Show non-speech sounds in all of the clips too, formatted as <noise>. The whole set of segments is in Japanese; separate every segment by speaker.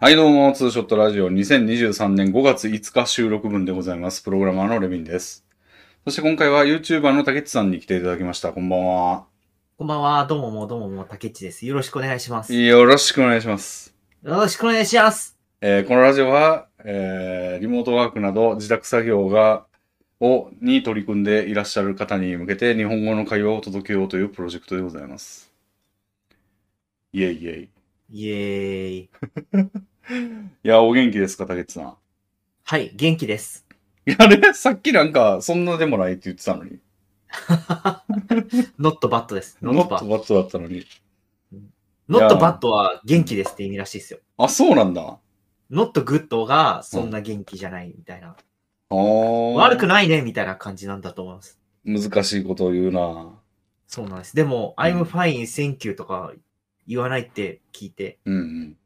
Speaker 1: はい、どうも、ツーショットラジオ2023年5月5日収録分でございます。プログラマーのレビンです。そして今回は YouTuber の竹内さんに来ていただきました。こんばんは。
Speaker 2: こんばんは、どうももどうもも、竹内です。よろしくお願いします。よ
Speaker 1: よろしくお願いします。
Speaker 2: ろしくお願いします。
Speaker 1: えーこのラジオは、えーリモートワークなど自宅作業が、を、に取り組んでいらっしゃる方に向けて日本語の会話を届けようというプロジェクトでございます。イェイイェイ。い
Speaker 2: イエーイ。
Speaker 1: や、お元気ですか、竹内さん。
Speaker 2: はい、元気です。
Speaker 1: いや、あれさっきなんか、そんなでもないって言ってたのに。
Speaker 2: ノットバットです。ノ
Speaker 1: ノ
Speaker 2: ッ
Speaker 1: ット
Speaker 2: トバ
Speaker 1: バ
Speaker 2: ット。
Speaker 1: ットだったのに。
Speaker 2: ノットバットは元気ですって意味らしいですよ。
Speaker 1: あ、そうなんだ。
Speaker 2: ノットグッドがそんな元気じゃないみたいな。
Speaker 1: あー
Speaker 2: 悪くないねみたいな感じなんだと思います。
Speaker 1: 難しいことを言うな。
Speaker 2: そうなんです。でも、
Speaker 1: うん
Speaker 2: I'm fine, thank you とか言わないって聞いて、
Speaker 1: うんうん。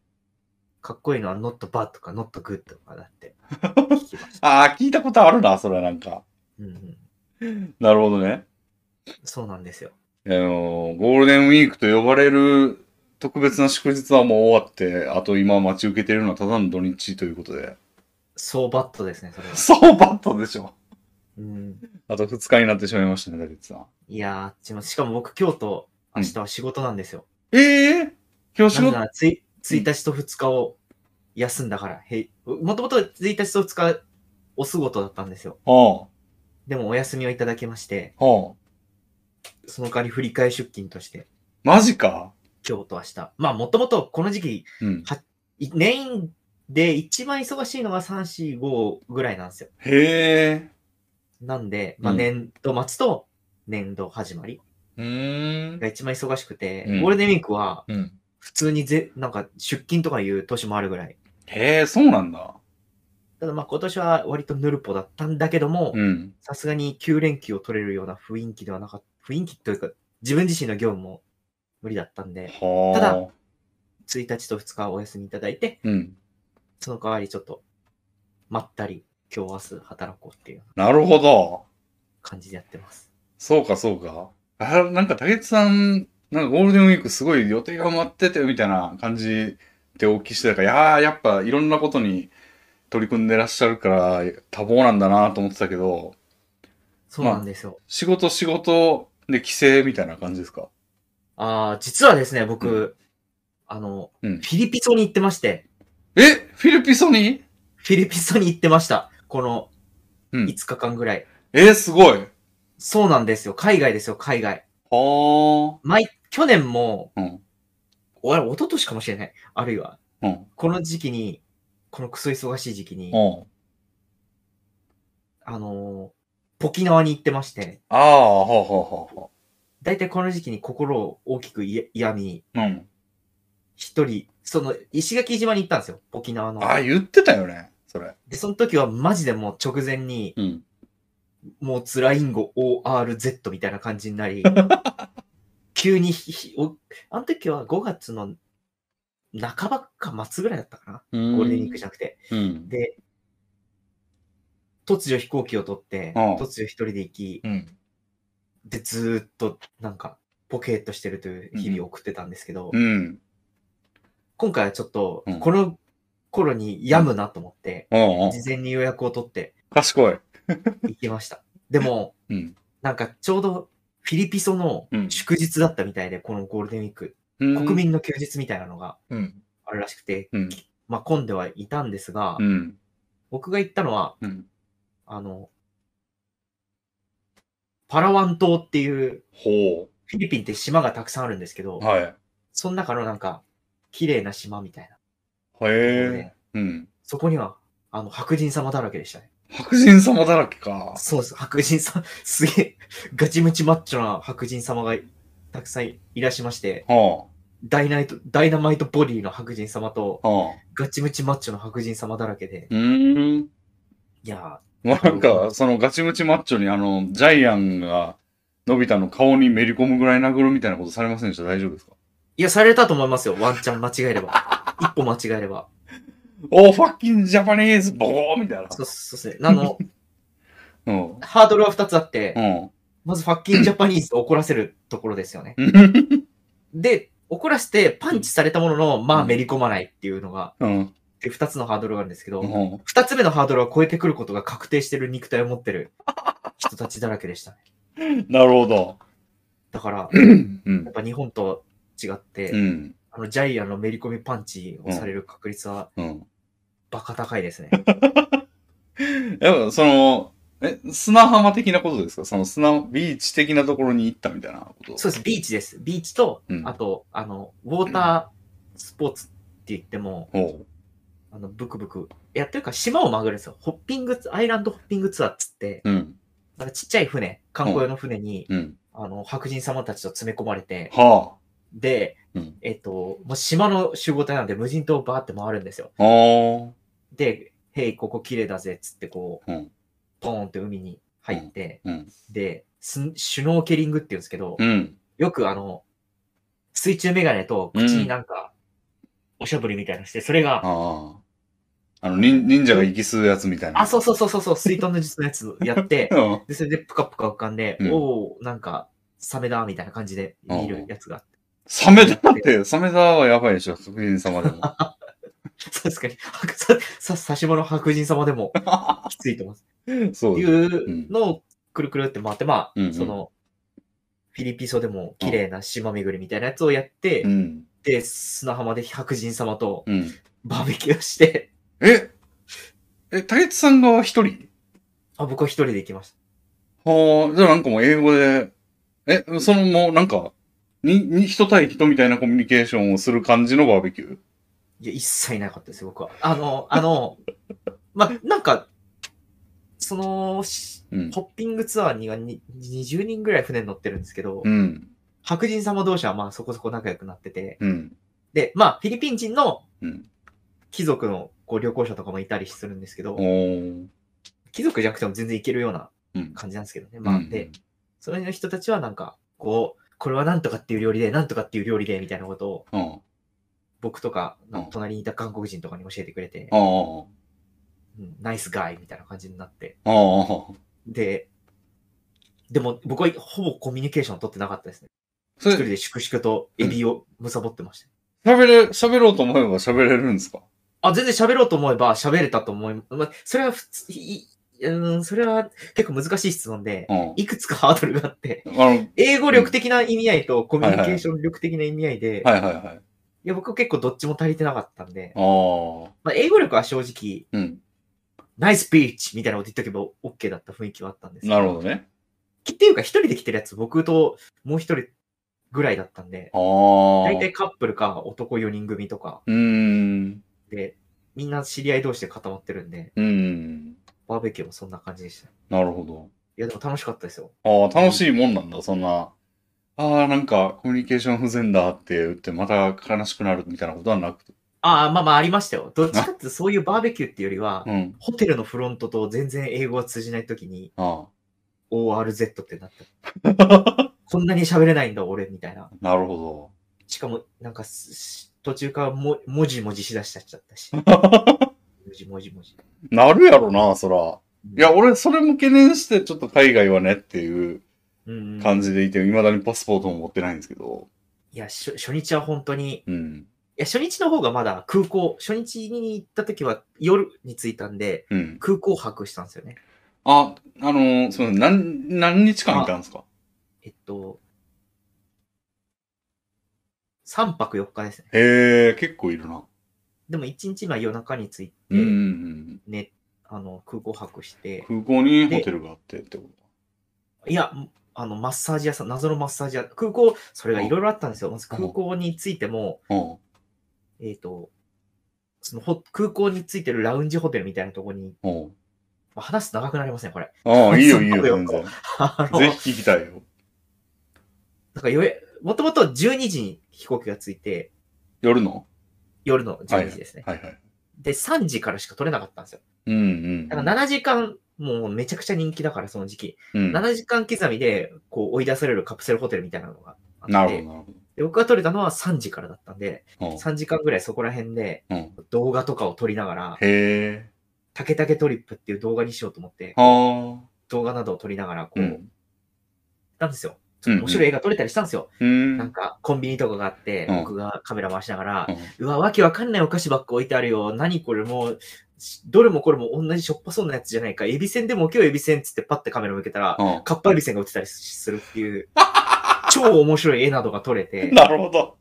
Speaker 2: かっこいいのはノットバットかノットグッドかだって。聞き
Speaker 1: <laughs>
Speaker 2: ました。
Speaker 1: ああ、聞いたことあるな、それはなんか。
Speaker 2: うんうん、
Speaker 1: なるほどね。
Speaker 2: そうなんですよ。
Speaker 1: あのーゴールデンウィークと呼ばれる特別な祝日はもう終わって、あと今待ち受けてるのはただの土日ということで。
Speaker 2: そうバットですね、それは。
Speaker 1: そう、バットでしょ。
Speaker 2: うん
Speaker 1: あと2日になってしまいましたね、ダビッツさん。
Speaker 2: いやー、あっちも、しかも僕、今日と明日は仕事なんですよ。
Speaker 1: ええ今日仕
Speaker 2: なん
Speaker 1: 事
Speaker 2: ならつい、1日と2日を休んだから、へいもともと1日と2日お仕事だったんですよ。
Speaker 1: は
Speaker 2: でもお休みをいただきまして、
Speaker 1: あ、はあ。
Speaker 2: その代わり振り替え出勤として、
Speaker 1: マジか
Speaker 2: 今日と明日。まあ、もともとこの時期、
Speaker 1: うん。
Speaker 2: いメインで一番忙しいのが3、4、5ぐらいなんですよ。
Speaker 1: へえ。
Speaker 2: なんで、まあ、
Speaker 1: うん
Speaker 2: 年度末と年度始まり
Speaker 1: うーん
Speaker 2: が。一番忙しくて、
Speaker 1: うん
Speaker 2: ゴールデンウィークは
Speaker 1: うん。
Speaker 2: 普通にぜ、なんか出勤とかいう年もあるぐらい。
Speaker 1: へえ、そうなんだ。
Speaker 2: ただまあ今年は割とヌルポだったんだけども、
Speaker 1: うん。
Speaker 2: さすがに9連休を取れるような雰囲気ではなかった、雰囲気というか、自分自身の業務も無理だったんで、
Speaker 1: はあ。
Speaker 2: ただ、1日と2日お休みいただいて、
Speaker 1: うん。
Speaker 2: その代わりちょっと、まったり、今日明日働こうっていう
Speaker 1: なるほど。
Speaker 2: 感じでやってます。
Speaker 1: そうか、そうか。あなんか、竹内さん、なんかゴールデンウィークすごい予定が埋まってて、みたいな感じでお聞きしてたから、いやー、やっぱいろんなことに取り組んでらっしゃるから、多忙なんだなと思ってたけど、
Speaker 2: そうなんですよ。
Speaker 1: 仕事、仕事で帰省みたいな感じですか
Speaker 2: ああ、実はですね、僕、
Speaker 1: う
Speaker 2: あの、
Speaker 1: うん
Speaker 2: フィリピソに行ってまして、
Speaker 1: えフィリピソニー
Speaker 2: フィリピソに行ってました。この
Speaker 1: うん
Speaker 2: 5日間ぐらい。
Speaker 1: えー、すごい。は
Speaker 2: そうなんですよ。海外ですよ、海外。
Speaker 1: ー。
Speaker 2: 毎、去年も、
Speaker 1: うん。
Speaker 2: おあれ、一昨年かもしれない。あるいは、
Speaker 1: うん。
Speaker 2: この時期に、このクソ忙しい時期に、
Speaker 1: うん。
Speaker 2: あのーポキ縄に行ってまして、
Speaker 1: ああ、はあ、はあ、は
Speaker 2: だいたいこの時期に心を大きくいやみ、
Speaker 1: あ。うん。
Speaker 2: 一人、その、石垣島に行ったんですよ、ポキ縄の。
Speaker 1: ああ、言ってたよね、それ。
Speaker 2: で、その時はマジでもう直前に、
Speaker 1: うん。
Speaker 2: もう辛いんご ORZ みたいな感じにな
Speaker 1: <laughs>
Speaker 2: り、急にひ、ひおあの時は5月の半ばか末ぐらいだったか
Speaker 1: ゴ
Speaker 2: な、
Speaker 1: ー
Speaker 2: ゴールデンウィークじゃなくて。
Speaker 1: うん。
Speaker 2: で、突如飛行機を取って、
Speaker 1: うん
Speaker 2: 突如一人で行き、
Speaker 1: うん。
Speaker 2: で、ずーっとなんか、ポケーっとしてるという日々を送ってたんですけど、
Speaker 1: うん。
Speaker 2: 今回はちょっと
Speaker 1: うん、
Speaker 2: この頃に病むなと思って、
Speaker 1: うんうん。
Speaker 2: 事前に予約を取って
Speaker 1: 賢い。
Speaker 2: 行きました。でも、
Speaker 1: うん。
Speaker 2: なんかちょうどフィリピソの
Speaker 1: うん
Speaker 2: 祝日だったみたいで、このゴールデンウィーク、国。民の休日みたいなのが
Speaker 1: うん。
Speaker 2: あるらしくて、
Speaker 1: うん。
Speaker 2: まあ混んではいたんですが、
Speaker 1: うん。
Speaker 2: 僕が行ったのは、
Speaker 1: うん。
Speaker 2: あの、パラワン島っていう
Speaker 1: ほ
Speaker 2: フィリピンって島がたくさんあるんですけど、
Speaker 1: う。はい。へ
Speaker 2: その中のなんか、綺麗な島みたいな。
Speaker 1: え。うん。
Speaker 2: そこには、あの、白人様だらけでしたね。
Speaker 1: 白人様だらけか。
Speaker 2: そうです。白人さん、 <laughs> すげえ、ガチムチマッチョな白人様がたくさんいらっしゃいまして、
Speaker 1: は
Speaker 2: ダイナイト、ダイナマイトボディの白人様と、
Speaker 1: あ。はあ。
Speaker 2: ガチムチマッチョの白人様だらけで、
Speaker 1: うーん。
Speaker 2: いや
Speaker 1: まあ、なんか、そのガチムチマッチョに、あの、ジャイアンが、のび太の顔にめり込むぐらい殴るみたいなことされませんでした大丈夫ですか
Speaker 2: ー、いや、されたと思いますよ。ワンチャン間違えれ <laughs> ば。一歩間違えれば。
Speaker 1: おー、ファッキンジャパニーズ、ボーみたいな。
Speaker 2: そうそうですね。あの、
Speaker 1: うん。
Speaker 2: ハードルは2つあって、
Speaker 1: うん。
Speaker 2: まずファッキンジャパニーズを怒らせるところですよね。で、怒らせてパンチされたものの、ま
Speaker 1: う
Speaker 2: あ、
Speaker 1: ん
Speaker 2: めり込まないっていうのが、
Speaker 1: うん。
Speaker 2: って2つのハードルがあるんですけど、
Speaker 1: うん。
Speaker 2: 2つ目のハードルを超えてくることが確定してる肉体を持ってる人たちだらけでしたね。
Speaker 1: なるほど。<clears throat>
Speaker 2: だから、
Speaker 1: うん
Speaker 2: やっ。ぱ日本と違って、
Speaker 1: うん。
Speaker 2: あのジャイアンのめり込みパンチをされる確率は
Speaker 1: うん。
Speaker 2: バカ高いですね。
Speaker 1: やっぱその、え、砂浜的なことですかその砂、ビーチ的なところに行ったみたいなこと。
Speaker 2: そうです、ビーチです。ビーチと、
Speaker 1: うん
Speaker 2: あと、あの、ウォータースポーツって言っても、
Speaker 1: ほ
Speaker 2: あの、ブクブク。いや、というか、島を回るんですよ。ホッピングツ、アイランドホッピングツアーっつって、
Speaker 1: う。うん。
Speaker 2: なんかちっちゃい船、観光用の船に、
Speaker 1: うん。
Speaker 2: あの、白人様たちと詰め込まれて、
Speaker 1: は
Speaker 2: で、
Speaker 1: うん
Speaker 2: えっと、もう島の集合体なんで無人島をバーって回るんですよ。
Speaker 1: あ。は
Speaker 2: で、へい、ここ綺麗だぜっつって、こう、
Speaker 1: うん
Speaker 2: ポーンって海に入って、
Speaker 1: あ。うん。
Speaker 2: で、スシュノーケリングって言うんですけど、
Speaker 1: うん。
Speaker 2: よくあの、水中メガネと口になんか、おしゃぶりみたいなのして、それが、
Speaker 1: ああ。あの、忍忍者が息吸うやつみたいな。
Speaker 2: あ、そうそうそうそうそう、水遁の術のやつ
Speaker 1: <laughs>
Speaker 2: やって、
Speaker 1: うん。
Speaker 2: で、それでぷかぷか浮かんで、
Speaker 1: うん
Speaker 2: おー、なんか、サメだ、みたいな感じで見るやつがあって。 <laughs>
Speaker 1: サメだって、サメだはやばいでしょ、職人様で
Speaker 2: <laughs>
Speaker 1: も。
Speaker 2: 確かに、白さ、さ、差しの白人様
Speaker 1: <laughs>
Speaker 2: でも、きついと思います。
Speaker 1: そうで
Speaker 2: い
Speaker 1: す。
Speaker 2: うのを、くるくるって回って、まあ、
Speaker 1: うんうん
Speaker 2: その、フィリピソでも綺麗な島巡りみたいなやつをやって、
Speaker 1: うん。
Speaker 2: で、砂浜で白人様と
Speaker 1: うん。
Speaker 2: バーベキューをして、
Speaker 1: ええ、竹内さんが一人
Speaker 2: あ、僕は一人で行きました。
Speaker 1: はあ、じゃあなんかもう英語で、え、そのもうなんか、に、に、人対人みたいなコミュニケーションをする感じのバーベキュ
Speaker 2: いや、一切なかったです、僕は。あの、あの、 <laughs> ま、なんか、その、し
Speaker 1: ーうん。
Speaker 2: ホッピングツアーにはに20人ぐらい船に乗ってるんですけど、
Speaker 1: うん。
Speaker 2: 白人様同士はまあそこそこ仲良くなってて、
Speaker 1: うん。
Speaker 2: で、まあフィリピン人の
Speaker 1: うん
Speaker 2: 貴族のこう旅行者とかもいたりするんですけど、
Speaker 1: おー。
Speaker 2: 貴族じゃなくても全然行けるような
Speaker 1: うん。
Speaker 2: 感じなんですけどね。まあ、
Speaker 1: うん
Speaker 2: で、、その辺の人たちはなんか、こう、これはなんとかっていう料理で、なんとかっていう料理で、みたいなことを
Speaker 1: ああ。
Speaker 2: 僕とか
Speaker 1: うん、
Speaker 2: 隣にいた韓国人とかに教えてくれて、
Speaker 1: ああ。
Speaker 2: うんナイスガイみたいな感じになって、
Speaker 1: ああ。
Speaker 2: で、でも僕はほぼコミュニケーション取ってなかったですね。
Speaker 1: そ
Speaker 2: 一人
Speaker 1: れ、
Speaker 2: で粛々とエビをむさぼってました。
Speaker 1: 喋れ、喋ろうと思えば喋れるんですか
Speaker 2: あ、全然喋ろうと思えば喋れたと思いま、まそれは普通、いいうん、それは結構難しい質問で、
Speaker 1: うん。
Speaker 2: いくつかハードルがあって、
Speaker 1: あの、はい
Speaker 2: 英語力的な意味合いとコミュニケーション力的な意味合いで、い
Speaker 1: はいはい。
Speaker 2: や、僕結構どっちも足りてなかったんで、
Speaker 1: ああ。
Speaker 2: まあ、英語力は正直、
Speaker 1: うん。
Speaker 2: ナイスピーチみたいなこと言っとけば OK だった雰囲気はあったんですけ
Speaker 1: なるほどね。
Speaker 2: っていうか、一人で来てるやつ、僕ともう一人ぐらいだったんで、
Speaker 1: ああ。
Speaker 2: 大体カップルか男4人組とか
Speaker 1: うーん。
Speaker 2: で、みんな知り合い同士で固まってるんで、
Speaker 1: うーん。
Speaker 2: バーベキューもそんな感じでした。い
Speaker 1: なるほ
Speaker 2: や、でも楽しかったですよ。
Speaker 1: ど。ああ、楽しいもんなんだ、そんな。ああ、なんか、コミュニケーション不全だって言って、また悲しくなるみたいなことはなくて。
Speaker 2: ああ、まあまあありましたよ。どっちかっていうとそういうバーベキューっていうよりは、
Speaker 1: うん。
Speaker 2: ホテルのフロントと全然英語が通じないときに
Speaker 1: あ
Speaker 2: ORZ ってなって、
Speaker 1: あ。
Speaker 2: こんなに喋れないんだ俺みたいな。
Speaker 1: なるほ
Speaker 2: しかも、なんかすし途中からももじもじしだしちゃったし。も
Speaker 1: ど。
Speaker 2: じもじもじ。
Speaker 1: なるやろな、そら。いや、俺、それも懸念して、ちょっと海外はねっていう
Speaker 2: うんうん、
Speaker 1: 感じでいて、未だにパスポートも持ってないんですけど。
Speaker 2: いや初、初日は本当に、い
Speaker 1: うん。
Speaker 2: や、初日の方がまだ空港、初日に行った時は夜に着いたんで、
Speaker 1: うん。
Speaker 2: 空港泊したんですよね。
Speaker 1: あ、あのー、すみません、何、何日間いたんですか
Speaker 2: えっと、3泊4日ですね。
Speaker 1: へえ、結構いるな。
Speaker 2: でも1日目は夜中に着いて、
Speaker 1: うんうんうん。
Speaker 2: ね、あの、空港泊して、
Speaker 1: 空港にホテルがあってってこと
Speaker 2: いや、あの、マッサージ屋さん、謎のマッサージ屋、空港、それがいろいろあったんですよ。まず空港に着いても、
Speaker 1: うん。
Speaker 2: えっ、と、そのほ空港についてるラウンジホテルみたいなところに、
Speaker 1: うん。
Speaker 2: まあ話すと長くなりますね、これ。
Speaker 1: ああ、いいよ、
Speaker 2: そん
Speaker 1: いい
Speaker 2: な
Speaker 1: よ、
Speaker 2: ことよ
Speaker 1: 全然。
Speaker 2: あの、
Speaker 1: ぜひ聞きたいよ。
Speaker 2: なんかよえ、もともと12時に飛行機がついて、
Speaker 1: 夜の
Speaker 2: 夜の12時ですね。
Speaker 1: はいはい。
Speaker 2: で、3時からしか取れなかったんですよ。
Speaker 1: うんうん。
Speaker 2: だから7時間、もうめちゃくちゃ人気だから、その時期。
Speaker 1: うん、なる
Speaker 2: 7時間刻みで、こう追い出されるカプセルホテルみたいなのがあっ
Speaker 1: ほ
Speaker 2: て。
Speaker 1: ど、なるほ
Speaker 2: で僕が取れたのは3時からだったんで、
Speaker 1: どうん。
Speaker 2: 3時間ぐらいそこら辺で
Speaker 1: うん
Speaker 2: 動画とかを撮りながら、
Speaker 1: へえ。
Speaker 2: タケタケトリップっていう動画にしようと思って、
Speaker 1: はあ。
Speaker 2: 動画などを撮りながらこ
Speaker 1: う
Speaker 2: う、
Speaker 1: ん。
Speaker 2: なんですよ。ちょっと面白い映画撮れたりしたんですよ。
Speaker 1: うーん。
Speaker 2: なんか、コンビニとかがあって、
Speaker 1: うん
Speaker 2: 僕がカメラ回しながら、
Speaker 1: うん
Speaker 2: うわ、わけわかんないお菓子ばっか置いてあるよ。何これもう、しどれもこれも同じしょっぱそうなやつじゃないか。エビせんでも今日エビせんっつってパッてカメラ向けたら、
Speaker 1: う
Speaker 2: カッパエビせんが売ってたりするっ
Speaker 1: <laughs>
Speaker 2: ていう、超面白い絵などが撮れて
Speaker 1: ん。、なるほど。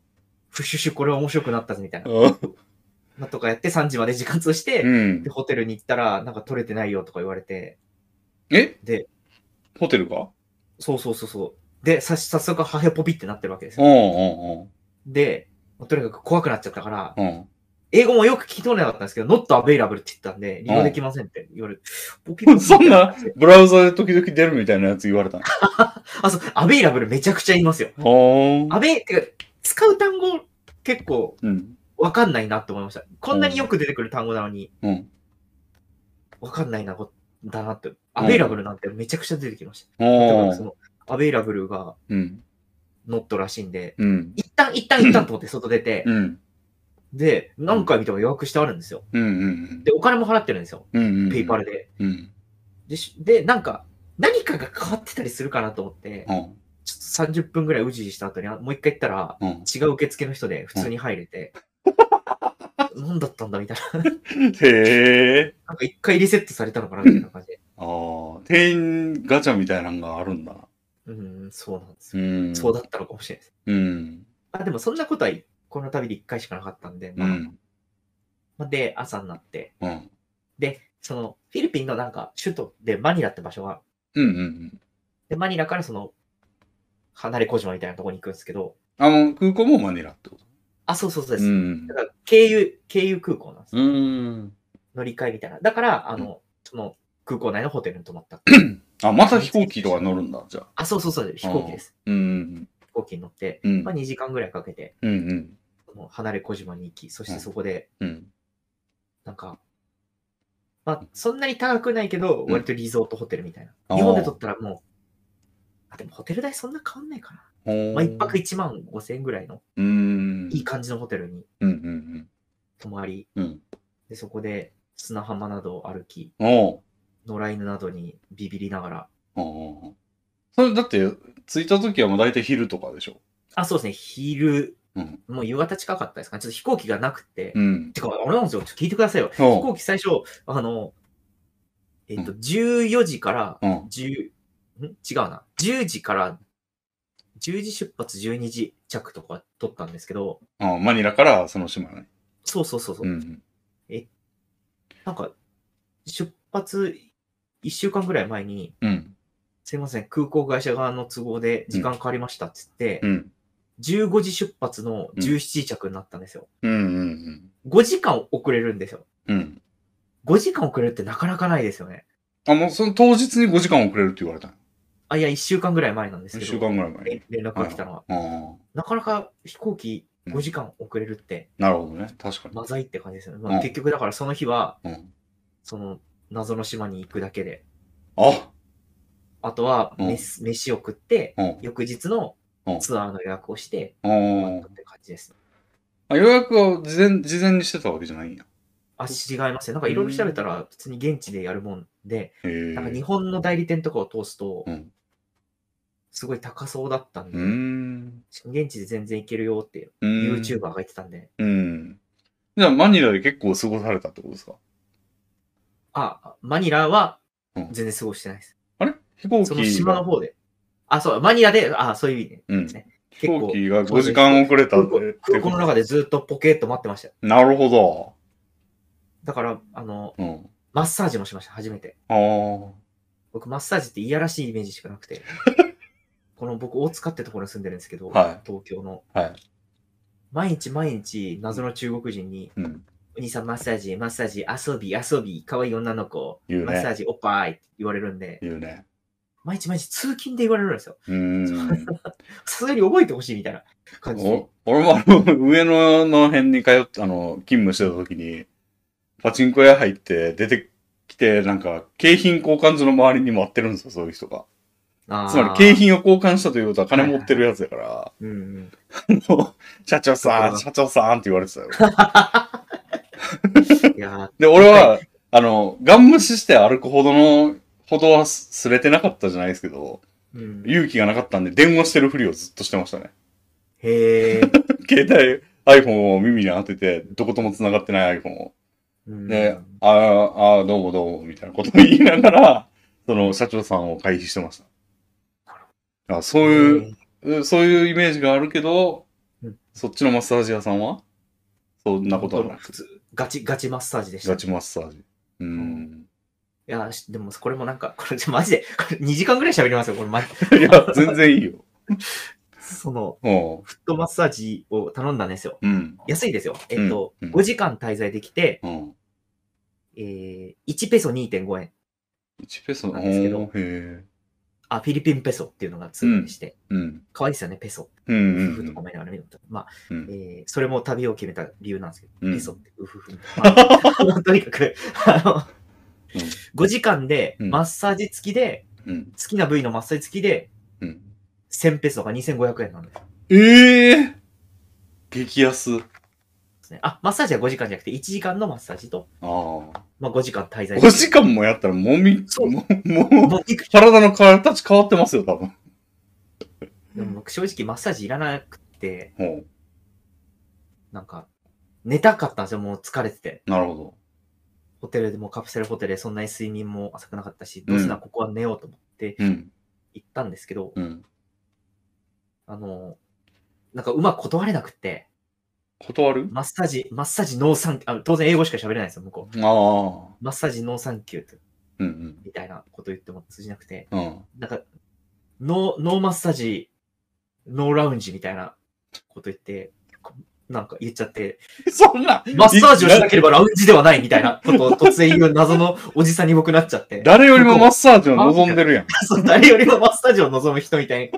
Speaker 2: フシュシュこれ面白くなったぜみたいな。
Speaker 1: う
Speaker 2: なとかやって3時まで時間通して、
Speaker 1: ん
Speaker 2: で。ホテルに行ったら、なんか撮れてないよとか言われて、
Speaker 1: え
Speaker 2: で、
Speaker 1: ホテルか
Speaker 2: そうそうそうそう。で、さ早速、ハヘポピってなってるわけです
Speaker 1: うん
Speaker 2: よ。
Speaker 1: うん
Speaker 2: で、もうとにかく怖くなっちゃったから、
Speaker 1: うん。うん。
Speaker 2: 英語もよく聞き取れなかったんですけど、not available って言ったんで、利用できませんって言われて、ポピポピ
Speaker 1: そんなブラウザで時々出るみたいなやつ言われ <laughs> たの。
Speaker 2: あ、そう、available めちゃくちゃ言いますよ。
Speaker 1: ほー
Speaker 2: ア
Speaker 1: ん。
Speaker 2: ベ、てか、使う単語結構
Speaker 1: うん。
Speaker 2: わかんないなって思いました。こんなによく出てくる単語なのに、
Speaker 1: うん。
Speaker 2: わかんないな、こだなって。アベイラブルなんてめちゃくちゃ出てきまし
Speaker 1: お
Speaker 2: た。だからそ
Speaker 1: ー
Speaker 2: の、アベイラブルが
Speaker 1: うん。
Speaker 2: ノットらしいんで、
Speaker 1: うん。
Speaker 2: 一旦一旦一旦と思って外出て
Speaker 1: う、ん。
Speaker 2: で、何回見ても予約してあるんですよ。
Speaker 1: うん。うん。
Speaker 2: で、お金も払ってるんですよ。
Speaker 1: うん。
Speaker 2: ペイパル
Speaker 1: で。
Speaker 2: で。
Speaker 1: うん。
Speaker 2: でしで、なんか、何かが変わってたりするかなと思って、
Speaker 1: うん。
Speaker 2: ちょっと30分ぐらいうじうじした後に、あもう一回行ったら、
Speaker 1: うん。
Speaker 2: 違う受付の人で普通に入れて、何だったんだみたいな。
Speaker 1: へえ。
Speaker 2: なんか一回リセットされたのかなみたいな感じで。
Speaker 1: ああ、店員ガチャみたいなのがあるんだな。
Speaker 2: うん、そうなんです
Speaker 1: う
Speaker 2: よ。
Speaker 1: ん。
Speaker 2: そうだったのかもしれないです。
Speaker 1: うん。
Speaker 2: あ、でもそんなことはこの旅で一回しかなかったんで、
Speaker 1: う
Speaker 2: まあ
Speaker 1: ん。
Speaker 2: まあで、朝になって、
Speaker 1: うん。
Speaker 2: で、そのフィリピンのなんか首都でマニラって場所が、
Speaker 1: うん。うん。
Speaker 2: で、マニラからその、離れ小島みたいなとこに行くんですけど、
Speaker 1: あの、空港もマニラってこ
Speaker 2: あ、そうそうそ
Speaker 1: と
Speaker 2: うです。
Speaker 1: うん
Speaker 2: だ。から、経由、経由空港なんです。
Speaker 1: うん。
Speaker 2: 乗り換えみたいな。だから、あの、その、空港内のホテルに泊まった。
Speaker 1: あ、また飛行機とか乗るんだ、じゃあ。
Speaker 2: あ、そうそうそう、飛行機です。
Speaker 1: うん。
Speaker 2: 飛行機に乗って、
Speaker 1: うん
Speaker 2: まあ。2時間ぐらいかけて、
Speaker 1: うん。うん。
Speaker 2: その離れ小島に行き、そし
Speaker 1: う
Speaker 2: て
Speaker 1: ん
Speaker 2: そこで、
Speaker 1: うん。
Speaker 2: なんか、まあ、そんなに高くないけど、
Speaker 1: うん
Speaker 2: 割とリゾートホテルみたい
Speaker 1: あー
Speaker 2: な。日本で取ったらもう、あ、でもホテル代そんな変わんないかな。
Speaker 1: ほー
Speaker 2: まあ、一泊1万5千円ぐらいの、
Speaker 1: うん。
Speaker 2: いい感じのホテルに
Speaker 1: うん。うん。
Speaker 2: 泊まり、
Speaker 1: うん。うん。
Speaker 2: で、そこで砂浜などを歩き、
Speaker 1: おう
Speaker 2: 野良犬などにビビりながら、
Speaker 1: おうおうそれだって、着いた時はもう大体昼とかでしょ。
Speaker 2: あ、そうですね、昼、
Speaker 1: うん
Speaker 2: もう夕方近かったですかね。ちょっと飛行機がなくて、
Speaker 1: うん。
Speaker 2: てか、あれなんですよ、ちょっと聞いてくださいよ。飛
Speaker 1: おう
Speaker 2: 行機最初、あの、えっと、
Speaker 1: う
Speaker 2: 14時から
Speaker 1: うん。
Speaker 2: 10、ん違うな。10時から、10時出発、12時着とか取ったんですけど、
Speaker 1: あマニラからその島ね。
Speaker 2: そうそうそうそう、
Speaker 1: うん。
Speaker 2: なんか、出発1週間ぐらい前に、
Speaker 1: うん。
Speaker 2: すいません、空港会社側の都合で時間変わりましたっつって、
Speaker 1: うん。
Speaker 2: 15時出発の17時着になったんですよ。
Speaker 1: うん。うん。
Speaker 2: 5時間遅れるんですよ。
Speaker 1: うん。
Speaker 2: 5時間遅れるってなかなかないですよね。
Speaker 1: あ、もうその当日に5時間遅れるって言われたの。
Speaker 2: あ、いや、1週間ぐらい前なんです
Speaker 1: 1
Speaker 2: けど、
Speaker 1: 週間ぐらい前に
Speaker 2: 連。連絡が来たのは。
Speaker 1: ああ、
Speaker 2: なかなか飛行機5時間遅れるって、
Speaker 1: なるほどね。確かに。
Speaker 2: まざいって感じですよね。
Speaker 1: う
Speaker 2: ま
Speaker 1: ん
Speaker 2: あ、結局だからその日は、
Speaker 1: うん、
Speaker 2: その謎の島に行くだけで、
Speaker 1: あ、
Speaker 2: あとは
Speaker 1: うん
Speaker 2: 飯,、飯を食って、
Speaker 1: うん。
Speaker 2: 翌日の
Speaker 1: うん
Speaker 2: ツアーの予約をして、終わ
Speaker 1: あ
Speaker 2: ったって感じです。
Speaker 1: あ予約を事前事前にしてたわけじゃないんや。
Speaker 2: あ、違いますね。なんかいろいろ調べたら、普通に現地でやるもんで、
Speaker 1: へえ。
Speaker 2: なんか日
Speaker 1: う
Speaker 2: 本の代理店とかを通すと
Speaker 1: うん、
Speaker 2: すごい高そうだったんで、
Speaker 1: ーん。
Speaker 2: 現地で全然行けるよって
Speaker 1: うーん
Speaker 2: YouTuber が言ってたんで、
Speaker 1: うん。じゃあ、マニラで結構過ごされたってことですか
Speaker 2: あ、マニラは
Speaker 1: うん
Speaker 2: 全然過ごしてないです。
Speaker 1: あれ飛行機が。
Speaker 2: その島の方で。あ、そう、マニラで、あ、そういう意味で。
Speaker 1: うん。
Speaker 2: ね
Speaker 1: 飛
Speaker 2: 結構
Speaker 1: 行機が5時間遅れた
Speaker 2: 空
Speaker 1: っ
Speaker 2: 港
Speaker 1: て。
Speaker 2: 空港の中でずっとポケーっと待ってましたよ。
Speaker 1: なるほど。
Speaker 2: だから、あの、
Speaker 1: うん。
Speaker 2: マッサージもしました、初めて。
Speaker 1: ああ。
Speaker 2: 僕、マッサージっていやらしいイメージしかなく
Speaker 1: <laughs>
Speaker 2: て。この僕、大塚ってところに住んでるんですけど、
Speaker 1: は
Speaker 2: 東京の。
Speaker 1: はい
Speaker 2: 毎日毎日、謎の中国人に、
Speaker 1: うん。
Speaker 2: お兄さんマッサージ、マッサージ、遊び、遊び、可愛い女の子、
Speaker 1: 言う
Speaker 2: マッ
Speaker 1: ね。
Speaker 2: サージ、おっぱいって言われるんで、
Speaker 1: 言うね。
Speaker 2: 毎日毎日通勤で言われるんですよ。
Speaker 1: うーん。
Speaker 2: さすがに覚えてほしいみたいな感じで
Speaker 1: お。俺もあの、上野の辺に通って、あの、勤務してた時に、パチンコ屋入って出てきて、なんか、景品交換所の周りに待ってるんですよ、そういう人が。
Speaker 2: あー
Speaker 1: つまり、景品を交換したということは金持ってるやつや <laughs> から、
Speaker 2: うんうん。
Speaker 1: もう社長さん、社長さんって言われてたよ。
Speaker 2: いや
Speaker 1: で、俺は、あの、ガン無視して歩くほどの、ほどはすすれてなかったじゃないですけど、
Speaker 2: う
Speaker 1: <laughs>
Speaker 2: ん、
Speaker 1: 勇気がなかったんで、電話してるふりをずっとしてましたね。 <laughs>
Speaker 2: へえ。
Speaker 1: 携帯、iPhone を耳に当てて、どことも繋がってない iPhone を。
Speaker 2: うん
Speaker 1: で、ああ、ああ、どうもどうも、みたいなことを言いながら、その社長さんを回避してました。あそういう、そういうイメージがあるけど、
Speaker 2: うん
Speaker 1: そっちのマッサージ屋さんはそんなことはなく
Speaker 2: 普通、ガチ、ガチマッサージでした。
Speaker 1: ガ
Speaker 2: い
Speaker 1: チマッサージ。うん。
Speaker 2: や、しでもこれもなんか、これマジで、これ2時間ぐらい喋りますよ、これマジ。
Speaker 1: <laughs> いや、全然いいよ。
Speaker 2: その、
Speaker 1: う
Speaker 2: フットマッサージを頼んだんですよ。
Speaker 1: ん。うん。
Speaker 2: 安いですよ。えっと、
Speaker 1: うんうん
Speaker 2: 5時間滞在できて、
Speaker 1: うん。
Speaker 2: えー、1ペソ2.5円。
Speaker 1: 1ペソ
Speaker 2: な
Speaker 1: の、
Speaker 2: ん
Speaker 1: お
Speaker 2: ですけ
Speaker 1: ー
Speaker 2: ど
Speaker 1: へえ。
Speaker 2: あ、フィリピンペソっていうのが通貨でして、
Speaker 1: うん。
Speaker 2: 可愛いですよね、ペソ。
Speaker 1: うん
Speaker 2: う
Speaker 1: う
Speaker 2: ふふと
Speaker 1: ん
Speaker 2: か。もいながら見るのとまあ、
Speaker 1: うん
Speaker 2: えー、それも旅を決めた理由なんですけど、
Speaker 1: うん
Speaker 2: ペソって、うふふ。ま
Speaker 1: <laughs>
Speaker 2: あとにかく、あの、
Speaker 1: うん
Speaker 2: 5時間で、
Speaker 1: うん
Speaker 2: マッサージ付きで、
Speaker 1: うん。
Speaker 2: 好きな部位のマッサージ付きで、
Speaker 1: うん。
Speaker 2: 1000ペソが2500円なんで
Speaker 1: ええ激安。
Speaker 2: すね。あ、マッサージは5時間じゃなくて、1時間のマッサージと、
Speaker 1: ああ。
Speaker 2: まあ、5時間滞在
Speaker 1: 5時間もやったら、もみ、
Speaker 2: そう
Speaker 1: ももう、
Speaker 2: もういく
Speaker 1: 体の形変わってますよ、多分。
Speaker 2: でも僕正直マッサージいらなくて、
Speaker 1: ほう。
Speaker 2: なんか、寝たかったんですよ、もう疲れてて。
Speaker 1: なるほど。
Speaker 2: ホテルでもカプセルホテルでそんなに睡眠も浅くなかったし、どうせならここは寝ようと思って
Speaker 1: うん。
Speaker 2: 行ったんですけど、
Speaker 1: うん。
Speaker 2: あの、なんかうまく断れなくて、
Speaker 1: 断る
Speaker 2: マッサージ、マッサージノーサンキュー、あ当然英語しか喋れないんですよ、向こ
Speaker 1: ああ。
Speaker 2: う。マッサージノーサンキューと
Speaker 1: うん
Speaker 2: みたいなこと言っても通じなくて、
Speaker 1: うん。うん。 <laughs>
Speaker 2: なんか、ノー、ノーマッサージ、ノーラウンジみたいなこと言って、こなんか言っちゃって、
Speaker 1: そんな、
Speaker 2: マッサージをしなければラウンジではないみたいなことを突然言う謎のおじさんに僕なっちゃって。
Speaker 1: 誰よりもマッサージを望んでるやん。
Speaker 2: そう誰よりもマッサージを望む人みたいに、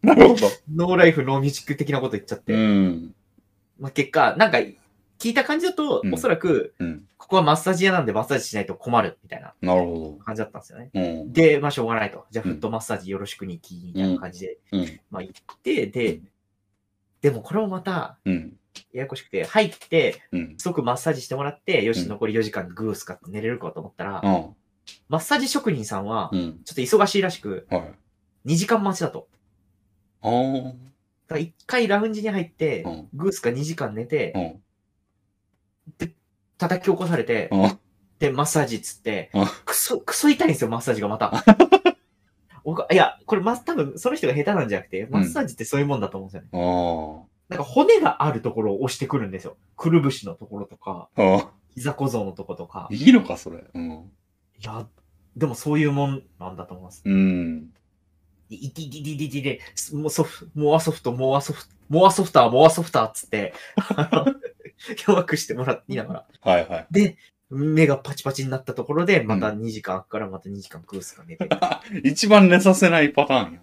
Speaker 1: なるほど。
Speaker 2: ノーライフ、ノーミュージック的なこと言っちゃって。
Speaker 1: うん。
Speaker 2: まあ、結果、なんか、聞いた感じだと、
Speaker 1: うん
Speaker 2: おそらく、
Speaker 1: うん。
Speaker 2: ここはマッサージ屋なんでマッサージしないと困るみたいな
Speaker 1: なるほ
Speaker 2: 感じだったんですよね。
Speaker 1: ど。うん。
Speaker 2: で、まあ、しょうがないと。じゃあ、
Speaker 1: う
Speaker 2: フ
Speaker 1: ん
Speaker 2: ットマッサージよろしくに行き、みたいな感じで、
Speaker 1: うん。
Speaker 2: まあ、行って、で、でもこれもまた、
Speaker 1: うん。
Speaker 2: ややこしくて、入って、
Speaker 1: うん。
Speaker 2: 即マッサージしてもらって、よ
Speaker 1: う
Speaker 2: し、
Speaker 1: ん
Speaker 2: 残り4時間グースかって寝れるかと思ったら、
Speaker 1: うん。
Speaker 2: マッサージ職人さんは
Speaker 1: う、ん。
Speaker 2: ちょっと忙しいらしく、
Speaker 1: はい。
Speaker 2: 2時間待ちだと。
Speaker 1: ああ。
Speaker 2: だから1回ラウンジに入って
Speaker 1: うん、
Speaker 2: グースか2時間寝て
Speaker 1: う、ん。
Speaker 2: 叩き起こされて、
Speaker 1: うん。
Speaker 2: で、マッサージっつって
Speaker 1: うん、
Speaker 2: クソ、クソ痛いんですよ、マッサージがまた。僕いや、これ、ま、多分その人が下手なんじゃなくて、マッサージってそういうもんだと思うんですよね。
Speaker 1: ああ。
Speaker 2: なんか骨があるところを押してくるんですよ。くるぶしのところとか、
Speaker 1: あ
Speaker 2: 膝小僧のとことか
Speaker 1: あ。。いいのか、それ。うん。
Speaker 2: いや、でもそういうもんなんだと思います。
Speaker 1: うん。
Speaker 2: でいていていていていていて、すもうソフ、モアソフト、モアソフト、モアソフター、モアソフターっつって、 <laughs> あの弱くしてもらっていながら、
Speaker 1: はいはい。
Speaker 2: 目がパチパチになったところで、また2時間からまた2時間グースが寝て、
Speaker 1: <laughs> 一番寝させないパターンや。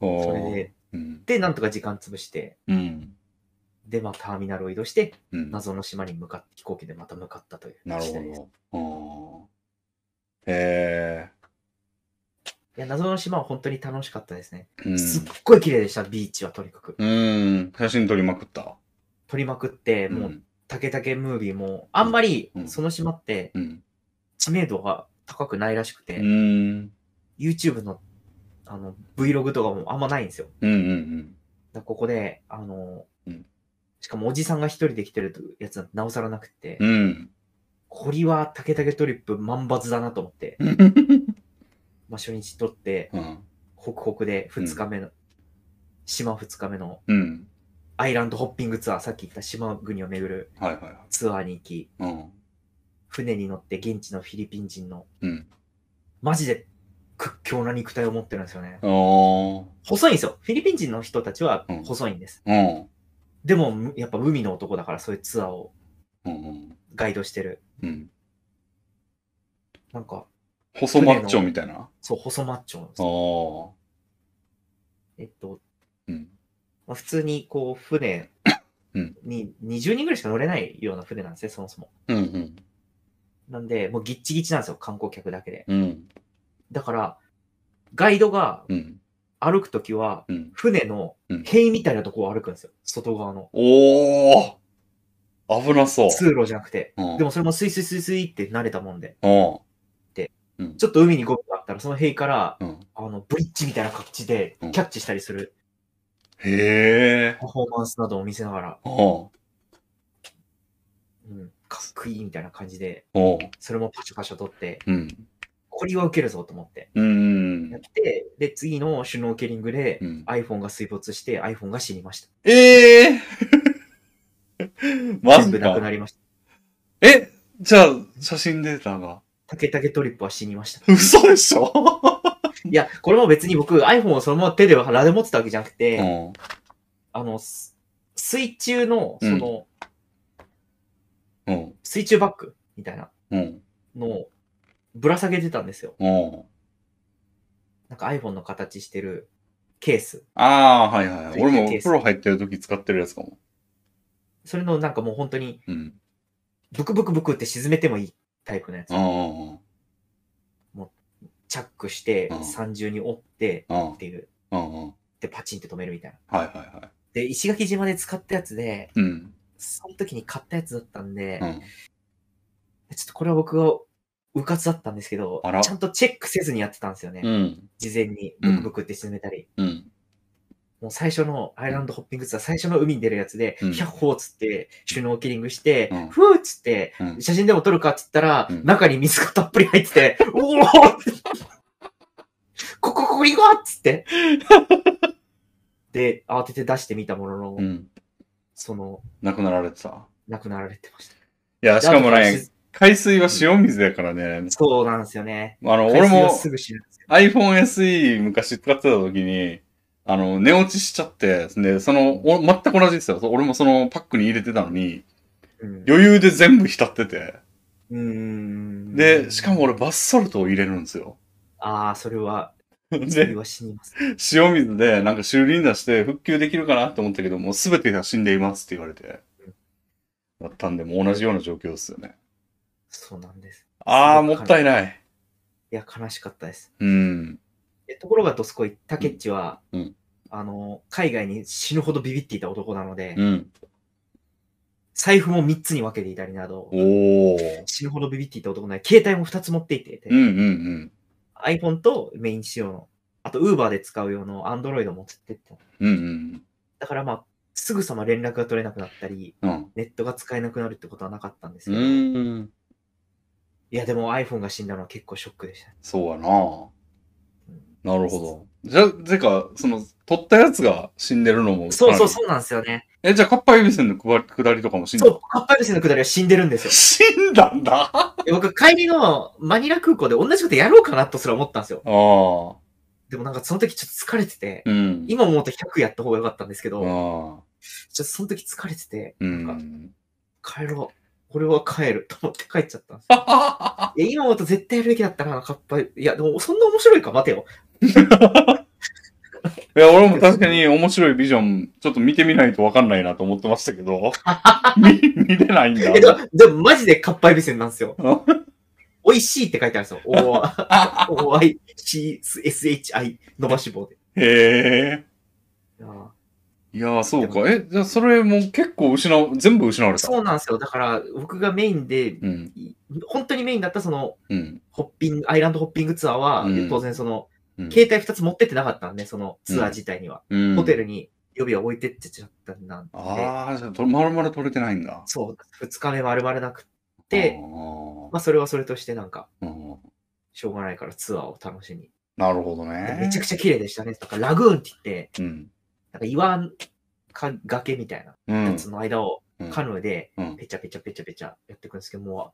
Speaker 1: お
Speaker 2: <laughs> そ
Speaker 1: ー
Speaker 2: れで、
Speaker 1: うん。
Speaker 2: で、なんとか時間潰して、
Speaker 1: うん。
Speaker 2: で、まあ、ターミナルを移動して、
Speaker 1: うん。な
Speaker 2: 謎の島に向かって、飛行機でまた向かったという。
Speaker 1: る
Speaker 2: 次第です
Speaker 1: ほど。あーへ
Speaker 2: いや、謎の島は本当に楽しかったですね。
Speaker 1: え。うん
Speaker 2: すっごい綺麗でした、ビーチはとにかく。
Speaker 1: うん。写真撮りまくった。
Speaker 2: 撮りまくって、も
Speaker 1: う
Speaker 2: う、
Speaker 1: ん
Speaker 2: タケタケムービーも、あんまり
Speaker 1: う、ん
Speaker 2: その島って、
Speaker 1: うん。
Speaker 2: 知名度が高くないらしくて、
Speaker 1: うん。うん。
Speaker 2: YouTube のあの Vlog とかもあんまないんですよ。だか
Speaker 1: うんうん。
Speaker 2: らここで、あの、
Speaker 1: うん
Speaker 2: しかもおじさんが一人で来てるやつなんてなおさらなくて、
Speaker 1: うん。
Speaker 2: これは竹竹トリップ万抜だなと思って、まあ、初日撮って、
Speaker 1: <laughs> うん。
Speaker 2: ホクホクで2日目の、島2日目の
Speaker 1: うん。
Speaker 2: アイランドホッピングツアー、さっき言った島国を巡る
Speaker 1: はいはいは
Speaker 2: ツアーに行き、
Speaker 1: い。うん。
Speaker 2: 船に乗って現地のフィリピン人の、
Speaker 1: うん。
Speaker 2: マジで屈強な肉体を持ってるんですよね。
Speaker 1: おー。
Speaker 2: 細いんですよ。フィリピン人の人たちは
Speaker 1: うん
Speaker 2: 細いんです。
Speaker 1: うん。
Speaker 2: でも、むやっぱ海の男だから、そういうツアーを
Speaker 1: うんうん。
Speaker 2: ガイドしてる。
Speaker 1: うん。
Speaker 2: なんか、
Speaker 1: 細マッチョみたいな。
Speaker 2: そう、細マッチョなんですよ
Speaker 1: おー。
Speaker 2: えっと、
Speaker 1: うん。
Speaker 2: まあ、普通にこう、船
Speaker 1: うん
Speaker 2: に20人ぐらいしか乗れないような船なんですね、そもそも。
Speaker 1: うんうん。
Speaker 2: なんで、もうギッチギチなんですよ、観光客だけで。
Speaker 1: うん。
Speaker 2: だから、ガイドが
Speaker 1: うん。
Speaker 2: 歩くときは、
Speaker 1: うん。
Speaker 2: 船の
Speaker 1: うん
Speaker 2: 塀みたいなとこを歩くんですよ、外側の。
Speaker 1: おー危なそう。
Speaker 2: 通路じゃなくて。
Speaker 1: うん
Speaker 2: でもそれもスイスイスイスイって慣れたもんで。
Speaker 1: うん。うん
Speaker 2: ちょっと海にゴムがあったら、その塀から、
Speaker 1: うん
Speaker 2: あの、ブリッジみたいな形で
Speaker 1: うん
Speaker 2: キャッチしたりする
Speaker 1: へえ。
Speaker 2: パフォーマンスなどを見せながら、
Speaker 1: おう
Speaker 2: うん、かっこいいみたいな感じで、
Speaker 1: おう
Speaker 2: それもパシャパシャ撮って、
Speaker 1: うん。
Speaker 2: これは受けるぞと思って。
Speaker 1: うん
Speaker 2: やっ。て、で、次のシュノーケリングで、
Speaker 1: うん
Speaker 2: iPhone が水没して iPhone が死にました。
Speaker 1: ええ <laughs> マ
Speaker 2: 全
Speaker 1: ジ
Speaker 2: 部なく
Speaker 1: か。
Speaker 2: なりました。
Speaker 1: え、じゃあ、写真データが。
Speaker 2: タケタケトリップは死にました。
Speaker 1: 嘘でしょ
Speaker 2: いや、これも別に僕 iPhone をそのまま手ではラで持ってたわけじゃなくて、
Speaker 1: うん。
Speaker 2: あの、す水中の、その、
Speaker 1: うん。
Speaker 2: 水中バッグみたいな
Speaker 1: うん。
Speaker 2: のをぶら下げてたんですよ。
Speaker 1: うん。
Speaker 2: なんか iPhone の形してるケース。
Speaker 1: ああー、はいはいはい。俺も
Speaker 2: ついて
Speaker 1: お
Speaker 2: ケース
Speaker 1: 風呂入ってる時使ってるやつかも。
Speaker 2: それのなんかもう本当に
Speaker 1: うん。
Speaker 2: ブクブクブクって沈めてもいいタイプのやつ
Speaker 1: う。ん。うん。
Speaker 2: チャックして
Speaker 1: うん
Speaker 2: 三重に折って
Speaker 1: うん。
Speaker 2: っていう。
Speaker 1: うん。うん。
Speaker 2: で、パチンって止めるみたいな。
Speaker 1: はいはいはい。
Speaker 2: で、石垣島で使ったやつで、
Speaker 1: うん。
Speaker 2: その時に買ったやつだったんで、
Speaker 1: うん。
Speaker 2: ちょっとこれは僕がうかつだったんですけど
Speaker 1: あら、
Speaker 2: ちゃんとチェックせずにやってたんですよね。
Speaker 1: うん。
Speaker 2: 事前に
Speaker 1: う
Speaker 2: ブ
Speaker 1: ん
Speaker 2: クブクって沈めたり。
Speaker 1: うん。
Speaker 2: もう最初のアイランドホッピングツアー、最初の海に出るやつで、
Speaker 1: うん
Speaker 2: 百歩っつって、シュノーキリングして、
Speaker 1: うん
Speaker 2: ふーっつって、
Speaker 1: うん
Speaker 2: 写真でも撮るかっつったら、
Speaker 1: うん
Speaker 2: 中に水がたっぷり入って
Speaker 1: <laughs>
Speaker 2: て、おおここ、ここに行こうっつって。で、慌てて出してみたものの、
Speaker 1: うん。
Speaker 2: その、
Speaker 1: なくなられてた。
Speaker 2: なくなられてまし
Speaker 1: いや、
Speaker 2: た。
Speaker 1: しかも
Speaker 2: であと
Speaker 1: ね、海水は塩水やからね。
Speaker 2: そうなんですよね。
Speaker 1: あの、
Speaker 2: 海
Speaker 1: 俺
Speaker 2: 水は
Speaker 1: も
Speaker 2: すぐ死ぬんですよ。
Speaker 1: iPhone SE 昔使ってた時に、あの、寝落ちしちゃって、で、その、お全く同じですよ。そう俺もそのパックに入れてたのに、
Speaker 2: うん
Speaker 1: 余裕で全部浸ってて。
Speaker 2: うーん。
Speaker 1: で、しかも俺、バスソルトを入れるんですよ。
Speaker 2: ああ、それは、それ
Speaker 1: で、
Speaker 2: は死にます。
Speaker 1: 塩水でなんか修理に出して復旧できるかなと思ったけど、もう全てが死んでいますって言われて。だったんで、もう同じような状況ですよね。
Speaker 2: そうなんです。
Speaker 1: あー、
Speaker 2: す
Speaker 1: も
Speaker 2: ごく
Speaker 1: ったいない。
Speaker 2: いや、悲しかったです。
Speaker 1: うん。
Speaker 2: でところがどすこい、タケッチは、
Speaker 1: うんうん
Speaker 2: あの、海外に死ぬほどビビっていた男なので、
Speaker 1: うん。
Speaker 2: 財布も3つに分けていたりなど
Speaker 1: お、ー。
Speaker 2: 死ぬほどビビっていた男なので、携帯も2つ持っていて、
Speaker 1: うんうんうん。
Speaker 2: iPhone とメイン仕様の、あと Uber で使う用の Android も持ってってた。
Speaker 1: うん
Speaker 2: だからまあ、すぐさま連絡が取れなくなったり、
Speaker 1: うん。うん。
Speaker 2: ネットが使えなくなるってことはなかったんです
Speaker 1: う
Speaker 2: けど、い
Speaker 1: ーん。
Speaker 2: や、でも iPhone が死んだのは結構ショックでした。
Speaker 1: そうやな。なるほど。じゃ、てか、その、取ったやつが死んでるのも。
Speaker 2: そうそう
Speaker 1: う。
Speaker 2: そうなんですよね。
Speaker 1: え、じゃあ、カッパ指線のくば下りとかも死んだ
Speaker 2: そう、カッパルセのくだりは死んでるんですよ。
Speaker 1: 死んだん <laughs> だあ
Speaker 2: で僕、帰りのマニラ空港で同じことやろうかなとすら思ったんですよ。
Speaker 1: あ。
Speaker 2: でもなんかその時ちょっと疲れてて、
Speaker 1: うん。
Speaker 2: 今思うと100やった方が良かったんですけど、ちょっ
Speaker 1: ああ。
Speaker 2: とその時疲れてて、
Speaker 1: う。
Speaker 2: なん帰ろう。俺は帰ると思って帰っちゃったんですよ。いや、今思うと絶対やるべきだったな、カッパ。いや、でもそんな面白いか、待てよ。
Speaker 1: <laughs> いや、俺も確かに面白いビジョン、ちょっと見てみないとわかんないなと思ってましたけ <laughs> ど、見、見れ <laughs> ないんだ。
Speaker 2: え、でも、でもマジでカッパエビセンなんですよ
Speaker 1: あ。
Speaker 2: 美味しいって書いてあるんですよ。お、お、い、C、S、H、I、伸ばし棒で。
Speaker 1: へえ。
Speaker 2: いやー
Speaker 1: いや、そうか。え、じゃあ、それも結構失う、全部失われた。
Speaker 2: そうなんですよ。だから、僕がメインで、
Speaker 1: うん。
Speaker 2: い本当にメインだったその、
Speaker 1: うん。
Speaker 2: ホッピング、アイランドホッピングツアーは、
Speaker 1: うん
Speaker 2: 当然その、
Speaker 1: うん
Speaker 2: 携帯2つ持ってってなかったんで、そのツアー自体には。
Speaker 1: うん。
Speaker 2: ホテルに予備は置いてってちゃったんなんで、
Speaker 1: ああ、じゃあ、とまるまる取れてないんだ。
Speaker 2: そう、2日目丸々なくって、
Speaker 1: あー
Speaker 2: まあそれはそれとしてなんか、
Speaker 1: うん
Speaker 2: しょうがないからツアーを楽しみ。
Speaker 1: なるほどね。
Speaker 2: めちゃくちゃ綺麗でしたね。なんかラグーンって言っ
Speaker 1: う
Speaker 2: て、
Speaker 1: ん。
Speaker 2: なんか岩か崖みたい
Speaker 1: うん。
Speaker 2: な
Speaker 1: へ
Speaker 2: やつの間を
Speaker 1: うん
Speaker 2: カヌーで
Speaker 1: うん
Speaker 2: ペチャペチャペチャペチャやっていくんですけど、も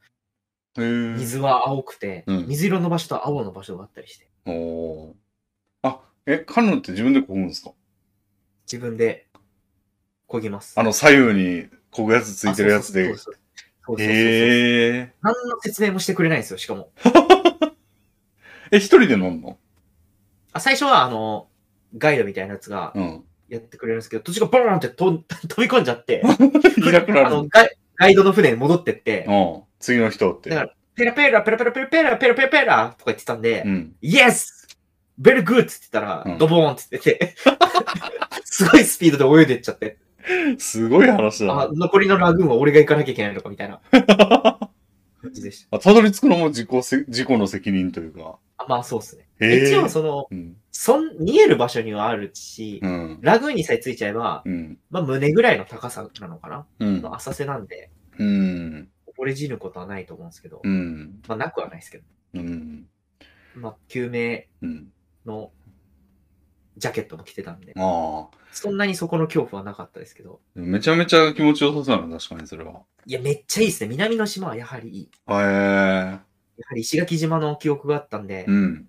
Speaker 2: う
Speaker 1: え。
Speaker 2: 水は青くて、
Speaker 1: うん
Speaker 2: 水色の場所と青の場所があったりして、
Speaker 1: おーあ、え、カヌーって自分でこぐんですか
Speaker 2: 自分で漕ぎます。
Speaker 1: あの、左右にこぐやつついてるやつで
Speaker 2: あ。そうそうそうそうそうそうそうそう
Speaker 1: へえ。
Speaker 2: 何の説明もしてくれないんですよ、しかも。
Speaker 1: え、一人で飲んの
Speaker 2: あ最初は、あの、ガイドみたいなやつが <laughs>
Speaker 1: うん。
Speaker 2: やってくれるんですけど、途中からボーンって飛ん <laughs> 飛び込んじゃって、
Speaker 1: いなくなる
Speaker 2: あのガイガイドの船に戻ってって、
Speaker 1: の。うん。次の人って
Speaker 2: だ。からペラペラペラペラペラペラペラペラペラとか言ってたんで、
Speaker 1: うん。
Speaker 2: Yes! Very good! って言ったら、
Speaker 1: うん
Speaker 2: ドボーンって言って <laughs> て、すごいスピードで泳いでっちゃって、
Speaker 1: すごい話だ
Speaker 2: あ
Speaker 1: な。 <laughs>
Speaker 2: 残りのラグーンは俺が行かなきゃいけないのかみたいな。感じでした。
Speaker 1: あ、たどり着くのも自己せ、自己の責任というか。
Speaker 2: あまあそうですね。
Speaker 1: へえ
Speaker 2: 一応その、
Speaker 1: うん。
Speaker 2: そん、見える場所にはあるし、
Speaker 1: うん。
Speaker 2: ラグーンにさえついちゃえば、
Speaker 1: うん。
Speaker 2: まあ胸ぐらいの高さなのかな、
Speaker 1: うん
Speaker 2: の。浅瀬なんで、
Speaker 1: うん。
Speaker 2: 溺れ死ぬことはないと思うんですけど、
Speaker 1: うん。
Speaker 2: まあなくはないですけど、
Speaker 1: うん。
Speaker 2: まあ救命
Speaker 1: うん。
Speaker 2: のジャケットも着てたんで、
Speaker 1: ああ。
Speaker 2: そんなにそこの恐怖はなかったですけど、
Speaker 1: めちゃめちゃ気持ちよさそうなの、確かにそれは。
Speaker 2: いや、めっちゃいいですね。南の島はやはりいい。
Speaker 1: へ
Speaker 2: やはり石垣島の記憶があったんで
Speaker 1: え。う、ん。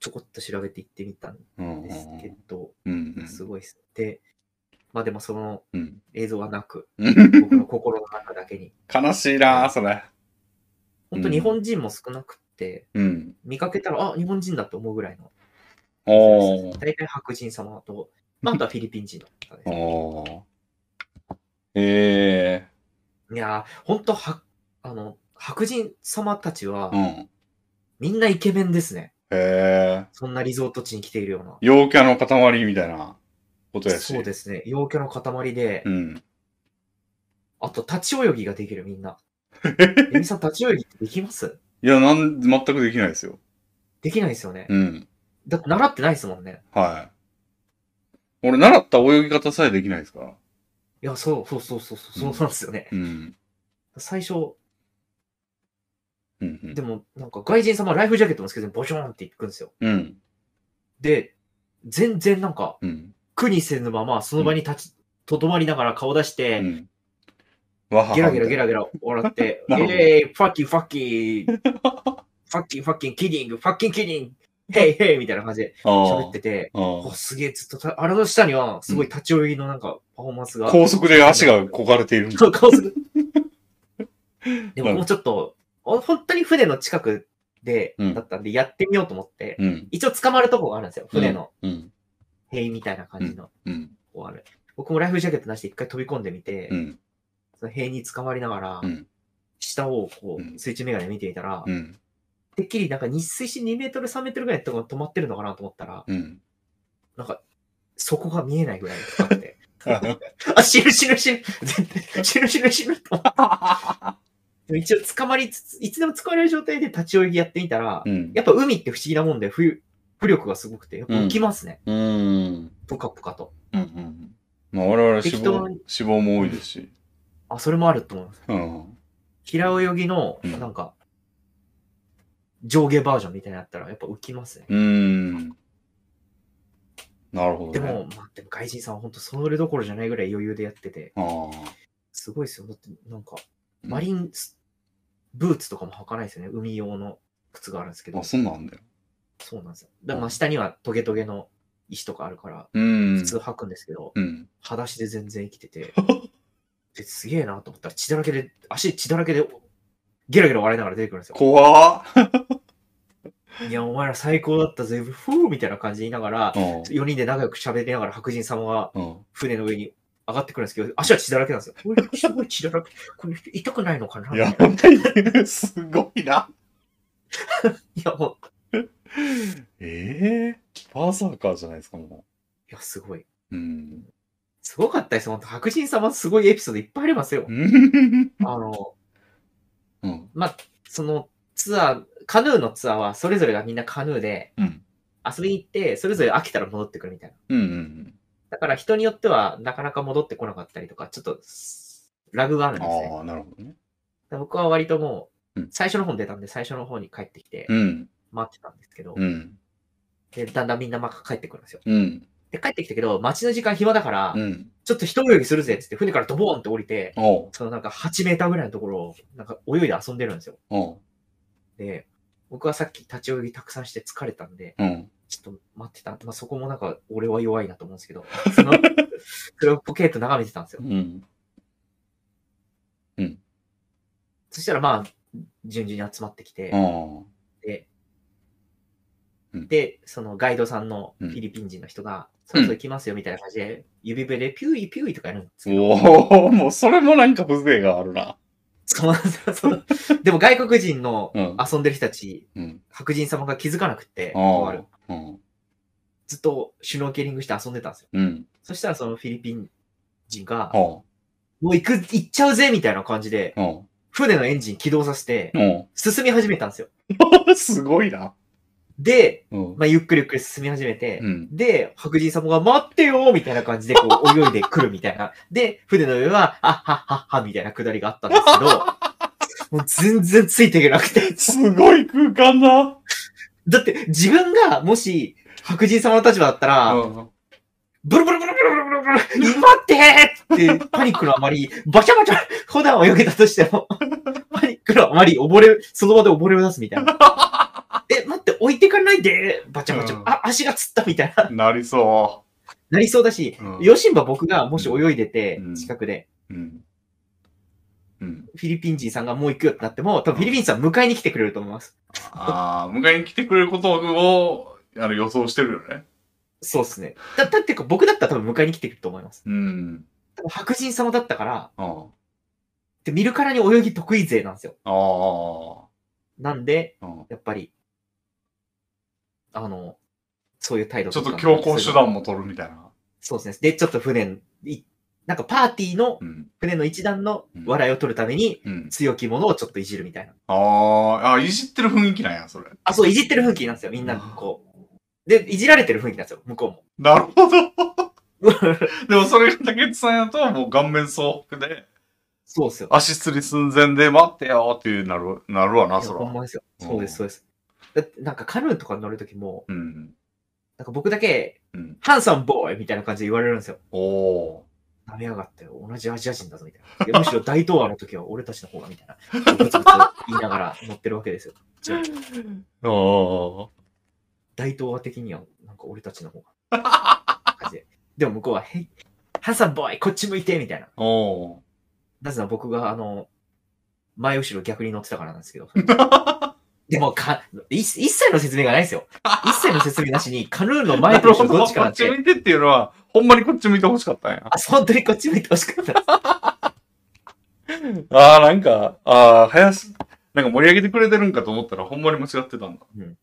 Speaker 2: ちょこっと調べて行ってみたん
Speaker 1: うん。
Speaker 2: ですけど、
Speaker 1: うん。
Speaker 2: すごいっす。で、まあでもその
Speaker 1: うん。
Speaker 2: 映像はなく、
Speaker 1: うん
Speaker 2: 僕の心の中だけに。
Speaker 1: 悲しいなあそれ。
Speaker 2: 本当日本人も少なくって、
Speaker 1: うん。
Speaker 2: 見かけたら、あ、日本人だと思うぐらいの。
Speaker 1: おー。
Speaker 2: 大体白人様と、
Speaker 1: <laughs>
Speaker 2: まあ、あとはフィリピン人の方です。
Speaker 1: おー。え
Speaker 2: いやー、本当は、あの、白人様たちは
Speaker 1: え。う、ん。
Speaker 2: みんなイケメンですね。
Speaker 1: へえ。
Speaker 2: そんなリゾート地に来ているような。
Speaker 1: 陽キャの塊みたいなことやし。
Speaker 2: そうですね。陽キャの塊で、
Speaker 1: うん。
Speaker 2: あと立ち泳ぎができるみ
Speaker 1: <laughs>
Speaker 2: んな。エミさん立ち泳ぎってできます
Speaker 1: いや、なん、全くできないですよ。
Speaker 2: できないですよね。
Speaker 1: うん。
Speaker 2: だって習ってないですもんね。
Speaker 1: はい。俺、習った泳ぎ方さえできないですから。
Speaker 2: いや、そうそうそうそう、そううんそうなんですよね。
Speaker 1: うん。
Speaker 2: 最初、
Speaker 1: うんうん。
Speaker 2: でもなんか外人様ライフジャケットもつけてボジョーンっていくんですよ。
Speaker 1: うん。
Speaker 2: で、全然なんか
Speaker 1: うん。
Speaker 2: 苦にせぬままその場に立ち、とどまりながら顔出し
Speaker 1: う
Speaker 2: て、
Speaker 1: ん。わはは。
Speaker 2: ゲラゲラゲラゲラ笑って、イ
Speaker 1: <laughs> なるほど
Speaker 2: ェーイ、ファッキンファッキン、ファッキンファッキンキディング、ファッキンキディング、ヘイヘイみたいな感じで
Speaker 1: あ
Speaker 2: 喋ってて、
Speaker 1: あ。あ
Speaker 2: おすげえ、ずっとた、あれの下には、すごい立ち泳ぎのなんか、パフォーマンスが。
Speaker 1: あ。高速で足が焦がれているんだ。
Speaker 2: そう、高速。で
Speaker 1: な
Speaker 2: も
Speaker 1: る
Speaker 2: もうちょっと、お本当に船の近くで、
Speaker 1: うん
Speaker 2: だったんで、やってみようと思って、
Speaker 1: うん。
Speaker 2: 一応捕まるとこがあるんですよ。船の
Speaker 1: うん。
Speaker 2: 塀みたいな感じの、
Speaker 1: うん。
Speaker 2: こうある。僕もライフジャケットなしで一回飛び込んでみて、
Speaker 1: うん。
Speaker 2: その塀に捕まりながら、
Speaker 1: うん
Speaker 2: 下をこ
Speaker 1: うん
Speaker 2: う、水中メガネ見ていたら、
Speaker 1: うん。
Speaker 2: てっきりなんか日水深2メートル、3メートルぐらいのところ止まってるのかなと思ったら、 <laughs>
Speaker 1: うん。
Speaker 2: なんか、そこが見えないぐらい深く
Speaker 1: <laughs>
Speaker 2: て。あ、死ぬ死ぬ死ぬ絶対死ぬ死ぬ死ぬと思ってでも一応捕まりつつ、いつでも捕まれる状態で立ち泳ぎやってみたら、
Speaker 1: うん。
Speaker 2: やっぱ海って不思議なもんで、浮浮力がすごくて、やっぱ浮きますね。
Speaker 1: うん。
Speaker 2: ぷかぷかと。
Speaker 1: うんうん。まあ、我々脂
Speaker 2: 適当
Speaker 1: 肪
Speaker 2: に、
Speaker 1: 脂肪も多いですし。
Speaker 2: あ、それもあると思います。
Speaker 1: うん。
Speaker 2: 平泳ぎの、
Speaker 1: うん
Speaker 2: なんか、上下バージョンみたいなのやったら、やっぱ浮きますね。
Speaker 1: うん。なるほどね。
Speaker 2: でも、まあ、でも外人さんは本当それどころじゃないぐらい余裕でやってて、
Speaker 1: ああ。
Speaker 2: すごいですよ。だって、なんか、
Speaker 1: うん
Speaker 2: マリンスブーツとかも履かないですよね。海用の靴があるんですけど
Speaker 1: あ、。そんなんだよ。
Speaker 2: そうなんですよ。だからま
Speaker 1: う
Speaker 2: あ
Speaker 1: ん
Speaker 2: 下にはトゲトゲの石とかあるから、
Speaker 1: うん。
Speaker 2: 普通履くんですけど、
Speaker 1: うん。
Speaker 2: 裸足で全然生きて
Speaker 1: <laughs>
Speaker 2: て、ですげえなと思ったら血だらけで、足血だらけで、ゲラゲラ笑いながら出てくるんですよ。
Speaker 1: 怖っ。
Speaker 2: いや、お前ら最高だったぜ、ふーみたいな感じで言いながら、
Speaker 1: う
Speaker 2: 4人で仲良く喋りながら白人様が
Speaker 1: ん。うん。
Speaker 2: 船の上に上がってくるんですけど、足は血だらけなんですよ。これすごい血だらけ。これ痛くないのかな
Speaker 1: <laughs>
Speaker 2: い
Speaker 1: や
Speaker 2: い
Speaker 1: ばい。すごいな。
Speaker 2: や、もう、
Speaker 1: ええバーサーカーじゃないですか、も
Speaker 2: いや、すごい。
Speaker 1: う。うん。
Speaker 2: すごかったです、本当白人様すごいエピソードいっぱいありますよ
Speaker 1: う。ん。
Speaker 2: あの、
Speaker 1: うん。
Speaker 2: まあ、そのツアー、カヌーのツアーはそれぞれがみんなカヌーで
Speaker 1: うん。
Speaker 2: 遊びに行って、それぞれ飽きたら戻ってくるみたいな。
Speaker 1: うん。
Speaker 2: だから人によってはなかなか戻ってこなかったりとか、ちょっとラグがあるんですね。だか
Speaker 1: ああ、なるほどね。
Speaker 2: ら僕は割とも
Speaker 1: う、
Speaker 2: うん最初の方に出たんで、最初の方に帰ってきて
Speaker 1: う、ん。
Speaker 2: 待ってたんですけど、
Speaker 1: うん。
Speaker 2: でだんだんみんなまあ帰ってくるんですよ。
Speaker 1: うん。
Speaker 2: で、帰ってきたけど、待ちの時間暇だから、
Speaker 1: うん。
Speaker 2: ちょっと一泳ぎするぜっつって、船からドボーンって降りて、
Speaker 1: おう。
Speaker 2: そのなんか8メーターぐらいのところを、なんか泳いで遊んでるんですよ。
Speaker 1: おう。
Speaker 2: で、僕はさっき立ち泳ぎたくさんして疲れたんで、
Speaker 1: うん。
Speaker 2: ちょっと待ってた。まあ、そこもなんか、俺は弱いなと思うんですけど、
Speaker 1: <laughs>
Speaker 2: その、それをポケット眺めてたんですよ
Speaker 1: う。ん。
Speaker 2: そしたら、まあ、順々に集まってきて、
Speaker 1: あ
Speaker 2: で
Speaker 1: うん、
Speaker 2: で、そのガイドさんのフィリピン人の人が、そろそろ行きますよみたいな感じで、指笛でピューイピューイとかやるんです
Speaker 1: あ。
Speaker 2: けど、
Speaker 1: おお、もうそれもなんか風情があるな。
Speaker 2: そうそのでも外国人の
Speaker 1: うん
Speaker 2: 遊んでる人たち、
Speaker 1: うん。
Speaker 2: 白人様が気づかなくって、
Speaker 1: あ
Speaker 2: あ
Speaker 1: あ
Speaker 2: る。
Speaker 1: うん。
Speaker 2: ずっとシュノーケリングして遊んでたんですよ。
Speaker 1: うん。
Speaker 2: そしたら、そのフィリピン人が、
Speaker 1: おう。
Speaker 2: もう行く、行っちゃうぜみたいな感じで、
Speaker 1: おう。
Speaker 2: 船のエンジン起動させて、
Speaker 1: も
Speaker 2: 進み始めたんですよ。
Speaker 1: う、すごいな。
Speaker 2: で、
Speaker 1: うん。
Speaker 2: まあ、ゆっくりゆっくり進み始めて
Speaker 1: う、ん。
Speaker 2: で、白人様が待ってよーみたいな感じでこ
Speaker 1: <laughs>
Speaker 2: う泳いでくるみたいな。で、船の上は、あっはっはっはみたいな下りがあったんですけ
Speaker 1: <laughs>
Speaker 2: ど、もう全然ついていけなくて。
Speaker 1: すごい空間だ。
Speaker 2: だって自分がもし白人様の立場だったら、
Speaker 1: うん
Speaker 2: ブルブルブルブルブルブルブル、待ってーってパニックのあまり、バチャバチャ、普段泳げたとしても、パニックのあまり溺れ、その場で溺れを出すみたいな。え、待って、置いてかないで、バチャバチャ、
Speaker 1: うん
Speaker 2: あ、足がつったみたいな、
Speaker 1: なりそ
Speaker 2: なりそうだし、
Speaker 1: うん
Speaker 2: ヨシンバ僕がもし泳いでて
Speaker 1: う、ん
Speaker 2: 近くで、
Speaker 1: う。うん。うん。
Speaker 2: フィリピン人さんがもう行くよってなっても、多分フィリピン人さん迎えに来てくれると思います。
Speaker 1: ああ、迎えに来てくれることを、あの、予想してるよね。
Speaker 2: そうですね。だ、だってか僕だったら多分迎えに来てくると思います。
Speaker 1: うん。
Speaker 2: 多分白人様だったから、
Speaker 1: ああ。
Speaker 2: で見るからに泳ぎ得意勢なんですよ。
Speaker 1: ああ。
Speaker 2: なんで、
Speaker 1: うん
Speaker 2: やっぱり、あの、そういう態度
Speaker 1: ちょっ
Speaker 2: か
Speaker 1: と強行手段も取るみたいな。
Speaker 2: そうですね。で、ちょっと船、いなんかパーティーの、
Speaker 1: うん。
Speaker 2: 船の一団の笑いを取るために、
Speaker 1: うん。
Speaker 2: 強気者をちょっといじるみたいな。
Speaker 1: ああ、あいじってる雰囲気なんや、それ。
Speaker 2: あ、そう、いじってる雰囲気なんですよ。みんな、こう。で、いじられてる雰囲気なんですよ、向こ
Speaker 1: なるほど。 <laughs>
Speaker 2: うも。 <laughs>
Speaker 1: でもそれが竹内さんやと、もう顔面総北で、
Speaker 2: そうですよ。
Speaker 1: 足つり寸前で待ってよっていうなる、なるわ
Speaker 2: い
Speaker 1: な、
Speaker 2: や
Speaker 1: そ
Speaker 2: ほん
Speaker 1: ら。
Speaker 2: まですよ。そうです、そうです。だって、なんかカヌーとかに乗るときも、
Speaker 1: うん。
Speaker 2: なんか僕だけ、
Speaker 1: うん。
Speaker 2: ハンサムボーイみたいな感じで言われるんですよ。
Speaker 1: おお
Speaker 2: 舐めやがって同じアジア人だぞみたいな。いやむしろ大東亜の時は俺たちの方がみたいな。ブツブツ言いながら乗ってるわけですよ。じゃあ
Speaker 1: ー。あ
Speaker 2: 大東亜的にはなんか俺たちの方が。感じででも向こうは、へい、ハンサムボーイ、こっち向いてみたいな。
Speaker 1: あ。お
Speaker 2: なぜなら僕があの、前後ろ逆に乗ってたからなんですけど。でもかい一切の説明がないですよ。一切の説明なしに、カヌーの
Speaker 1: お。
Speaker 2: 前と後ろどっちか
Speaker 1: こ
Speaker 2: な
Speaker 1: っ
Speaker 2: っ
Speaker 1: ち
Speaker 2: て、
Speaker 1: 見てっていうのは、ほんまにこっち見てほしかったんや。
Speaker 2: あ、本当にこっち向いてほしかったです。
Speaker 1: ああ、なんか、ああ、林、なんか盛り上げてくれてるんかと思ったら、ほんまに間違ってたんだ。
Speaker 2: うん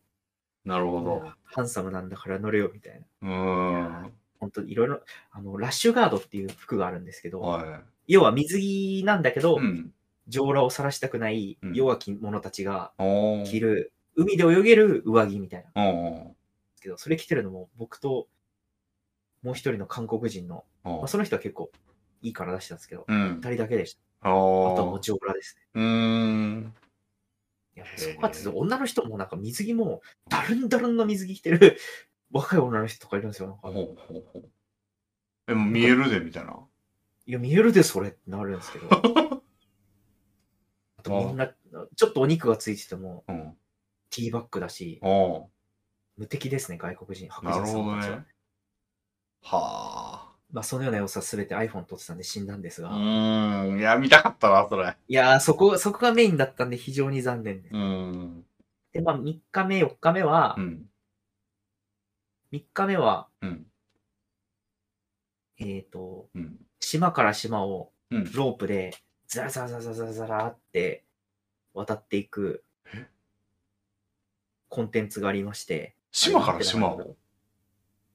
Speaker 1: なるほど。
Speaker 2: ハンサムなんだから乗れよみたいな。
Speaker 1: うーん。
Speaker 2: 本当にいろいろ、あの、ラッシュガードっていう服があるんですけど、
Speaker 1: は
Speaker 2: 要は水着なんだけど、
Speaker 1: い。うん。
Speaker 2: 上裸を晒したくない
Speaker 1: うん
Speaker 2: 弱き者たちが
Speaker 1: お
Speaker 2: 着
Speaker 1: ー。
Speaker 2: る、海で泳げる上着みたいなんで
Speaker 1: おー。
Speaker 2: すけど、それ着てるのも僕ともう一人の韓国人の、
Speaker 1: お
Speaker 2: まあ、
Speaker 1: ー。
Speaker 2: その人は結構いい体してたんですけど、
Speaker 1: うん
Speaker 2: 二。人だけでした。あとはも
Speaker 1: お
Speaker 2: う
Speaker 1: ー。
Speaker 2: 上裸ですね。
Speaker 1: うーん。
Speaker 2: いや
Speaker 1: へー
Speaker 2: そこはちょっと女の人もなんか水着も、だるんだるんの水着着てる <laughs> 若い女の人とかいるんですよ。なん
Speaker 1: ほう
Speaker 2: か
Speaker 1: ほうほう。え、もう見えるで、みたいな。 <laughs>
Speaker 2: いや、見えるでそれってなるんですけど。あとみんな、ちょっとお肉がついてても、
Speaker 1: うん。
Speaker 2: ティーバッグだし、
Speaker 1: おー。
Speaker 2: 無敵ですね、外国人、白
Speaker 1: な
Speaker 2: 人
Speaker 1: る
Speaker 2: さ
Speaker 1: ほど
Speaker 2: んたちは。
Speaker 1: ね。は
Speaker 2: まあ、そのような様子は全て iPhone 撮ってたんで死んだんです
Speaker 1: あ。
Speaker 2: が、
Speaker 1: うーん。いや、見たかったな、それ。
Speaker 2: いやー、そこ、そこがメインだったんで非常に残念です。
Speaker 1: うーん。
Speaker 2: で、まあ、3日目、4日目は
Speaker 1: う、ん。
Speaker 2: 3日目は、
Speaker 1: うん。
Speaker 2: えっ、と、
Speaker 1: うん。
Speaker 2: 島から島を
Speaker 1: うん。
Speaker 2: ロープで、ザラザラザラザラザラって渡っていくコンテンツがありまして、
Speaker 1: 島から島を。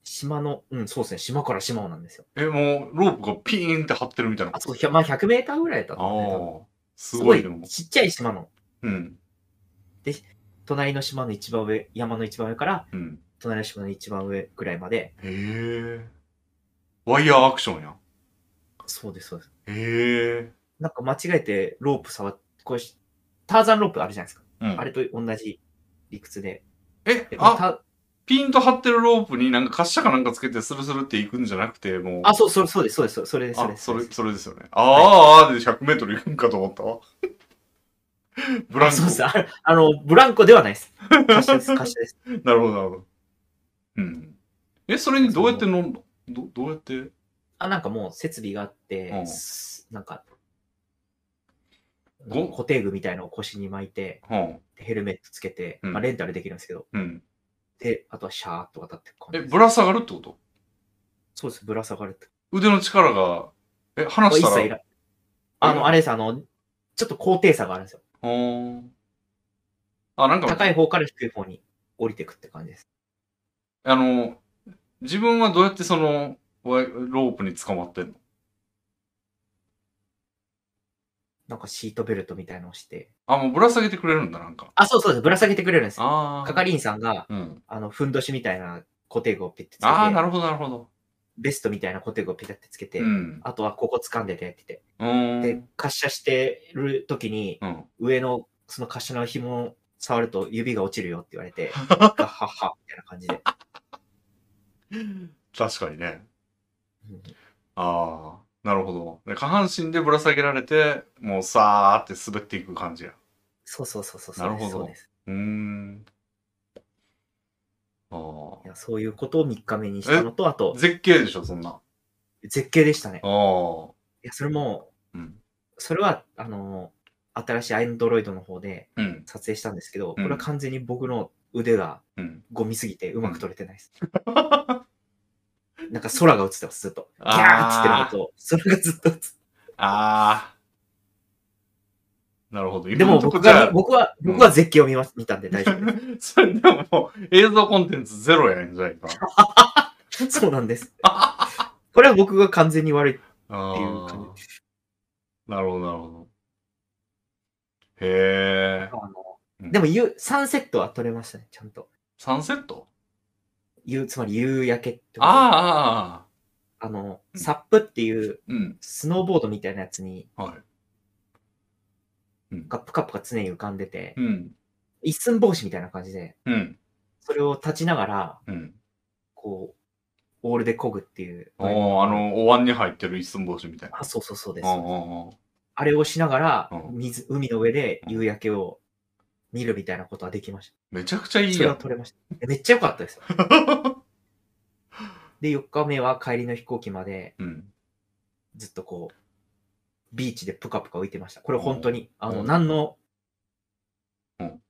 Speaker 2: 島の、うん、そうですね、島から島をなんですよ。
Speaker 1: え、もう、ロープがピーンって張ってるみたいなこ
Speaker 2: あ、
Speaker 1: と。
Speaker 2: そう、ひゃまあ、100メーターぐらいだったんで、多分
Speaker 1: ああ。すごい、
Speaker 2: す
Speaker 1: で
Speaker 2: ごい
Speaker 1: も。
Speaker 2: ちっちゃい島の、
Speaker 1: うん。
Speaker 2: 隣の島の一番上、山の一番上から、
Speaker 1: うん。
Speaker 2: 隣の島の一番上ぐらいまで、
Speaker 1: へえ。ワイヤーアクションやん。
Speaker 2: そうです、そうです。
Speaker 1: へえ。
Speaker 2: なんか間違えてロープ触って、こうし、ターザンロープあるじゃないですか。
Speaker 1: うん
Speaker 2: あれと同じ理屈で。
Speaker 1: え
Speaker 2: で、
Speaker 1: あ、
Speaker 2: た
Speaker 1: ピンと張ってるロープになんか滑車かなんかつけてスルスルって行くんじゃなくて、もう。
Speaker 2: あ、そう、そうそうです、そうです、それです、そ
Speaker 1: あ
Speaker 2: れです。
Speaker 1: それ、
Speaker 2: です
Speaker 1: それですよね。あーあーで100メートル行くんかと思ったわ。 <laughs> ブランコ。
Speaker 2: そうです。あれあの、ブランコではないです。滑車
Speaker 1: <laughs>
Speaker 2: です、滑車です。
Speaker 1: なるほど、なるほど。うん。え、それにどうやって乗るのどどうやって
Speaker 2: あ、なんかもう設備があって、
Speaker 1: うん
Speaker 2: すなんか、
Speaker 1: ご
Speaker 2: 固定具みたいのを腰に巻いて、
Speaker 1: うん。
Speaker 2: ヘルメットつけて、
Speaker 1: うん
Speaker 2: まあ、レンタルできるんですけど、
Speaker 1: うん。
Speaker 2: で、あとはシャーっと渡ってく
Speaker 1: え、
Speaker 2: 感じです。
Speaker 1: ぶら下がるってこと
Speaker 2: そうです、ぶら下がるって。
Speaker 1: 腕の力が、え、
Speaker 2: あ
Speaker 1: 離し
Speaker 2: 一
Speaker 1: たら。
Speaker 2: 切いらあ
Speaker 1: うん
Speaker 2: の、あれです、あの、ちょっと高低差があるんですよ。
Speaker 1: うーんあ、なんか、
Speaker 2: 高い方から低い方に降りていくって感じです。
Speaker 1: あの、自分はどうやってその、ワイロープに捕まってんの
Speaker 2: なんかシートベルトみたいのをして、
Speaker 1: あ、もうぶら下げてくれるんだ、なんか。
Speaker 2: あ、そうそうです。ぶら下げてくれるんですよ。
Speaker 1: ああ。
Speaker 2: 係員さんが、
Speaker 1: うん。
Speaker 2: あの、ふんどしみたいな固定具をピッてつけて、
Speaker 1: ああ、なるほど、なるほど。
Speaker 2: ベストみたいな固定具をピタってつけて、
Speaker 1: うん。
Speaker 2: あとはここ掴んでてって
Speaker 1: う
Speaker 2: 言って、で
Speaker 1: ん。、
Speaker 2: 滑車してる時に、
Speaker 1: うん。
Speaker 2: 上のその滑車の紐を触ると指が落ちるよって言わ
Speaker 1: <laughs>
Speaker 2: れて、ガッハッハみたいな感じで。
Speaker 1: 確かにね。
Speaker 2: うん
Speaker 1: ああ、なるほど。で下半身でぶら下げられて、もうさーって滑っていく感じや。
Speaker 2: そうそうそうそうそう
Speaker 1: な
Speaker 2: です。
Speaker 1: るほど
Speaker 2: そうです
Speaker 1: うーん。あ
Speaker 2: いやそういうことを3日目にしたのと、あ
Speaker 1: あ。
Speaker 2: と、
Speaker 1: 絶景でしょ、そんな。あ
Speaker 2: 絶景でしたね。
Speaker 1: あ。
Speaker 2: いや、それも、
Speaker 1: うん。
Speaker 2: それは、あの、新しい Android の方で
Speaker 1: うん。
Speaker 2: 撮影したんですけど、こ
Speaker 1: うん
Speaker 2: れは完全に僕の腕が
Speaker 1: <laughs> うん。
Speaker 2: ゴミすぎてうまく撮れてないです。なんか空が映ってます、ずっと。ギャーって言
Speaker 1: あ
Speaker 2: っ
Speaker 1: ー
Speaker 2: てるのと、空がずっと映って
Speaker 1: ああ。なるほど。
Speaker 2: でも僕が、僕は、
Speaker 1: うん
Speaker 2: 僕は絶景を見ます、見たんで大丈夫で
Speaker 1: <laughs> それでももう映像コンテンツゼロやんじゃあ今。
Speaker 2: す。そうなんです。これは僕が完全に悪い。
Speaker 1: あ
Speaker 2: っていう
Speaker 1: ー
Speaker 2: 感じ
Speaker 1: なるほど、なるほど。へえ。
Speaker 2: あの
Speaker 1: うん
Speaker 2: でも、夕サンセットは撮れましたね、ちゃんと。
Speaker 1: サンセット
Speaker 2: 夕、つまり夕焼けってこと
Speaker 1: ああ、ああ
Speaker 2: あの、
Speaker 1: うん
Speaker 2: サップっていう
Speaker 1: うん。
Speaker 2: スノーボードみたいなやつに、
Speaker 1: はい。
Speaker 2: がプカプカ常に浮かんでて
Speaker 1: う、ん。
Speaker 2: 一寸法師みたいな感じで、
Speaker 1: うん。
Speaker 2: それを立ちながら、
Speaker 1: うん。
Speaker 2: こう、オールで漕ぐっていう。
Speaker 1: おーあ、の、お椀に入ってる一寸帽子みたいな。
Speaker 2: あ、そうそうそうです。
Speaker 1: ああ、
Speaker 2: あれをしながら
Speaker 1: う、ん
Speaker 2: 水、海の上で夕焼けを見るみたいなことはできまし
Speaker 1: めちゃくちゃい
Speaker 2: た。
Speaker 1: い
Speaker 2: それ
Speaker 1: や
Speaker 2: は
Speaker 1: ん。
Speaker 2: 撮れました。めっちゃ良かったですよ。で、4日目は帰りの飛行機まで
Speaker 1: うん。
Speaker 2: ずっとこう、ビーチでぷかぷか浮いてました。これ本当に、あの、
Speaker 1: うん
Speaker 2: 何の
Speaker 1: うん、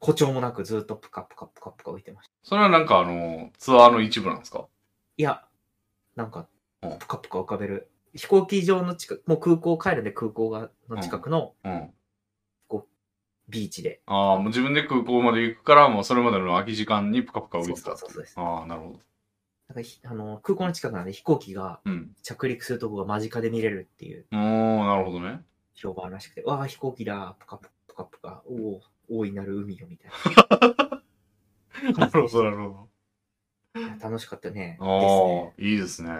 Speaker 2: 誇張もなくずっとぷかぷかぷかぷか浮いてました。
Speaker 1: それはなんかあの、ツアーの一部なんですか
Speaker 2: いや、なんか
Speaker 1: うん、
Speaker 2: ぷかぷか浮かべる。飛行機場の近く、もう空港帰るんで空港がの近くの
Speaker 1: うん。
Speaker 2: ビーチで。
Speaker 1: ああ、もう自分で空港まで行くから、もうそれまでの空き時間にぷかぷか浮いてた
Speaker 2: そ
Speaker 1: って
Speaker 2: うそう
Speaker 1: い
Speaker 2: そうです
Speaker 1: ああ、なるほど。
Speaker 2: なんかひあの空港の近くなんで飛行機が
Speaker 1: うん。
Speaker 2: 着陸するとこが間近で見れるっていう
Speaker 1: おー、なるほど
Speaker 2: <laughs>
Speaker 1: ね。
Speaker 2: 評判らしくて、わあ、飛行機だ、ぷかぷかぷかぷか、おお、大いなる海よみ
Speaker 1: <laughs>
Speaker 2: たい
Speaker 1: なるほど、なるほ
Speaker 2: な。いや楽しかったね。
Speaker 1: ど。あ
Speaker 2: ですね。
Speaker 1: あ、いいですね。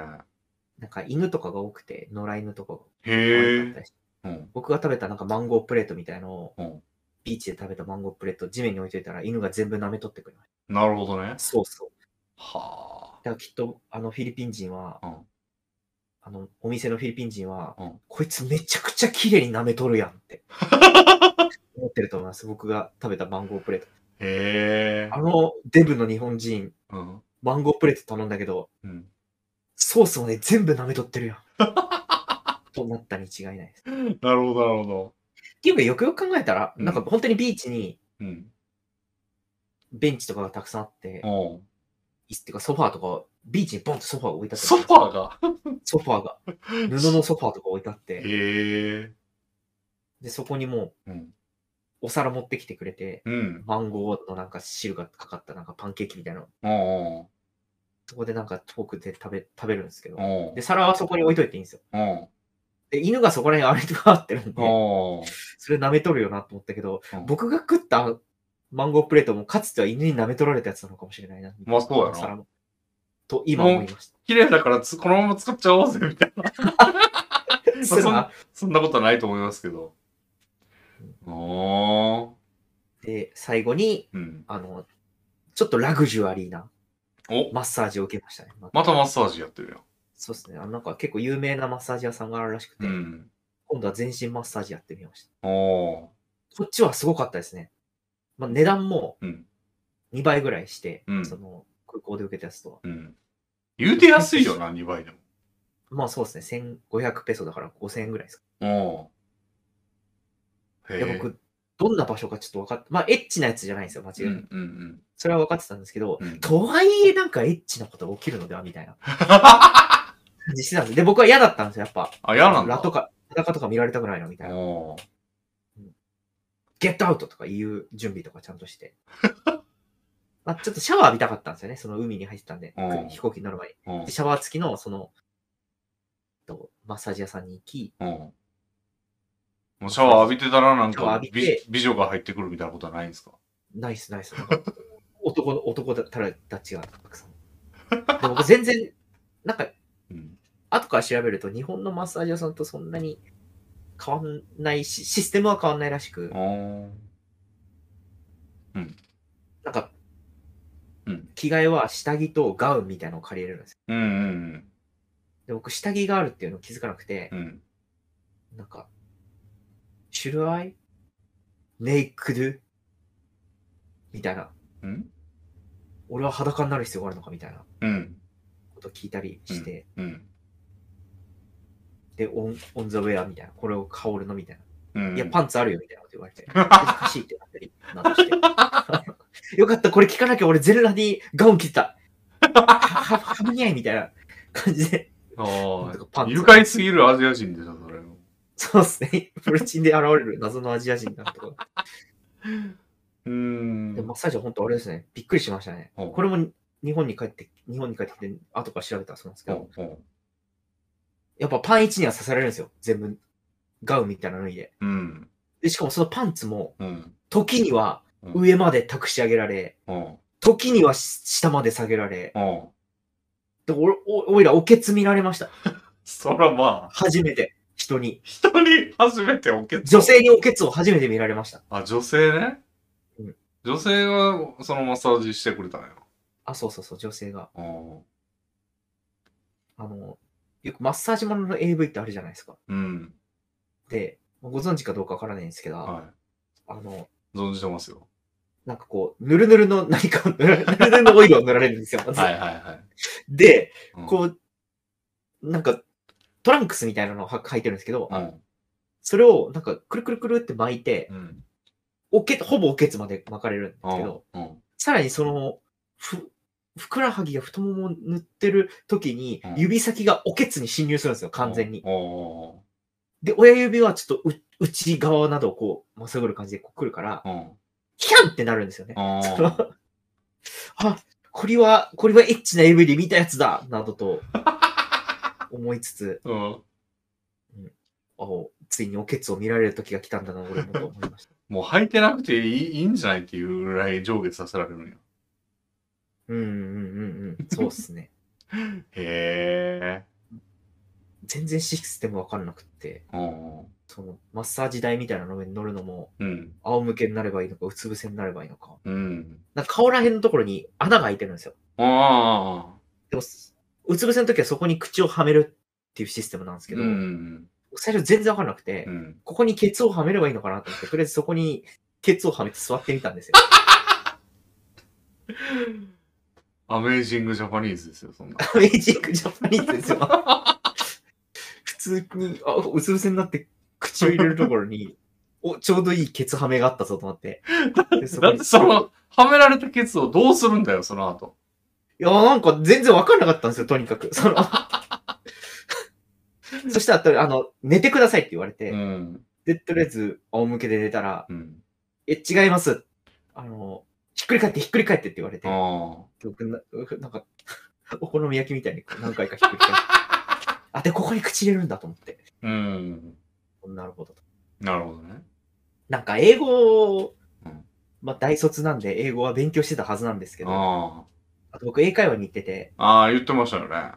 Speaker 2: なんか犬とかが多くて、野良犬とかが
Speaker 1: へえ
Speaker 2: 多かった。りして
Speaker 1: うん。
Speaker 2: 僕が食べたなんかマンゴープレートみたいの
Speaker 1: う
Speaker 2: を
Speaker 1: ん、
Speaker 2: ビーチで食べたマンゴープレート、地面に置いといたら犬が全部舐め取ってくれまし
Speaker 1: なるほどね
Speaker 2: た。。そうそう。
Speaker 1: は
Speaker 2: だからきっと、あの、フィリピン人は、
Speaker 1: うん
Speaker 2: あの、お店のフィリピン人は、
Speaker 1: うん
Speaker 2: こいつめちゃくちゃ綺麗に舐めとるやん
Speaker 1: <laughs>
Speaker 2: って、思ってると思います。僕が食べたマンゴープレート。
Speaker 1: あ。へえ
Speaker 2: あ。の、デブの日本人、
Speaker 1: うん。
Speaker 2: マンゴープレート頼んだけど、
Speaker 1: うん。
Speaker 2: ソースまで全部舐めとって
Speaker 1: <laughs>
Speaker 2: るやん。となったに違いないです。っ
Speaker 1: なるほど、なるほど。
Speaker 2: ていうか、よくよく考えたら、
Speaker 1: うん
Speaker 2: なんか本当にビーチに、
Speaker 1: うん。
Speaker 2: ベンチとかがたくさんあって、
Speaker 1: おう
Speaker 2: 椅子っていうかソファーとか、ビーチにボンとソファーが置いてあった
Speaker 1: ソファーが。
Speaker 2: ソファーが。布のソファーとか置いてあって、
Speaker 1: へえ。
Speaker 2: で、そこにもう
Speaker 1: うん。
Speaker 2: お皿持ってきてくれて、
Speaker 1: うん。
Speaker 2: マンゴーのなんか汁がかかったなんかパンケーキみたいなの、
Speaker 1: おう
Speaker 2: そこでなんかフォークで食べ食べるんですけど、
Speaker 1: おう
Speaker 2: で、皿はそこに置いといていいんですよ。
Speaker 1: おう
Speaker 2: で、犬がそこら辺歩いて回ってるんで、
Speaker 1: おう
Speaker 2: それ舐めとるよなと思ったけど
Speaker 1: うん、
Speaker 2: 僕が食ったマンゴープレートもかつては犬に舐め取られたやつなのかもしれないな。
Speaker 1: まあそうやな
Speaker 2: お皿もと今思いました。
Speaker 1: 綺麗だからつこのまま使っちゃおうぜ、みたいな。 <laughs>
Speaker 2: そうやな
Speaker 1: そんなことはないと思いますけど。お
Speaker 2: で、最後に、
Speaker 1: ー。うん。
Speaker 2: あの、ちょっとラグジュアリーな
Speaker 1: お
Speaker 2: マッサージを受けましたね。ま
Speaker 1: またマッサージやってる
Speaker 2: そうですね。あのなんか結構有名なマッサージ屋さんがあるらしくて、
Speaker 1: やん。うん。
Speaker 2: 今度は全身マッサージやってみました。
Speaker 1: おー。
Speaker 2: こっちはすごかったですね。まあ、値段も
Speaker 1: うん
Speaker 2: 2倍ぐらいして、
Speaker 1: うん
Speaker 2: その空港で受けたやつとは。
Speaker 1: うん。言うて安いよな、2倍でも。
Speaker 2: まあそうですね、1500ペソだから5000円ぐらいですか。
Speaker 1: おー。
Speaker 2: いや僕、どんな場所かちょっと分かって、まあエッチなやつじゃないんですよ、間違
Speaker 1: う
Speaker 2: いなく。
Speaker 1: んうん
Speaker 2: それは分かってたんですけど、
Speaker 1: うんうん。
Speaker 2: とはいえなんかエッチなことが起きるのではみた
Speaker 1: <laughs>
Speaker 2: いな感じしてたんです。で、僕は嫌だったんですよ、やっぱ。
Speaker 1: あ、嫌なんだ。
Speaker 2: ラとか、裸とか見られたくないな、みたいな。
Speaker 1: おー
Speaker 2: ゲットアウトとかいう準備とかちゃんとして。 <laughs> まあちょっとシャワー浴びたかったんですよね、その海に入ってたんで
Speaker 1: うん、
Speaker 2: 飛行機に乗る前に。
Speaker 1: お
Speaker 2: で
Speaker 1: ー
Speaker 2: シャワー付きの、その、えっとマッサージ屋さんに行き、
Speaker 1: おもうシャワー浴びてたらなん
Speaker 2: シャワー
Speaker 1: か
Speaker 2: 浴び
Speaker 1: 美
Speaker 2: て
Speaker 1: 美女が入ってくるみたいなことはないんですか
Speaker 2: ナイスナイス。なんか <laughs> 男の、男たちがたくさん。でも僕全然、なんか、
Speaker 1: うん。
Speaker 2: 後から調べると日本のマッサージ屋さんとそんなに変わんないし、システムは変わんないらしく
Speaker 1: あ、ー
Speaker 2: なんか、
Speaker 1: うん
Speaker 2: 着替えは下着とガウンみたいなのを借りれるんですよ。
Speaker 1: うんうん
Speaker 2: で、僕下着があるっていうの気づかなくて
Speaker 1: う、ん。うん。
Speaker 2: なんか、should I? ネイクドみたいな。
Speaker 1: うん
Speaker 2: 俺は裸になる必要があるのかみたいな
Speaker 1: うん。
Speaker 2: ことを聞いたりして、
Speaker 1: うん。
Speaker 2: で、オン、オンザウェアみたいな。これを羽織るのみたいな。
Speaker 1: うん。
Speaker 2: いや、パンツあるよみたいなこと言われて、
Speaker 1: <laughs>
Speaker 2: 難しいってなったり、などして。よかった、これ聞かなきゃ俺ゼルラにガウン切った。は、は、はぶにゃいみたいな感じで。
Speaker 1: あー
Speaker 2: とかパンツ
Speaker 1: 愉快すぎるアジア人でしょ、それ。
Speaker 2: そうですね。プルチンで現れる謎のアジア人だとか。
Speaker 1: う
Speaker 2: で、
Speaker 1: ん。
Speaker 2: マッサージは本当あれですね。びっくりしましたね。
Speaker 1: ほう
Speaker 2: これも日本に帰って、日本に帰ってきて、後から調べたらそうなんですけど、
Speaker 1: ほうほ
Speaker 2: やっぱパン1には刺されるんですよ。全部、ガウンみたいなの脱いで。
Speaker 1: ううん。
Speaker 2: で、しかもそのパンツも、
Speaker 1: うん。
Speaker 2: 時には
Speaker 1: うん
Speaker 2: 上まで託し上げられ、
Speaker 1: ほ
Speaker 2: 時には下まで下げられ
Speaker 1: う、ほう
Speaker 2: でおおおいらおけつ見られました。
Speaker 1: そらまあ、
Speaker 2: 初めて、人に。
Speaker 1: 人に初めておけつ
Speaker 2: 女性におけつを初めて見られました。
Speaker 1: あ、女性ね
Speaker 2: うん。
Speaker 1: 女性はそのマッサージしてくれたんや。
Speaker 2: あ、そうそうそう、女性が。
Speaker 1: あー
Speaker 2: あの、よくマッサージものの AV ってあるじゃないですか。
Speaker 1: うん。
Speaker 2: で、ご存知かどうかわからないんですけど、
Speaker 1: は
Speaker 2: あの、
Speaker 1: い。存じてますよ。
Speaker 2: なんかこう、ぬるぬるの何かを塗られ、ぬるぬるのオイルを塗られるんですよ。まず
Speaker 1: はいはいはい。
Speaker 2: で、
Speaker 1: うん
Speaker 2: こう、なんか、トランクスみたいなのをは履いてるんですけど、
Speaker 1: うん。
Speaker 2: それをなんか、くるくるくるって巻いて、
Speaker 1: うん。
Speaker 2: おけ、ほぼおけつまで巻かれるんですけど、
Speaker 1: うん。
Speaker 2: さらにその、ふ、ふくらはぎや太ももを塗ってる時に
Speaker 1: うん、
Speaker 2: 指先がおけつに侵入するんですよ、完全に。
Speaker 1: お
Speaker 2: で、親指はちょっとう内側などをこう、まっすぐる感じでこう来るから、
Speaker 1: ーうん。
Speaker 2: キャンってなるんですよね。 <laughs>
Speaker 1: あ
Speaker 2: そ
Speaker 1: ー
Speaker 2: のあ、これは、これはエッチな AV で見たやつだなどと、思いつつ、
Speaker 1: うん。
Speaker 2: あついにおけつを見られる時が来たんだな、俺もと思いました。
Speaker 1: もう履いてなくていいいいんじゃないっていうぐらい上下させられるんや。
Speaker 2: <laughs> うんうんうんうん。そうっすね。
Speaker 1: へ
Speaker 2: <laughs> 全然システムわかんなくって、
Speaker 1: え。うん。
Speaker 2: その、マッサージ台みたいなの上に乗るのも、
Speaker 1: うん。
Speaker 2: 仰向けになればいいのか、うつ伏せになればいいのか。
Speaker 1: うん。
Speaker 2: なんか顔ら辺のところに穴が開いてるんですよ。
Speaker 1: あ
Speaker 2: でも、うつ伏せの時はそこに口をはめるっていうシステムなんで
Speaker 1: あ。
Speaker 2: すけ
Speaker 1: う
Speaker 2: ど、
Speaker 1: ん。
Speaker 2: 最初全然わかんなくて、
Speaker 1: うん。
Speaker 2: ここにケツをはめればいいのかなと思って、とりあえずそこにケツをはめて座ってみたんですよ。
Speaker 1: アメージングジャパニーズですよ、そ
Speaker 2: <laughs>
Speaker 1: んな。
Speaker 2: アメージングジャパニーズですよ。普通に、あ、うつ伏せになって口を入れるところに、お、ちょうどいいケツはめがあったぞと思って。でそこ
Speaker 1: だっ
Speaker 2: に
Speaker 1: てその、はめられたケツをどうするんだよ、その後。
Speaker 2: いや、なんか全然わかんなかったんですよ、とにかく。そのそしたらとり、あの、寝てくださいって言われて、
Speaker 1: うん。
Speaker 2: で、とりあえず、仰向けで寝たら、
Speaker 1: うん。
Speaker 2: え、違います。あの、ひっくり返って、ひっくり返ってって言われて、
Speaker 1: あ
Speaker 2: 僕ななんか、お好み焼きみたいに何回かひっくり返って。あ、で、ここに口入れるんだと思って。
Speaker 1: あ。うん。
Speaker 2: なるほどと。
Speaker 1: なるほどね。
Speaker 2: なんか、英語を
Speaker 1: うん、
Speaker 2: まあ、大卒なんで、英語は勉強してたはずなんですけど、
Speaker 1: あ
Speaker 2: あと僕、英会話に行ってて、
Speaker 1: あ。ああ、言ってましたよね。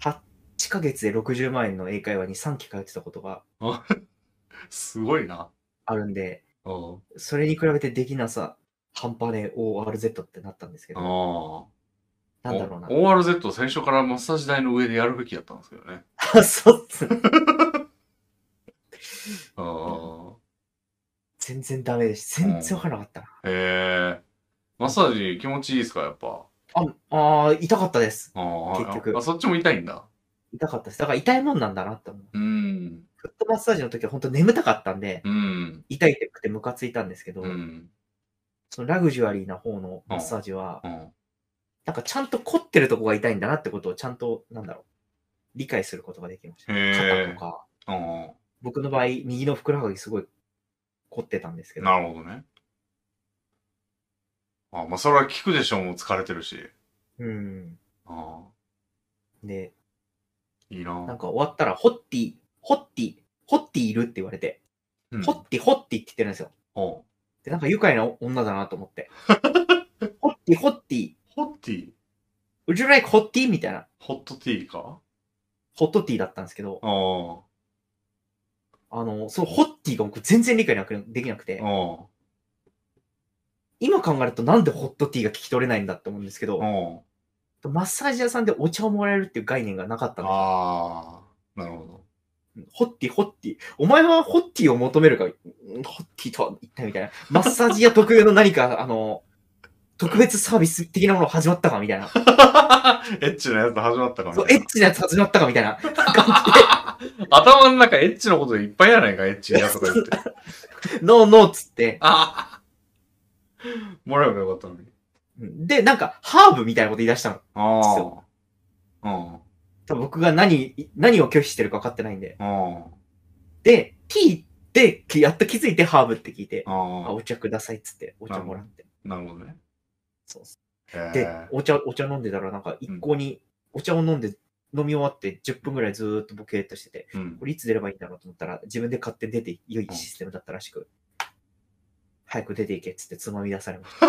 Speaker 2: 8ヶ月で60万円の英会話に3期通ってたことが
Speaker 1: すごいな。
Speaker 2: あるんで、
Speaker 1: うん。
Speaker 2: それに比べてできなさ、半端ねえ ORZ ってなったんですけ
Speaker 1: あ
Speaker 2: ど、
Speaker 1: あ。
Speaker 2: なんだろうな。
Speaker 1: お ORZ 最初からマッサージ台の上でやるべきだったんですけどね。
Speaker 2: あ <laughs> そうっすね
Speaker 1: あ
Speaker 2: 全然ダメです。全然わからなかったな。
Speaker 1: あ。へえ。マッサージ気持ちいいですか、やっぱ。
Speaker 2: あ、あー痛かったです。
Speaker 1: ああ。
Speaker 2: 結局
Speaker 1: あ、そっちも痛いんだ。
Speaker 2: 痛かったです。だから痛いもんなんだなって思う。
Speaker 1: うん。
Speaker 2: フットマッサージの時は本当眠たかったんで、
Speaker 1: うん。
Speaker 2: 痛いくてムカついたんですけど、
Speaker 1: うん。
Speaker 2: そのラグジュアリーな方のマッサージは、
Speaker 1: うん。
Speaker 2: なんかちゃんと凝ってるとこが痛いんだなってことをちゃんと、なんだろう、理解することができました。肩
Speaker 1: へ
Speaker 2: とか、
Speaker 1: え。うん。
Speaker 2: 僕の場合、右のふくらはぎすごい凝ってたんですけど、
Speaker 1: なるほどね。あまあ、それは聞くでしょう、もう疲れてるし。
Speaker 2: うん。
Speaker 1: あ
Speaker 2: で、
Speaker 1: いい
Speaker 2: なん
Speaker 1: な。
Speaker 2: か終わったら、ホッティ、ホッティ、ホッティいるって言われて、
Speaker 1: うん
Speaker 2: ホッティ、ホッティって言ってるんですよ。
Speaker 1: ほう
Speaker 2: で、なんか愉快な女だなと思って。 <laughs> ホッティ、ホッティ、
Speaker 1: ホッティ
Speaker 2: would you like ホッティみたいな、
Speaker 1: ホットティーか
Speaker 2: ホットティーだったんですけど、
Speaker 1: ああ。
Speaker 2: あの、そのホッティが僕全然理解なくできなくて、
Speaker 1: お
Speaker 2: 今考えるとなんでホットティーが聞き取れないんだって思うんですけ
Speaker 1: う
Speaker 2: ど、
Speaker 1: おう
Speaker 2: マッサージ屋さんでお茶をもらえるっていう概念がなかったんで
Speaker 1: ああ。なるほ
Speaker 2: ホッティ、ホッティ。お前はホッティを求めるか、んホッティとは一体みたいな。マッサージ屋特有の何か、 <laughs> あの、特別サービス的なもの始まったかみたいな。
Speaker 1: ど。 <laughs> エッチなやつ始まったか
Speaker 2: そう
Speaker 1: ら、
Speaker 2: エッチなやつ始まったかみたいな。
Speaker 1: 頭の中エッチのこといっぱいやないか、エッチなやつとか
Speaker 2: <laughs>
Speaker 1: 言って。
Speaker 2: ノーノーっつって。
Speaker 1: ああ。 <laughs> もらえばよかったのに。
Speaker 2: で、なんか、ハーブみたいなこと言い出したの。
Speaker 1: ああ。うん。
Speaker 2: 多分僕が何、何を拒否してるか分かってないんで。
Speaker 1: うん。
Speaker 2: で、T で、やっと気づいてハーブって聞いて、あ、
Speaker 1: あ
Speaker 2: お茶くださいっつって、お茶もらって。
Speaker 1: あ。なるほどね。
Speaker 2: そうそう
Speaker 1: へ
Speaker 2: で
Speaker 1: え、。
Speaker 2: お茶、お茶飲んでたら、なんか一向に、お茶を飲んで、飲み終わって10分ぐらいずーっとボケーっとしてて、 <laughs>
Speaker 1: うん
Speaker 2: こ。れいつ出ればいいんだろうと思ったら、自分で買って出て良いシステムだったらしく、早く出ていけっつってつまみ出されました。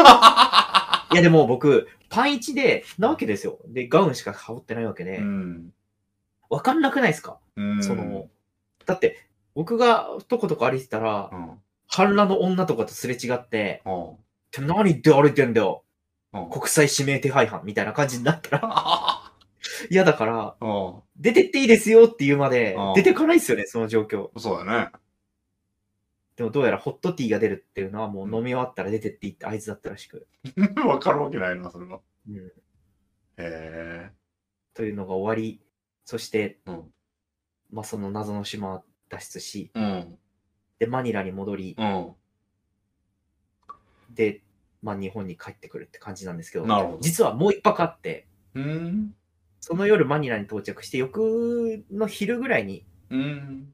Speaker 2: いやでも僕、パン1で、なわけですよ。で、ガウンしか羽織ってないわけで、
Speaker 1: うん。
Speaker 2: わかんなくないですか、
Speaker 1: うん。
Speaker 2: その、だって、僕がとことこ歩いてたら
Speaker 1: う、ん。
Speaker 2: 半裸の女とかとすれ違って、
Speaker 1: おう
Speaker 2: てめえ何で歩いてんだよ
Speaker 1: うん
Speaker 2: 国際指名手配犯みたいな感じになったら
Speaker 1: あ
Speaker 2: 嫌だから、
Speaker 1: あ。お
Speaker 2: 出てっていいですよっていうまで
Speaker 1: うん、
Speaker 2: 出てかないですよね、その状況。
Speaker 1: うそうだね。 <laughs>
Speaker 2: でもどうやらホットティーが出るっていうのはもう飲み終わったら出てっていいって合図だったらしく、
Speaker 1: わかるわけないな、それは。
Speaker 2: うん、
Speaker 1: へえ。
Speaker 2: というのが終わり、そして、
Speaker 1: うん
Speaker 2: まあその謎の島は脱出し、
Speaker 1: うん。
Speaker 2: で、マニラに戻り、
Speaker 1: うん。
Speaker 2: で、まあ日本に帰ってくるって感じなんですけど、
Speaker 1: なるほど
Speaker 2: 実はもう一泊あって、
Speaker 1: うん。
Speaker 2: その夜マニラに到着して、翌の昼ぐらいに
Speaker 1: うん。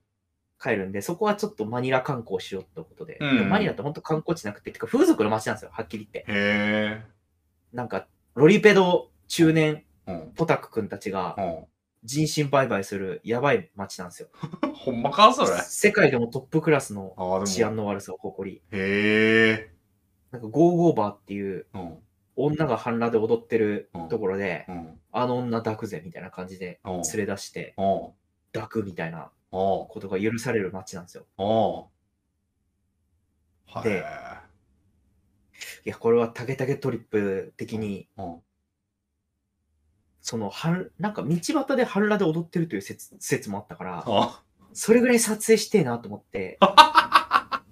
Speaker 2: 帰るんで、そこはちょっとマニラ観光しようってことで、
Speaker 1: うん
Speaker 2: でもマニラって本当観光地なくて、てか風俗の街なんですよ、はっきり言って。
Speaker 1: へえ。
Speaker 2: なんか、ロリペド中年
Speaker 1: うん。
Speaker 2: ポタク君たちが
Speaker 1: う、ん。 <laughs>
Speaker 2: 人身売買するやばい街なんですよ。
Speaker 1: ほんまかそれ。あ
Speaker 2: 世界でもトップクラスの
Speaker 1: あ、で
Speaker 2: 治安
Speaker 1: も。
Speaker 2: の悪さを誇り、
Speaker 1: へえ。
Speaker 2: なんかゴーゴーバーっていう
Speaker 1: うん。
Speaker 2: 女が半裸で踊ってるところで、
Speaker 1: うん。
Speaker 2: あの女抱くぜみたいな感じで
Speaker 1: うん。
Speaker 2: 連れ出して
Speaker 1: うん。
Speaker 2: 抱くみたいな
Speaker 1: うん。
Speaker 2: ことが許される街なんですよ。
Speaker 1: うん。
Speaker 2: で
Speaker 1: はい
Speaker 2: や、これはタゲタゲトリップ的に、
Speaker 1: い。うん。
Speaker 2: その、はん、なんか道端で半裸で踊ってるという説、説もあったから、
Speaker 1: あ
Speaker 2: それぐらい撮影してえなと思って、
Speaker 1: あ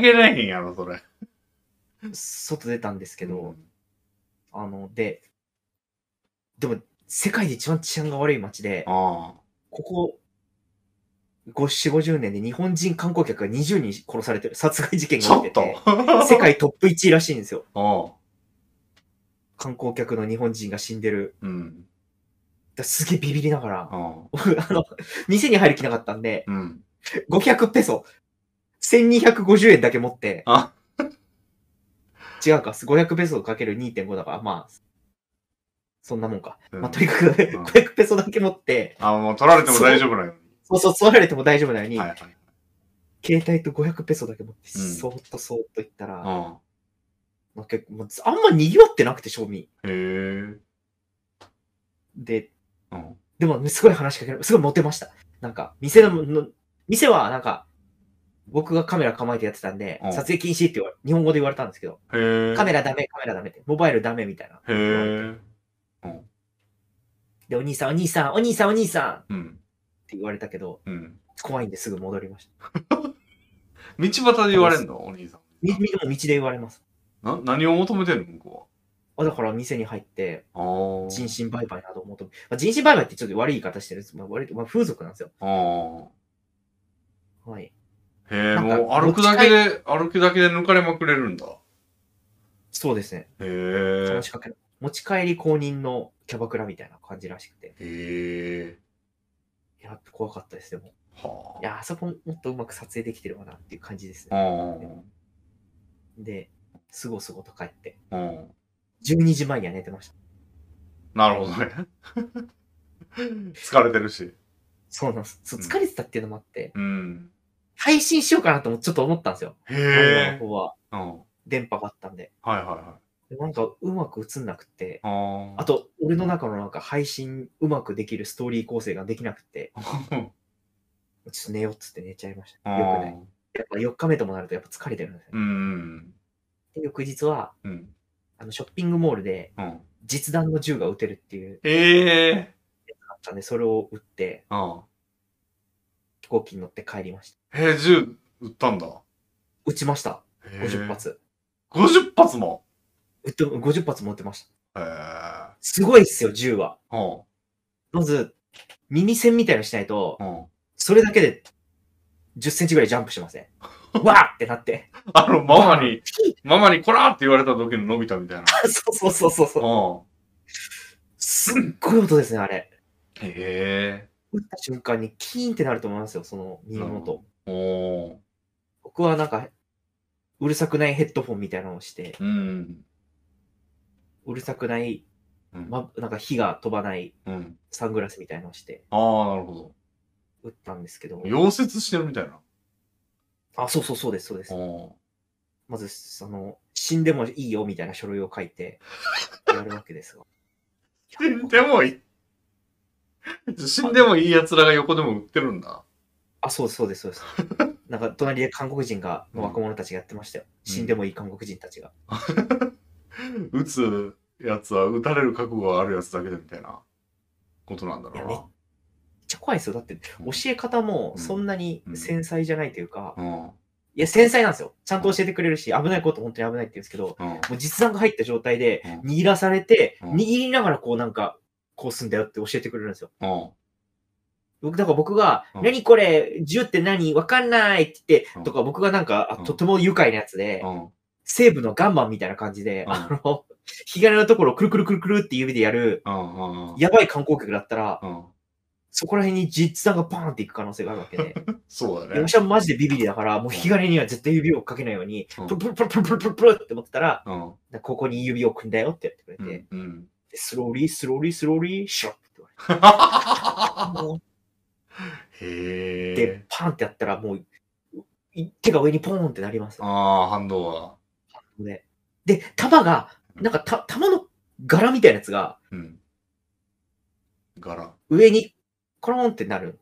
Speaker 1: げれへんやろ、それ。
Speaker 2: 外出たんですけど、
Speaker 1: うん
Speaker 2: あの、で、でも、世界で一番治安が悪い街で、
Speaker 1: あ
Speaker 2: ここ、5、4、50年で日本人観光客が20人殺されてる、殺害事件
Speaker 1: ち
Speaker 2: が
Speaker 1: ょ
Speaker 2: 起
Speaker 1: っ
Speaker 2: きて
Speaker 1: と。
Speaker 2: て、世界トップ1位らしいんですよ。
Speaker 1: <laughs> う
Speaker 2: 観光客の日本人が死んでる。
Speaker 1: ん。うん。
Speaker 2: だすげえビビりながら、
Speaker 1: うん。
Speaker 2: 僕、あの、店に入る気なかったんで、
Speaker 1: うん。
Speaker 2: 500ペソ、1250円だけ持って、
Speaker 1: あ
Speaker 2: 違うか、500ペソかける2.5だから、まあ、そんなもんか。
Speaker 1: うん
Speaker 2: まあ、とにかく、500ペソだけ持って、
Speaker 1: あ、もう取られても大丈夫なよ
Speaker 2: そうそう、座られても大丈夫なよう
Speaker 1: う
Speaker 2: に、
Speaker 1: に。はいはい。
Speaker 2: 携帯と500ペソだけ持って、
Speaker 1: うん
Speaker 2: そーっとそーっと行ったら、
Speaker 1: うん。
Speaker 2: まあ、結構、もうあんま賑わってなくて、正味。
Speaker 1: へえ。
Speaker 2: で、
Speaker 1: うん。
Speaker 2: でも、すごい話しかけられすごいモテました。なんか、店の、の店は、なんか、僕がカメラ構えてやってたんで
Speaker 1: う、ん
Speaker 2: 撮影禁止って言われ、日本語で言われたんですけど、
Speaker 1: へえ。
Speaker 2: カメラダメ、カメラダメって、モバイルダメみたいな。
Speaker 1: へえ。
Speaker 2: で、お兄さん、お兄さん、お兄さん、お兄さん
Speaker 1: う
Speaker 2: っ
Speaker 1: ん。
Speaker 2: て言われたけど、
Speaker 1: うん。
Speaker 2: 怖いんですぐ戻りました。
Speaker 1: 道端で言われんのお兄さん。
Speaker 2: み、み、でも道で言われます。
Speaker 1: な、何を求めてんの向こ
Speaker 2: あだから、店に入って、
Speaker 1: うは。ああ。
Speaker 2: 人身売買などを求め、まあ、人身売買ってちょっと悪い言い方してるんです。まあ、悪い、まあ、風俗なんですよ。
Speaker 1: ああ。
Speaker 2: はい。
Speaker 1: へえ、
Speaker 2: なんか
Speaker 1: もう歩くだけで、歩くだけで抜かれまくれるんだ。
Speaker 2: そうですね。
Speaker 1: へ
Speaker 2: そ
Speaker 1: え
Speaker 2: の。仕掛け持ち帰り公認のキャバクラみたいな感じらしくて。
Speaker 1: へえ。
Speaker 2: いや、怖かったですよ。も
Speaker 1: は
Speaker 2: ういや、あそこもっとうまく撮影できてるわなっていう感じです
Speaker 1: あ。
Speaker 2: ね。
Speaker 1: うん。
Speaker 2: で、すごすごと帰って。
Speaker 1: うん。
Speaker 2: 12時前には寝てました。
Speaker 1: <laughs> なるほどね。疲れてるし。
Speaker 2: そうなんです。そう疲れてたっていうのもあって、
Speaker 1: うん。
Speaker 2: 配信しようかなともちょっと思ったんですよ。
Speaker 1: へ
Speaker 2: 漫画の
Speaker 1: え。
Speaker 2: 方は
Speaker 1: うん。はい
Speaker 2: 電波があったんで。
Speaker 1: はいはい。
Speaker 2: でなんかうまく映んなくて、
Speaker 1: あ <laughs> あ。
Speaker 2: あと、俺の中のなんか配信うまくできるストーリー構成ができなくて、ちょっと寝ようっつって寝ちゃいました。よくない。やっぱ4日目ともなるとやっぱ疲れてるんですよ
Speaker 1: う
Speaker 2: ね。
Speaker 1: ん。
Speaker 2: で翌日は、
Speaker 1: うん。
Speaker 2: あの、ショッピングモールで
Speaker 1: うん。
Speaker 2: 実弾の銃が撃てるっていう
Speaker 1: ええ。
Speaker 2: のがあったんで、それを撃って、
Speaker 1: うん。
Speaker 2: 飛行機に乗って帰りました。
Speaker 1: へえ、銃撃ったんだ。
Speaker 2: 撃ちました。
Speaker 1: へえ
Speaker 2: 50。発。
Speaker 1: 50発も
Speaker 2: 撃って、50発持ってました。
Speaker 1: へえ。
Speaker 2: すごいっすよ、銃は。
Speaker 1: うん。
Speaker 2: まず、耳栓みたいのしないと、
Speaker 1: うん。
Speaker 2: それだけで10センチぐらいジャンプしません。わーってなって。
Speaker 1: あの、ママに、ママにこらーって言われた時ののび太みたいな。
Speaker 2: <laughs> そうそうそうそうそ
Speaker 1: う
Speaker 2: う。
Speaker 1: ん。
Speaker 2: すっごい音ですね、あれ。
Speaker 1: へ
Speaker 2: 打った瞬間にキーンってなると思いますよ、その耳の音。
Speaker 1: え。おー。
Speaker 2: 僕はなんか、うるさくないヘッドフォンみたいなのをして、
Speaker 1: うん。
Speaker 2: うるさくない、
Speaker 1: うん。
Speaker 2: ま、なんか火が飛ばない
Speaker 1: うん。
Speaker 2: サングラスみたいなのをして、
Speaker 1: ああ、なるほ
Speaker 2: 打ったんですけど
Speaker 1: ど。。溶接してるみたいな。
Speaker 2: あ、そうそうそうです、そうです。
Speaker 1: お
Speaker 2: まず、その、死んでもいいよみたいな書類を書
Speaker 1: <laughs>
Speaker 2: いて、やるわけですが。
Speaker 1: 死んでもいい。死んでもいい奴らが横でも売ってるんだ。
Speaker 2: あ、そうです、そうです、
Speaker 1: <laughs>
Speaker 2: そうです。なんか、隣で韓国人が、の若者たちがやってましたよ。
Speaker 1: うん
Speaker 2: 死んでもいい韓国人たちが。
Speaker 1: 撃つやつは撃たれる覚悟があるやつだけでみたいなことなんだ
Speaker 2: いやめっ
Speaker 1: ろ
Speaker 2: ちゃ怖いですよ。だって、
Speaker 1: う
Speaker 2: 教
Speaker 1: な。
Speaker 2: え方もそんなに繊細じゃないというか、
Speaker 1: うん。
Speaker 2: いや、繊細なんですよ。ちゃんと教えてくれるし、危ないこと本当に危ないって言うんですけど、
Speaker 1: うん。
Speaker 2: もう実弾が入った状態で
Speaker 1: うん、
Speaker 2: 握らされて、
Speaker 1: うん
Speaker 2: 握りながらこうなんか、こうすんだよって教えてくれるんですよ。
Speaker 1: うん。
Speaker 2: 僕、だから僕が、
Speaker 1: うん
Speaker 2: 何これ、銃って何わかんないって言って
Speaker 1: うん、
Speaker 2: とか僕がなんか、
Speaker 1: う
Speaker 2: あ
Speaker 1: ん
Speaker 2: とても愉快なやつで、
Speaker 1: うん。
Speaker 2: 西部のガンマンみたいな感じで、
Speaker 1: うん
Speaker 2: あの、火金のところをくるくるくるくるって指でやる、
Speaker 1: うん。うん。
Speaker 2: やばい観光客だったら、
Speaker 1: うん。
Speaker 2: そこら辺に実弾がバーンっていく可能性があるわけで。
Speaker 1: そうだ
Speaker 2: で
Speaker 1: ね
Speaker 2: 私。はマジでビビリだから、もう引き金には絶対指をかけないように、
Speaker 1: うん
Speaker 2: プルプルプルプルプルプルプルって思ってたら、
Speaker 1: うん。
Speaker 2: ここに指を組んだよってやってくれて、
Speaker 1: うん。うん。
Speaker 2: でスローリー、スローリー、スローリー、シュッって言われて、もう
Speaker 1: <laughs> へ
Speaker 2: で
Speaker 1: え。、
Speaker 2: パンってやったら、もう、い手が上にポーンってなりますよ。
Speaker 1: ああ、反動は。
Speaker 2: で、で弾が、なんかた弾の柄みたいなやつが
Speaker 1: うん。柄。
Speaker 2: 上にコロンってなる。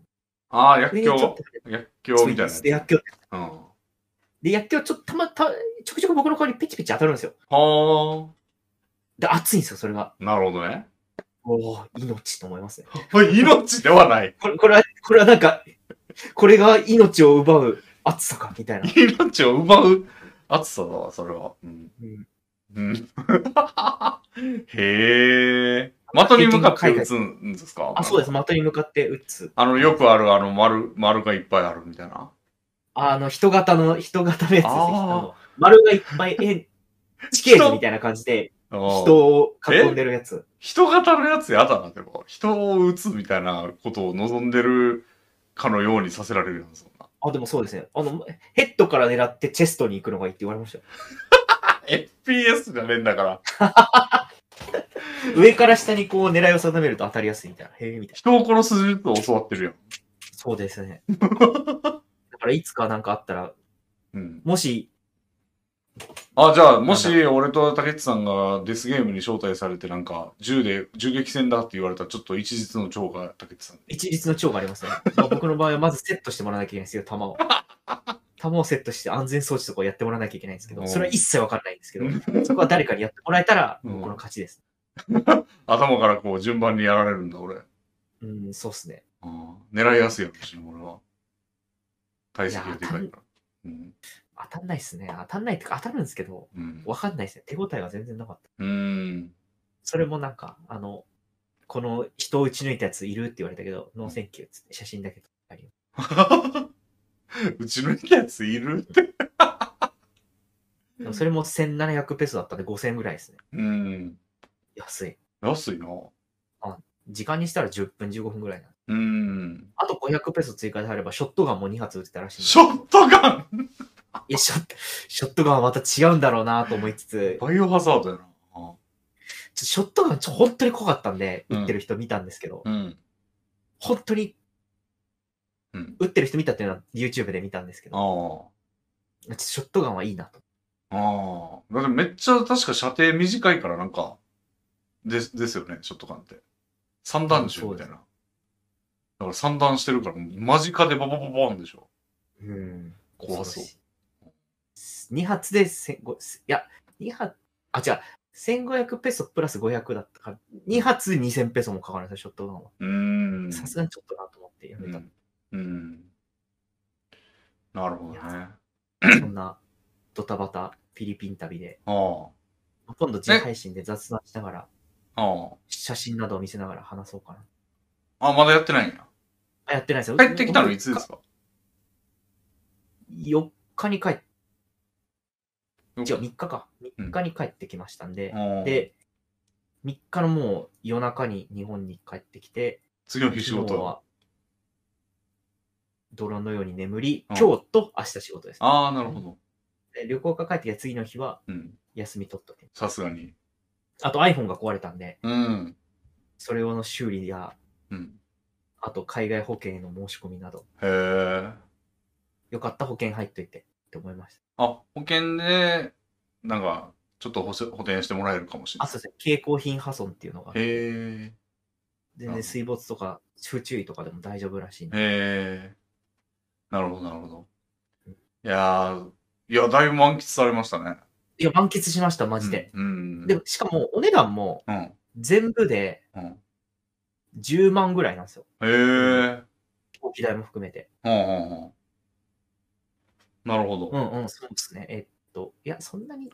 Speaker 1: ああ、薬
Speaker 2: 上にちょっ
Speaker 1: 莢
Speaker 2: と。
Speaker 1: 薬莢みたいなやつ。
Speaker 2: で、薬莢。
Speaker 1: うん。
Speaker 2: で、薬莢ちょっとたま、た、ちょくちょく僕の顔にペチペチ当たるんですよ。
Speaker 1: は
Speaker 2: で、熱いんですよ、それが。
Speaker 1: あ。なるほどね。 <laughs>
Speaker 2: おー命と思いますね。
Speaker 1: 命ではない。
Speaker 2: これ、これは、これはなんか、これが命を奪う暑さか、みたいな。
Speaker 1: 命を奪う熱さだわ、それは。うん。
Speaker 2: うん
Speaker 1: うん、 <laughs> へえ。的に向かって撃つんですか
Speaker 2: あ、そうです。的に向かって撃つ。
Speaker 1: あの、よくある、あの、丸、丸がいっぱいあるみたいな。
Speaker 2: あの、人型の、人型のやつですね。
Speaker 1: あー
Speaker 2: あの丸がいっぱい、
Speaker 1: <laughs>
Speaker 2: え、地形図みたいな感じで、
Speaker 1: 人
Speaker 2: 人を囲んでるやつ。
Speaker 1: 人型のやつやだな、でも。人を撃つみたいなことを望んでるかのようにさせられるやん、そんな。
Speaker 2: あ、でもそうですね。あの、ヘッドから狙ってチェストに行くのがいいって言われましたよ。
Speaker 1: FPS じゃねえんだから。
Speaker 2: 上から下にこう狙いを定めると当たりやすいみたいな。へえ、みたいな。
Speaker 1: 人を殺す術を教わってるやん。
Speaker 2: そうです
Speaker 1: <laughs>
Speaker 2: ね。だからいつかなんかあったら、
Speaker 1: うん。
Speaker 2: もし、
Speaker 1: あ、じゃあ、もし俺と竹内さんがデスゲームに招待されてなんか、銃で、銃撃戦だって言われたらちょっと一日の長が竹内さん。
Speaker 2: 一律の長がありますね。まあ僕の場合はまずセットしてもらわなきゃいけないんですよ、弾
Speaker 1: <laughs>
Speaker 2: を。弾をセットして安全装置とかをやってもらわなきゃいけないんですけ
Speaker 1: う
Speaker 2: ど、
Speaker 1: ん
Speaker 2: それは一切わかんないんですけど、そこは誰かにやってもらえたら、
Speaker 1: うん
Speaker 2: 僕の勝ちです。
Speaker 1: 頭からこう順番にやられるんだ、俺。
Speaker 2: うん、そうっすね。
Speaker 1: うん。狙いやすいやろ、しに俺は。体積がでか
Speaker 2: い
Speaker 1: い
Speaker 2: や
Speaker 1: から。うん。
Speaker 2: 当たんないっすね。当たんないってか、当たるんですけど、
Speaker 1: うん。
Speaker 2: わかんないっすね。手応えが全然なかった。
Speaker 1: うん。
Speaker 2: それもなんか、あの、この人を打ち抜いたやついるって言われたけど、ノーセンキューっつって写真だけ撮ったり。
Speaker 1: <laughs> うちのやついる
Speaker 2: でもそれも1700ペソだったんで5000円ぐらいですね。
Speaker 1: うん。
Speaker 2: 安い。
Speaker 1: 安いな。
Speaker 2: 時間にしたら10分15分ぐらいなんで
Speaker 1: うん。
Speaker 2: あと500ペソ追加であれば、ショットガンも2発撃ってたらしいんです
Speaker 1: ショットガン
Speaker 2: いや、ショット、ショットガンはまた違うんだろうなと思いつつ、
Speaker 1: バイオハザードやな。
Speaker 2: ちょショットガンちょ、本当に怖かったんで、
Speaker 1: うん
Speaker 2: 撃ってる人見たんですけど、
Speaker 1: うん。
Speaker 2: 本当に
Speaker 1: うん
Speaker 2: 打ってる人見たっていうのは YouTube で見たんですけど、
Speaker 1: あ
Speaker 2: ショットガンはいいなと。
Speaker 1: あ。ああ。だってめっちゃ確か射程短いからなんか、です、ですよね、ショットガンって。三段銃みたいな。だから三段してるから、間近でボボボボンでしょ。
Speaker 2: うん。
Speaker 1: 怖そう
Speaker 2: 2発で千五いや、2発、あ、違う。1500ペソプラス500だったから、2発で2000ペソもかかるんですよ、ショットガンは。
Speaker 1: うーん。
Speaker 2: さすがにちょっとなと思ってやめた。
Speaker 1: うん。うん。なるほどね。あ
Speaker 2: そんなドタバタフィリピン旅で、
Speaker 1: あ。
Speaker 2: 今度自配信で雑談しながら、
Speaker 1: あ
Speaker 2: 写真などを見せながら話そうかな。
Speaker 1: あ。あ、まだやってないんや。
Speaker 2: あ、やってないですよ。
Speaker 1: 帰ってきたのいつです
Speaker 2: か
Speaker 1: か
Speaker 2: ?4 日に帰っ、違
Speaker 1: う
Speaker 2: う、3日か。3日に帰ってきましたんで、
Speaker 1: ん、
Speaker 2: で、3日のもう夜中に日本に帰ってきて、
Speaker 1: 次の日仕
Speaker 2: 昨日
Speaker 1: 事。
Speaker 2: は泥のように眠り、
Speaker 1: うん
Speaker 2: 今日と明日仕事です。
Speaker 1: ああ、なるほど。
Speaker 2: で旅行から帰ってきた次の日は
Speaker 1: うん。
Speaker 2: 休み取っとけ。
Speaker 1: さすがに。
Speaker 2: あと iPhone が壊れたんで、
Speaker 1: うん。
Speaker 2: それをの修理や、
Speaker 1: うん。
Speaker 2: あと海外保険への申し込みなど、
Speaker 1: へえ。
Speaker 2: よかった保険入っといてって思いまし。
Speaker 1: あ、保険で、なんか、ちょっと補正補填してもらえるかもしたれ
Speaker 2: あ、
Speaker 1: ない。
Speaker 2: そうですね。蛍光品破損っていうの
Speaker 1: へ
Speaker 2: が、
Speaker 1: え。
Speaker 2: 全然水没とか不注意とかでも大丈夫らしいんで。
Speaker 1: へえ。なるほど、なるほど
Speaker 2: うん。
Speaker 1: いやー、いや、だいぶ満喫されましたね。
Speaker 2: いや、満喫しました、マジで。
Speaker 1: うん。うん。
Speaker 2: で、しかもお値段も
Speaker 1: うん。
Speaker 2: 全部で
Speaker 1: うん
Speaker 2: 10万ぐらいなんですよ。
Speaker 1: へえ。
Speaker 2: 飛行機代も含めて。
Speaker 1: うんうんうん。なるほど。
Speaker 2: うんうん、そうですね。えっと、いや、そんなに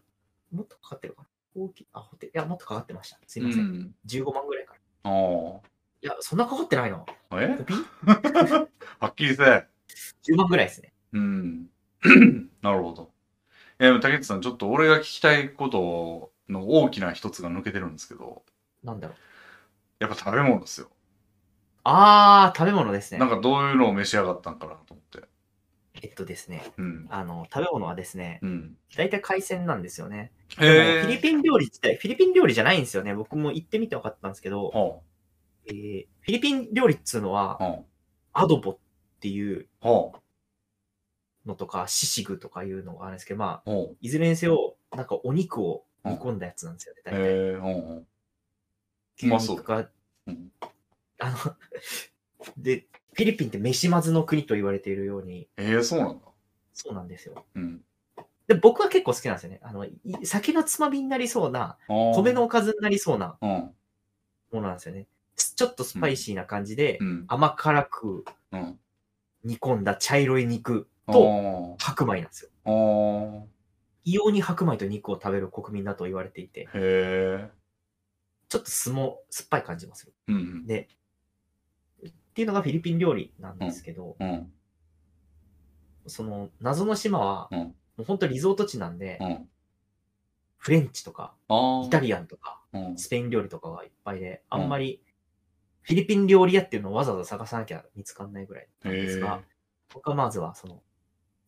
Speaker 2: もっとかかってるかな。大きい、あ、ホテル、いや、もっとかかってました。すいません。
Speaker 1: うん。
Speaker 2: 15万ぐらいか
Speaker 1: あ
Speaker 2: ら。
Speaker 1: あ。
Speaker 2: いや、そんなかかってないな。
Speaker 1: え
Speaker 2: コピー
Speaker 1: はっきりせ。
Speaker 2: 10万ぐらいですね。
Speaker 1: うん。なるほど。えー、竹内さん、ちょっと俺が聞きたいことの大きな一つが抜けてるんですけど、
Speaker 2: なんだろう。
Speaker 1: やっぱ食べ物ですよ。
Speaker 2: あー、食べ物ですね
Speaker 1: なん。かどういうのを召し上がったんかなと思って。
Speaker 2: えっとですね、
Speaker 1: うん。
Speaker 2: あの、食べ物はですね、
Speaker 1: うん。
Speaker 2: 大体海鮮なんですよね。
Speaker 1: へ
Speaker 2: で
Speaker 1: え。
Speaker 2: もフィリピン料理自体、フィリピン料理じゃないんですよね。僕も行ってみて分かったんですけど、
Speaker 1: は
Speaker 2: えーフィリピン料理っつうのは
Speaker 1: あ、、は
Speaker 2: アドボっていう
Speaker 1: あ、は
Speaker 2: のとか、シシグとかいうのがあるんですけど、ま
Speaker 1: あ、
Speaker 2: あ、
Speaker 1: はあ。
Speaker 2: いずれにせよ、なんかお肉を煮込んだやつなんですよね、大体。
Speaker 1: へえ、うんうん。うまそう
Speaker 2: 牛肉が
Speaker 1: うん
Speaker 2: あの、 <laughs> で、フィリピンって飯まずの国と言われているように、
Speaker 1: ええ、そうなんだ。
Speaker 2: そうなんですよ。
Speaker 1: うん。
Speaker 2: で、僕は結構好きなんですよね。あの、い酒のつまみになりそうな、米
Speaker 1: 米
Speaker 2: の。おかずになりそうな
Speaker 1: うん。
Speaker 2: ものなんですよね。すちょっとスパイシーな感じで、
Speaker 1: うん。
Speaker 2: 甘辛く
Speaker 1: うん。
Speaker 2: 煮込んだ茶色い肉と
Speaker 1: と、
Speaker 2: 白米なんですよ。
Speaker 1: ああ。
Speaker 2: 異様に白米と肉を食べる国民だと言われていて、
Speaker 1: へえ。
Speaker 2: ちょっと酢も酸っぱい感じもする。
Speaker 1: うん
Speaker 2: で、っていうのがフィリピン料理なんですけど、
Speaker 1: うん。うん。
Speaker 2: その謎の島は、
Speaker 1: うん
Speaker 2: もう本当リゾート地なんで、
Speaker 1: うん。
Speaker 2: フレンチとか、
Speaker 1: ああ。
Speaker 2: イタリアンとか、
Speaker 1: うん。
Speaker 2: スペイン料理とかがいっぱいで、あんまり、フィリピン料理屋っていうのをわざわざ探さなきゃ見つかんないぐらいなんです
Speaker 1: へ
Speaker 2: が、僕はまずはその、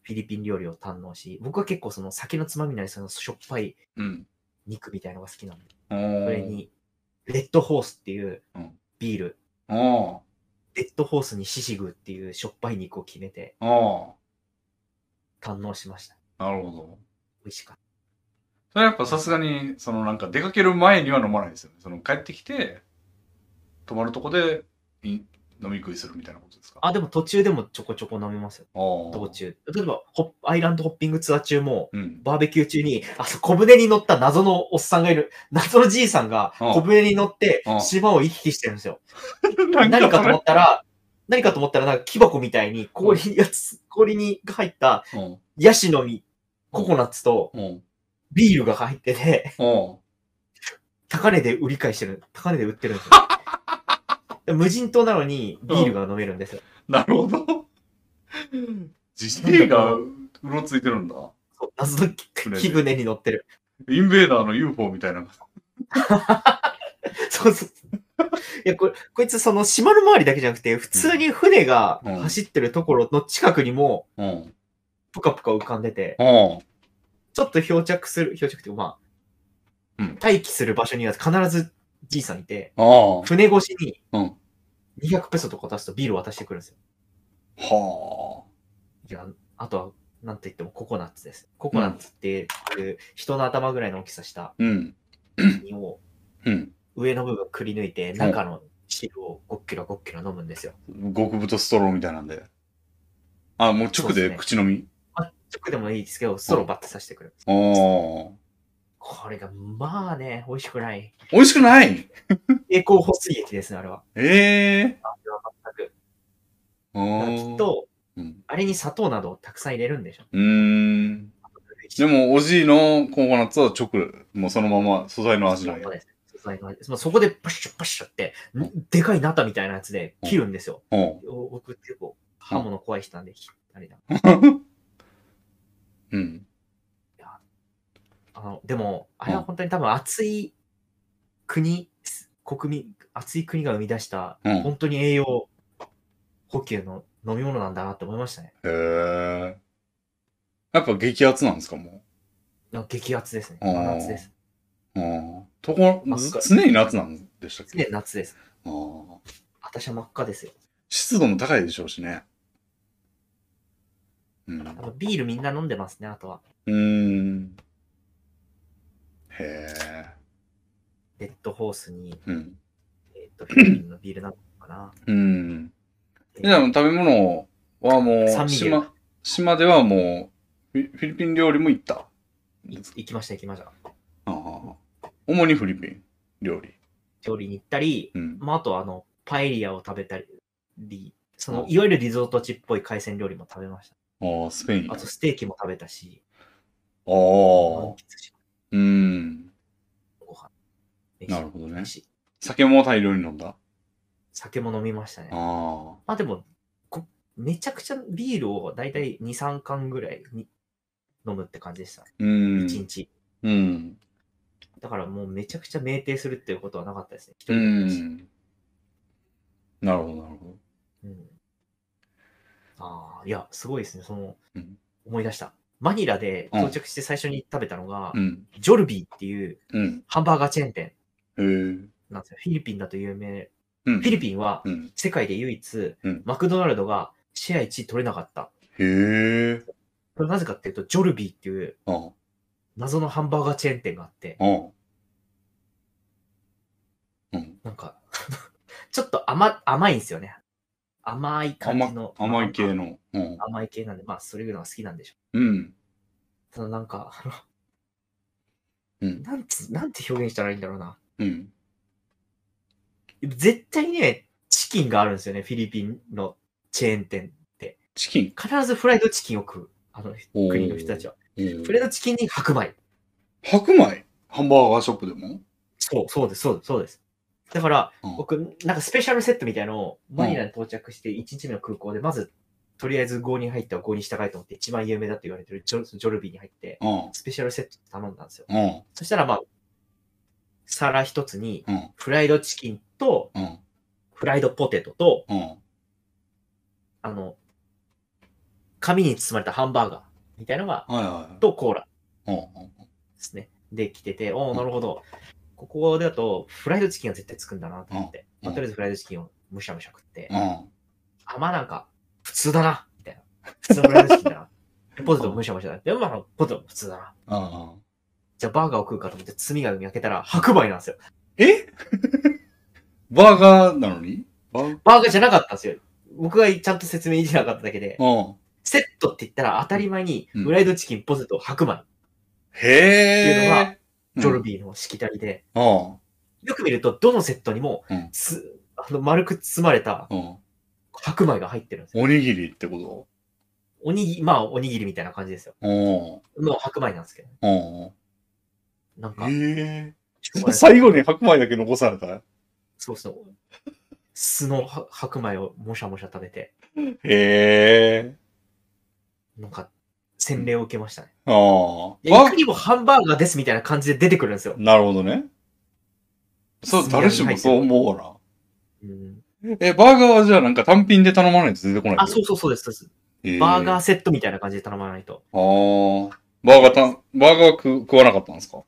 Speaker 2: フィリピン料理を堪能し、僕は結構その酒のつまみになりそうなしょっぱい
Speaker 1: うん。
Speaker 2: 肉みたいのが好きなんで、
Speaker 1: そ
Speaker 2: それ。に、レッドホースっていう
Speaker 1: うん
Speaker 2: ビール、
Speaker 1: あ
Speaker 2: レッドホースにシシグっていうしょっぱい肉を決めて
Speaker 1: あ。あ
Speaker 2: 堪能しました。
Speaker 1: あ。なるほど。
Speaker 2: 美味しかっ
Speaker 1: それはやっぱさすがに、そのなんか出かける前には飲まないですよね。その帰ってきて、泊まるとこでい飲み食いするみたいなことですか
Speaker 2: た。あ、でも途中でもちょこちょこ飲みますよ。
Speaker 1: あ
Speaker 2: 道。中。例えば、ホップアイランドホッピングツアー中も、
Speaker 1: うん。
Speaker 2: バーベキュー中に、あそう小舟に乗った謎のおっさんがいる、謎のじいさんが、
Speaker 1: うん
Speaker 2: 小舟に乗って
Speaker 1: う、ん
Speaker 2: 島を行き来してるんですよ。
Speaker 1: なん
Speaker 2: <laughs> 何
Speaker 1: か
Speaker 2: か
Speaker 1: そ
Speaker 2: と思
Speaker 1: れ
Speaker 2: ったら、何かと思ったら、なんか木箱みたいに氷にやつ、氷に入った
Speaker 1: うん。
Speaker 2: ヤシの実、ココナッツと
Speaker 1: うん。
Speaker 2: ビールが入ってて、
Speaker 1: うん。
Speaker 2: 高値で売り買いしてる、高値で売ってるんですよ。
Speaker 1: <laughs>
Speaker 2: で無人島なのにビールが飲めるんですよ。
Speaker 1: なるほど。自制がうろついてるんだ。
Speaker 2: そう謎の木
Speaker 1: 船で
Speaker 2: 木舟に乗ってる。
Speaker 1: インベーダーの UFO みたいな。
Speaker 2: <laughs> そうそうそう。いや、これ、こいつその島の周りだけじゃなくて、普通に船が
Speaker 1: うん
Speaker 2: 走ってるところの近くにも、
Speaker 1: うん。
Speaker 2: ぷかぷか浮かんでて、
Speaker 1: うん。
Speaker 2: ちょっと漂着する、漂着っていうかまあ、
Speaker 1: うん
Speaker 2: 待機する場所には必ずじいさんいて、
Speaker 1: ああ。
Speaker 2: 船越しに
Speaker 1: うん、
Speaker 2: 200ペソとか出すとビール渡してくるんですよ。
Speaker 1: は
Speaker 2: じゃあ、あとは、なんと言ってもココナッツです。ココナッツっていう人の頭ぐらいの大きさした
Speaker 1: あ。うん。
Speaker 2: 実を
Speaker 1: うん。
Speaker 2: 上の部分くり抜いて、中の汁を5キロ5キロ飲むんですよ。
Speaker 1: 極太ストローみたいなんで。あ、もう直で口飲み
Speaker 2: 直でもいいですけど、ストローバッてさしてくる。
Speaker 1: ああ。
Speaker 2: これが、まあね、美味しくない。
Speaker 1: 美味しくない
Speaker 2: 栄光補水液ですね、あれは。
Speaker 1: ええ
Speaker 2: あれは全く。
Speaker 1: ー。
Speaker 2: だか
Speaker 1: あ
Speaker 2: らき
Speaker 1: ー
Speaker 2: っ。と、
Speaker 1: うん。
Speaker 2: あれに砂糖などをたくさん入れるんでしょ。
Speaker 1: うーん。でも、おじいのココナッツは直、もうそのまま素材の味なんや。
Speaker 2: そう
Speaker 1: は
Speaker 2: です素材の味そのそこでパシュッパシュッって、でかいナタみたいなやつで切るんですよ。
Speaker 1: う
Speaker 2: お僕結構、刃物怖い人なんで、ひあれだ。
Speaker 1: <laughs> うん。
Speaker 2: あの、でも、あれは本当に多分熱い国、国民、熱い国が生み出した、
Speaker 1: うん
Speaker 2: 本当に栄養補給の飲み物なんだなって思いましたね。
Speaker 1: へえ。やっぱ激アツなんですか、も
Speaker 2: いや激アツですね。
Speaker 1: うん
Speaker 2: 真夏です。
Speaker 1: う。うん。とこ、
Speaker 2: あそうか
Speaker 1: 常に夏なんでしたっ
Speaker 2: 常に
Speaker 1: け
Speaker 2: 夏です。
Speaker 1: ああ。
Speaker 2: 私は真っ赤ですよ。
Speaker 1: 湿度も高いでしょうしね。うん。
Speaker 2: あ
Speaker 1: う
Speaker 2: のビールみんな飲んでますね、あとは。
Speaker 1: ーん。へえ。
Speaker 2: レッドホースに、
Speaker 1: うん。
Speaker 2: えっと、フィリピンのビールなのかな。
Speaker 1: うん。
Speaker 2: えー
Speaker 1: じゃあ、食べ物はも
Speaker 2: 酸
Speaker 1: う、
Speaker 2: 味料
Speaker 1: 島、島ではもう、フィフィリピン料理も行った。
Speaker 2: い行きました、行きました。
Speaker 1: ああ。主にフィリピン料理。
Speaker 2: 調理に行ったり、
Speaker 1: うん。
Speaker 2: まあ、あとはあの、パエリアを食べたり、その
Speaker 1: う、ん
Speaker 2: いわゆるリゾート地っぽい海鮮料理も食べまし
Speaker 1: ああ、スペイン。
Speaker 2: た。
Speaker 1: あ
Speaker 2: あと、ステーキも食べたし、
Speaker 1: あ
Speaker 2: 満。喫し
Speaker 1: うん。
Speaker 2: ご飯。
Speaker 1: なるほどね
Speaker 2: 飯
Speaker 1: 酒も大量に飲んだ。
Speaker 2: 酒も飲みましたね。
Speaker 1: あ
Speaker 2: まあでもこめちゃくちゃビールをだいたい2、3缶ぐらいに飲むって感じでした。
Speaker 1: あ。う
Speaker 2: 1
Speaker 1: ん。
Speaker 2: 日。
Speaker 1: うん。
Speaker 2: だからもうめちゃくちゃ酩酊するっていうことはなかったですね。一
Speaker 1: う
Speaker 2: 人だし
Speaker 1: ん。なるほど、なるほど。
Speaker 2: うんああ、いや、すごいですね。その、
Speaker 1: うん
Speaker 2: 思い出した。マニラで到着して最初に食べたのが、
Speaker 1: うん。
Speaker 2: ジョルビーっていう
Speaker 1: うん。
Speaker 2: ハンバーガーチェーン店
Speaker 1: へえ。
Speaker 2: なんですよ。フィリピンだと有名。
Speaker 1: うん。
Speaker 2: フィリピンは
Speaker 1: うん。
Speaker 2: 世界で唯一、
Speaker 1: うん
Speaker 2: マクドナルドがシェア1位取れなかった。
Speaker 1: へえ。
Speaker 2: これなぜかっていうと、ジョルビーっていう
Speaker 1: ああ。
Speaker 2: 謎のハンバーガーチェーン店があって、
Speaker 1: ああ。うん。
Speaker 2: なんか、 <laughs> ちょっと甘、甘いんですよね。甘い感じ
Speaker 1: 甘
Speaker 2: の。
Speaker 1: 甘い系
Speaker 2: ま
Speaker 1: の。うん
Speaker 2: あ。甘い系なんで、まあ、それぐらいは好きなんでしょ
Speaker 1: うん。
Speaker 2: う。ただなんか、あ
Speaker 1: う
Speaker 2: の
Speaker 1: ん。
Speaker 2: なんつ、なんて表現したらいいんだろうな。
Speaker 1: うん。
Speaker 2: 絶対ね、チキンがあるんですよね、フィリピンのチェーン店。
Speaker 1: チキン。
Speaker 2: 必ずフライドチキンを食う。あの、
Speaker 1: おー
Speaker 2: 国の人たちは。
Speaker 1: うん
Speaker 2: フライドチキンに白米。
Speaker 1: 白米ハンバーガーショップでも
Speaker 2: そう、そうです、そうです、そうです。だから、
Speaker 1: うん
Speaker 2: 僕、なんかスペシャルセットみたいのを、マニラに到着して、1日目の空港で、まず、とりあえず5に入ったら5に従いと思って、一番有名だと言われてるジョジョルビーに入って、
Speaker 1: うん。
Speaker 2: スペシャルセット頼んだんですよ。
Speaker 1: うん。
Speaker 2: そしたら、まあ、皿一つに、
Speaker 1: うん。
Speaker 2: フライドチキンと、
Speaker 1: うん。
Speaker 2: フライドポテトと、
Speaker 1: うん。
Speaker 2: あの、紙に包まれたハンバーガーみたいのが、
Speaker 1: はいは
Speaker 2: とコーラ
Speaker 1: い。うん。
Speaker 2: ですね。で、来てて、おおなるほど。ここだと、フライドチキンが絶対つくんだなと思って、
Speaker 1: うん
Speaker 2: まあ、とりあえずフライドチキンをむしゃむしゃ食って、
Speaker 1: うん。
Speaker 2: あ、まあなんか、普通だな、みたいな。普通のフライドチキ
Speaker 1: <laughs>
Speaker 2: ンだな。ポテトもむしゃむしゃだ。でもまあ、ポテトも普通だな。
Speaker 1: うん。
Speaker 2: じゃあバーガーを食うかと思って、罪が開けたら白米なんですよ。
Speaker 1: え <laughs> バーガーなのにバー
Speaker 2: バーガーじゃなかったんですよ。僕がちゃんと説明できなかっただけで、
Speaker 1: うん。
Speaker 2: セットって言ったら当たり前に、
Speaker 1: うん
Speaker 2: フライドチキン、ポテト、白米、
Speaker 1: へえ。
Speaker 2: ジョルビーのしきたりで、
Speaker 1: うん。
Speaker 2: よく見ると、どのセットにも
Speaker 1: うん
Speaker 2: つ、あの丸く包まれた
Speaker 1: うん。うん。
Speaker 2: 白米が入ってるんですよ。
Speaker 1: おにぎりってこ
Speaker 2: おにぎり、まあ、おにぎりみたいな感じですよ。
Speaker 1: とうん。
Speaker 2: の白米なんですけど、
Speaker 1: うん。
Speaker 2: なんか、
Speaker 1: へえ。
Speaker 2: しょうがない
Speaker 1: 最後に白米だけ残された
Speaker 2: そうそう。素のは白米をもしゃもしゃ食べて、
Speaker 1: へえ。
Speaker 2: なんか、洗礼を受けましたね。
Speaker 1: ああ。
Speaker 2: いやいかにもハンバーガーですみたいな感じで出てくるんですよ。
Speaker 1: なるほどね。そう、誰しもそう思うわ
Speaker 2: うん、
Speaker 1: な。え、バーガーはじゃあなんか単品で頼まないと出てこない
Speaker 2: あ、そうそうそうですそうです。
Speaker 1: う
Speaker 2: バー
Speaker 1: ー。
Speaker 2: ガーセットみたいな感じで頼まないと。
Speaker 1: ああ。バーガーたん、バーガー食食わなかったんですか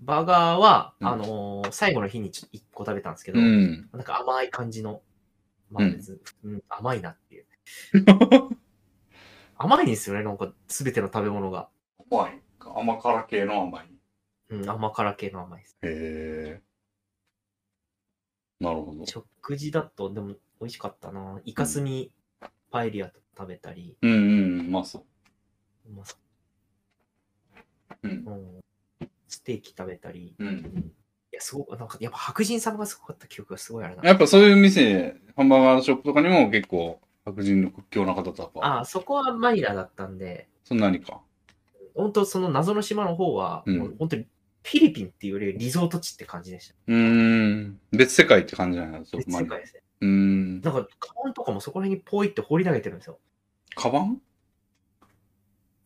Speaker 2: バーガーは、
Speaker 1: うん
Speaker 2: あのー最後の日にちょっと1個食べたんですけど、
Speaker 1: うん。
Speaker 2: なんか甘い感じの、まあ
Speaker 1: うん <laughs>
Speaker 2: 別に、うん甘いなっていう。甘いんですよね、なんか、すべての食べ物が。
Speaker 1: 甘い。甘辛系の甘い。
Speaker 2: うん、甘辛系の甘いです。
Speaker 1: へえ。なるほど。
Speaker 2: 食事だと、でも、美味しかったな。イカスミパエリアとか食べたり、
Speaker 1: うんうん、うまそう。
Speaker 2: まそう
Speaker 1: う。
Speaker 2: うんうんステーキ食べたり、
Speaker 1: うん。
Speaker 2: いや、すごく、なんか、やっぱ白人様がすごかった記憶がすごいあるな。
Speaker 1: やっぱそういう店、ハンバーガーショップとかにも結構白人の屈強な方とか、
Speaker 2: ああ、そこはマニラだったんで、
Speaker 1: そんなにか。
Speaker 2: 本当その謎の島の方は、
Speaker 1: うん
Speaker 2: もう本当にフィリピンっていうよりリゾート地って感じでした。
Speaker 1: うーん。別世界って感じじゃない
Speaker 2: 別世界ですね。
Speaker 1: うーん。
Speaker 2: なんか、カバンとかもそこら辺にポイって放り投げてるんですよ。
Speaker 1: カバン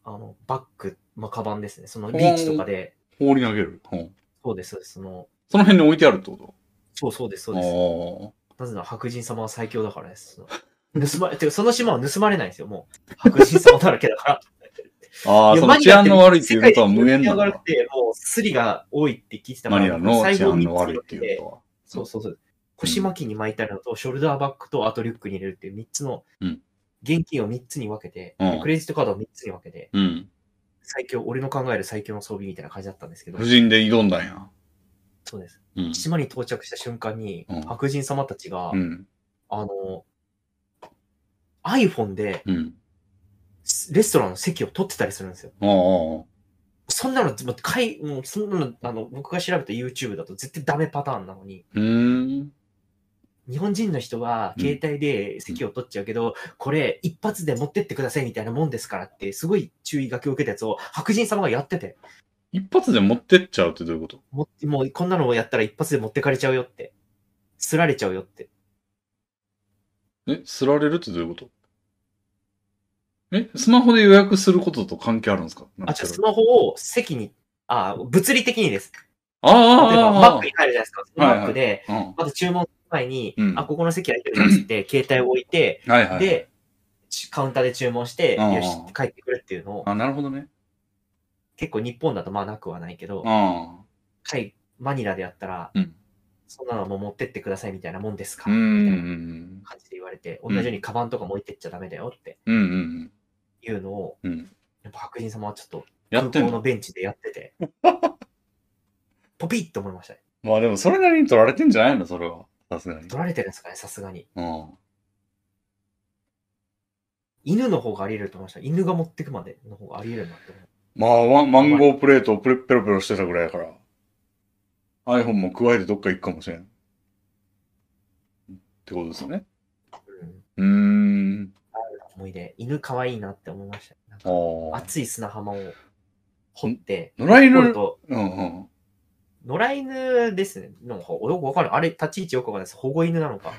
Speaker 2: あの、バッグ、まあ、カバンですね。そのビーチとかで、
Speaker 1: 放り投げる。うん
Speaker 2: そうです、そうです。その、
Speaker 1: その辺に置いてあるってこと
Speaker 2: そうそうです、そうです。
Speaker 1: そ
Speaker 2: なぜなら白人様は最強だからです。その盗まれ、て <laughs> かその島は盗まれないんですよ、もう。白人様だらけだから。
Speaker 1: あ <laughs> あ。ああ、
Speaker 2: いや
Speaker 1: そ
Speaker 2: マ
Speaker 1: の
Speaker 2: ニ
Speaker 1: 治
Speaker 2: ラっ
Speaker 1: 安
Speaker 2: て
Speaker 1: の悪いっていうことは無縁な
Speaker 2: 世界
Speaker 1: ん
Speaker 2: が悪
Speaker 1: だ
Speaker 2: く。て、もうスリが多いって聞いてたか
Speaker 1: マ
Speaker 2: ら
Speaker 1: ニラの
Speaker 2: 財
Speaker 1: 治
Speaker 2: 布を
Speaker 1: 安
Speaker 2: 三つ
Speaker 1: の悪いっていうこ
Speaker 2: そうそうそう。腰巻きに巻いてあるのと、ショルダーバッグと、あとリュックに入れるっていう3つの
Speaker 1: うん、
Speaker 2: 現金を3つに分けて、
Speaker 1: うん
Speaker 2: クレジットカードを3つに分けて、
Speaker 1: とは。うん。
Speaker 2: 最強、俺の考える最強の装備みたいな感じだったんですけど
Speaker 1: 夫、人で挑んだんや。
Speaker 2: そうです。
Speaker 1: うん。
Speaker 2: 島に到着した瞬間に
Speaker 1: うん、
Speaker 2: 白人様たちが
Speaker 1: う、ん。
Speaker 2: あの、iPhone で
Speaker 1: うん。
Speaker 2: レストランの席を取ってたりするんですよ。
Speaker 1: ああ。
Speaker 2: そんなの、もうかいもうそんなの、あの、僕が調べた YouTube だと絶対ダメパターンなのに、
Speaker 1: うーん。
Speaker 2: 日本人の人は
Speaker 1: うん
Speaker 2: 携帯で席を取っちゃうけど、これ一発で持ってってくださいみたいなもんですからって、すごい注意書きを受けたやつを白人様がやってて、
Speaker 1: 一発で持ってっちゃうってどういうこと
Speaker 2: ももうこんなのをやったら一発で持ってかれちゃうよって、すられちゃうよって。
Speaker 1: え、すられるってどういうことえ、スマホで予約することと関係あるんですか
Speaker 2: あ、じゃあスマホを席に、あ、物理的にです。
Speaker 1: あ
Speaker 2: 例え
Speaker 1: あ、
Speaker 2: ば、マッ
Speaker 1: あ
Speaker 2: クに入るじゃないですか。
Speaker 1: はいはい
Speaker 2: マックで、
Speaker 1: あ、うん。
Speaker 2: まず注文する前に、
Speaker 1: うん
Speaker 2: あ、ここの席空いてるやつ
Speaker 1: <clears throat>
Speaker 2: って、携帯を置いて、
Speaker 1: はいはい。、
Speaker 2: で、カウンターで注文して、
Speaker 1: うん
Speaker 2: よし、帰ってくるっていうのを、
Speaker 1: あ、なるほどね。
Speaker 2: 結構日本だとまあなくはないけど、
Speaker 1: あ
Speaker 2: 海マニラでやったら、
Speaker 1: うん
Speaker 2: そんなのもう持ってってくださいみたいなもんです
Speaker 1: あ。う
Speaker 2: か
Speaker 1: ん
Speaker 2: ら、
Speaker 1: う
Speaker 2: みたいなん感じで言われて、
Speaker 1: ん
Speaker 2: 同じようにカバンとかも置いてっちゃダメだよって
Speaker 1: うん。うんうんうん。
Speaker 2: いうのを、
Speaker 1: うん
Speaker 2: やっぱ白人様はちょっと
Speaker 1: やって
Speaker 2: 空
Speaker 1: ん
Speaker 2: 港の
Speaker 1: の
Speaker 2: ベンチでやって
Speaker 1: <laughs>
Speaker 2: て、ポピッと思いましたね。
Speaker 1: まあでもそれなりに取られてんじゃないのそれは。さすがに。
Speaker 2: 取られてるんですかね、さすがに。
Speaker 1: うん。
Speaker 2: 犬の方があり得ると思いました。犬が持ってくまでの方があり得るなって思う。
Speaker 1: まあ、ワンマンゴープレートをプレペロペロしてたぐらいやから。iPhone も加えてどっか行くかもしれん。ってことですよね。うー
Speaker 2: うん
Speaker 1: ん。
Speaker 2: 思い出。犬可愛いなって思いました。なん
Speaker 1: あ
Speaker 2: か
Speaker 1: あ。
Speaker 2: 熱い砂浜を掘って、
Speaker 1: 野良
Speaker 2: 掘る
Speaker 1: 犬、
Speaker 2: と、
Speaker 1: うんうん。
Speaker 2: 野良犬ですね。なんかよくわかる。あれ、立ち位置よくわかんないです。保護犬なのか。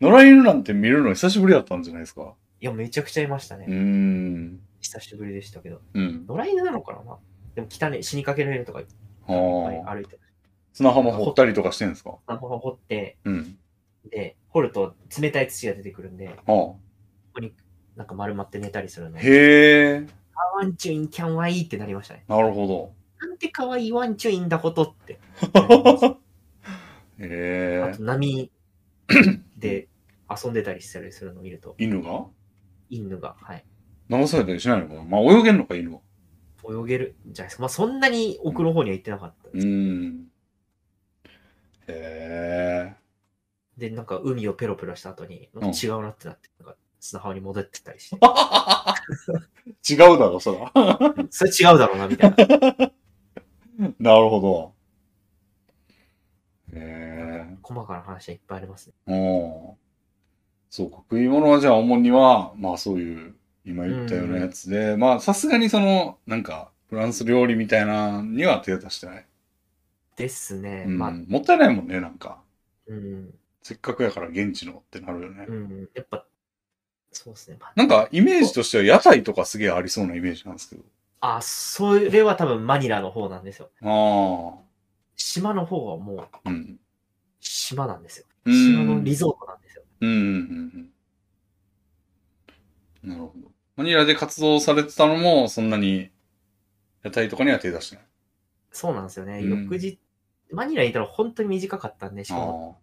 Speaker 1: 野良犬なんて見るの久しぶりだったんじゃないですか。
Speaker 2: いや、めちゃくちゃいましたね。
Speaker 1: うーん。
Speaker 2: 久しぶりでしたけど。
Speaker 1: うん。
Speaker 2: 野良犬なのかな、まあ、でも汚い、死にかけられるとかいっ
Speaker 1: あ
Speaker 2: ぱい
Speaker 1: ー
Speaker 2: 歩いてる。
Speaker 1: 砂浜掘ったりとかしてんですか
Speaker 2: あの掘って、
Speaker 1: うん。
Speaker 2: で、掘ると冷たい土が出てくるんで、
Speaker 1: ああ。
Speaker 2: なんか丸まって寝たりするの。
Speaker 1: へえ。
Speaker 2: あワンチュインキャンワイーってなりましたね。
Speaker 1: なるほ
Speaker 2: なんて可愛いワンチュインだことって。
Speaker 1: ど。へ
Speaker 2: あ
Speaker 1: え
Speaker 2: と。
Speaker 1: <laughs>
Speaker 2: 波で遊んでたりしたりするのを見ると、
Speaker 1: 犬が
Speaker 2: 犬が、はい、
Speaker 1: 流されたりしないのかなまあ泳げんのか、犬は。
Speaker 2: 泳げるんじゃないですか。まあそんなに奥の方には行ってなかった。
Speaker 1: うん。へえ。
Speaker 2: で、なんか海をペロペロした後に、
Speaker 1: ん
Speaker 2: 違うなってなって、なんか砂浜に戻ってった
Speaker 1: <laughs>
Speaker 2: りして、
Speaker 1: 違うだろ、そら。 <laughs>
Speaker 2: それ違うだろうな、みたいな。
Speaker 1: なるほど。へ
Speaker 2: 細かな話はいっぱいありますね。
Speaker 1: え。うん。そうか、食い物はじゃあ、主には、まあそういう、今言ったようなやつで、まあさすがにその、なんか、フランス料理みたいなのには手出してない。
Speaker 2: ですね。
Speaker 1: うん、
Speaker 2: まあ、
Speaker 1: もったいないもんね、なんか。
Speaker 2: うん、
Speaker 1: せっかくやから現地のってなるよね。
Speaker 2: うん、やっぱ、そうですね。まあ、
Speaker 1: なんか、イメージとしては屋台とかすげえありそうなイメージなんですけど。
Speaker 2: あ、それは多分マニラの方なんですよ。
Speaker 1: あ
Speaker 2: 島の方はもう
Speaker 1: あ。うん。
Speaker 2: 島なんですよ。
Speaker 1: うん
Speaker 2: 島のリゾートなんですよ。
Speaker 1: うんうんうんうん。なるほど。マニラで活動されてたのも、そんなに屋台とかには手出してない。
Speaker 2: そうなんですよね。
Speaker 1: うん
Speaker 2: 翌日、マニラにいたら本当に短かったんで、し
Speaker 1: あ
Speaker 2: かも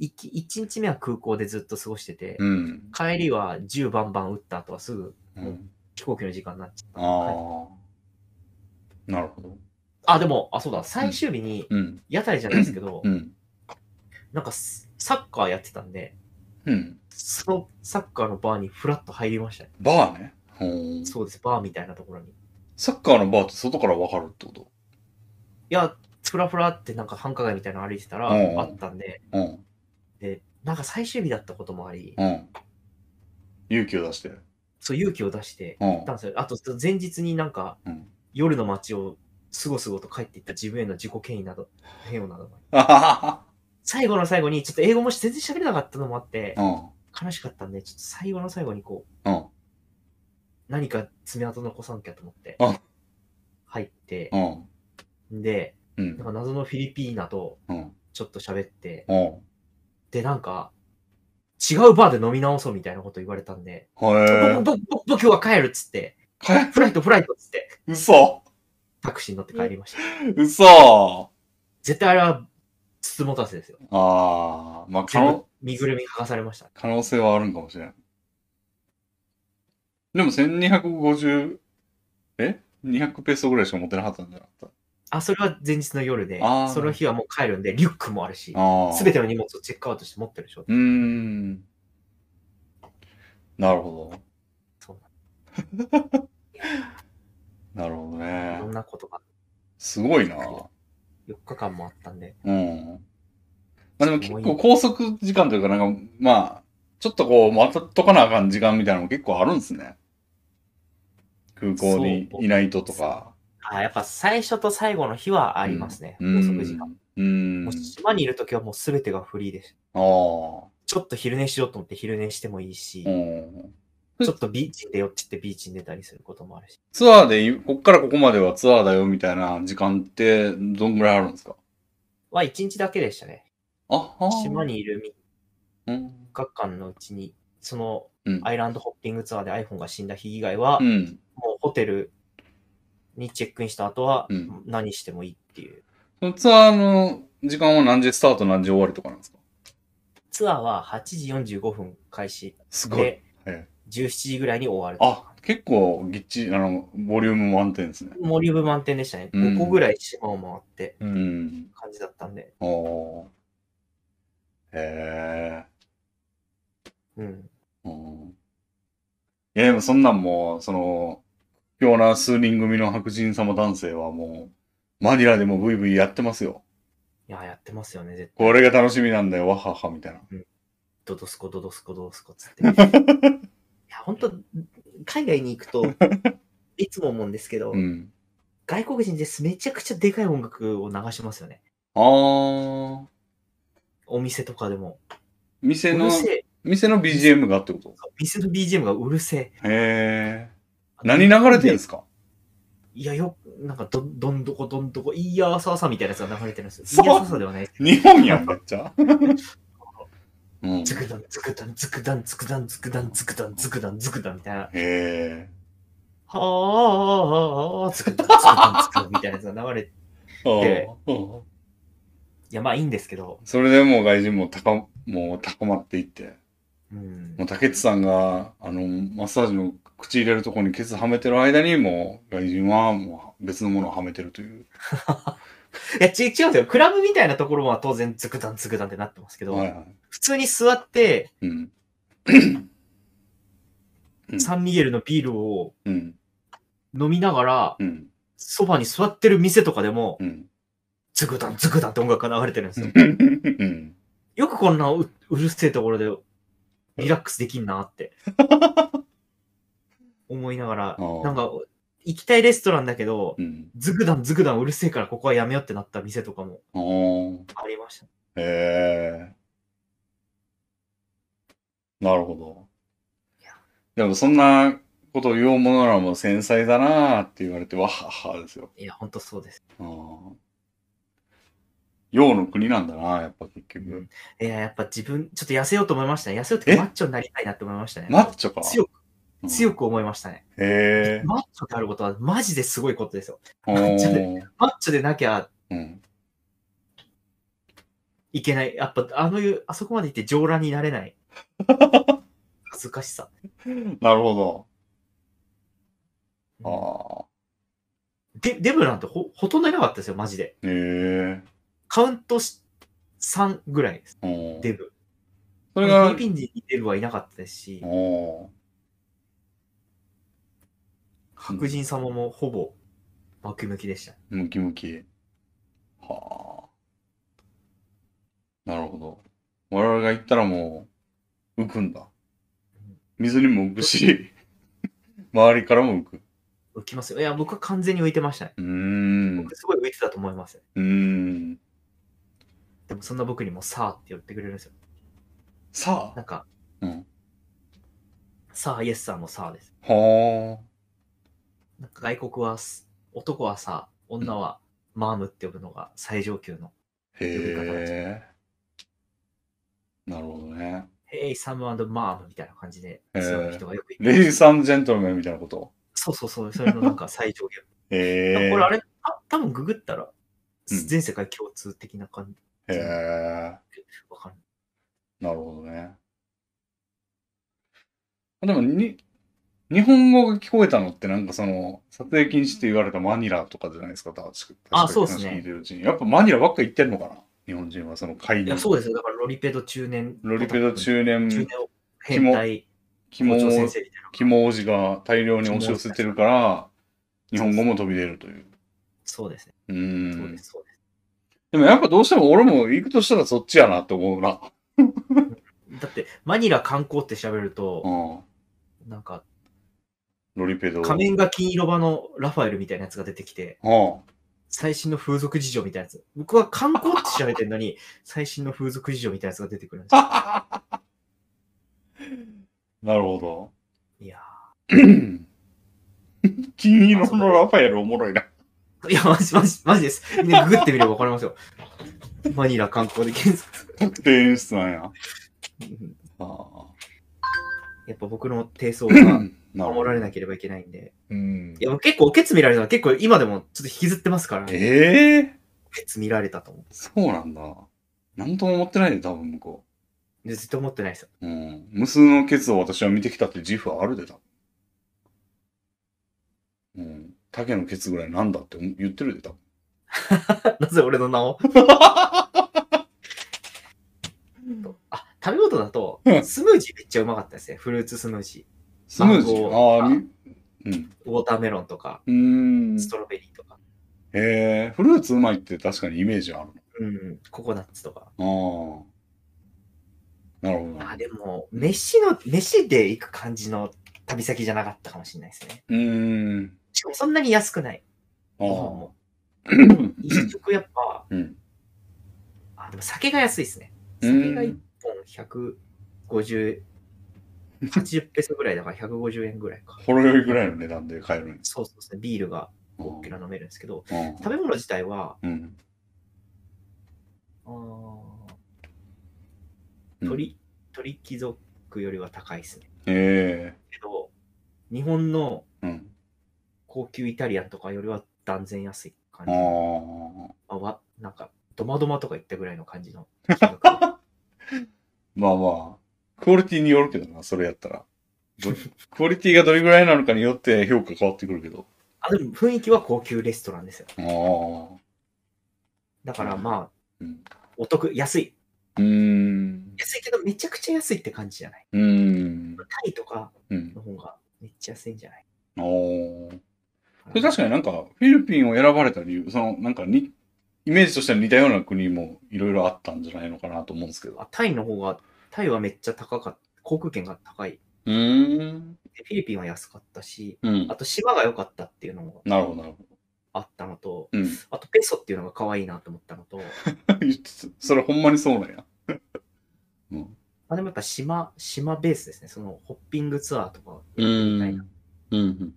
Speaker 2: 1, 一日目は空港でずっと過ごしてて、
Speaker 1: うん。
Speaker 2: 帰りは10バンバン撃った後はすぐ
Speaker 1: うん、
Speaker 2: 飛行機の時間になっちゃ
Speaker 1: あ
Speaker 2: う。はい
Speaker 1: あ。なるほど。
Speaker 2: あ、でも、あ、そうだ、最終日に、
Speaker 1: うん。
Speaker 2: 屋台じゃないですけど、
Speaker 1: うん。
Speaker 2: なんかスサッカーやってたんで、
Speaker 1: うん。
Speaker 2: そのサッカーのバーにフラッと入りましたね。
Speaker 1: バーね。うん。
Speaker 2: そうです、バーみたいなところに。い
Speaker 1: サッカーのバーって外からわかるってこと
Speaker 2: や、フラフラってなんか繁華街みたいなの歩いてたら、
Speaker 1: うん
Speaker 2: あったんで、
Speaker 1: うん。
Speaker 2: で、なんか最終日だったこともあり、
Speaker 1: うん。勇気を出して。
Speaker 2: そう勇気を出して
Speaker 1: うん。 <laughs>
Speaker 2: 行ったんですよ。あと、前日になんか、
Speaker 1: うん
Speaker 2: 夜の街をすごすごと帰っていった自分への自己嫌悪など、嫌悪なども
Speaker 1: あはは
Speaker 2: 最後の最後に、ちょっと英語も全然喋れなかったのもあって、
Speaker 1: は。
Speaker 2: 悲しかったんで、ちょっと最後の最後にこう、
Speaker 1: うん
Speaker 2: 何か爪痕残さなきゃと思って
Speaker 1: うん、
Speaker 2: 入って
Speaker 1: う、ん。うん。
Speaker 2: で、
Speaker 1: うん
Speaker 2: なん。か謎のフィリピーナと
Speaker 1: うん。
Speaker 2: ちょっと喋って、
Speaker 1: うん。
Speaker 2: で、なんか、違うバーで飲み直そうみたいなこと言われたんで、
Speaker 1: へえ。
Speaker 2: ぼぼぼ僕は帰るっつって、
Speaker 1: え
Speaker 2: フライトフライトっつって、
Speaker 1: 嘘
Speaker 2: タクシーに乗って帰りました。
Speaker 1: 嘘
Speaker 2: 絶対あれは、筒持たせですよ。
Speaker 1: ああ。まあ、可
Speaker 2: 全
Speaker 1: 能
Speaker 2: 部、身ぐるみ剥がされました。
Speaker 1: 可能性はあるんかもしれん。でも1250、え ?200 ペソぐらいしか持ってなかったんじゃなかった
Speaker 2: あ、それは前日の夜で
Speaker 1: あー、
Speaker 2: その日はもう帰るんで、リュックもあるし、
Speaker 1: ああ。
Speaker 2: すべての荷物をチェックアウトして持ってるでしょ。
Speaker 1: うーん。なるほど。
Speaker 2: そう
Speaker 1: <laughs> なるほど
Speaker 2: い
Speaker 1: ね
Speaker 2: ろん。なことが
Speaker 1: すごいな。
Speaker 2: 4日間もあったんで、
Speaker 1: うん。まあでも結構拘束時間というか、なんか、まあ、ちょっとこう、またとかなあかん時間みたいなのも結構あるんですね。空港にいないととか。
Speaker 2: あやっぱ最初と最後の日はありますね、
Speaker 1: うん
Speaker 2: 拘束時間。。
Speaker 1: うん
Speaker 2: もう。島にいるときはもう全てがフリーでし
Speaker 1: ああ。
Speaker 2: た。ちょっと昼寝しようと思って昼寝してもいいし、
Speaker 1: うん。
Speaker 2: ちょっとビーチに出ようって言ってビーチに出たりすることもあるし、
Speaker 1: ツアーでいう、こっからここまではツアーだよみたいな時間って、どんぐらいあるんですか
Speaker 2: は1日だけでしたね。
Speaker 1: あはー
Speaker 2: 島にいる
Speaker 1: うん。
Speaker 2: 3日間のうちに、その
Speaker 1: うん
Speaker 2: アイランドホッピングツアーで iPhone が死んだ日以外は、
Speaker 1: うん。
Speaker 2: もうホテルにチェックインした後は
Speaker 1: うん
Speaker 2: 何してもいいっていう。
Speaker 1: そのツアーの時間は何時スタート何時終わりとかなんですか
Speaker 2: ツアーは8時45分開始
Speaker 1: すごい。
Speaker 2: で
Speaker 1: え
Speaker 2: 17時ぐらいに終わる。
Speaker 1: あ、結構ぎっちり、あの、ボリューム満点ですね。
Speaker 2: ボリューム満点でしたね。
Speaker 1: うん
Speaker 2: 5個ぐらい島を回って
Speaker 1: うん。
Speaker 2: 感じだったんで。
Speaker 1: おー。へ
Speaker 2: うん。
Speaker 1: ー。うん。いや、でもそんなんもう、その、卑怯な数人組の白人様男性はもう、マニラでもブイブイやってますよ。
Speaker 2: いや、やってますよね、絶対。
Speaker 1: これが楽しみなんだよ、わはは、みたいな。
Speaker 2: ドドスコ、ドドスコ、ドドスコっつって。いや、本当海外に行くと、いつも思うんですけど、
Speaker 1: うん。
Speaker 2: 外国人ですめちゃくちゃでかい音楽を流しますよね。
Speaker 1: あー。
Speaker 2: お店とかでも。う
Speaker 1: 店の
Speaker 2: る、せえ。
Speaker 1: 店の BGM がってこと
Speaker 2: 店の BGM がうるせえ。
Speaker 1: へえ。何流れてるんですか
Speaker 2: いや、よく、なんかど、どんどこどんどこ、いいやーさあさあみたいなやつが流れてるんですよ。
Speaker 1: そう
Speaker 2: いいやーさあさあではない。
Speaker 1: 日本やん、めっちゃ。うん、へ
Speaker 2: ズクダン、ズクダン、ズクダン、ズクダン、ズクダン、ズクダン、ズクダン、ズクダンみたいな。
Speaker 1: え。
Speaker 2: はあ、はあ、つくつくつくみたいなやつが流れて、で
Speaker 1: ああ
Speaker 2: いや、まあいいんですけど、
Speaker 1: それでもう外人も高、もう高まっていって、
Speaker 2: うん
Speaker 1: もう、竹内さんが、あの、マッサージの口入れるとこにケツはめてる間に、もう外人はもう別のものをはめてるという。
Speaker 2: いや、ち違うんですよ。クラブみたいなところは当然、つくだんつくだんってなってますけど、
Speaker 1: はいはい。
Speaker 2: 普通に座って、
Speaker 1: うん。うん
Speaker 2: サンミゲルのビールを
Speaker 1: うん。
Speaker 2: 飲みながら、
Speaker 1: うん。
Speaker 2: そばに座ってる店とかでも、
Speaker 1: うん。
Speaker 2: つくだんつくだんって音楽が流れてるんですよ。
Speaker 1: うん。
Speaker 2: よくこんなううるせえところでリラックスできん
Speaker 1: <laughs>
Speaker 2: なって。思いながら、
Speaker 1: あー
Speaker 2: なんか、行きたいレストランだけど、
Speaker 1: うん。
Speaker 2: ズグダンズグダンうるせえからここはやめようってなった店とかも
Speaker 1: ああ。
Speaker 2: ありました。
Speaker 1: へえ。なるほど
Speaker 2: いや。
Speaker 1: でもそんなことを言おうものならもう繊細だなーって言われて、わははですよ。
Speaker 2: いや、ほんとそうです。
Speaker 1: うん洋の国なんだな、やっぱ結
Speaker 2: う
Speaker 1: 局
Speaker 2: ん。いや、やっぱ自分、ちょっと痩せようと思いましたね。痩せようっていうかマッチョになりたいなって思いましたね。
Speaker 1: マッチョか。
Speaker 2: 強く、
Speaker 1: うん
Speaker 2: 強く思いましたね。 <laughs>
Speaker 1: へえ。
Speaker 2: マッチョであることはマジですごいことですよ。
Speaker 1: マ
Speaker 2: ッチョでマッチョでなきゃ
Speaker 1: うん。
Speaker 2: いけない。やっぱ、あのいう、あそこまで行って上裸になれない。恥ずかしさ。
Speaker 1: なるほ
Speaker 2: うん
Speaker 1: ど。
Speaker 2: で、デブなんてほ、ほとんどいなかったですよ、マジで。
Speaker 1: ああ。へ
Speaker 2: カウントし3ぐらいです、
Speaker 1: え。うん
Speaker 2: デブ。
Speaker 1: そ
Speaker 2: フ
Speaker 1: れが
Speaker 2: ィリ、ピン人にデブはいなかったですし、
Speaker 1: お
Speaker 2: 白人様もほぼ、ムキムキでした。
Speaker 1: ムキムキ。はあ。なるほど。我々が行ったらもう、浮くんだ。水にも浮くし、周りからも浮く。
Speaker 2: 浮きますよ。いや、僕は完全に浮いてましたね。
Speaker 1: うーん。う
Speaker 2: すごい浮いてたと思います。
Speaker 1: ーん。
Speaker 2: でもそんな僕にもさあって言ってくれるんですよ。
Speaker 1: さ
Speaker 2: なんか、
Speaker 1: うん
Speaker 2: さあ、イエスさんもさあです。
Speaker 1: あ。は
Speaker 2: なんか外国はす男はさあ、女はマームって呼ぶのが最上級の、
Speaker 1: あ。へえ。なるほどね。
Speaker 2: ヘイ、サムマームみたいな感じで、
Speaker 1: へー
Speaker 2: 強い人がよく言
Speaker 1: レ
Speaker 2: っ
Speaker 1: ディ
Speaker 2: て
Speaker 1: ーさんジェントルメンみたいなこと。
Speaker 2: そうそうそう、それのなんか最上級。
Speaker 1: <laughs> へえ。
Speaker 2: これあれ、た多分ググったら、
Speaker 1: うん
Speaker 2: 全世界共通的な感じ。
Speaker 1: へえ。
Speaker 2: わかる。
Speaker 1: なるほどね。でもに、日本語が聞こえたのってなんかその、撮影禁止って言われたマニラとかじゃないですか、確か
Speaker 2: あ
Speaker 1: 確か
Speaker 2: そうっすね
Speaker 1: 話聞いてるうちに。やっぱマニラばっか行ってんのかな日本人はその会
Speaker 2: い
Speaker 1: に
Speaker 2: や、。そうですよ。だからロリペド中年。
Speaker 1: ロリペド中年、
Speaker 2: 中年を変態校
Speaker 1: 肝
Speaker 2: 長
Speaker 1: を
Speaker 2: 先生みたいな。
Speaker 1: 肝おじが大量に押し寄せてるから、日本語も飛び出るという。
Speaker 2: そうですね。
Speaker 1: う
Speaker 2: そうで
Speaker 1: ん。
Speaker 2: す、そうです。
Speaker 1: でもやっぱどうしても俺も行くとしたらそっちやなって思うな。
Speaker 2: だって、マニラ観光って調べると、
Speaker 1: うん。
Speaker 2: なんか、
Speaker 1: ロリペド。
Speaker 2: 仮面が金色場のラファエルみたいなやつが出てきて、
Speaker 1: うん。
Speaker 2: 最新の風俗事情みたいなやつ。僕は観光って調べてるのに、最新の風俗事情みたいなやつが出てくるんですよ。
Speaker 1: なるほど。
Speaker 2: いや
Speaker 1: <laughs> 金色のラファエルおもろいな。
Speaker 2: ーいや、マジ、マジ、マジです。みんなググってみればわかりますよ。マニラ観光で検索。
Speaker 1: 確定演出
Speaker 2: <laughs>
Speaker 1: なんや。
Speaker 2: うん
Speaker 1: ああ。
Speaker 2: やっぱ僕の低層が
Speaker 1: な
Speaker 2: 守られ
Speaker 1: い。
Speaker 2: なければいけないんで。
Speaker 1: うん
Speaker 2: い、や、もう結構、ケツ見られたの結構今でもちょっと引きずってますから、ね、
Speaker 1: ええ
Speaker 2: ケツ見られたと思
Speaker 1: そうなんだ。なんとも思ってないで、多分向こ
Speaker 2: う。でずっと思ってないですよ。
Speaker 1: う。うん。無数のケツを私は見てきたって自負はあるでだ。うん。竹のケツぐらいなんだって言ってるで、多分。
Speaker 2: なぜ俺の名をあ、食べ物だと
Speaker 1: う、ん
Speaker 2: スムージーめっちゃうまかったですね。フルーツスムージ
Speaker 1: スムージ
Speaker 2: マ
Speaker 1: ー。
Speaker 2: ンゴー
Speaker 1: ああ、みうん。
Speaker 2: ー、ウォーターメロンとか、
Speaker 1: うーん。
Speaker 2: ストロベリーとか、
Speaker 1: ええフルーツうまいって確かにイメージある
Speaker 2: うん、ココナッツとか。
Speaker 1: の。ああ。なるほど。
Speaker 2: あ、でも、飯の、飯で行く感じの旅先じゃなかったかもしれないですね。
Speaker 1: うーん。
Speaker 2: しかもそんなに安くない。
Speaker 1: あ
Speaker 2: ご飯
Speaker 1: あ。 <coughs>
Speaker 2: も。一食やっぱ、
Speaker 1: うん。
Speaker 2: あ、でも酒が安いですね。
Speaker 1: う
Speaker 2: 酒が
Speaker 1: ー
Speaker 2: 1
Speaker 1: ん
Speaker 2: 本150、80ペソぐらいだから150円ぐらいか。
Speaker 1: ほろ酔いぐらいの値段で買えるんです。
Speaker 2: そうそうですね。ビールが
Speaker 1: うん
Speaker 2: 大きな飲めるんですけど、
Speaker 1: うん
Speaker 2: 食べ物自体は、
Speaker 1: うん。
Speaker 2: あー
Speaker 1: うん
Speaker 2: 鳥、鳥貴族よりは高いですね。
Speaker 1: え
Speaker 2: けど、日本の
Speaker 1: えうん。
Speaker 2: 高級イタリアンとかよりは断然安い感じ。
Speaker 1: ああ。
Speaker 2: あわなんか、ドマドマとか言ったぐらいの感じの金
Speaker 1: <laughs>
Speaker 2: 額。
Speaker 1: まあまあ。クオリティによるけどな、それやったら。 <laughs> どクオリティがどれぐらいなのかによって評価変わってくるけど。
Speaker 2: あ、でも雰囲気は高級レストランですよ。
Speaker 1: ああ。
Speaker 2: だからま
Speaker 1: うん。
Speaker 2: あ、お得、安い。
Speaker 1: うーん。
Speaker 2: 安いけど、めちゃくちゃ安いって感じじゃない。
Speaker 1: うーん。
Speaker 2: タイとか
Speaker 1: うん。
Speaker 2: の方がめっちゃ安いんじゃない
Speaker 1: ああ。それ確かになんか、フィリピンを選ばれた理由、その、なんかに、イメージとしては似たような国もいろいろあったんじゃないのかなと思うんですけど。
Speaker 2: あタイの方が、タイはめっちゃ高かった。航空券が高い。
Speaker 1: うーん。
Speaker 2: でフィリピンは安かったし、
Speaker 1: うん
Speaker 2: あ。と島が良かったっていうのも
Speaker 1: なるほど、なるほ
Speaker 2: あったのと、
Speaker 1: <laughs> ど。うん。
Speaker 2: あとペソっていうのが可愛いなと思ったのと、
Speaker 1: 言ってたそれほんまにそうなんや。うん。
Speaker 2: あでもやっぱ島、島ベースですね。そのホッピングツアーとか、
Speaker 1: う
Speaker 2: みたい
Speaker 1: ん
Speaker 2: な。
Speaker 1: うん。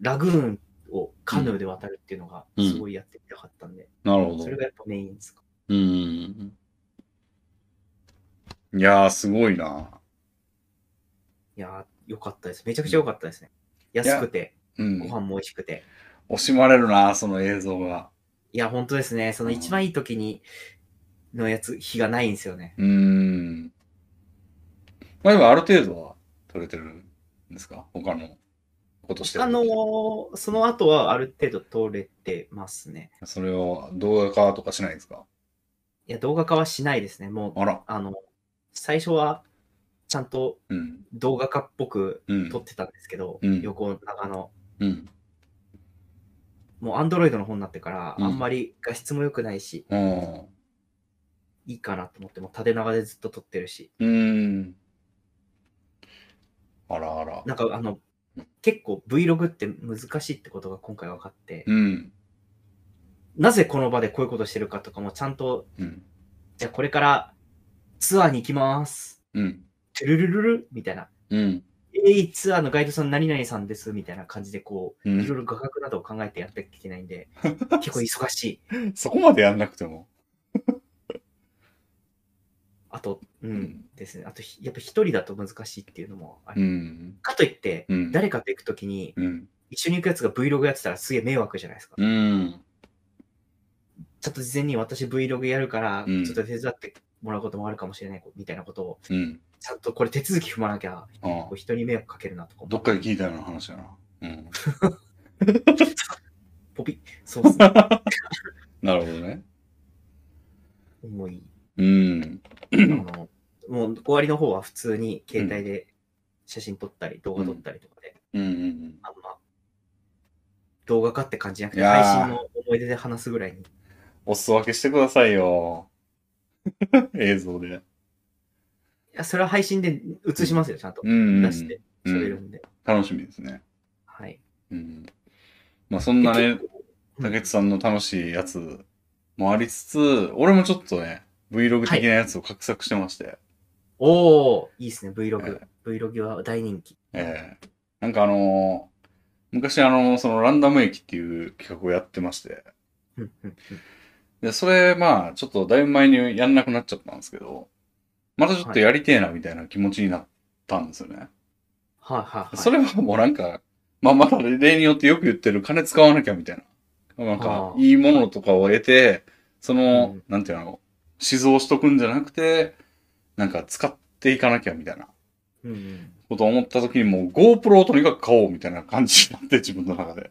Speaker 2: ラグーンをカヌーで渡るっていうのが
Speaker 1: うん
Speaker 2: すごいやってみたかったんで、
Speaker 1: なるほど
Speaker 2: それ。がやっぱメインですか。
Speaker 1: うん。いやー、すごいな。
Speaker 2: いやー、良かったです。めちゃくちゃ良かったですね。安くて、
Speaker 1: う
Speaker 2: ご
Speaker 1: ん。
Speaker 2: 飯も美味しくて。
Speaker 1: 惜しまれるな、その映像が。
Speaker 2: いや、本当ですね。その一番いい時に、のやつ、日がないんですよね。
Speaker 1: うーん。まあ今ある程度は取れてるんですか他のことしてる
Speaker 2: あのーその後はある程度取れてますね。
Speaker 1: それを動画化とかしないんですか
Speaker 2: いや、動画化はしないですね。もう、
Speaker 1: あら。
Speaker 2: あの、最初は、ちゃんと
Speaker 1: うん。
Speaker 2: 動画化っぽく
Speaker 1: うん。
Speaker 2: 撮ってたんですけど、
Speaker 1: うん
Speaker 2: 横長の、
Speaker 1: うん。
Speaker 2: もうアンドロイドの方になってから、
Speaker 1: うん
Speaker 2: あんまり画質も良くないし、
Speaker 1: うん。
Speaker 2: いいかなと思って、もう縦長でずっと撮ってるし、
Speaker 1: うーん。あらあら。
Speaker 2: なんかあの、結構 Vlog って難しいってことが今回分かって、
Speaker 1: うん。
Speaker 2: なぜこの場でこういうことしてるかとかもちゃんと、
Speaker 1: うん。
Speaker 2: じゃあこれからツアーに行きます。
Speaker 1: うん。
Speaker 2: トゥルルルルみたいな。
Speaker 1: うん。
Speaker 2: えいツアーのガイドさん何々さんですみたいな感じでこ
Speaker 1: う
Speaker 2: う、いろ
Speaker 1: ん、
Speaker 2: いろ画角などを考えてやっていけない
Speaker 1: <laughs>
Speaker 2: んで、結構忙しい。
Speaker 1: そこまでやんなくても。
Speaker 2: あと、うん、
Speaker 1: ん
Speaker 2: ですね。あとひ、やっぱ一人だと難しいっていうのもある。
Speaker 1: うん。
Speaker 2: かといって、
Speaker 1: うん。
Speaker 2: 誰かと行くときに、
Speaker 1: うん。
Speaker 2: 一緒に行くやつが Vlog やってたらすげえ迷惑じゃないですか。
Speaker 1: うん。
Speaker 2: ちょっと事前に私 Vlog やるから、
Speaker 1: うん
Speaker 2: ちょっと手伝ってもらうこともあるかもしれない、みたいなことを、
Speaker 1: うん。
Speaker 2: ちゃんとこれ手続き踏まなきゃ、
Speaker 1: ああ
Speaker 2: こう人に迷惑かけるなとか思う
Speaker 1: どっかで聞いたような話やな。うん。
Speaker 2: ポピそうっすね。
Speaker 1: なるほどね。
Speaker 2: もういい。
Speaker 1: うん。
Speaker 2: あの、もう終わりの方は普通に携帯で写真撮ったり、動画撮ったりとかで、
Speaker 1: うんうん
Speaker 2: あんま、動画かって感じじゃなくて、
Speaker 1: いやー
Speaker 2: 配信の思い出で話すぐらいに。
Speaker 1: お裾分けしてください
Speaker 2: <laughs>
Speaker 1: よ。映像で。
Speaker 2: いや、それは配信で映しますよ、ちゃんと。
Speaker 1: うん、う
Speaker 2: 出し
Speaker 1: ん。
Speaker 2: て喋るんで。
Speaker 1: 楽しみですね。
Speaker 2: はい。
Speaker 1: うん。まあそんなね
Speaker 2: で、結構うん
Speaker 1: 竹内さんの楽しいやつもありつつ、俺もちょっとね、Vlog 的なやつを画策してまして。
Speaker 2: おおいいですね、Vlog
Speaker 1: え。
Speaker 2: Vlog は大人気。
Speaker 1: ええなんかあのー昔あのーそのランダム駅っていう企画をやってまして。
Speaker 2: うんうんうん
Speaker 1: で、それ、まあ、ちょっとだいぶ前にやんなくなっちゃったんですけど、またちょっとやりてえなみたいな気持ちになったんですよね。
Speaker 2: はいはいはい。
Speaker 1: それはもうなんか、まあ、まだ例によってよく言ってる金使わなきゃみたいな。なんか
Speaker 2: あ、ー
Speaker 1: いいものとかを得て、その、
Speaker 2: うん
Speaker 1: なんていうの、思想しとくんじゃなくて、なんか使っていかなきゃみたいな
Speaker 2: うんうん
Speaker 1: ことを思った時にもう GoPro をとにかく買おうみたいな感じになって自分の中で。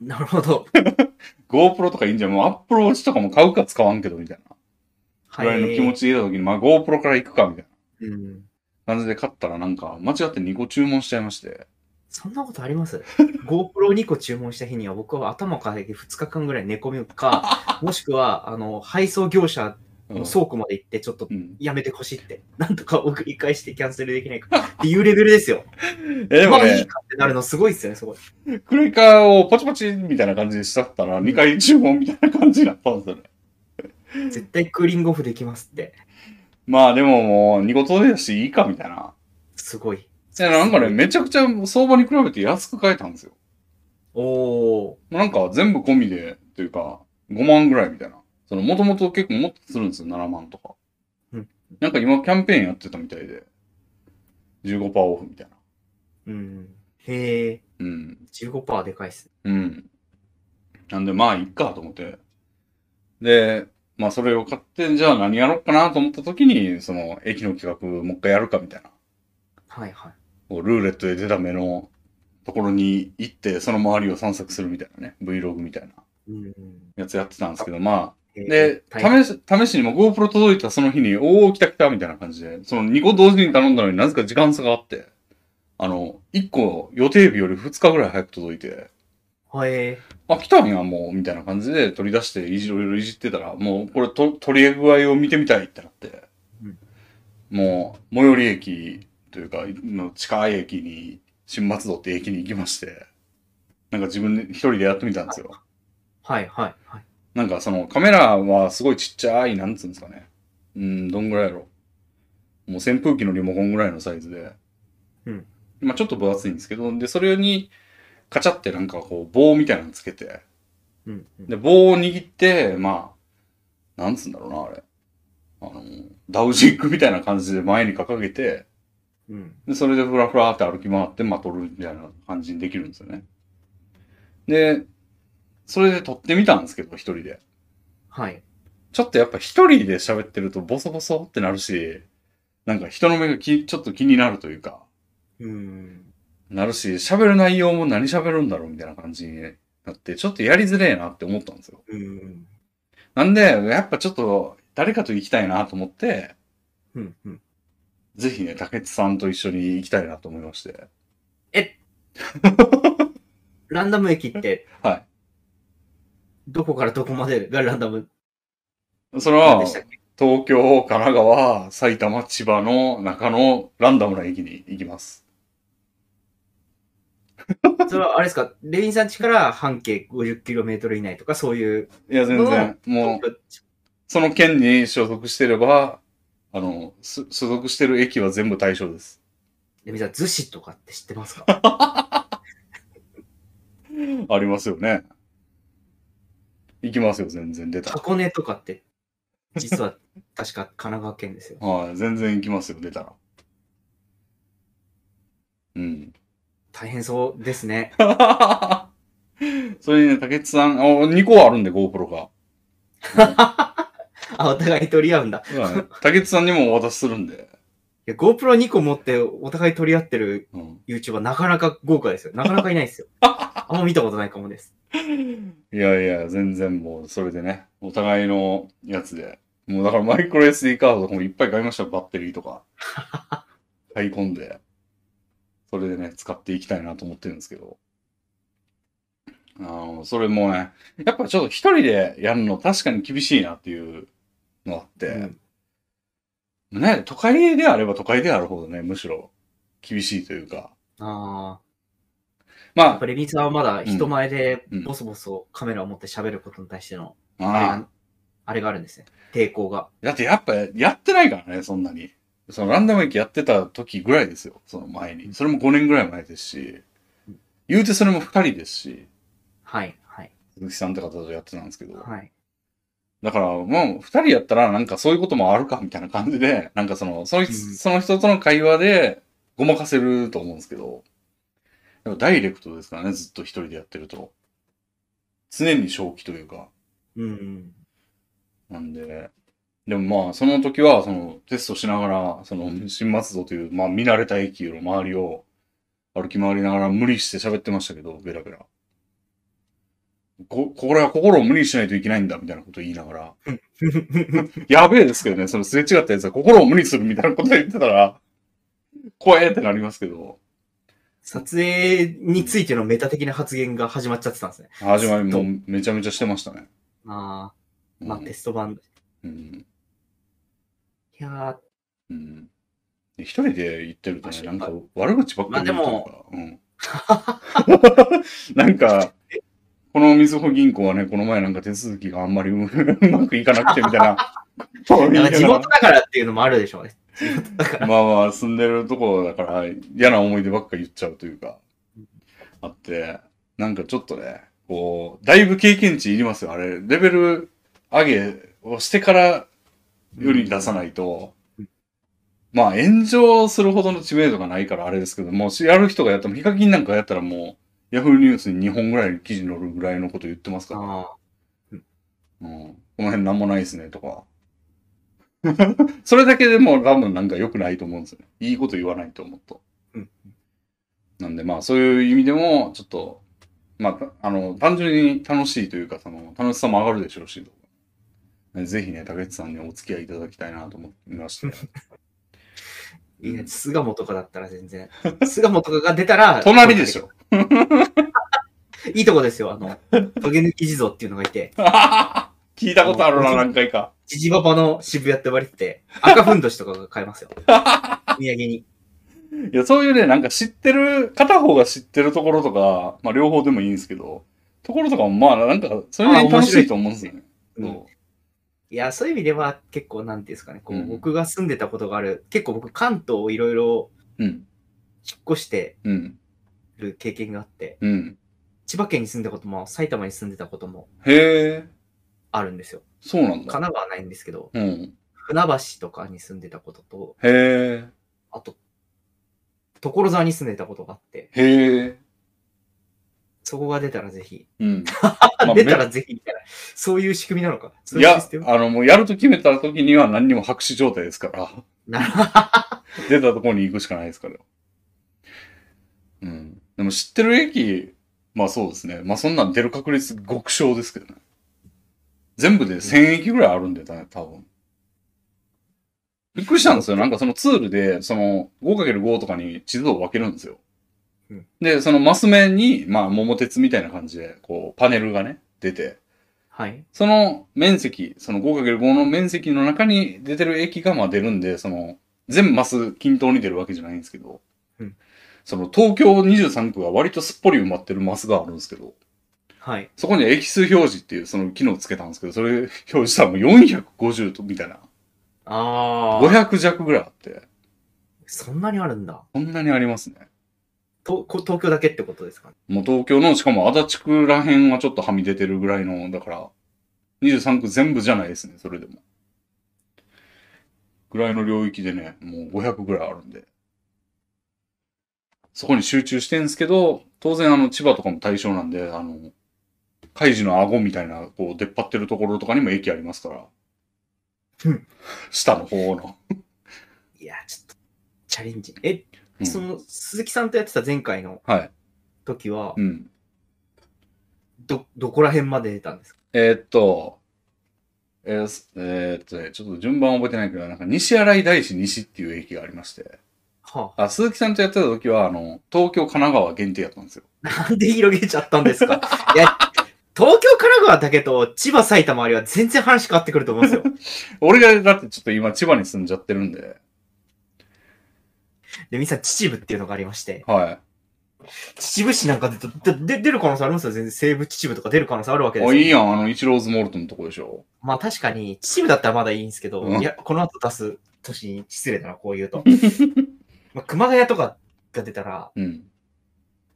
Speaker 2: なるほど。
Speaker 1: GoPro とかいいんじゃん。もう Apple Watch とかも買うか使わんけどみたいな。
Speaker 2: は
Speaker 1: <laughs> ぐらいの気持ちでいた時に、まあ GoPro から行くかみたいな
Speaker 2: うん。
Speaker 1: 感じで買ったらなんか間違って2個注文しちゃいまして。
Speaker 2: そんなことあります <laughs> ?GoPro2 個注文した日には僕は頭から2日間ぐらい寝込む
Speaker 1: <laughs>
Speaker 2: か、もしくは、あの、配送業者の倉庫まで行って、ちょっと
Speaker 1: うん。
Speaker 2: やめてほしいって、なんとかお繰り返してキャンセルできないかっていうレベルですよ。
Speaker 1: え、 <laughs> でも
Speaker 2: まあ
Speaker 1: ね
Speaker 2: いい、かってなるのすごいですよね、すごい。
Speaker 1: クレカをポチポチみたいな感じにしちゃったら、2回注文みたいな感じになったんですよね。
Speaker 2: 絶対クーリングオフできますって。
Speaker 1: まあでももう、2個届いたしいいかみたいな。
Speaker 2: すごい。
Speaker 1: いや、なんかね、めちゃくちゃ相場に比べて安く買えたんですよ。
Speaker 2: おー。
Speaker 1: なんか全部込みで、というか、5万ぐらいみたいな。その、もともと結構もっとするんですよ、7万とか。
Speaker 2: うん
Speaker 1: なんか今キャンペーンやってたみたいで、15%オフみたいな。
Speaker 2: うん。へえ、
Speaker 1: うん。
Speaker 2: 15%でかいっす。
Speaker 1: うん。なんで、まあ、いっかと思って。で、まあ、それを買って、じゃあ何やろうかなと思った時に、その、駅の企画、もう一回やるかみたいな。
Speaker 2: はいはい。
Speaker 1: こうルーレットで出た目のところに行って、その周りを散策するみたいなね、Vlog みたいな
Speaker 2: うん。
Speaker 1: やつやってたんですけど、ま
Speaker 2: へ
Speaker 1: あ、
Speaker 2: ー
Speaker 1: で、
Speaker 2: 大変
Speaker 1: 試し、試しにも GoPro 届いたその日に、おー、来た来たみたいな感じで、その2個同時に頼んだのになぜか時間差があって、あの、1個予定日より2日ぐらい早く届いて、
Speaker 2: はい。へ
Speaker 1: あ、来たんや、もう、みたいな感じで取り出して、いじいろいろいじってたら、もう、これと、取り具合を見てみたいってなって、
Speaker 2: うん
Speaker 1: もう、最寄り駅というか、の近い駅に、新松戸って駅に行きまして、なんか自分で一人でやってみたんですよ。
Speaker 2: はいはいはい。
Speaker 1: なんかそのカメラはすごいちっちゃい、なんつうんですかね。うん、どんぐらいやろもう扇風機のリモコンぐらいのサイズで。
Speaker 2: うん。
Speaker 1: まあちょっと分厚いんですけど、で、それに、カチャってなんかこう棒みたいなのつけて、
Speaker 2: うんうん。
Speaker 1: で、棒を握って、まあ、なんつうんだろうな、あれ。あの、ダウジックみたいな感じで前に掲げて、
Speaker 2: うん。
Speaker 1: で、それでフラフラって歩き回って、まあ、撮るみたいな感じにできるんですよね。で、それで撮ってみたんですけど、一人で。
Speaker 2: はい。
Speaker 1: ちょっとやっぱ一人で喋ってるとボソボソってなるし、なんか人の目がきちょっと気になるというか、
Speaker 2: うん。
Speaker 1: なるし、喋る内容も何喋るんだろうみたいな感じになって、ちょっとやりづれえなって思ったんですよ。
Speaker 2: うん。
Speaker 1: なんで、やっぱちょっと誰かと行きたいなと思って、
Speaker 2: うん。うん。
Speaker 1: ぜひね、竹内さんと一緒に行きたいなと思いまして。
Speaker 2: ランダム駅って、
Speaker 1: はい。
Speaker 2: どこからどこまでがランダム
Speaker 1: それは
Speaker 2: でしたっけ
Speaker 1: 東京、神奈川、埼玉、千葉の中のランダムな駅に行きます。
Speaker 2: それはあれですか、レインさん家から半径 50km 以内とかそういう、
Speaker 1: いや、全然、もう、その県に所属してれば、あの、す所属してる駅は全部対象です。
Speaker 2: レインさん、逗子とかって知ってます
Speaker 1: <laughs>
Speaker 2: か
Speaker 1: ありますよね。行きますよ、全然出たら。
Speaker 2: 箱根とかって、実は確か神奈川県ですよ。
Speaker 1: はい、全然行きますよ、出たら。うん。
Speaker 2: 大変そうですね。
Speaker 1: <laughs> それにね、竹内さん、お2個あるんで、GoPro が。
Speaker 2: あ、お互い取り合うんだ。
Speaker 1: はい竹内さんにもお渡しするんで。
Speaker 2: いや GoPro2 個持ってお互い取り合ってる
Speaker 1: うん、
Speaker 2: YouTuber なかなか豪華ですよ。なかなかいないで
Speaker 1: <laughs>
Speaker 2: すよ。あんま見たことないかもです。
Speaker 1: いやいや、全然もう、それでね、お互いのやつで。もうだからマイクロ SD カードとかもいっぱい買いましたよ、バッテリーとか。買い込んで。それでね、使っていきたいなと思ってるんですけど。あの、それもね、やっぱちょっと一人でやるの確かに厳しいなっていうのあって。
Speaker 2: うん
Speaker 1: ね、都会であれば都会であるほどね、むしろ厳しいというか。
Speaker 2: ああ、やっ
Speaker 1: ま
Speaker 2: ぱレインさんはまだ人前でボソボソカメラを持って喋ることに対しての、
Speaker 1: あ、
Speaker 2: あれ
Speaker 1: まあ
Speaker 2: が、あれがあるんですね。抵抗が。
Speaker 1: だってやっぱやってないからね、そんなに。そのランダム駅やってた時ぐらいですよ、その前に。それも5年ぐらい前ですし、言うてそれも2人ですし、
Speaker 2: はい、はい、
Speaker 1: 鈴木さんって方とやってたんですけど。
Speaker 2: はい。
Speaker 1: だからもう2人やったらなんかそういうこともあるかみたいな感じで、なんかその、その人
Speaker 2: うん
Speaker 1: その人との会話でごまかせると思うんですけど、でもダイレクトですからね、ずっと一人でやってると。常に正気というか。
Speaker 2: うん。
Speaker 1: なんで、でもまあ、その時は、その、テストしながら、その、新松戸という、まあ、見慣れた駅の周りを歩き回りながら無理して喋ってましたけど、ベラベラ。こ、これは心を無理しないといけないんだ、みたいなこと言いながら。やべえですけどね、そのすれ違ったやつは心を無理するみたいなこと言ってたら、怖えってなりますけど、
Speaker 2: 撮影についてのメタ的な発言が始まっちゃってたんですね。
Speaker 1: 始まりもうめちゃめちゃしてましたね。
Speaker 2: ああ、まあ
Speaker 1: うん
Speaker 2: テスト版。い
Speaker 1: うん。
Speaker 2: やー、
Speaker 1: うん。で一人で行ってるとね、
Speaker 2: 確
Speaker 1: な
Speaker 2: か
Speaker 1: ん
Speaker 2: に
Speaker 1: か悪口ばっかり言うというか、うん。なん <laughs> か、このみずほ銀行はね、この前なんか手続きがあんまりううまくいかなくてみたいな。そう言いな
Speaker 2: なんか
Speaker 1: が
Speaker 2: 地
Speaker 1: ら
Speaker 2: 元だからっていうのもあるでしょうね。地元だか
Speaker 1: <laughs>
Speaker 2: ら。
Speaker 1: まあまあ、住んでるところだから嫌な思い出ばっか言っちゃうというか、あって、なんかちょっとね、こう、だいぶ経験値いりますよ。あれ、レベル上げをしてからより出さないと、まあ炎上するほどの知名度がないからあれですけども、しやる人がやっても、ヒカキンなんかやったらもう、ヤフーニュースに2本ぐらい記事載るぐらいのこと言ってますから、
Speaker 2: あ
Speaker 1: うん、この辺なんもないですねとか。 <laughs> それだけでも多分なんか良くないと思うんですよね。いいこと言わないと思うと。
Speaker 2: うん
Speaker 1: なんでまあそういう意味でも、ちょっと、まあ、あの、単純に楽しいというか、その、楽しさも上がるでしょうし、ぜひね、竹内さんにお付き合いいただきたいなと思ってまして。
Speaker 2: <laughs> あ、いや、巣鴨とかだったら全然。 <laughs> 巣鴨とかが出たら、
Speaker 1: 隣でしょ。 <laughs>
Speaker 2: いいとこですよ。あの、トゲ抜き地蔵っていうのがいて、
Speaker 1: 聞いたことあるな、何回か。
Speaker 2: ジジババの渋谷って呼ばれてて、赤ふんどしとかが買え <laughs> ますよ。お土産に。
Speaker 1: いや、そういうね、なんか知ってる、片方が知ってるところとか、まあ両方でもいいんですけど、ところとかもまあなんか、それなりに楽しいと思うんですよね。
Speaker 2: うん
Speaker 1: そ
Speaker 2: いや、そういう意味では結構、なんていうんですかね、こ
Speaker 1: うん
Speaker 2: う、僕が住んでたことがある、結構僕、関東をいろいろ
Speaker 1: う。うん。
Speaker 2: 引っ越して
Speaker 1: うん。
Speaker 2: る経験があって、
Speaker 1: うん。
Speaker 2: 千葉県に住んだことも、埼玉に住んでたことも
Speaker 1: へえ、
Speaker 2: あるんですよ。
Speaker 1: そうなん
Speaker 2: 神
Speaker 1: だ。
Speaker 2: 奈川はないんですけど、
Speaker 1: うん。
Speaker 2: 船橋とかに住んでたことと、
Speaker 1: へえ、
Speaker 2: あと、所沢に住んでたことがあって、
Speaker 1: へえ、
Speaker 2: そこが出たらぜひ、
Speaker 1: うん。まあ
Speaker 2: 出たらぜひみたいなそういう仕組みなのか。 <laughs> そう
Speaker 1: いうや
Speaker 2: システ、ム
Speaker 1: あの、もうやると決めた時には何にも白紙状態ですから。
Speaker 2: なる
Speaker 1: 出たところに行くしかないですから。うん。でも知ってる駅、まあそうですね。まあそんなん出る確率極小ですけどね。全部で1000駅ぐらいあるんでね、多分。びっくりしたんですよ。なんかそのツールで、その 5×5 とかに地図を分けるんですよ
Speaker 2: うん。
Speaker 1: で、そのマス目に、まあ桃鉄みたいな感じで、こうパネルがね、出て、
Speaker 2: はい。
Speaker 1: その面積、その 5×5 の面積の中に出てる駅がまあ出るんで、その、全部マス均等に出るわけじゃないんですけど、
Speaker 2: うん
Speaker 1: その東京23区が割とすっぽり埋まってるマスがあるんですけど、
Speaker 2: はい。
Speaker 1: そこに駅数表示っていうその機能をつけたんですけど、それ表示したらもう450と、みたいな。
Speaker 2: ああ。
Speaker 1: 500弱ぐらいあって、
Speaker 2: そんなにあるんだ。
Speaker 1: こんなにありますね。
Speaker 2: とこ東京だけってことですかね。
Speaker 1: もう東京の、しかも足立区ら辺はちょっとはみ出てるぐらいの、だから、23区全部じゃないですね、それでも。ぐらいの領域でね、もう500ぐらいあるんで。そこに集中してんすけど、当然あの、千葉とかも対象なんで、あの、カイジの顎みたいな、こう、出っ張ってるところとかにも駅ありますから。
Speaker 2: うん
Speaker 1: 下の方の。
Speaker 2: いや、ちょっと、チャレンジ。え、
Speaker 1: うん
Speaker 2: その、鈴木さんとやってた前回の
Speaker 1: はい。
Speaker 2: 時は、
Speaker 1: うん。
Speaker 2: ど、どこら辺まで出たんですか
Speaker 1: えーっと、えーすえーっとね、ちょっと順番覚えてないけど、なんか西新井大師西っていう駅がありまして、
Speaker 2: は
Speaker 1: あ、鈴木さんとやってた時は、あの、東京、神奈川限定やったんですよ。
Speaker 2: あ、なんで広げちゃったんですかいや、東京、神奈川だけと千葉、埼玉ありは全然話変わってくると思うんですよ。
Speaker 1: 俺が、だってちょっと今千葉に住んじゃってるんで、
Speaker 2: で、みさん、秩父っていうのがありまして、
Speaker 1: は
Speaker 2: 秩父市なんか出たでで出る可能性ありますよ。全然西部秩父とか出る可能性あるわけ
Speaker 1: い。
Speaker 2: です
Speaker 1: あ、
Speaker 2: よ。
Speaker 1: いいやん、あの、イチローズモルトのとこでしょ。
Speaker 2: まあ確かに、秩父だったらまだいいんですけど、
Speaker 1: うん
Speaker 2: いや、この後出す年に失礼だな、こう言
Speaker 1: <laughs>
Speaker 2: うと。まあ、熊谷とかが出たら、
Speaker 1: うん。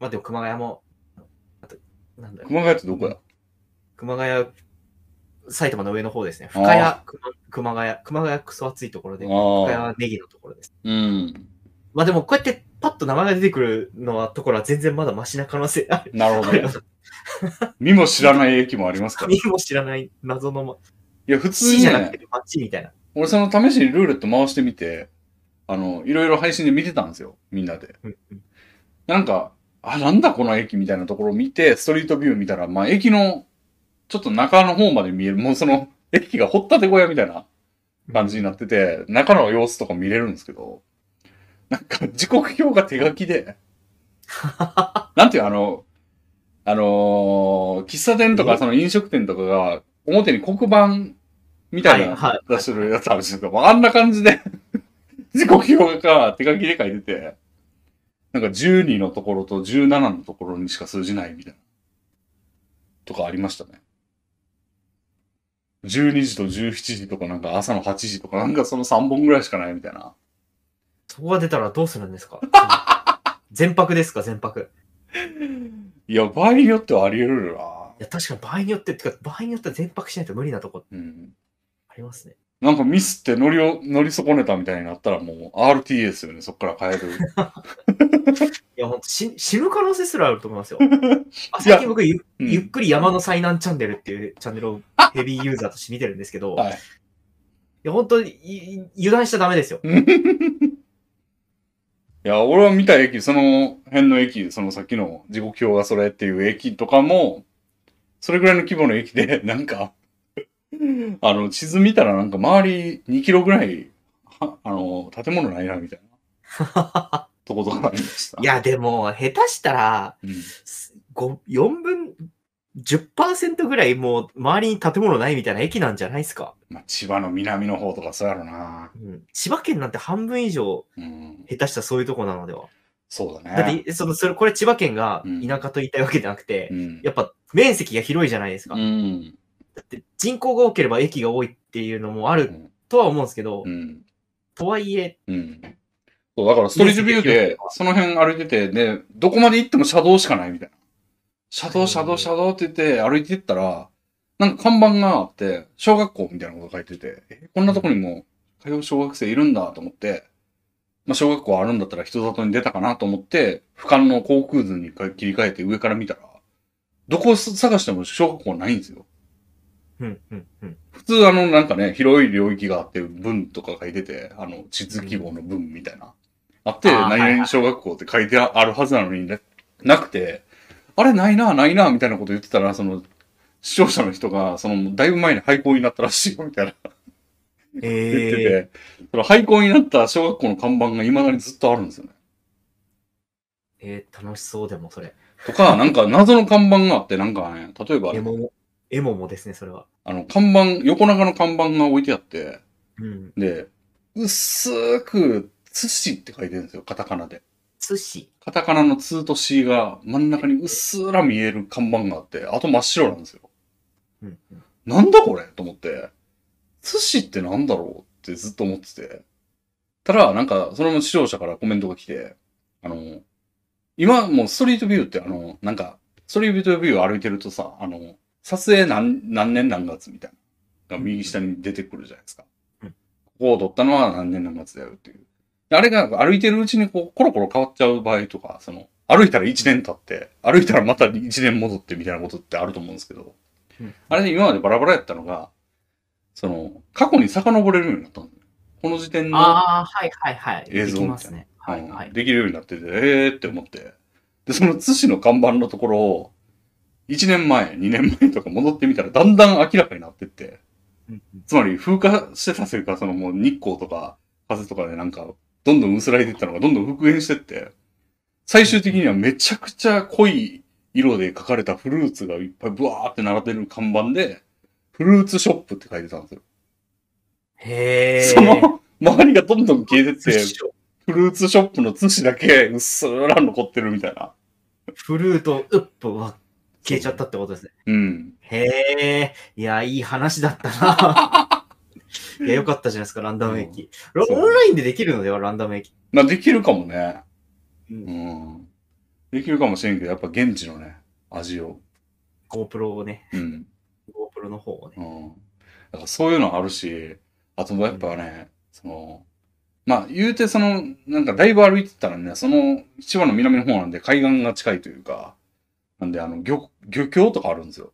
Speaker 2: まあでも熊谷も、あと、なんだろう
Speaker 1: 熊谷ってどこや
Speaker 2: 熊谷、埼玉の上の方ですね。
Speaker 1: あ
Speaker 2: 深
Speaker 1: ー
Speaker 2: 谷、熊熊谷、熊谷クソ暑いところで、深谷
Speaker 1: ああ。
Speaker 2: はネギのところです。
Speaker 1: うん。
Speaker 2: まあでもこうやってパッと名前が出てくるのはところは全然まだマシな可能性ある。
Speaker 1: なるほど、ね
Speaker 2: あ。
Speaker 1: 見も知らない駅もありますから。い
Speaker 2: 何も知らない謎の、ま、
Speaker 1: や、普通
Speaker 2: 市
Speaker 1: に
Speaker 2: じゃなく
Speaker 1: ね、
Speaker 2: て街みたいな。
Speaker 1: 俺その試しにルーレット回してみて、あの、いろいろ配信で見てたんですよ、みんなで。
Speaker 2: うんうん
Speaker 1: なんか、あ、なんだこの駅みたいなところを見て、ストリートビュー見たら、まあ駅の、ちょっと中の方まで見える、もうその、 <laughs> 駅が掘ったて小屋みたいな感じになってて、中の様子とか見れるんですけど、なんか時刻表が手書き
Speaker 2: <laughs>
Speaker 1: で、なんていうあの、あのー喫茶店とか
Speaker 2: え
Speaker 1: その飲食店とかが、表に黒板みたいな
Speaker 2: はいはい
Speaker 1: 出してるやつあるじゃないですか。まああんな感じで、 <laughs> 時刻表が手書きで書いてて、なんか12のところと17のところにしか数字ないみたいな。とかありましたね。12時と17時とかなんか朝の8時とかなんかその3本ぐらいしかないみたいな。
Speaker 2: そこが出たらどうする
Speaker 1: <laughs>
Speaker 2: んですか全泊ですか全泊。。
Speaker 1: いや、場合によってはあり得るない
Speaker 2: や、確かに場合によって、てか場合によっては全泊しないと無理なとこ
Speaker 1: うん。
Speaker 2: ありますね。
Speaker 1: なんかミスって乗りを、乗り損ねたみたいになったらもう RTA ですよね。そっから変える。
Speaker 2: いや、ほんと死死ぬ可能性すらあると思
Speaker 1: <laughs>
Speaker 2: いますよ。あ
Speaker 1: いや
Speaker 2: 最近僕ゆ、 <laughs>
Speaker 1: うん
Speaker 2: ゆっくり山の災難チャンネルっていうチャンネ
Speaker 1: <laughs>
Speaker 2: ルをヘビーユーザーとして見てるんですけど、
Speaker 1: はい
Speaker 2: いや、本当にい油断しちゃダ
Speaker 1: <laughs>
Speaker 2: メですよ。
Speaker 1: いや、俺は見た駅、その辺の駅、そのさっきの時刻表がそれっていう駅とかも、それぐらいの規模の駅で、 <laughs> なんか、あの、地図見たらなんか周り2キロぐらい、はあの、建物ないな、みたいな、
Speaker 2: <laughs>
Speaker 1: とことかありました。
Speaker 2: いや、でも、下手したら、
Speaker 1: うん、
Speaker 2: すご4分、10%ぐらいもう周りに建物ないみたいな駅なんじゃないですか。
Speaker 1: まあ、千葉の南の方とかそうやろな。
Speaker 2: うん、千葉県なんて半分以上
Speaker 1: うん。
Speaker 2: 下手したらそういうとこなのでは。
Speaker 1: そうだね。
Speaker 2: だって、その、それ、これ千葉県が
Speaker 1: うん
Speaker 2: 田舎と言いたいわけじゃなくて、
Speaker 1: うん。
Speaker 2: やっぱ面積が広いじゃないですか。
Speaker 1: うん。
Speaker 2: だって人口が多ければ駅が多いっていうのもあ
Speaker 1: う
Speaker 2: る
Speaker 1: ん
Speaker 2: とは思うんですけど、
Speaker 1: うん。
Speaker 2: とはいえ、
Speaker 1: うん。そう、だからストリートビューで、その辺歩いてて、で、どこまで行っても車道しかないみたいな。車
Speaker 2: う
Speaker 1: 道、
Speaker 2: ん
Speaker 1: 車道、車道って言って歩いてったら、なんか看板があって、小学校みたいなこと書いてて、え、こんなとこにも通う小学生いるんだと思って、まあ小学校あるんだったら人里に出たかなと思って、俯瞰の航空図に切り替えて上から見たら、どこ探しても小学校ないんですよ。
Speaker 2: うん、うん、うん。
Speaker 1: 普通あの、なんかね、広い領域があって、文とか書いてて、あの、地図記号の文みたいな。あって、
Speaker 2: あーは
Speaker 1: 何
Speaker 2: いは
Speaker 1: 々
Speaker 2: い
Speaker 1: 小学校って書いてあるはずなのにね、なくて、あれないな、ないな、みたいなこと言ってたら、その、視聴者の人が、その、だいぶ前に廃校になったらしいよ、みたいな言って
Speaker 2: ええ
Speaker 1: て、その廃校になった小学校の看板が未だにずっとあるんですよね。
Speaker 2: えー楽しそうでもそれ。
Speaker 1: とか、なんか謎の看板があって、なんかね、例えば
Speaker 2: エ、モも、エモもですね、それは。
Speaker 1: あの、看板、横長の看板が置いてあって、
Speaker 2: うん。
Speaker 1: で、薄く、土って書いてるんですよ、カタカナで。
Speaker 2: 寿司。
Speaker 1: カタカナの2と C が真ん中にうっすら見える看板があって、あと真っ白なんですよ。
Speaker 2: うん、うん。
Speaker 1: なんだこれと思って、寿司ってなんだろうってずっと思ってて。ただ、なんか、その視聴者からコメントが来て、あの、今もうストリートビューってあの、なんか、ストリートビュー歩いてるとさ、あの、撮影何何年何月みたいな、が右下に出てくるじゃないですか。
Speaker 2: うん
Speaker 1: ここを撮ったのは何年何月だよっていう。であれが歩いてるうちにこう、コロコロ変わっちゃう場合とか、その、歩いたら1年経って、歩いたらまた1年戻ってみたいなことってあると思うんですけど、あれで今までバラバラやったのが、その、過去に遡れるようになったんだよ。この時点の、
Speaker 2: ああ、はいはいはい。
Speaker 1: 映像
Speaker 2: できますね。はいは
Speaker 1: う
Speaker 2: い
Speaker 1: ん。できるようになってて、えーって思って。で、その津市の看板のところを、1年前、2年前とか戻ってみたら、だんだん明らかになってって、
Speaker 2: うんうん
Speaker 1: つまり風化してたせいか、そのもう日光とか風とかでなんか、どんどん薄らいでいったのがどんどん復元してって、最終的にはめちゃくちゃ濃い色で描かれたフルーツがいっぱいブワーって並んでる看板で、フルーツショップって書いてたんですよ。
Speaker 2: へえ。
Speaker 1: その周りがどんどん消えてって、
Speaker 2: 寿司を
Speaker 1: フルーツショップの寿司だけうっすら残ってるみたいな。
Speaker 2: フルート、ウップは消えちゃったってことですね。
Speaker 1: うん。
Speaker 2: へえ。いや、いい話だったな。
Speaker 1: <laughs>
Speaker 2: いや、よかったじゃないですか、ランダム駅。ラ
Speaker 1: そう
Speaker 2: オンラインでできるのでは、ランダム駅。
Speaker 1: まあできるかもね。
Speaker 2: う、
Speaker 1: うんん。できるかもしれんけど、やっぱ現地のね、味を。
Speaker 2: GoPro をね、
Speaker 1: うん。
Speaker 2: GoPro の方をね。
Speaker 1: うん。だからそういうのあるし、あとやっぱね、その、まあ言うてその、なんかだいぶ歩いてたらね、その、千葉の南の方なんで海岸が近いというか、なんであの、漁、漁協とかあるんですよ。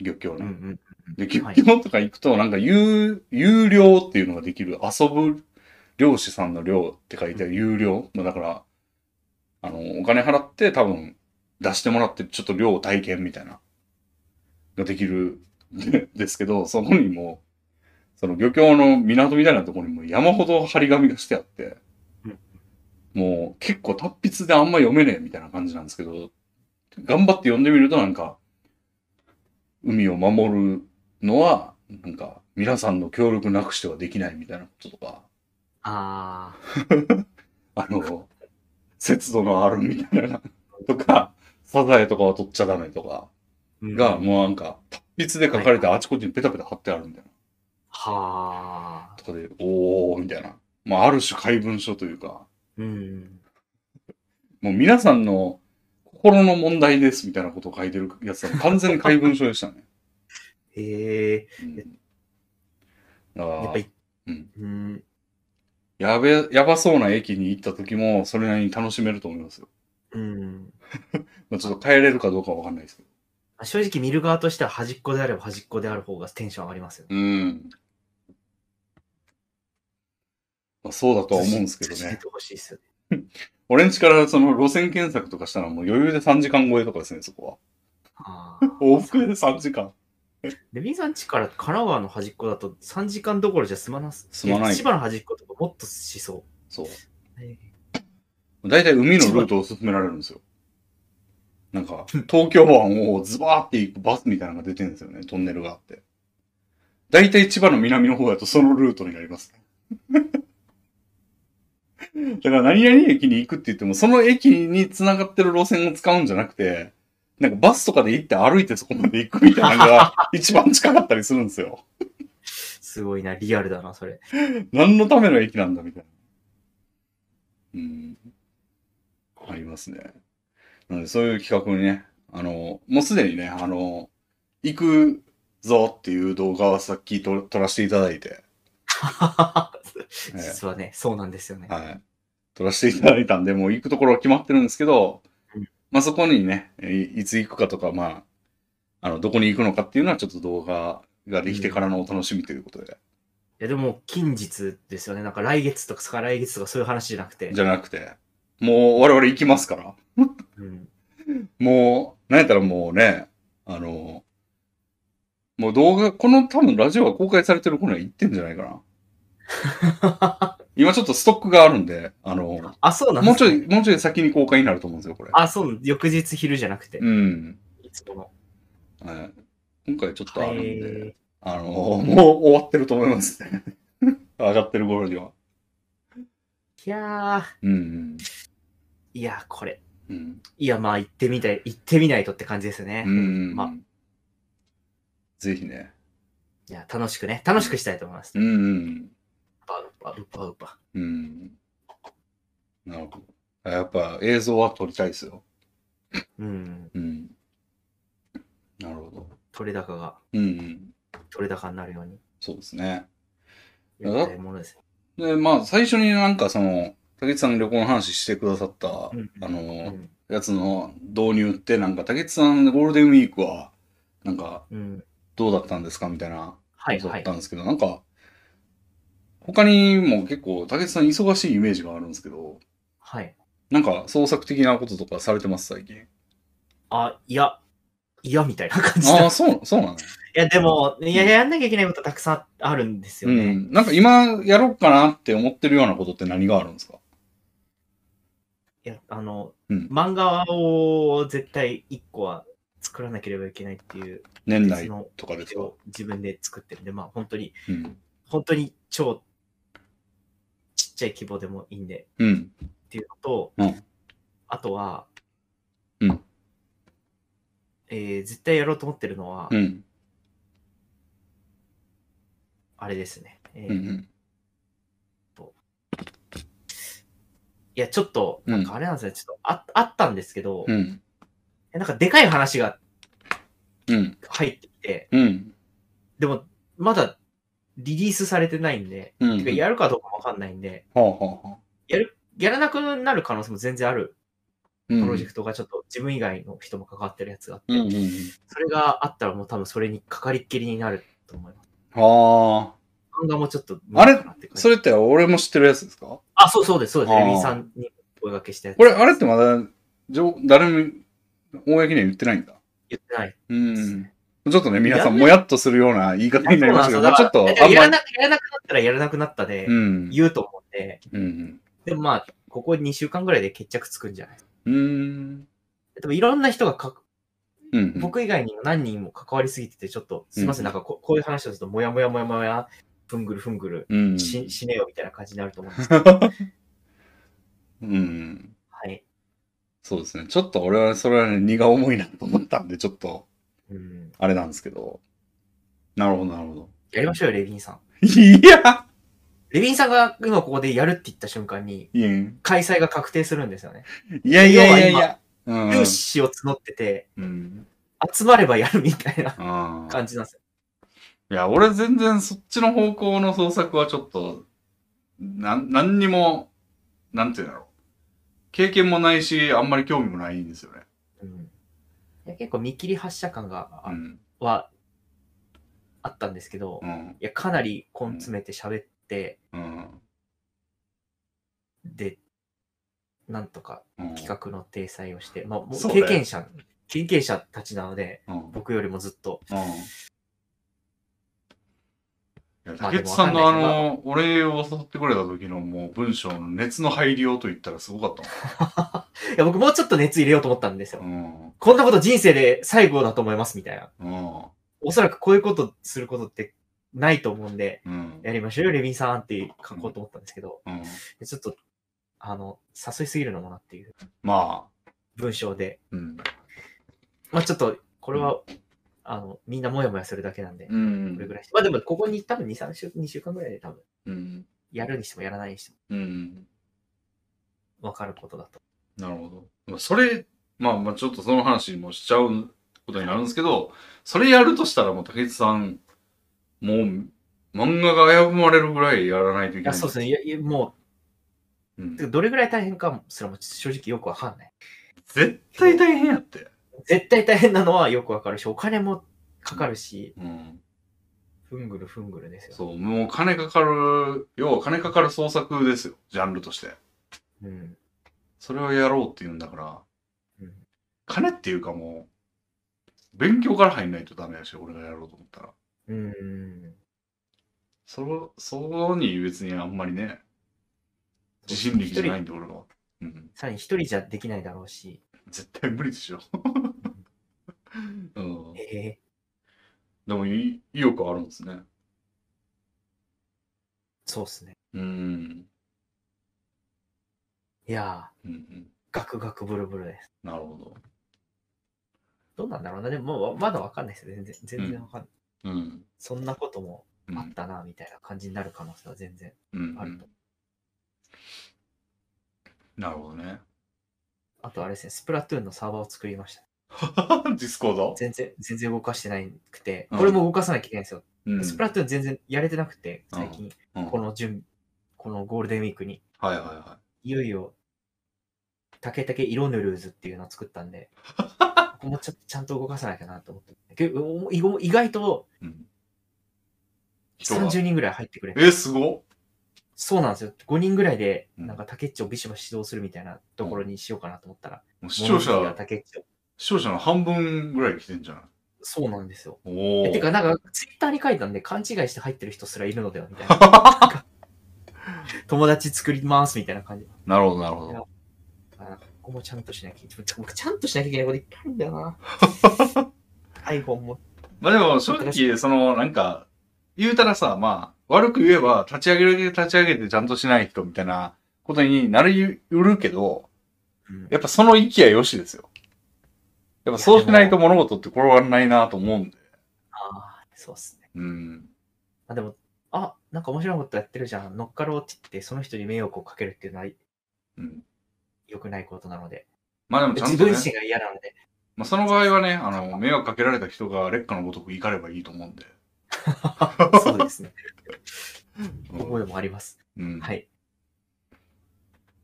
Speaker 1: 漁協ね。
Speaker 2: うんうん。
Speaker 1: で、漁
Speaker 2: はい
Speaker 1: 協とか行くと、なんか、有、有料っていうのができる、遊ぶ漁師さんの漁って書いてある有料。まあだから、あの、お金払って多分出してもらって、ちょっと漁を体験みたいな、ができるで <laughs> ですけど、そこにも、その漁協の港みたいなところにも山ほど張り紙がしてあって
Speaker 2: うん、
Speaker 1: もう結構達筆であんま読めねえみたいな感じなんですけど、頑張って読んでみるとなんか、海を守るのは、なんか、皆さんの協力なくしてはできないみたいなこととか、
Speaker 2: ああ、
Speaker 1: あの、節度のあるみたいな、とか、サザエとかは取っちゃダメとか、
Speaker 2: うん
Speaker 1: が、もうなんか、達筆で書かれてあちこちにペタペタ貼ってあるみたいな、
Speaker 2: はあ。
Speaker 1: とかで、おー、みたいな。まあ、ある種怪文書というか、
Speaker 2: うん。
Speaker 1: もう皆さんの心の問題ですみたいなことを書いてるやつは完全に怪文書でしたね。
Speaker 2: へ <laughs> え。
Speaker 1: うん、だか
Speaker 2: やっ
Speaker 1: ら
Speaker 2: ぱり、
Speaker 1: うん
Speaker 2: うん。
Speaker 1: やべ、やばそうな駅に行った時も、それなりに楽しめると思いますよ。
Speaker 2: うん。
Speaker 1: まあ、ちょっと帰れるかどうかわかんないですけど。
Speaker 2: 正直見る側としては端っこであれば端っこである方がテンション上がりますよね。
Speaker 1: うん。まあ、そうだとは思うんですけど
Speaker 2: 続け
Speaker 1: ね。
Speaker 2: てほしいですよね。
Speaker 1: 俺ん家からその路線検索とかしたらもう余裕で3時間超えとかですね、そこは。
Speaker 2: あー
Speaker 1: 往復で3時間。
Speaker 2: レミさん家から神奈川の端っこだと3時間どころじゃ済まなす。
Speaker 1: 済まない
Speaker 2: 千葉の端っことかもっとしそ
Speaker 1: そう。
Speaker 2: う。
Speaker 1: 大体海のルートを進められるんですよ。なんか、東京湾をズバーって行くバスみたいなのが出てるんですよね、トンネルがあって。大体千葉の南の方だとそのルートになります <laughs> ね。だから何々駅に行くって言っても、その駅に繋がってる路線を使うんじゃなくて、なんかバスとかで行って歩いてそこまで行くみたいなのが一番近かったりするんですよ。
Speaker 2: すごいな、リアルだな、
Speaker 1: <laughs>
Speaker 2: それ。
Speaker 1: 何のための駅なんだみたいな。うん。ありますね。なので、そういう企画にね、あの、もうすでにね、あの、行くぞっていう動画はさっき撮撮らせていただいて、え
Speaker 2: 実はね、そうなんですよね
Speaker 1: え。はい。撮らせていただいたんで、もう行くところは決まってるんですけど
Speaker 2: うん、
Speaker 1: まあそこにね、いいつ行くかとか、まあ、あの、どこに行くのかっていうのはちょっと動画ができてからのお楽しみということで。
Speaker 2: いや、でも、近日ですよね。なんか来月とか再来月とかそういう話じゃなくて。
Speaker 1: じゃなくて、もう我々行きますから。
Speaker 2: うん。
Speaker 1: もう、なんやったらもうね、あの、もう動画、この多分ラジオが公開されてる頃には行ってんじゃないかな。
Speaker 2: <laughs>
Speaker 1: 今ちょっとストックがあるんで、あの、
Speaker 2: あ、そうなん
Speaker 1: も
Speaker 2: で
Speaker 1: う
Speaker 2: す
Speaker 1: ちょ
Speaker 2: か
Speaker 1: い、もうちょい先に公開になると思うんですよ、これ。
Speaker 2: あ、そう、翌日昼じゃなくて。
Speaker 1: うん。
Speaker 2: いつもの。
Speaker 1: はい今回ちょっとあるんで、
Speaker 2: え
Speaker 1: あの、もう終わってると思います <laughs> ね。上がってる頃には。
Speaker 2: ー、いや
Speaker 1: うん
Speaker 2: ー、いや、これ。
Speaker 1: うん。うん。
Speaker 2: いや、まあ、行ってみたい、行ってみないとって感じですね。
Speaker 1: うん。
Speaker 2: まあ
Speaker 1: ぜひね。
Speaker 2: いや、楽しくね。楽しくしたいと思います。
Speaker 1: うんうん。
Speaker 2: ウパウパ、ウパウパ。
Speaker 1: うん。なるほど。やっぱ映像は撮りたいですよ。
Speaker 2: うん。
Speaker 1: うん。なるほど。
Speaker 2: 取れ高が、
Speaker 1: うんうん。
Speaker 2: 取れ高になるように。
Speaker 1: そうですね。
Speaker 2: やりたいものです。
Speaker 1: で、まあ、最初になんかその、竹内さんの旅行の話してくださった、
Speaker 2: うん
Speaker 1: あの、
Speaker 2: うん。
Speaker 1: やつの導入って、なんか竹内さんゴールデンウィークは、なんか
Speaker 2: うん。
Speaker 1: どうだったんですかみたいな
Speaker 2: はい、
Speaker 1: だ
Speaker 2: は
Speaker 1: っ
Speaker 2: い
Speaker 1: た。んですけど、なんか、他にも結構、竹内さん忙しいイメージがあるんですけど、
Speaker 2: はい。
Speaker 1: なんか創作的なこととかされてます、最
Speaker 2: <laughs>
Speaker 1: 近。
Speaker 2: あ、いや、いや、みたいな感じだ。
Speaker 1: あ
Speaker 2: い
Speaker 1: あ、そう、そうなの、ね、
Speaker 2: や、でも、いや、やんなきゃいけないことたくさんあるんですよ
Speaker 1: う
Speaker 2: ね。
Speaker 1: ん。なんか今やろうかなって思ってるようなことって何があるんですか
Speaker 2: いや、あの、
Speaker 1: うん
Speaker 2: 漫画を絶対一個は作らなければいけないっていう
Speaker 1: 年
Speaker 2: 別
Speaker 1: 内
Speaker 2: の
Speaker 1: とかです
Speaker 2: 手
Speaker 1: か
Speaker 2: を自分で作ってるんで、まあ本当に、
Speaker 1: うん。
Speaker 2: 本当に超ちっちゃい規模でもいいんで
Speaker 1: うん。
Speaker 2: っていうのと、
Speaker 1: うん
Speaker 2: あとは、
Speaker 1: うん
Speaker 2: えー絶対やろうと思ってるのは、
Speaker 1: うん。
Speaker 2: あれですね。えー
Speaker 1: うんう
Speaker 2: い
Speaker 1: ん。
Speaker 2: や、ちょっと、
Speaker 1: うん
Speaker 2: なんかあれなんですね、ちょっとああったんですけど、
Speaker 1: うん。
Speaker 2: えなんかでかい話が
Speaker 1: うん。
Speaker 2: 入ってきて、
Speaker 1: うん。
Speaker 2: でも、まだリリースされてないんで、
Speaker 1: うん。
Speaker 2: てかやるかどうかもわかんないんで、
Speaker 1: はあはあはあ。
Speaker 2: やらなくなる可能性も全然ある
Speaker 1: プ
Speaker 2: プロジェ
Speaker 1: ク
Speaker 2: クトがちょっと自分以外の人も関わってるやつがあって、
Speaker 1: うんうんうん。
Speaker 2: それがあったらもう多分それにかかりっきりになると思います。
Speaker 1: ああ。
Speaker 2: 漫画もちょっと
Speaker 1: あれ
Speaker 2: 無理かなって感じ
Speaker 1: それって俺も知ってるやつですか
Speaker 2: あ、そうそうです、そうです。
Speaker 1: あー
Speaker 2: レビンさんにお声掛けしたやつ
Speaker 1: これ、あれってまだ、じょ誰も、公には言ってないんだ。
Speaker 2: 言ってない。
Speaker 1: うん。ちょっとね、皆さん、もやっとするような言い方になりましたけど、
Speaker 2: そう
Speaker 1: まあちょっと、
Speaker 2: なんですよだから
Speaker 1: あん
Speaker 2: やら
Speaker 1: まり
Speaker 2: な。やらなくなったらやらなくなったで
Speaker 1: う、ん。
Speaker 2: 言うと思うんで、
Speaker 1: うん。
Speaker 2: でもまあ、ここ2週間ぐらいで決着つくんじゃない
Speaker 1: うん。
Speaker 2: でもいろんな人がか
Speaker 1: うん。
Speaker 2: 僕以外にも何人も関わりすぎてて、ちょっと、すいません、
Speaker 1: う
Speaker 2: なんかここういう話をすると、もやもやもやもや、ふんぐるふんぐる、
Speaker 1: うん。
Speaker 2: し死ねよみたいな感じになると思うんで
Speaker 1: <laughs>
Speaker 2: すけど、
Speaker 1: うん。
Speaker 2: はい。
Speaker 1: そうですね。ちょっと俺は、それはね、荷が重いなと思ったんで、ちょっと、
Speaker 2: うん、
Speaker 1: あれなんですけど。なるほど、なるほど。
Speaker 2: やりましょうよ、レビンさん。
Speaker 1: いや
Speaker 2: レビンさんが今ここでやるって言った瞬間に、
Speaker 1: いや
Speaker 2: 開催が確定するんですよね。
Speaker 1: いやいやいやいや。うん。
Speaker 2: 有志を募ってて、
Speaker 1: うん。
Speaker 2: 集まればやるみたいな
Speaker 1: ああ。
Speaker 2: 感じなんですよ。
Speaker 1: いや、俺全然そっちの方向の創作はちょっと、なん、何にも、なんていうんだろう。経験もないし、あんまり興味もないんですよね。
Speaker 2: うん、いや結構見切り発車感が、あ
Speaker 1: うん。
Speaker 2: はあったんですけど、
Speaker 1: う
Speaker 2: い
Speaker 1: ん。
Speaker 2: やかなり根詰めて喋って、
Speaker 1: うん。
Speaker 2: で、なんとか
Speaker 1: うん
Speaker 2: 企画の体裁をして、まあ、もう
Speaker 1: そうね
Speaker 2: 経験者、経験者たちなので、
Speaker 1: うん。うん。い
Speaker 2: 僕よりもずっと、
Speaker 1: や、
Speaker 2: まあ
Speaker 1: 竹内さんのあ
Speaker 2: でもわかん
Speaker 1: の、お礼を誘ってくれた時のもう文章の熱の入りようと言ったらすごかった
Speaker 2: いや、僕もうちょっと熱入れようと思ったんですよ
Speaker 1: も。ん。
Speaker 2: こんなこと人生で最後だと思いますみたいな。
Speaker 1: うん。
Speaker 2: おそらくこういうことすることってないと思うんで、
Speaker 1: うん。
Speaker 2: やりましょうよ、レビンさんって書こうと思ったんですけど、
Speaker 1: うん。
Speaker 2: ちょっと、あの、誘いすぎるのもなっていう
Speaker 1: まあ、
Speaker 2: 文章で、
Speaker 1: うん。
Speaker 2: まあちょっと、これは、あの、みんなもやもやするだけなんで、こ
Speaker 1: うん
Speaker 2: れぐらいして。まあでも、ここに多分2、3週、2週間ぐらいで多分、
Speaker 1: うん。
Speaker 2: やるにしてもやらないにして
Speaker 1: うん。
Speaker 2: も分かることだと。
Speaker 1: なるほど。まあそれ、まあまあちょっとその話もしちゃうことになるんですけど、それやるとしたらもう竹内さん、もう漫画が危ぶまれるぐらいやらないとい
Speaker 2: い
Speaker 1: け
Speaker 2: や、
Speaker 1: ない。
Speaker 2: そうですね。いや、いやも
Speaker 1: うん
Speaker 2: う、てかどれぐらい大変かすらも正直よくわかんない。
Speaker 1: 絶対大変やって。
Speaker 2: 絶対大変なのはよくわかるし、お金もかかるし、
Speaker 1: うん。
Speaker 2: ふんぐるふんぐるですよ。
Speaker 1: そう、もう金かかる、要は金かかる創作ですよ、ジャンルとして。
Speaker 2: うん。
Speaker 1: それをやろうって言うんだから、
Speaker 2: うん
Speaker 1: 金っていうかもう、勉強から入んないとダメだし、俺がやろうと思ったら。
Speaker 2: うん。
Speaker 1: その、そこに別にあんまりね、自信力じゃないんで、俺は。うん。
Speaker 2: さらに一人じゃできないだろうし。
Speaker 1: 絶対無理でしょ。
Speaker 2: <laughs>
Speaker 1: うん。
Speaker 2: ええ
Speaker 1: でも、い意欲はあるんですね。
Speaker 2: そうっすね。
Speaker 1: うん。
Speaker 2: いや
Speaker 1: うんうん。
Speaker 2: ー、ガクガクブルブルです。
Speaker 1: なるほ
Speaker 2: どうなんだろうな。でも、もうまだわかんないですよ。全然、全然わかんない。
Speaker 1: ど。うん。
Speaker 2: そんなことも
Speaker 1: うん
Speaker 2: あったな、みたいな感じになる可能性は全然
Speaker 1: うんう
Speaker 2: あると。
Speaker 1: ん。なるほどね。 <laughs>
Speaker 2: あとあれですね、スプラトゥーンのサーバーを作りました。
Speaker 1: ディスコード
Speaker 2: 全然、全然動かしてないくて、
Speaker 1: うん
Speaker 2: これも動かさなきゃいけないんですよ。
Speaker 1: うん。
Speaker 2: スプラトゥーン全然やれてなくて、最近、
Speaker 1: うん
Speaker 2: この準備、このゴールデンウィークに、
Speaker 1: はいはいはい
Speaker 2: よいよ、竹竹色ヌルーズっていうのを作ったんで、
Speaker 1: <laughs>
Speaker 2: ここもちょっとちゃんと動かさなきゃなと思って。けど意外意外と
Speaker 1: い。うん。人が
Speaker 2: 30人ぐらい入ってくれて、
Speaker 1: え、すごっ
Speaker 2: そうなんですよ。5人ぐらいで、
Speaker 1: うん
Speaker 2: なんか竹っちをビシバシ指導するみたいなところにしようかなと思ったら、
Speaker 1: もう視聴
Speaker 2: 物が
Speaker 1: 者、
Speaker 2: 竹っちを
Speaker 1: 視聴者の半分ぐらい来てんじゃない
Speaker 2: そうなんですよ。
Speaker 1: お
Speaker 2: え
Speaker 1: お。
Speaker 2: てか、なんか、ツイッターに書いたんで、勘違いして入ってる人すらいるのでは、みたい <laughs> な。友達作ります、みたいな感じ。
Speaker 1: なるほど、なるほど。
Speaker 2: あなんかここもちゃんとしなきゃいけない。僕、ちゃんとしなきゃいけないこといっぱいあるんだよ <laughs> な。iPhone も。
Speaker 1: まあでも、正直、その、なんか、言うたらさ、まあ、悪く言えば、立ち上げるだけ立ち上げてちゃんとしない人みたいなことになりうるけど、
Speaker 2: うん
Speaker 1: やっぱその息は良しですよ。やっぱそうしないと物事って転がらないなと思うんで。
Speaker 2: ああ、そうっすね。
Speaker 1: うん。
Speaker 2: あ、でも、あ、なんか面白いことやってるじゃん。乗っかろうって言って、その人に迷惑をかけるっていうのは
Speaker 1: うん。
Speaker 2: 良くないことなので。
Speaker 1: まあでもちゃ
Speaker 2: 自
Speaker 1: んと
Speaker 2: 分
Speaker 1: ね、
Speaker 2: 自身が嫌なの <laughs> で。
Speaker 1: まあその場合はね、あの、迷惑かけられた人が劣化のごとく怒ればいいと思うんで。
Speaker 2: そうですね。思いもあります。
Speaker 1: うん。
Speaker 2: はい。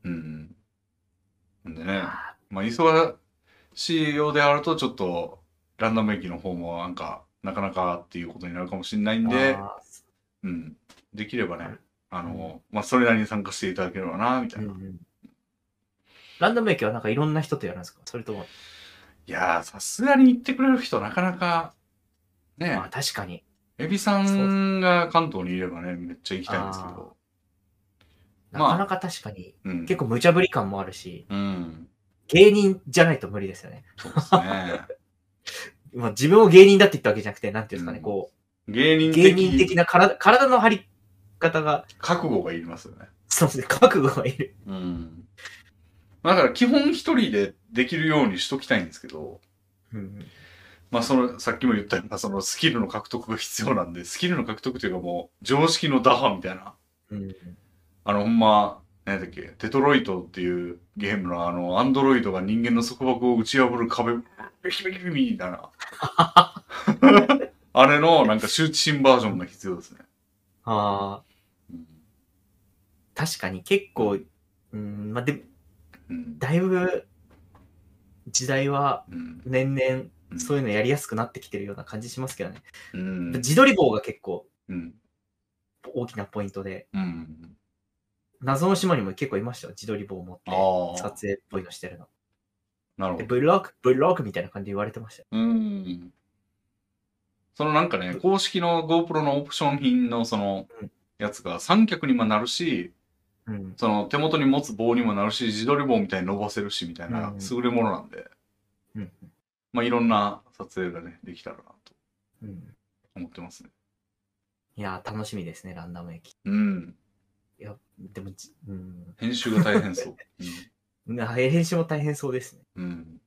Speaker 1: うん。なんでね。
Speaker 2: あ
Speaker 1: まあ、忙しいようであると、ちょっと、ランダム駅の方も、なんか、なかなかっていうことになるかもしれないん
Speaker 2: ー
Speaker 1: で、
Speaker 2: あー
Speaker 1: うん。できればね、あの、まあ、それなりに参加していただければな、みたいな。
Speaker 2: うんうんランダム駅はなんかいろんな人とやるんですかそれとも、
Speaker 1: いやー、さすがに行ってくれる人、なかなか、ね
Speaker 2: まあ、確かに。
Speaker 1: エビさんが関東にいればね、めっちゃ行きたいんですけど。
Speaker 2: な
Speaker 1: まあ
Speaker 2: かなか確かに、
Speaker 1: うん。
Speaker 2: 結構無茶ぶり感もあるし、
Speaker 1: うん。
Speaker 2: 芸人じゃないと無理ですよね。
Speaker 1: そうですね。
Speaker 2: まあ、自分を芸人だって言ったわけじゃなくて、なんていうんですかね、
Speaker 1: うん
Speaker 2: こ
Speaker 1: 芸
Speaker 2: う、
Speaker 1: 人
Speaker 2: 芸人的
Speaker 1: 的
Speaker 2: な体体の張り方が、
Speaker 1: 覚悟がいりますよね。
Speaker 2: そうですね、覚悟がいる。
Speaker 1: うん。だから、基本一人でできるようにしときたいんですけど、
Speaker 2: うん
Speaker 1: まあその、さっきも言ったような、そのスキルの獲得が必要なんで、スキルの獲得というかもう、常識の打破みたいな。
Speaker 2: うん。うん
Speaker 1: あの、ほんま、何だっけ、デトロイトっていうゲームのあの、アンドロイドが人間の束縛を打ち破る壁、ビキビキビキみたいな。あれの、なんか、周知心バージョンが必要ですね。
Speaker 2: ああ、
Speaker 1: うん
Speaker 2: 確かに結構、うん、まあ、で、
Speaker 1: うん。
Speaker 2: だいぶ、時代は
Speaker 1: うん。
Speaker 2: 年々、
Speaker 1: うん
Speaker 2: そういうのやりやすくなってきてるような感じしますけどね。
Speaker 1: うん。
Speaker 2: 自撮り棒が結構
Speaker 1: うん。
Speaker 2: 大きなポイントで、
Speaker 1: うん。
Speaker 2: 謎の島にも結構いましたよ。自撮り棒を持って、
Speaker 1: あ
Speaker 2: 撮
Speaker 1: あ。
Speaker 2: 影っぽいのしてるの。
Speaker 1: なるほ
Speaker 2: で、
Speaker 1: ど。
Speaker 2: ブロック、ブロックみたいな感じで言われてましたよ。
Speaker 1: うん。そのなんかね、公式の GoPro のオプション品のその
Speaker 2: うん、
Speaker 1: やつが三脚にもなるし、
Speaker 2: うん。
Speaker 1: その手元に持つ棒にもなるし、自撮り棒みたいに伸ばせるし、みたいな
Speaker 2: うん
Speaker 1: 優れものなんで、
Speaker 2: うん
Speaker 1: まあいろんな撮影がね、できたらなと
Speaker 2: うん。
Speaker 1: 思ってますね。
Speaker 2: いやー、楽しみですね、ランダム駅。
Speaker 1: うん。
Speaker 2: いや、でもじ、うん。
Speaker 1: 編集が大変
Speaker 2: <laughs>
Speaker 1: そう。
Speaker 2: な編集も大変そうですね。
Speaker 1: うん。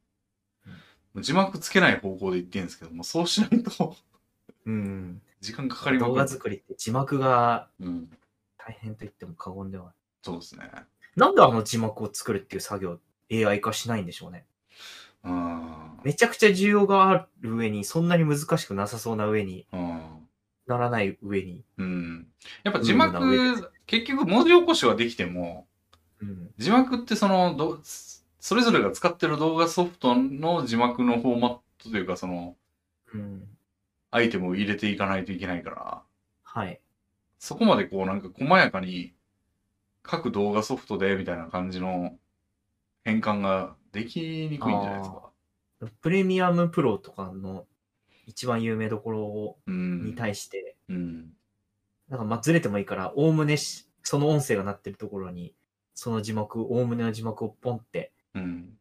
Speaker 1: うん字幕つけない方向で言ってんですけども、そうしないと <laughs>
Speaker 2: うん。
Speaker 1: 時間かかりま
Speaker 2: 動画
Speaker 1: くる。
Speaker 2: 作りって字幕が
Speaker 1: うん。
Speaker 2: 大変と言っても過言ではない。
Speaker 1: そうですね。
Speaker 2: なんであの字幕を作るっていう作業、AI 化しないんでしょうね。
Speaker 1: うん。
Speaker 2: めちゃくちゃ需要がある上に、そんなに難しくなさそうな上に、
Speaker 1: うん。
Speaker 2: ならない上に。
Speaker 1: うん。やっぱ
Speaker 2: うん
Speaker 1: 字幕
Speaker 2: な上で、
Speaker 1: 結局文字起こしはできても、
Speaker 2: うん。
Speaker 1: 字幕ってその、どそれぞれが使ってる動画ソフトの字幕のフォーマットというか、その、
Speaker 2: うん。
Speaker 1: アイテムを入れていかないといけないから、
Speaker 2: はい。
Speaker 1: そこまでこうなんか細やかに、各動画ソフトでみたいな感じの変換ができにくいんじゃないですか。
Speaker 2: プレミアムプロとかの一番有名どころを
Speaker 1: うん。
Speaker 2: に対して、
Speaker 1: うん。
Speaker 2: なんかまあずれてもいいから、おおむねしその音声が鳴ってるところに、その字幕、おおむねの字幕をポンって、
Speaker 1: うん。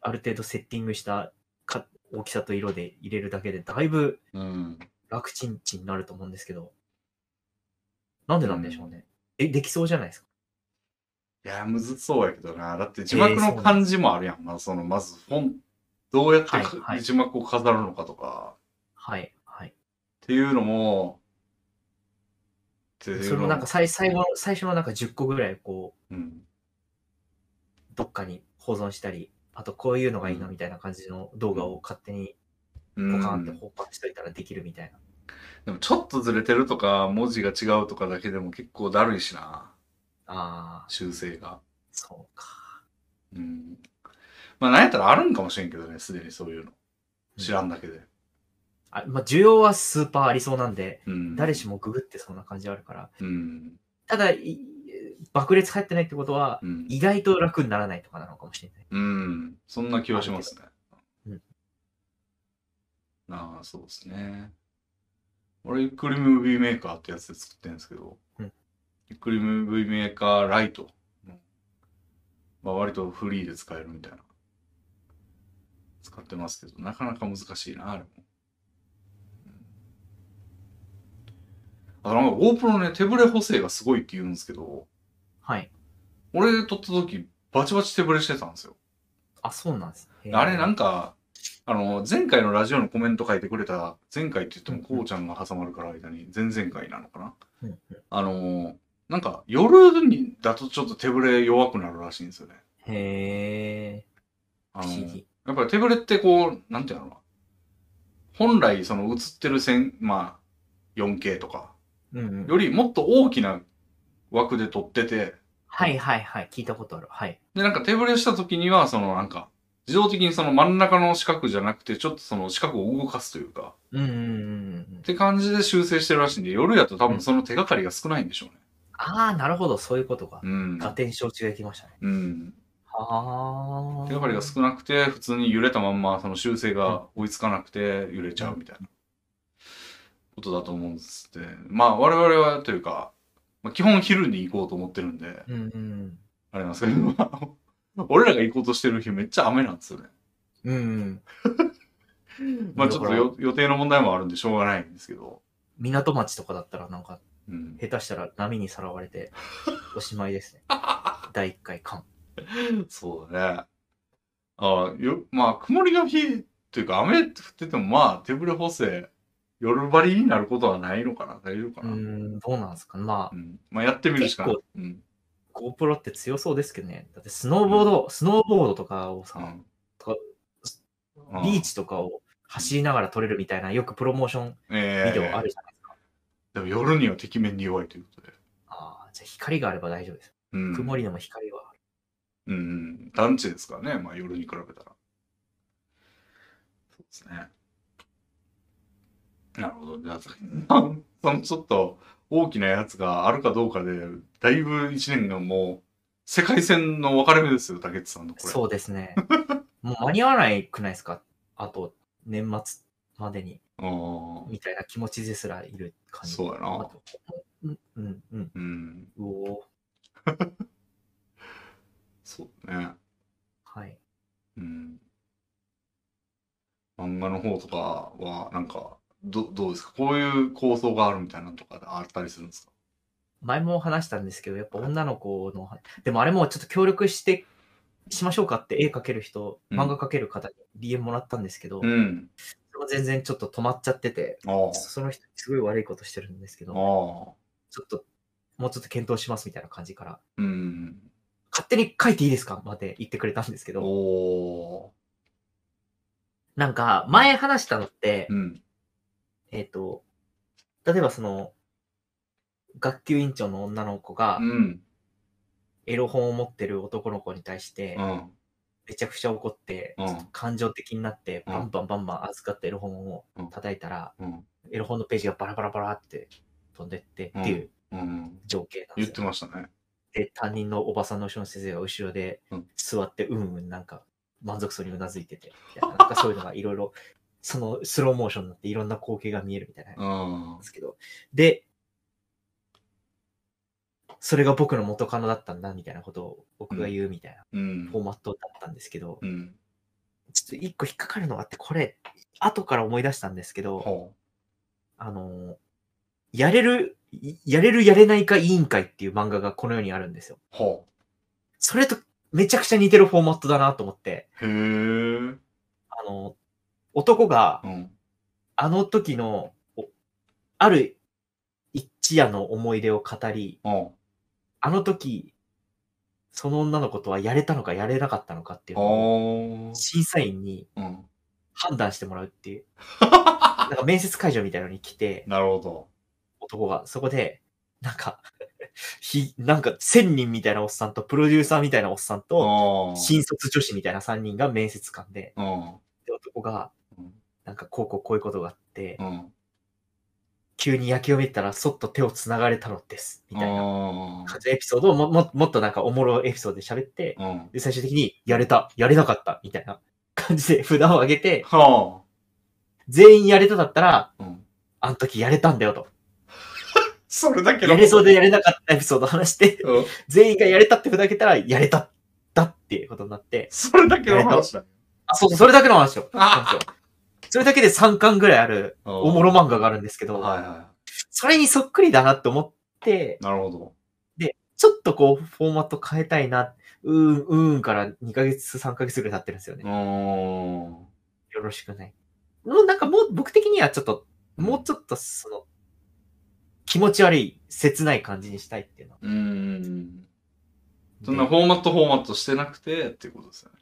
Speaker 2: ある程度セッティングしたか大きさと色で入れるだけで、だいぶ
Speaker 1: うん。
Speaker 2: 楽ちんちんになると思うんですけど、なんでなんでしょうね。え、できそうじゃないですか。
Speaker 1: いや、むずそうやけどな。だって字幕の漢字もあるやんな。その、まず、フォン、どうやってか、
Speaker 2: はいはい
Speaker 1: 字幕を飾るのかとか、
Speaker 2: はい、はい。
Speaker 1: っていうのも、っていう
Speaker 2: それもなんか最最後の、最初のなんか10個ぐらいこ
Speaker 1: うん。
Speaker 2: う、どっかに保存したり、あとこういうのがいいな
Speaker 1: うん
Speaker 2: みたいな感じの動画を勝手に
Speaker 1: う
Speaker 2: ポ
Speaker 1: ん
Speaker 2: カーンって放発しといたらできるみたいな。
Speaker 1: でもちょっとずれてるとか、文字が違うとかだけでも結構だるいしな、
Speaker 2: ああ、
Speaker 1: 修正が。
Speaker 2: そうか。
Speaker 1: うん。まあ、なんやったらあるんかもしれんけどね、すでにそういうの。知らんだけで。
Speaker 2: あまあ、需要はスーパーありそうなんで、
Speaker 1: うん。
Speaker 2: 誰し
Speaker 1: も。
Speaker 2: もググってそんな感じあるから。
Speaker 1: うん。
Speaker 2: ただ、い爆裂入ってないってことは、
Speaker 1: うん。
Speaker 2: 意外と楽にならないとかなのかもしれない。
Speaker 1: うん。そんな気はしますね。
Speaker 2: うん
Speaker 1: ああ、そうですね。俺、ゆっくりムービーメーカーってやつで作ってるんですけど、
Speaker 2: うん
Speaker 1: ゆっくりムービーメーカーライト。まあ、割とフリーで使えるみたいな。使ってますけど、なかなか難しいな、あれも。あとなんか GoPro ね、手ブレ補正がすごいって言うんですけど、
Speaker 2: はい。
Speaker 1: 俺撮った時、バチバチ手ブレしてたんですよ。
Speaker 2: あ、そうなんですね。
Speaker 1: あれなんんか、あの、前回のラジオのコメント書いてくれた、前回って言っても
Speaker 2: うん
Speaker 1: こうちゃんが挟まるから間に、前々回なのかな
Speaker 2: うんうん
Speaker 1: あの、なんか、夜にだとちょっと手ぶれ弱くなるらしいんですよね。
Speaker 2: へ
Speaker 1: あ
Speaker 2: ー。不
Speaker 1: の、
Speaker 2: 思
Speaker 1: や
Speaker 2: 議。
Speaker 1: っぱり手ぶれってこう、なんていうのかな本来その映ってる線、まあ、4K とか、
Speaker 2: うんうん。
Speaker 1: よりもっと大きな枠で撮ってて、
Speaker 2: はいはいはい。聞いたことある。はい。
Speaker 1: で、なんか手ぶれした時には、そのなんか、自動的にその真ん中の四角じゃなくて、ちょっとその四角を動かすというか、
Speaker 2: うんうんうんうん
Speaker 1: っ。て感じで修正してるらしいんで、夜やと多分その手がかりが少ないんでしょうね。
Speaker 2: ああ、なるほど。そういうことか。
Speaker 1: うん。
Speaker 2: 合点承知ができましたね。
Speaker 1: うん。
Speaker 2: はあ。
Speaker 1: 手がかりが少なくて、普通に揺れたまんま、その修正が追いつかなくて揺れちゃうみたいなことだと思うんですって。まあ、我々はというか、まあ、基本昼に行こうと思ってるんで、
Speaker 2: うんうん。
Speaker 1: あれなんですけど、まあ俺らが行こうとしてる日めっちゃ雨なんですよね。
Speaker 2: うんうん。
Speaker 1: まあちょっと
Speaker 2: だから
Speaker 1: よ予定の問題もあるんでしょうがないんですけど。
Speaker 2: 港町とかだったらなんか
Speaker 1: うん。
Speaker 2: 下手したら波にさらわれ
Speaker 1: <laughs>
Speaker 2: て、おしまいですね。第1回完。
Speaker 1: <laughs> そうだね。ああ、よ、まあ、曇りの日っていうか、雨降ってても、まあ、手ぶれ補正、夜張りになることはないのかな大丈夫か
Speaker 2: う
Speaker 1: な、
Speaker 2: ー
Speaker 1: うん、
Speaker 2: ん、どうなんですかまあ、
Speaker 1: まあ、やってみるしかない。うん。
Speaker 2: GoPro って強そうですけどね。だってスノーボード、スノーボードとかをさ、と
Speaker 1: うん
Speaker 2: ビーチとかを走りながら撮れるみたいな、よくプロモーション
Speaker 1: ええ
Speaker 2: ビデオあるじゃないですか。
Speaker 1: でも夜には敵面に弱いということで。
Speaker 2: ああ、じゃあ光があれば大丈夫です。
Speaker 1: うん。
Speaker 2: 曇
Speaker 1: り。
Speaker 2: りでも光はある。
Speaker 1: うんうん。団地ですからね。まあ、夜に比べたら。そうですね。なるほど。じゃあ、 <laughs> そのちょっと大きなやつがあるかどうかで、だいぶ一年がもう、世界戦の分かれ目ですよ、竹内さんのこれ。
Speaker 2: そうで
Speaker 1: <laughs>
Speaker 2: すね。もう間に合わないくないですかあと、年末までに、
Speaker 1: あ
Speaker 2: みたいな気持ちですらいる感
Speaker 1: あ、
Speaker 2: じ。
Speaker 1: そうや
Speaker 2: あ
Speaker 1: な。
Speaker 2: とうん、うん、うん、
Speaker 1: うん、
Speaker 2: うおー
Speaker 1: そうね。
Speaker 2: はい。
Speaker 1: うん。漫画の方とかは、なんか、どどうですかこういう構想があるみたいなのとかあったりするんですか
Speaker 2: 前も話したんですけど、やっぱ女の子の、でもあれもちょっと協力して、しましょうかって絵描ける人、
Speaker 1: うん
Speaker 2: 漫画描ける方に DM もらったんですけど、
Speaker 1: うん。
Speaker 2: それも全然ちょっと止まっちゃってて、
Speaker 1: ああ。
Speaker 2: その人にすごい悪いことしてるんですけど、
Speaker 1: ああ。
Speaker 2: ちょっと、もうちょっと検討しますみたいな感じから、
Speaker 1: うん。
Speaker 2: 勝手に描いていいですかまで言ってくれたんですけ
Speaker 1: お
Speaker 2: ど、
Speaker 1: お
Speaker 2: なんか前話したのって
Speaker 1: ー。う、ん。
Speaker 2: えっ、と、例えばその、学級委員長の女の子が
Speaker 1: うん。
Speaker 2: エロ本を持ってる男の子に対して
Speaker 1: う、ん。
Speaker 2: めちゃくちゃ怒って、
Speaker 1: うん
Speaker 2: ちょっと感情的になって、
Speaker 1: うん
Speaker 2: バンバンバンバン預かったエロ本を
Speaker 1: うん
Speaker 2: 叩いたら、
Speaker 1: うん。
Speaker 2: エロ本のページがバラバラバラって飛んでって、っていう
Speaker 1: うん。
Speaker 2: 情景なんで
Speaker 1: 言
Speaker 2: す
Speaker 1: っ
Speaker 2: よ
Speaker 1: て。ましたね。
Speaker 2: で、担任のおばさんの後ろの先生が後ろで
Speaker 1: うん
Speaker 2: 座って、うんうん、なんか満足そうにうなずいてて、みたいななんかそういうのがいろいろ、 <laughs> そのスローモーションになっていろんな光景が見えるみたいな。
Speaker 1: うん
Speaker 2: で。すけど、で、それが僕の元カノだったんだみたいなことを僕が言うみたいな
Speaker 1: うん
Speaker 2: フォーマットだったんですけど、
Speaker 1: うん。
Speaker 2: ちょっと一個引っかかるのがあって、これ、後から思い出したんですけど、
Speaker 1: ほ
Speaker 2: あの、やれる、いやれるやれないか委員会っていう漫画がこの世にあるんですよ。
Speaker 1: う。ほ
Speaker 2: それとめちゃくちゃ似てるフォーマットだなと思って、
Speaker 1: う。へえ。うん。
Speaker 2: あの、男があの時の、おある一夜の思い出を語り、
Speaker 1: うん。
Speaker 2: あの時、その女の子とはやれたのかやれなかったのかっていうのを
Speaker 1: ほう。
Speaker 2: 審査員に
Speaker 1: うん。
Speaker 2: 判断してもらうっていう。なんか面接会場みたいなのに来て、
Speaker 1: なるほど。
Speaker 2: 男が、そこで、なんか <laughs> ひ、なんか千人みたいなおっさんと、プロデューサーみたいなおっさんと、
Speaker 1: あ
Speaker 2: 新卒女子みたいな3人が面接官で、
Speaker 1: あ。うん。
Speaker 2: で男が
Speaker 1: うん、
Speaker 2: なんかこうこうこういうことがあって
Speaker 1: う、ん。
Speaker 2: 急に焼きを見たらそっと手を繋がれたのです、みたい
Speaker 1: あ
Speaker 2: な感じのエピソードをもももっとなんかおもろいエピソードで喋って、
Speaker 1: あ。うん。
Speaker 2: で、最終的に、やれた、やれなかった、みたいな感じで札を上げて、
Speaker 1: は
Speaker 2: 全員やれただったら、
Speaker 1: あ。うん。
Speaker 2: あの時やれたんだよと。
Speaker 1: それだけ
Speaker 2: やれそうでやれなかったエピソードを話して、
Speaker 1: うん。
Speaker 2: 全員がやれたって札上げたら、やれた、だっていうことになって、
Speaker 1: それだけの話だ。
Speaker 2: あ、そうそう、それだけの話を。
Speaker 1: あ
Speaker 2: そうそれだけで3巻ぐらいある、
Speaker 1: あ。
Speaker 2: <laughs> おもろ漫画があるんですけど、
Speaker 1: はいは
Speaker 2: それにそっくりだなって思って
Speaker 1: い。、なるほど。
Speaker 2: ちょっとこう、フォーマット変えたいな、うーん、うーんから2ヶ月、3ヶ月ぐらい経ってるんですよね
Speaker 1: う。ーん。
Speaker 2: よろしくない。もうなんかもう僕的にはちょっと、もうちょっとその、気持ち悪い、切ない感じにしたいっていうの。
Speaker 1: うーん。そんなフォーマットフォーマットしてなくてっていうことですよね。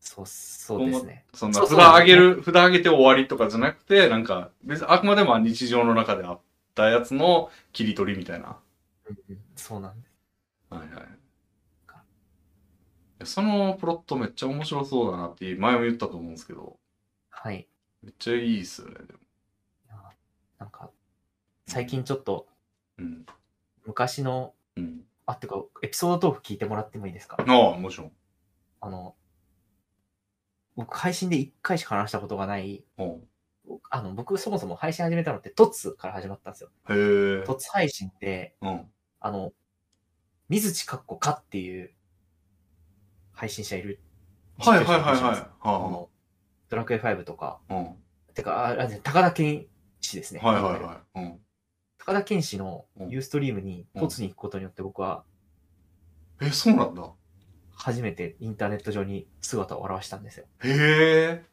Speaker 2: そう、そうですね。
Speaker 1: そんな
Speaker 2: そう
Speaker 1: 札
Speaker 2: そう
Speaker 1: 上げる、札上げて終わりとかじゃなくて、なんか、別にあくまでも日常の中であったやつの切り取りみたいな。
Speaker 2: うんうんそうなんです。
Speaker 1: はいはいいや。そのプロットめっちゃ面白そうだなって前も言ったと思うんですけど、
Speaker 2: はい。
Speaker 1: めっちゃいいっすよね、でも。
Speaker 2: なんか、最近ちょっと
Speaker 1: うん。
Speaker 2: 昔の、
Speaker 1: うん。
Speaker 2: あ、てか、エピソードトーク聞いてもらってもいいですか
Speaker 1: ああ、もちろん。
Speaker 2: あの、僕配信で1回しか話したことがない、
Speaker 1: おう
Speaker 2: 僕あの、僕そもそも配信始めたのって、トツから始まったんですよ。
Speaker 1: へえ。
Speaker 2: トツ配信で、
Speaker 1: うん。
Speaker 2: あの、水地かっこかっていう配信者いる。
Speaker 1: はいはいはい
Speaker 2: 知ってる人知ってます
Speaker 1: はい。
Speaker 2: あ
Speaker 1: は
Speaker 2: の、ドラクエ5とか、
Speaker 1: あ、うん。
Speaker 2: てか、ああれですね高田健志ですね。
Speaker 1: はいはいはい。うん。
Speaker 2: 高田健志の
Speaker 1: うん
Speaker 2: ユーストリームに
Speaker 1: うん
Speaker 2: 突に行くことによって僕は
Speaker 1: え、そうなんだ。
Speaker 2: 初めてインターネット上に姿を現したんですよ。
Speaker 1: へえ。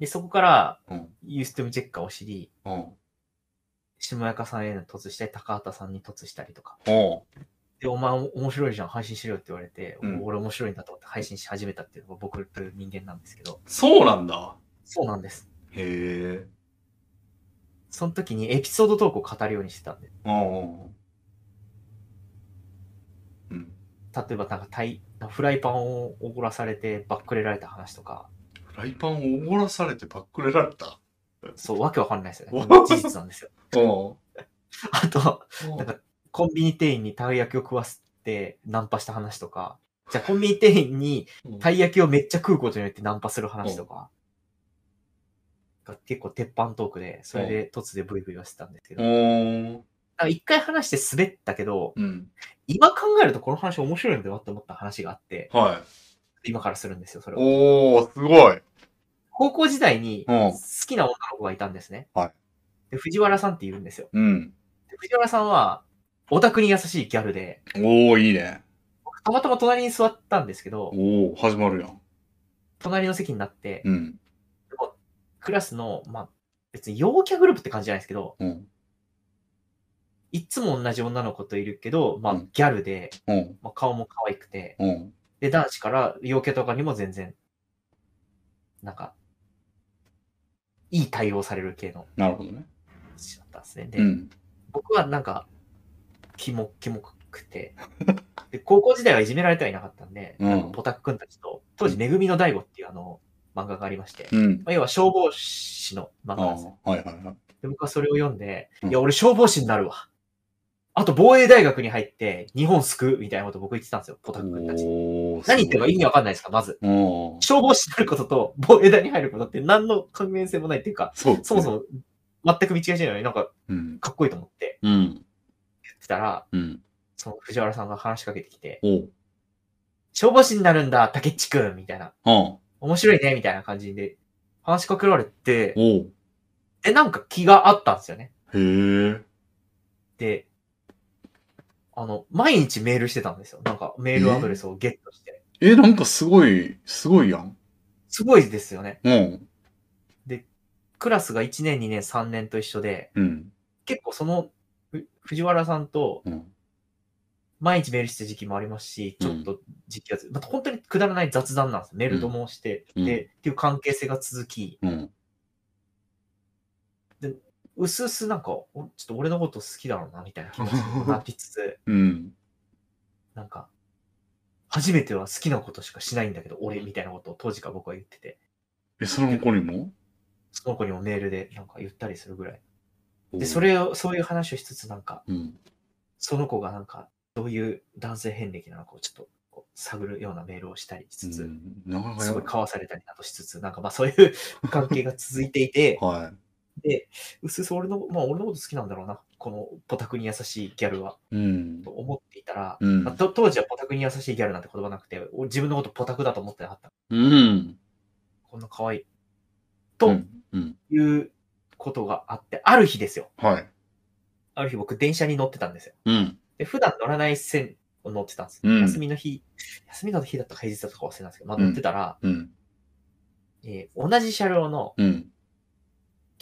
Speaker 2: で、そこから
Speaker 1: うん
Speaker 2: ユーストリームチェッカーを知り、
Speaker 1: うん。
Speaker 2: 下中さんへの突したり、高畑さんに突したりとか。
Speaker 1: おう
Speaker 2: で、お前面白いじゃん、配信しろよって言われて、
Speaker 1: うん
Speaker 2: 俺面白いんだと思って配信し始めたっていうのが僕という人間なんですけど、
Speaker 1: そうなんだ。
Speaker 2: そうなんです。
Speaker 1: へえ。
Speaker 2: その時にエピソードトークを語るようにしてたんで、
Speaker 1: おううん。
Speaker 2: 例えばなんかたいフライパンをおごらされてバックレられた話とか、
Speaker 1: フライパンをおごらされてバックレられた。
Speaker 2: そう、わけわかんないですよね。
Speaker 1: お
Speaker 2: 事実なんですよ。
Speaker 1: おう
Speaker 2: あと、
Speaker 1: おう
Speaker 2: なんかコンビニ店員にたい焼きを食わせてナンパした話とか、じゃあコンビニ店員にたい焼きをめっちゃ食うことによってナンパする話とか、が結構鉄板トークで、それで突でブイブイをしてたんですけど、
Speaker 1: お
Speaker 2: なん
Speaker 1: う
Speaker 2: か一回話して滑ったけど、
Speaker 1: うん。
Speaker 2: 今考えるとこの話面白いんだよって思った話があって、
Speaker 1: はい。
Speaker 2: 今からするんですよ、それを。
Speaker 1: おおすごい。
Speaker 2: 高校時代に
Speaker 1: う
Speaker 2: 好
Speaker 1: ん
Speaker 2: きな女の子がいたんですね。
Speaker 1: はい
Speaker 2: で藤原さんって言うんですよ。
Speaker 1: うん。
Speaker 2: で藤原さんは、オタクに優しいギャルで、
Speaker 1: おおいいね。
Speaker 2: たまたま隣に座ったんですけど、
Speaker 1: おお始まるやん。
Speaker 2: 隣の席になって、
Speaker 1: うん。
Speaker 2: クラスの、まあ、別に陽キャグループって感じじゃないですけど、
Speaker 1: うん。
Speaker 2: いつも同じ女の子といるけど、まあ
Speaker 1: うん、
Speaker 2: ギャルで、
Speaker 1: うん。
Speaker 2: まあ、顔も可愛くて、
Speaker 1: うん。
Speaker 2: で、男子から陽キャとかにも全然、なんか、いい対応される系の
Speaker 1: なるほどね。
Speaker 2: 子だったんですね。で、
Speaker 1: うん。
Speaker 2: 僕はなんか、キモ、キモ、くて。 <laughs> で高校時代はいじめられてはいなかったんで、
Speaker 1: うん
Speaker 2: あのポタッくんたちと、当時、めぐみの大悟っていうあの、漫画がありまして、
Speaker 1: うん。
Speaker 2: まあ、要は消防士の漫
Speaker 1: あ
Speaker 2: 画
Speaker 1: あ
Speaker 2: なんですよ。
Speaker 1: はいはいはい。
Speaker 2: で、僕はそれを読んで、
Speaker 1: うん
Speaker 2: いや、俺消防士になるわ。あと、防衛大学に入って、日本救うみたいなこと僕言ってたんですよ、ポタッくんたちに。
Speaker 1: おー
Speaker 2: 何言ってるか意味わかんないですか、まず。
Speaker 1: おー
Speaker 2: 消防士になることと防衛大に入ることって何の関連性もないっていうか、
Speaker 1: そう、
Speaker 2: そもそ。も全く見違いしてないのになんか
Speaker 1: うん。
Speaker 2: かっこいいと思って
Speaker 1: うん。
Speaker 2: 言ってたら、
Speaker 1: うん。
Speaker 2: その藤原さんが話しかけてきて、
Speaker 1: おう。
Speaker 2: 消防士になるんだ、竹内くんみたいな。
Speaker 1: あ
Speaker 2: 面白いねみたいな感じで話しかけられて、
Speaker 1: おう。
Speaker 2: で、なんか気があったんですよね。
Speaker 1: へえ。
Speaker 2: で、あの、毎日メールしてたんですよ。なんかメールアドレスをゲットして。
Speaker 1: え、なんかすごい、すごいやん。
Speaker 2: すごいですよね。
Speaker 1: うん。
Speaker 2: クラスが1年、2年、3年と一緒で、
Speaker 1: うん。
Speaker 2: 結構その、ふ藤原さんと
Speaker 1: うん。
Speaker 2: 毎日メールしてた時期もありますし、
Speaker 1: う
Speaker 2: ち
Speaker 1: ん
Speaker 2: ょっと時期がず、また本当にくだらない雑談なんです。メールともして、
Speaker 1: うん
Speaker 2: で、っていう関係性が続き、
Speaker 1: うん。
Speaker 2: うすうすなんか、おちょっと俺のこと好きだろうな、みたいな気持ちになりつつ、
Speaker 1: うん。
Speaker 2: なんか、初めては好きなことしかしないんだけど、俺、みたいなことを当時から僕は言ってて、
Speaker 1: え、その子にも
Speaker 2: その子にもメールでなんか言ったりするぐらい。
Speaker 1: おう
Speaker 2: で、そ。れを、そういう話をしつつ、なんか、
Speaker 1: うん。
Speaker 2: その子がなんか、どういう男性遍歴なのかをちょっとこう探るようなメールをしたりし
Speaker 1: う
Speaker 2: つつ、
Speaker 1: ん。なかなか
Speaker 2: す
Speaker 1: や
Speaker 2: ごい交わされたりなどしつつ、なんかまあそういう関係が続いて
Speaker 1: <laughs>
Speaker 2: いて、
Speaker 1: は
Speaker 2: で、うすうす俺の、まあ俺のこと好きなんだろうな、このポタクに優しいギャルは、
Speaker 1: い。うん
Speaker 2: と。思っていたら、
Speaker 1: うん
Speaker 2: まあ、。と当時はポタクに優しいギャルなんて言葉なくて、俺自分のことポタクだと思ってなかった。
Speaker 1: うん。
Speaker 2: こんな可愛い。
Speaker 1: う
Speaker 2: と
Speaker 1: んうん。
Speaker 2: いうことがあって、ある日ですよ。
Speaker 1: はい。
Speaker 2: ある日僕電車に乗ってたんですよ。
Speaker 1: うん。
Speaker 2: で、普段乗らない線を乗ってたんです。
Speaker 1: うん
Speaker 2: 休みの日、休みの日だったか平日だったか忘れたんですけど、まあ、乗ってたら、
Speaker 1: うん。
Speaker 2: えー同じ車両の
Speaker 1: うん。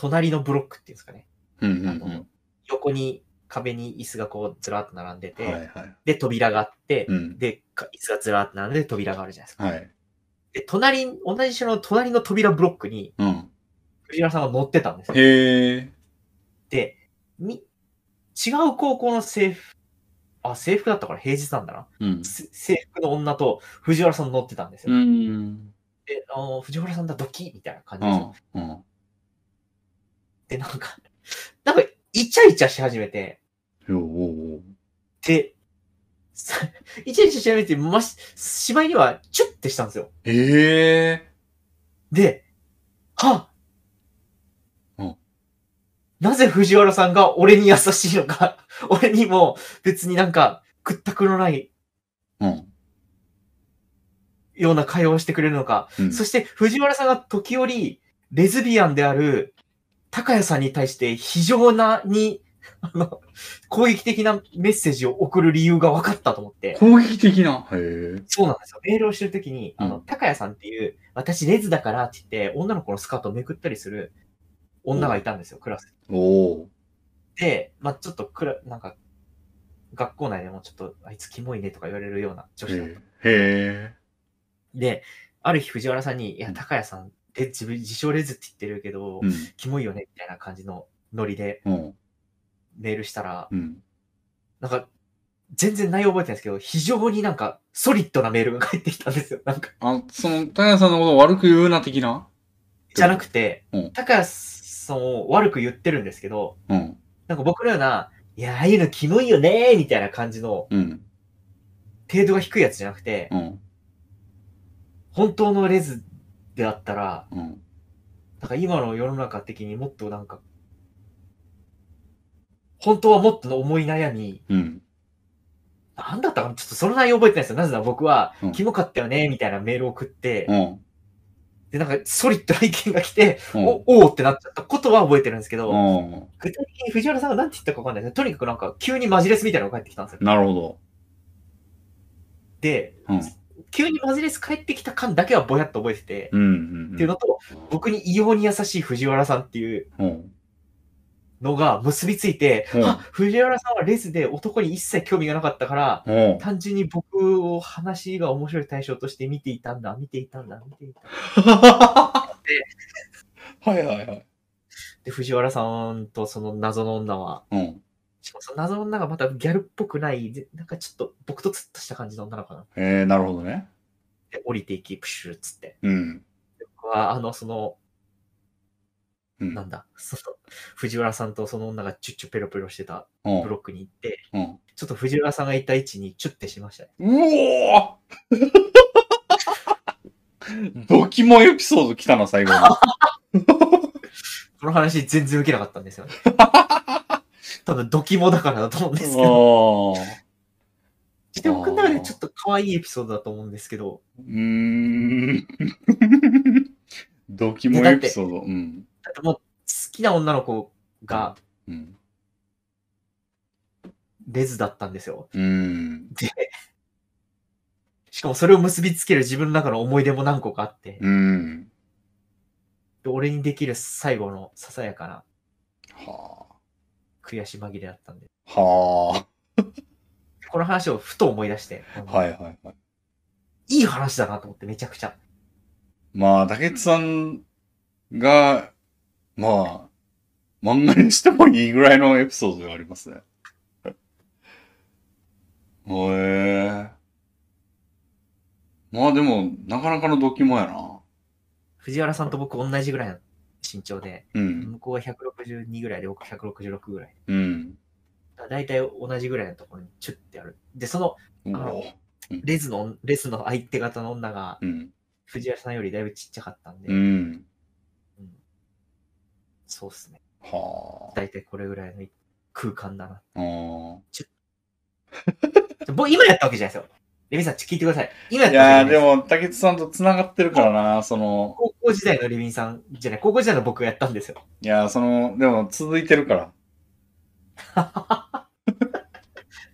Speaker 2: 隣のブロックっていうんですかね。
Speaker 1: うん。うん。
Speaker 2: あの横に壁に椅子がこうずらっと並んで
Speaker 1: う
Speaker 2: て、
Speaker 1: ん。はいはい。
Speaker 2: で、扉があって、
Speaker 1: うん。
Speaker 2: で、か椅子がずらっと並んで扉があるじゃないですか。
Speaker 1: はい。
Speaker 2: で、隣、同じ車両の隣の扉ブロックに
Speaker 1: うん。
Speaker 2: 藤原さんが乗ってたんですよ。
Speaker 1: へえ。
Speaker 2: で、み、違う高校の制服、あ、制服だったから平日なんだな。
Speaker 1: うん。
Speaker 2: せ制服の女と藤原さん乗ってたんですよ。
Speaker 1: うん。
Speaker 2: で、あの藤原さんだ、ドキッみたいな感じ
Speaker 1: う
Speaker 2: ですよ。
Speaker 1: ん。うん。
Speaker 2: で、なんか、 <laughs> なんか、イチャイチャし始めて、
Speaker 1: よおう
Speaker 2: で、さ <laughs> イチャイチャし始めて、まし、しまいには、チュッてしたんですよ。
Speaker 1: へえ。
Speaker 2: で、はっ
Speaker 1: うん
Speaker 2: なぜ藤原さんが俺に優しいのか、 <laughs> 俺にも別になんか、屈託のない
Speaker 1: うん。
Speaker 2: ような会話をしてくれるのか、
Speaker 1: うん
Speaker 2: そして藤原さんが時折、レズビアンである高谷さんに対して非常なに、あの、攻撃的なメッセージを送る理由が分かったと思って、
Speaker 1: 攻撃的な。へえ。
Speaker 2: そうなんですよ。メールをしてるときに、あ
Speaker 1: う
Speaker 2: の、
Speaker 1: ん
Speaker 2: 高谷さんっていう、私レズだからって言って、女の子のスカートをめくったりする女がいたんですよ、クラス
Speaker 1: おお。
Speaker 2: で。まあちょっとクラ、なんか、学校内でもちょっと、あいつキモいねとか言われるような女子だった
Speaker 1: へえ。
Speaker 2: で、ある日藤原さんに、いや、
Speaker 1: うん
Speaker 2: 高谷さん、で、自分、自称レズって言ってるけど、
Speaker 1: うん。
Speaker 2: キモいよね、みたいな感じのノリで
Speaker 1: うん。
Speaker 2: メールしたら、
Speaker 1: うん。
Speaker 2: なんか、全然内容覚えてないですけど、非常になんか、ソリッドなメールが返ってきたんですよ。 <laughs> なんか、
Speaker 1: あ、その、高谷さんのことを悪く言うな的な
Speaker 2: じゃなくて、
Speaker 1: うん
Speaker 2: 高谷さんを悪く言ってるんですけど、
Speaker 1: うん。
Speaker 2: なんか僕のような、いや、ああいうのキモいよね、みたいな感じの、
Speaker 1: うん。
Speaker 2: 程度が低いやつじゃなくて、
Speaker 1: うん。
Speaker 2: 本当のレズであったら、
Speaker 1: うん。
Speaker 2: なんか今の世の中的にもっとなんか、本当はもっとの思い悩み、
Speaker 1: うん。
Speaker 2: なんだったかなちょっとその内容覚えてないですよ。なぜなら僕は
Speaker 1: うん、
Speaker 2: キモかったよね、みたいなメールを送って、
Speaker 1: うん。
Speaker 2: で、なんかソリッドな意見が来て、
Speaker 1: うん。
Speaker 2: お、おーってなっちゃったことは覚えてるんですけど、
Speaker 1: うん。
Speaker 2: 具体的に藤原さんが何て言ったかわかんないですね。とにかくなんか急にマジレスみたいなのが返ってきたんですよ。
Speaker 1: なるほ
Speaker 2: で、
Speaker 1: ど。うん。
Speaker 2: 急にマジレス返ってきた感だけはぼやっと覚えてて、
Speaker 1: うん。うん。
Speaker 2: っていうのと、僕に異様に優しい藤原さんっていう
Speaker 1: うん。
Speaker 2: のが結びついて、
Speaker 1: うん
Speaker 2: あ、藤原さんはレズで男に一切興味がなかったから、
Speaker 1: うん。
Speaker 2: 単純に僕を話が面白い対象として見ていたんだ、見ていたんだ、見ていたんだ。
Speaker 1: はいはいはい。
Speaker 2: で、藤原さんとその謎の女は
Speaker 1: うん。
Speaker 2: しかもその謎の女がまたギャルっぽくない、でなんかちょっと僕とツッとした感じの女の子なの。
Speaker 1: えー、なるほどね。
Speaker 2: で、降りていき、プシューっつって。
Speaker 1: うん。
Speaker 2: 僕は、あの、その、
Speaker 1: うん。
Speaker 2: なんだ、その、藤原さんとその女がチュッチュペロペロしてた
Speaker 1: うん
Speaker 2: ブロックに行って、
Speaker 1: うん
Speaker 2: ちょっと藤原さんがいた位置にチュッてしましたね。
Speaker 1: うおードキモエピソード来たな、最後に。
Speaker 2: この話全然受けなかったんですよ <laughs> ね。多分ドキモだからだと思うんですけど。
Speaker 1: ああ。
Speaker 2: でも僕の中でちょっと可愛いエピソードだと思うんですけど、
Speaker 1: うーん。ドキモエピソード。うん。
Speaker 2: だってもう好きな女の子が
Speaker 1: うん。
Speaker 2: レズだったんですよ。
Speaker 1: うん。
Speaker 2: しかもそれを結びつける自分の中の思い出も何個かあって、
Speaker 1: うん。
Speaker 2: で俺にできる最後のささやかな
Speaker 1: は
Speaker 2: 悔し紛れだったんで、
Speaker 1: あ。は
Speaker 2: この話をふと思い出して、
Speaker 1: あ。はいはいはい。
Speaker 2: いい話だなと思ってめちゃくちゃ。
Speaker 1: まあ、竹内さんが、まあ、漫画にしてもいいぐらいのエピソードがありますね。へえ。まあでも、なかなかのドキモやな。
Speaker 2: 藤原さんと僕同じぐらいの身長で、
Speaker 1: うん。
Speaker 2: 向こうは162ぐらいで僕166ぐらい。
Speaker 1: うん。
Speaker 2: だいたい同じぐらいのところにチュッてやる。で、その
Speaker 1: うお
Speaker 2: レズの、レズの相手方の女が
Speaker 1: うん。
Speaker 2: 藤原さんよりだいぶちっちゃかったんで、
Speaker 1: うん。
Speaker 2: そうっすね。
Speaker 1: は
Speaker 2: だいたいこれぐらいの空間だな。
Speaker 1: あ。うん
Speaker 2: 僕今やったわけじゃないですよ。レミさん、ちょ聞いてください。今やっ
Speaker 1: い
Speaker 2: たわけじ
Speaker 1: や
Speaker 2: ゃ
Speaker 1: ー
Speaker 2: ないで。
Speaker 1: ですも、竹内さんと繋がってるからな、その、
Speaker 2: 高校時代のレミさんじゃない、高校時代の僕がやったんですよ。
Speaker 1: いやーその、でも続いてるから。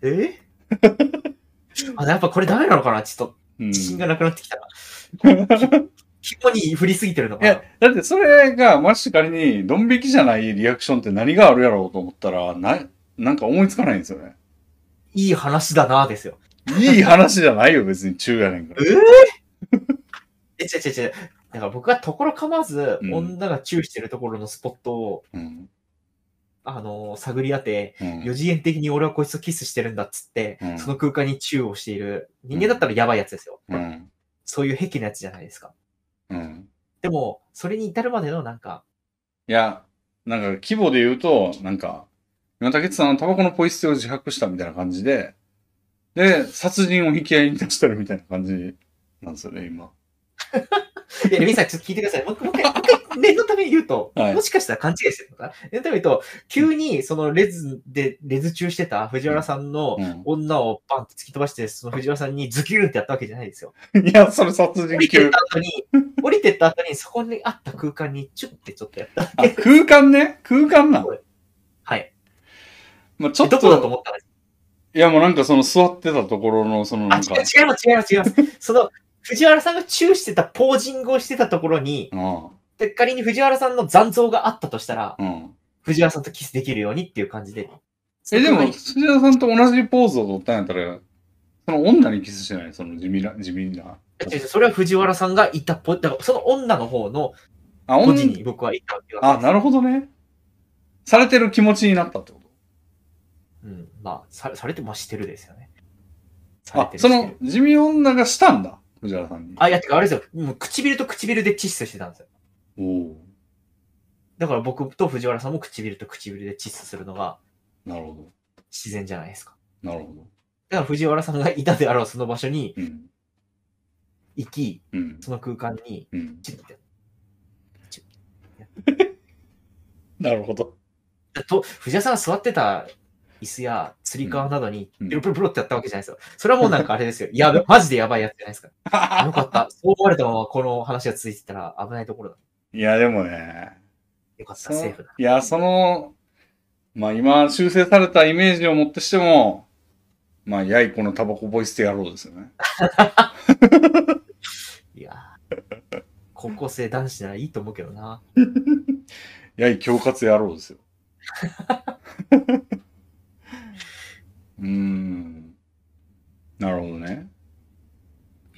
Speaker 2: え <laughs> あ、やっぱこれダメなのかなちょっと
Speaker 1: うん。
Speaker 2: 自信
Speaker 1: い
Speaker 2: がなくなってきたな。肝に振りすぎてるのかな
Speaker 1: や、だってそれが、もし仮に、ドン引きじゃないリアクションって何があるやろうと思ったら、な、なんか思いつかないんですよね。
Speaker 2: いい話だなですよ。
Speaker 1: いい話じゃないよ、別に中やね
Speaker 2: <laughs>
Speaker 1: んか
Speaker 2: ええ、違う違う違う。だから僕がところ構わず、
Speaker 1: うん
Speaker 2: 女がチューしてるところのスポットを、
Speaker 1: ら。うん。
Speaker 2: あのー探り当て、
Speaker 1: うん。
Speaker 2: 四次元的に俺はこいつとキスしてるんだっつって、
Speaker 1: うん
Speaker 2: その空間にチューをしている。人間だったらやばいやつですよ。
Speaker 1: うん。
Speaker 2: そういう癖のやつじゃないですか。
Speaker 1: うん。
Speaker 2: でも、それに至るまでのなんか、
Speaker 1: いや、なんか規模で言うと、なんか、今竹内さんはタバコのポイ捨てを自白したみたいな感じで、で、殺人を引き合いに出してるみたいな感じなんですよね、今。
Speaker 2: いや、レミさん、ちょっと聞いてください。もう一回、もう一回もう一回、念のために言うと、
Speaker 1: はい
Speaker 2: もしかしたら勘違いしてるのかな念のために言うと、急に、そのレズで、レズ中してた藤原さんの
Speaker 1: うん。
Speaker 2: 女をバンって突き飛ばして、その藤原さんにズキューンってやったわけじゃないですよ。
Speaker 1: いや、それ殺
Speaker 2: 降
Speaker 1: 人
Speaker 2: りてっ
Speaker 1: 級。
Speaker 2: た後に、降りてった後に、そこにあった空間にチュッてちょっとやった。
Speaker 1: あ、空間ね。空間な。
Speaker 2: はい。
Speaker 1: まあ、ちょっ
Speaker 2: どこだと
Speaker 1: と、
Speaker 2: 思ったら
Speaker 1: いや、もうなんかその座ってたところの、そのな
Speaker 2: あ、
Speaker 1: んか、
Speaker 2: 違う違います、違います、違います。その、藤原さんがチューしてたポージングをしてたところに、
Speaker 1: うん、
Speaker 2: で仮に藤原さんの残像があったとしたら、
Speaker 1: うん。
Speaker 2: 藤原さんとキスできるようにっていう感じで。
Speaker 1: え、でも、
Speaker 2: そ
Speaker 1: 藤
Speaker 2: の空間に
Speaker 1: 田さんと同じポーズを取ったんやったら、その女にキスしてないその地味な、地味な。
Speaker 2: 違う違うそれは藤原さんがいたポ、だからその女の方の
Speaker 1: あ、
Speaker 2: ポ
Speaker 1: 女
Speaker 2: ジに僕は行ったわけ
Speaker 1: あ、
Speaker 2: だ。
Speaker 1: なるほどね。されてる気持ちになったってこ
Speaker 2: うん、まあ、さされてもしてるですよね。さ
Speaker 1: と
Speaker 2: れ
Speaker 1: あ
Speaker 2: て、る
Speaker 1: そ
Speaker 2: して
Speaker 1: の
Speaker 2: る、
Speaker 1: 地味女がしたんだ。藤原さんに。
Speaker 2: あ、いや、てかあれですよ。もう唇と唇でチッスしてたんですよ
Speaker 1: おお
Speaker 2: だから僕と藤原さんも唇と唇でチッスするのが
Speaker 1: なるほ
Speaker 2: 自然じゃないですか。
Speaker 1: ど。なるほど。
Speaker 2: だから藤原さんがいたであろうその場所に
Speaker 1: うん。
Speaker 2: 行き、
Speaker 1: うん。
Speaker 2: その空間に
Speaker 1: うん。
Speaker 2: チュッて。チュッ
Speaker 1: なるほど。
Speaker 2: だと、藤原さんが座ってた椅子やつり革などに
Speaker 1: うん
Speaker 2: ピロピロピロってやったわけじゃないですよ。それはもうなんかあれ
Speaker 1: <laughs>
Speaker 2: ですよ。やべ、マジでやばいやつじゃないですか。よかった。そう思われたままこの話が続いてたら危ないところだ。
Speaker 1: <laughs> いや、でもね、
Speaker 2: よかっ
Speaker 1: そ
Speaker 2: た、
Speaker 1: の
Speaker 2: セーフだ。
Speaker 1: いや、その、まあ今修正されたイメージをもってしても、まあ、やいこのタバコボイスでやろうですよね。
Speaker 2: いやー高校生男子ならいいと思うけどな。
Speaker 1: やい恐喝やろうです
Speaker 2: <laughs>
Speaker 1: よ。うーん。なるほどね。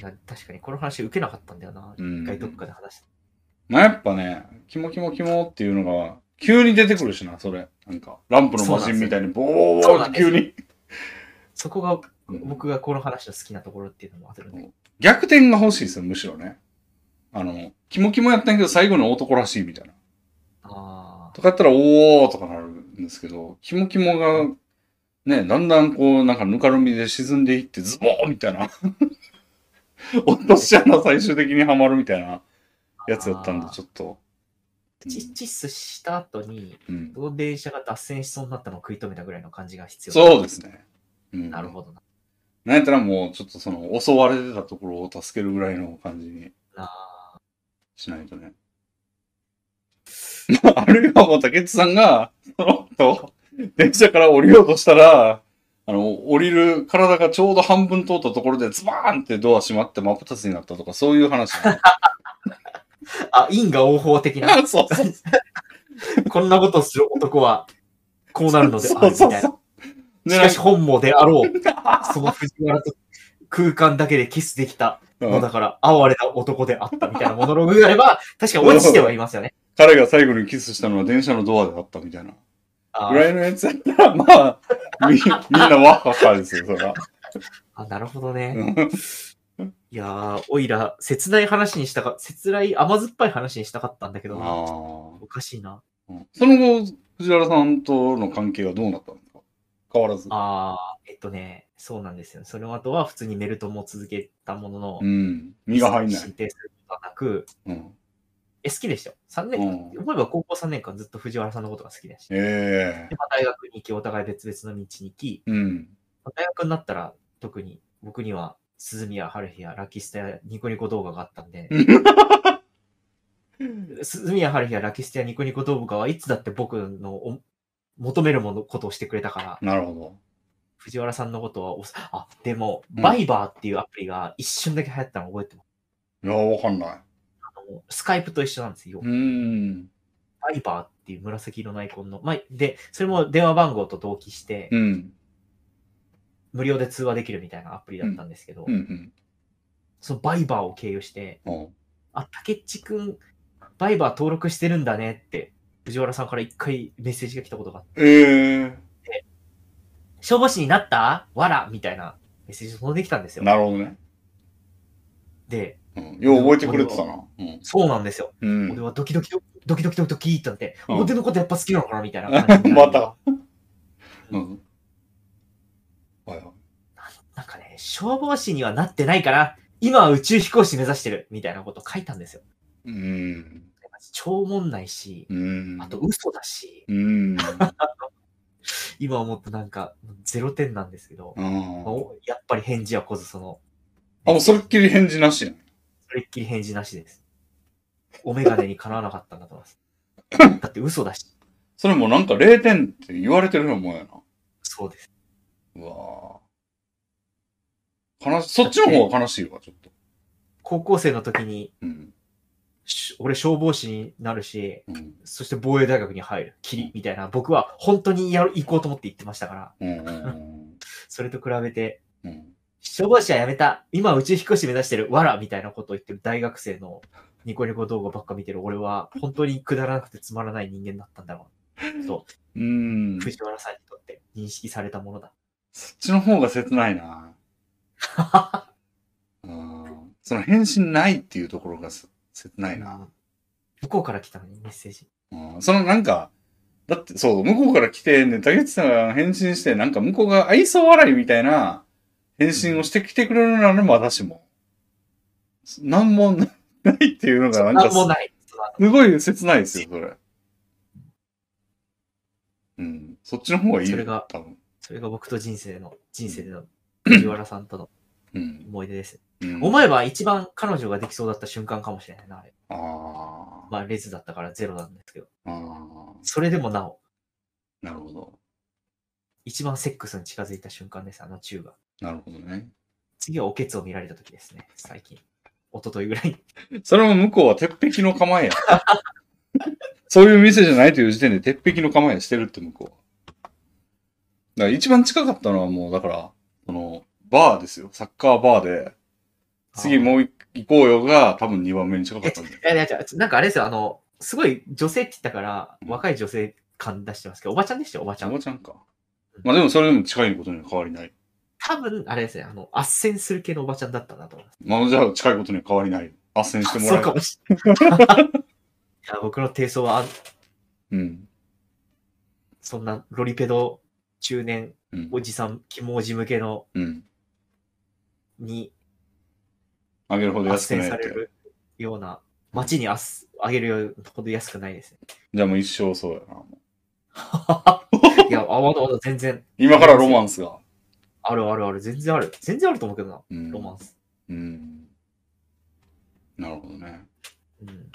Speaker 2: いや、確かにこの話受けなかったんだよな。
Speaker 1: うん
Speaker 2: 一回どっかで話した。
Speaker 1: まあやっぱね、キモキモキモっていうのが、急に出てくるしな、それ。なんか、ランプのマシンみたいに、ボ
Speaker 2: そう
Speaker 1: ー
Speaker 2: な
Speaker 1: っ
Speaker 2: ん
Speaker 1: て
Speaker 2: ですよ
Speaker 1: 急に。
Speaker 2: そこが
Speaker 1: うん
Speaker 2: 僕がこの話の好きなところっていうのもあるんだけど、
Speaker 1: 逆転が欲しいですよ、むしろね。あの、キモキモやったんやけど、最後の男らしいみたいな。
Speaker 2: ああ、
Speaker 1: とかやったら、おーとかなるんですけど、キモキモが、ね、だんだんこう、なんかぬかるみで沈んでいって、ズボーみたいな。 <laughs> 落とし穴最終的にはまるみたいなやつやったんで、ちょっと。
Speaker 2: チッチッスした後に、
Speaker 1: うん。
Speaker 2: どの電車が脱線しそうになったのを食い止めたぐらいの感じが必要だ
Speaker 1: そうですね。うん、
Speaker 2: なるほどな。
Speaker 1: なんやったらもうちょっとその襲われてたところを助けるぐらいの感じに
Speaker 2: あ
Speaker 1: しないとね。 <laughs> まああるいはもう竹内さんが、その後、電車から降りようとしたら、あの、降りる体がちょうど半分通ったところでズバーンってドア閉まって真っ二つになったとか、そういう話。
Speaker 2: ーあ、因果応報
Speaker 1: <laughs>
Speaker 2: 的な、
Speaker 1: あそうそう。
Speaker 2: こんなことをする男は、こうなるのであ
Speaker 1: そ
Speaker 2: る
Speaker 1: う
Speaker 2: み
Speaker 1: そう
Speaker 2: たいな。
Speaker 1: そう。
Speaker 2: しかし本望であろう。その藤原と空間だけでキスできた
Speaker 1: うん
Speaker 2: のだから、哀れな男であったみたいなモノローグがあれば、確かに落ちてはいますよね。
Speaker 1: 彼が最後にキスしたのは電車のドアであったみたいな。
Speaker 2: あ
Speaker 1: ぐら
Speaker 2: ー
Speaker 1: いのやつやったら、まあ、み、みんなワッハッハですよ、そら。
Speaker 2: あ、なるほどね。
Speaker 1: うん
Speaker 2: いやー、おいら、切ない話にしたか、切ない甘酸っぱい話にしたかったんだけどな、
Speaker 1: あ
Speaker 2: おかしいな。
Speaker 1: あ、その後、藤原さんとの関係はどうなったんですか変わらず。
Speaker 2: あー、えっとね、そうなんですよ。その後は普通にメルトも続けたものの
Speaker 1: う、ん。身が入んな
Speaker 2: 進
Speaker 1: い。
Speaker 2: 展することはなく、
Speaker 1: うん。
Speaker 2: え、好きでしたよ。3
Speaker 1: う
Speaker 2: 年、
Speaker 1: ん、
Speaker 2: 思えば高校3年間ずっと藤原さんのことが好きだし。
Speaker 1: ええ
Speaker 2: で、まあ大学に行き、お互い別々の道に行き、
Speaker 1: うん。
Speaker 2: まあ大学になったら特に僕には鈴宮春日やラッキーステやニコニコ動画があったんで、鈴宮春日やラッキーステやニコニコ動画はいつだって僕のお求めるものことをしてくれたから、
Speaker 1: なるほ
Speaker 2: 藤原さんのことはおさ、あ、でも、
Speaker 1: うん
Speaker 2: バイバーっていうアプリが一瞬だけ流行ったの覚えてます。
Speaker 1: ど。いや、わかんない。
Speaker 2: あのスカイプと一緒なんですよ。
Speaker 1: うん。
Speaker 2: バイバーっていう紫色のアイコンの、まあ、で、それも電話番号と同期して、
Speaker 1: うん。
Speaker 2: 無料で通話できるみたいなアプリだったんですけど、
Speaker 1: うん。
Speaker 2: そのバイバーを経由して、
Speaker 1: うん。うん
Speaker 2: あ、竹内くん、バイバー登録してるんだねって、藤原さんから一回メッセージが来たことがあって、
Speaker 1: ええ
Speaker 2: 消防士になったわらみたいなメッセージが飛んできたんですよ。
Speaker 1: なるほどね。
Speaker 2: で、
Speaker 1: うん。よう覚えてくれてたな。うん。
Speaker 2: そうなんですよ。
Speaker 1: うん
Speaker 2: 俺はドキドキド、ドキドキドキドキってなって、
Speaker 1: うん
Speaker 2: 俺のことやっぱ好きなのかなみたいな感じにな <laughs>
Speaker 1: ま
Speaker 2: り
Speaker 1: た。うん。はいはい。
Speaker 2: なんかね、消防士にはなってないから、今は宇宙飛行士目指してるみたいなこと書いたんですよ。
Speaker 1: うん。
Speaker 2: 超もんないし、
Speaker 1: うん。
Speaker 2: あと嘘だし、 <laughs>
Speaker 1: うん。
Speaker 2: 今思うとなんかゼロ点なんですけど、
Speaker 1: うん。
Speaker 2: まあおやっぱり返事は来ずその、
Speaker 1: あ、もうそれっきり返事なしやん。
Speaker 2: それっきり返事なしです。お眼鏡にかなわなかったんだと思い
Speaker 1: <laughs>
Speaker 2: ます。だって嘘だし。
Speaker 1: それもなんか0点って言われてるようなもんやな。
Speaker 2: そうです。
Speaker 1: うわぁ。悲し、そっちの方が悲しいわ、ちょっと。
Speaker 2: 高校生の時に、
Speaker 1: うん。
Speaker 2: し俺消防士になるし、
Speaker 1: うん。
Speaker 2: そして防衛大学に入る、キリみたいな、僕は本当にやる行こうと思って行ってましたから、
Speaker 1: うん。うん
Speaker 2: それと比べて、
Speaker 1: うん。
Speaker 2: 消防士はやめた、今は宇宙飛行士目指してる、わらみたいなことを言ってる大学生のニコニコ動画ばっか見てる俺は、本当にくだらなくてつまらない人間だったんだろう。と、
Speaker 1: うん。
Speaker 2: 藤原さんにとって認識されたものだ。
Speaker 1: そっちの方が切ないなうん。その返信ないっていうところがせ切ないな。
Speaker 2: 向こうから来たのにメッセージ。
Speaker 1: うん。そのなんか、だってそう、向こうから来て、ね、竹内さんが返信して、なんか向こうが愛想笑いみたいな返信をしてきてくれるならまだしも。なんもなないっていうのがなんか
Speaker 2: なんもない。その
Speaker 1: すごい切ないですよ、それ。うん。そっちの方がいいよ。
Speaker 2: それが
Speaker 1: 多分。
Speaker 2: それが僕と人生の、人生での藤原さんとの
Speaker 1: うん。
Speaker 2: 思い出です。
Speaker 1: うん、
Speaker 2: 思えば一番彼女ができそうだった瞬間かもしれないな、あれ。
Speaker 1: あー
Speaker 2: まあ、レズだったからゼロなんですけど。
Speaker 1: あー。
Speaker 2: それでもなお、
Speaker 1: なるほど。
Speaker 2: 一番セックスに近づいた瞬間です、あの中が。
Speaker 1: なるほどね。
Speaker 2: 次はおけつを見られた時ですね、最近。一昨日ぐらいに。
Speaker 1: それも向こうは鉄壁の構えや。 <laughs> そういう店じゃないという時点で鉄壁の構えしてるって向こうは。だから一番近かったのはもう、だから、その、バーですよ。サッカーバーで、次もう行こうよが多分2番目に近かったんだよ。
Speaker 2: いやいや、違うなんかあれですよ、あの、すごい女性って言ったから、若い女性感出してますけど、おばちゃんでしたよ、おばちゃ
Speaker 1: おば
Speaker 2: ん。
Speaker 1: ちゃんか。まあでもそれでも近いことには変わりない。
Speaker 2: 多分、あれですね、あの、斡旋する系のおばちゃんだったなと思います。
Speaker 1: まあじゃあ近いことには変わりない。斡旋しても
Speaker 2: そう
Speaker 1: らえ
Speaker 2: か
Speaker 1: る。
Speaker 2: もしれない。 <laughs> いや僕の提想は、あ
Speaker 1: うん。
Speaker 2: そんなロリペド中年
Speaker 1: うん。
Speaker 2: おじさん、肝おじ向けの
Speaker 1: うん。
Speaker 2: に
Speaker 1: あげるほど
Speaker 2: 斡
Speaker 1: 安くな
Speaker 2: 旋
Speaker 1: い
Speaker 2: さ
Speaker 1: っ
Speaker 2: れ
Speaker 1: て。
Speaker 2: るような、街にあすあげるほど安くないですね。
Speaker 1: じゃあもう一生そうやな。
Speaker 2: いや、あ、わざわざ全然、
Speaker 1: 今からロマンスが。
Speaker 2: あるあるある、全然ある。全然あると思うけどな、
Speaker 1: うん。
Speaker 2: ロマンス。
Speaker 1: うん。なるほどね。
Speaker 2: うん。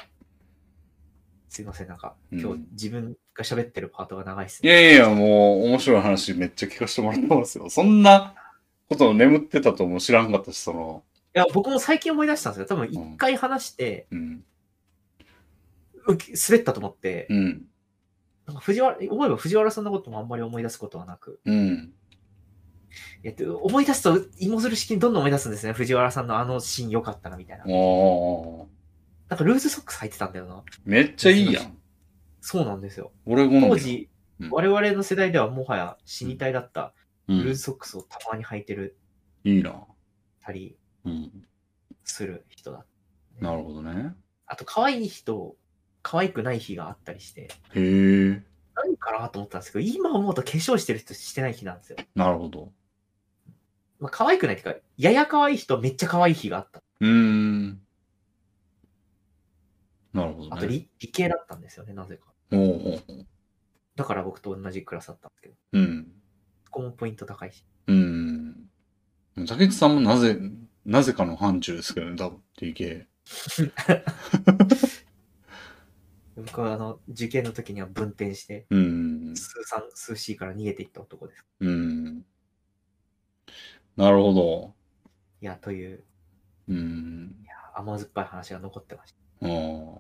Speaker 2: すいません、なんか、
Speaker 1: うん
Speaker 2: 今日自分が喋ってるパートが長いです
Speaker 1: い
Speaker 2: ね。
Speaker 1: やいやいや、もう面白い話めっちゃ聞かせてもらってますよ。そんなことを眠ってたとも知らんかったし、その、
Speaker 2: いや、僕も最近思い出したんですよ。多分一回話して、
Speaker 1: うん。
Speaker 2: うき滑ったと思って、
Speaker 1: うん。
Speaker 2: なんか藤原、思えば藤原さんのこともあんまり思い出すことはなく、
Speaker 1: うん。
Speaker 2: えっと、思い出すと芋づる式にどんどん思い出すんですね。藤原さんのあのシーン良かったな、みたいな。
Speaker 1: おー。
Speaker 2: なんかルーズソックス履いてたんだよな。
Speaker 1: めっちゃいいやん。
Speaker 2: そうなんですよ。
Speaker 1: 俺好みだ
Speaker 2: 当時、
Speaker 1: うん
Speaker 2: 我々の世代ではもはや死に体だった
Speaker 1: う
Speaker 2: ルーズ
Speaker 1: ん、
Speaker 2: ソックスをたまに履いてる
Speaker 1: いいな。
Speaker 2: たり
Speaker 1: うん。
Speaker 2: する人だ。
Speaker 1: なるほどね。
Speaker 2: あと、可愛い人、可愛くない日があったりして、
Speaker 1: へえ。
Speaker 2: 何かなと思ったんですけど、今思うと化粧してる人してない日なんですよ。
Speaker 1: なるほど。
Speaker 2: まあ、可愛くないっていうか、やや可愛い人、めっちゃ可愛い日があった。
Speaker 1: うーん。なるほど
Speaker 2: あと理、
Speaker 1: ね。
Speaker 2: 理系だったんですよね、なぜか。
Speaker 1: おうおうおう
Speaker 2: だから僕と同じクラスだったんですけど、
Speaker 1: うん。
Speaker 2: そこもポイント高いし。
Speaker 1: うん。竹内さんもなぜ、なぜかの範疇ですけどね、多分、TK。
Speaker 2: 僕はあの、受験の時には分転して、
Speaker 1: うん。
Speaker 2: 数三数 C から逃げていった男です。
Speaker 1: うん。なるほど。
Speaker 2: いや、という、
Speaker 1: うん。
Speaker 2: 甘酸っぱい話が残ってました。
Speaker 1: あー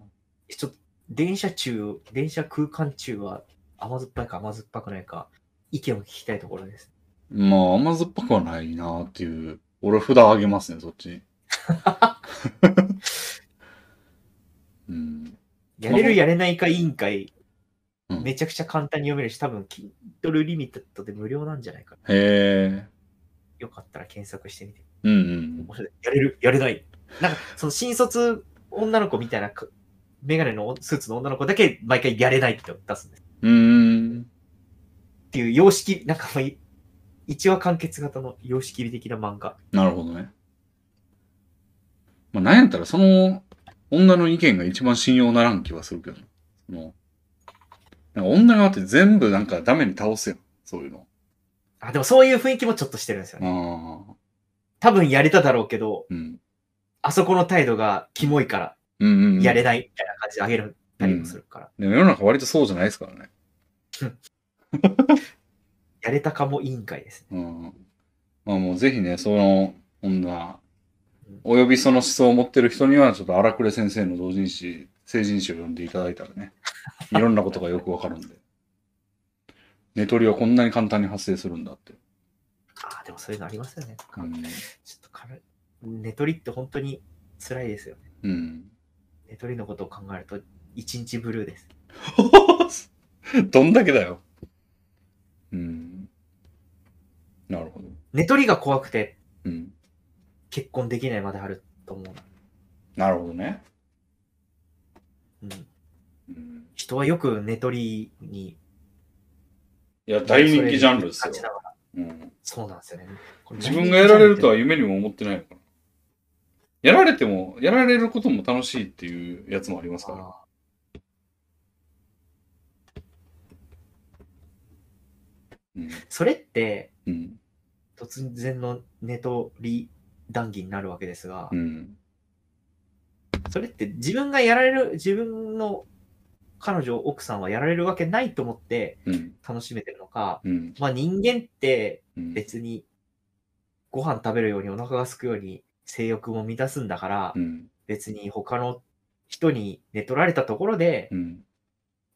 Speaker 2: ちょっと、電車中、電車空間中は甘酸っぱいか甘酸っぱくないか、意見を聞きたいところです。
Speaker 1: まあ、甘酸っぱくはないなっていう。俺、札あげますね、そっちに。うん。
Speaker 2: やれるやれないか委員会、
Speaker 1: うん
Speaker 2: めちゃくちゃ簡単に読めるし、多分、Kindle Limited で無料なんじゃないかな。
Speaker 1: へえ。
Speaker 2: よかったら検索してみて。
Speaker 1: うん
Speaker 2: 面白い。やれる、やれない。なんか、その新卒女の子みたいなか、メガネのスーツの女の子だけ毎回やれないって出すんです。
Speaker 1: うん。うーん。
Speaker 2: っていう様式、なんかもうい、一話完結型の様式美的な漫画。
Speaker 1: なるほどね。まあ、なんやったら、その女の意見が一番信用ならん気はするけどな。そのなんか女側って全部なんかダメに倒すやん。そういうの。
Speaker 2: あ、でもそういう雰囲気もちょっとしてるんですよね。
Speaker 1: ああ。
Speaker 2: 多分やれただろうけど、
Speaker 1: うん。
Speaker 2: あそこの態度がキモいから、
Speaker 1: うんうん、うん。
Speaker 2: やれないみたいな感じであげるたりもするから。
Speaker 1: でも世の中割とそうじゃないですからね。
Speaker 2: やれたかも委員会ですね。
Speaker 1: うん。まあもうぜひね、その女、およびその思想を持ってる人には、ちょっと荒くれ先生の同人誌、成人誌を読んでいただいたら <laughs> ね、いろんなことがよくわかるんで。寝取りはこんなに簡単に発生するんだって。
Speaker 2: ああ、でもそういうのありますよね。
Speaker 1: うん。
Speaker 2: ちょっとから、寝取りって本当に辛いですよね。
Speaker 1: うん、 <laughs>
Speaker 2: 寝取りのことを考えると、一日ブルーです。
Speaker 1: どんだけだよ。うん。なるほど。
Speaker 2: 寝取りが怖くて
Speaker 1: うん。
Speaker 2: 結婚できないまであると思うな。
Speaker 1: なるほどね。
Speaker 2: うん、
Speaker 1: うん、
Speaker 2: 人はよく寝取りに。
Speaker 1: いや、大人気ジャンルですよ
Speaker 2: 勝ち。ながら
Speaker 1: うん
Speaker 2: そうなんですよね。こ
Speaker 1: 自分がやられるとは夢にも思ってないのから。やられても、やられることも楽しいっていうやつもありますから。
Speaker 2: あ
Speaker 1: うん。
Speaker 2: ーそれって、
Speaker 1: うん。
Speaker 2: 突然の寝取り談義になるわけですが、
Speaker 1: うん。
Speaker 2: それって自分がやられる、自分の彼女、奥さんはやられるわけないと思って
Speaker 1: うん。
Speaker 2: 楽しめてるのか、
Speaker 1: うん。
Speaker 2: まあ人間って
Speaker 1: うん。
Speaker 2: 別にご飯食べるようにお腹が空くように性欲も満たすんだから
Speaker 1: う、ん。
Speaker 2: 別に他の人に寝取られたところで、
Speaker 1: うん。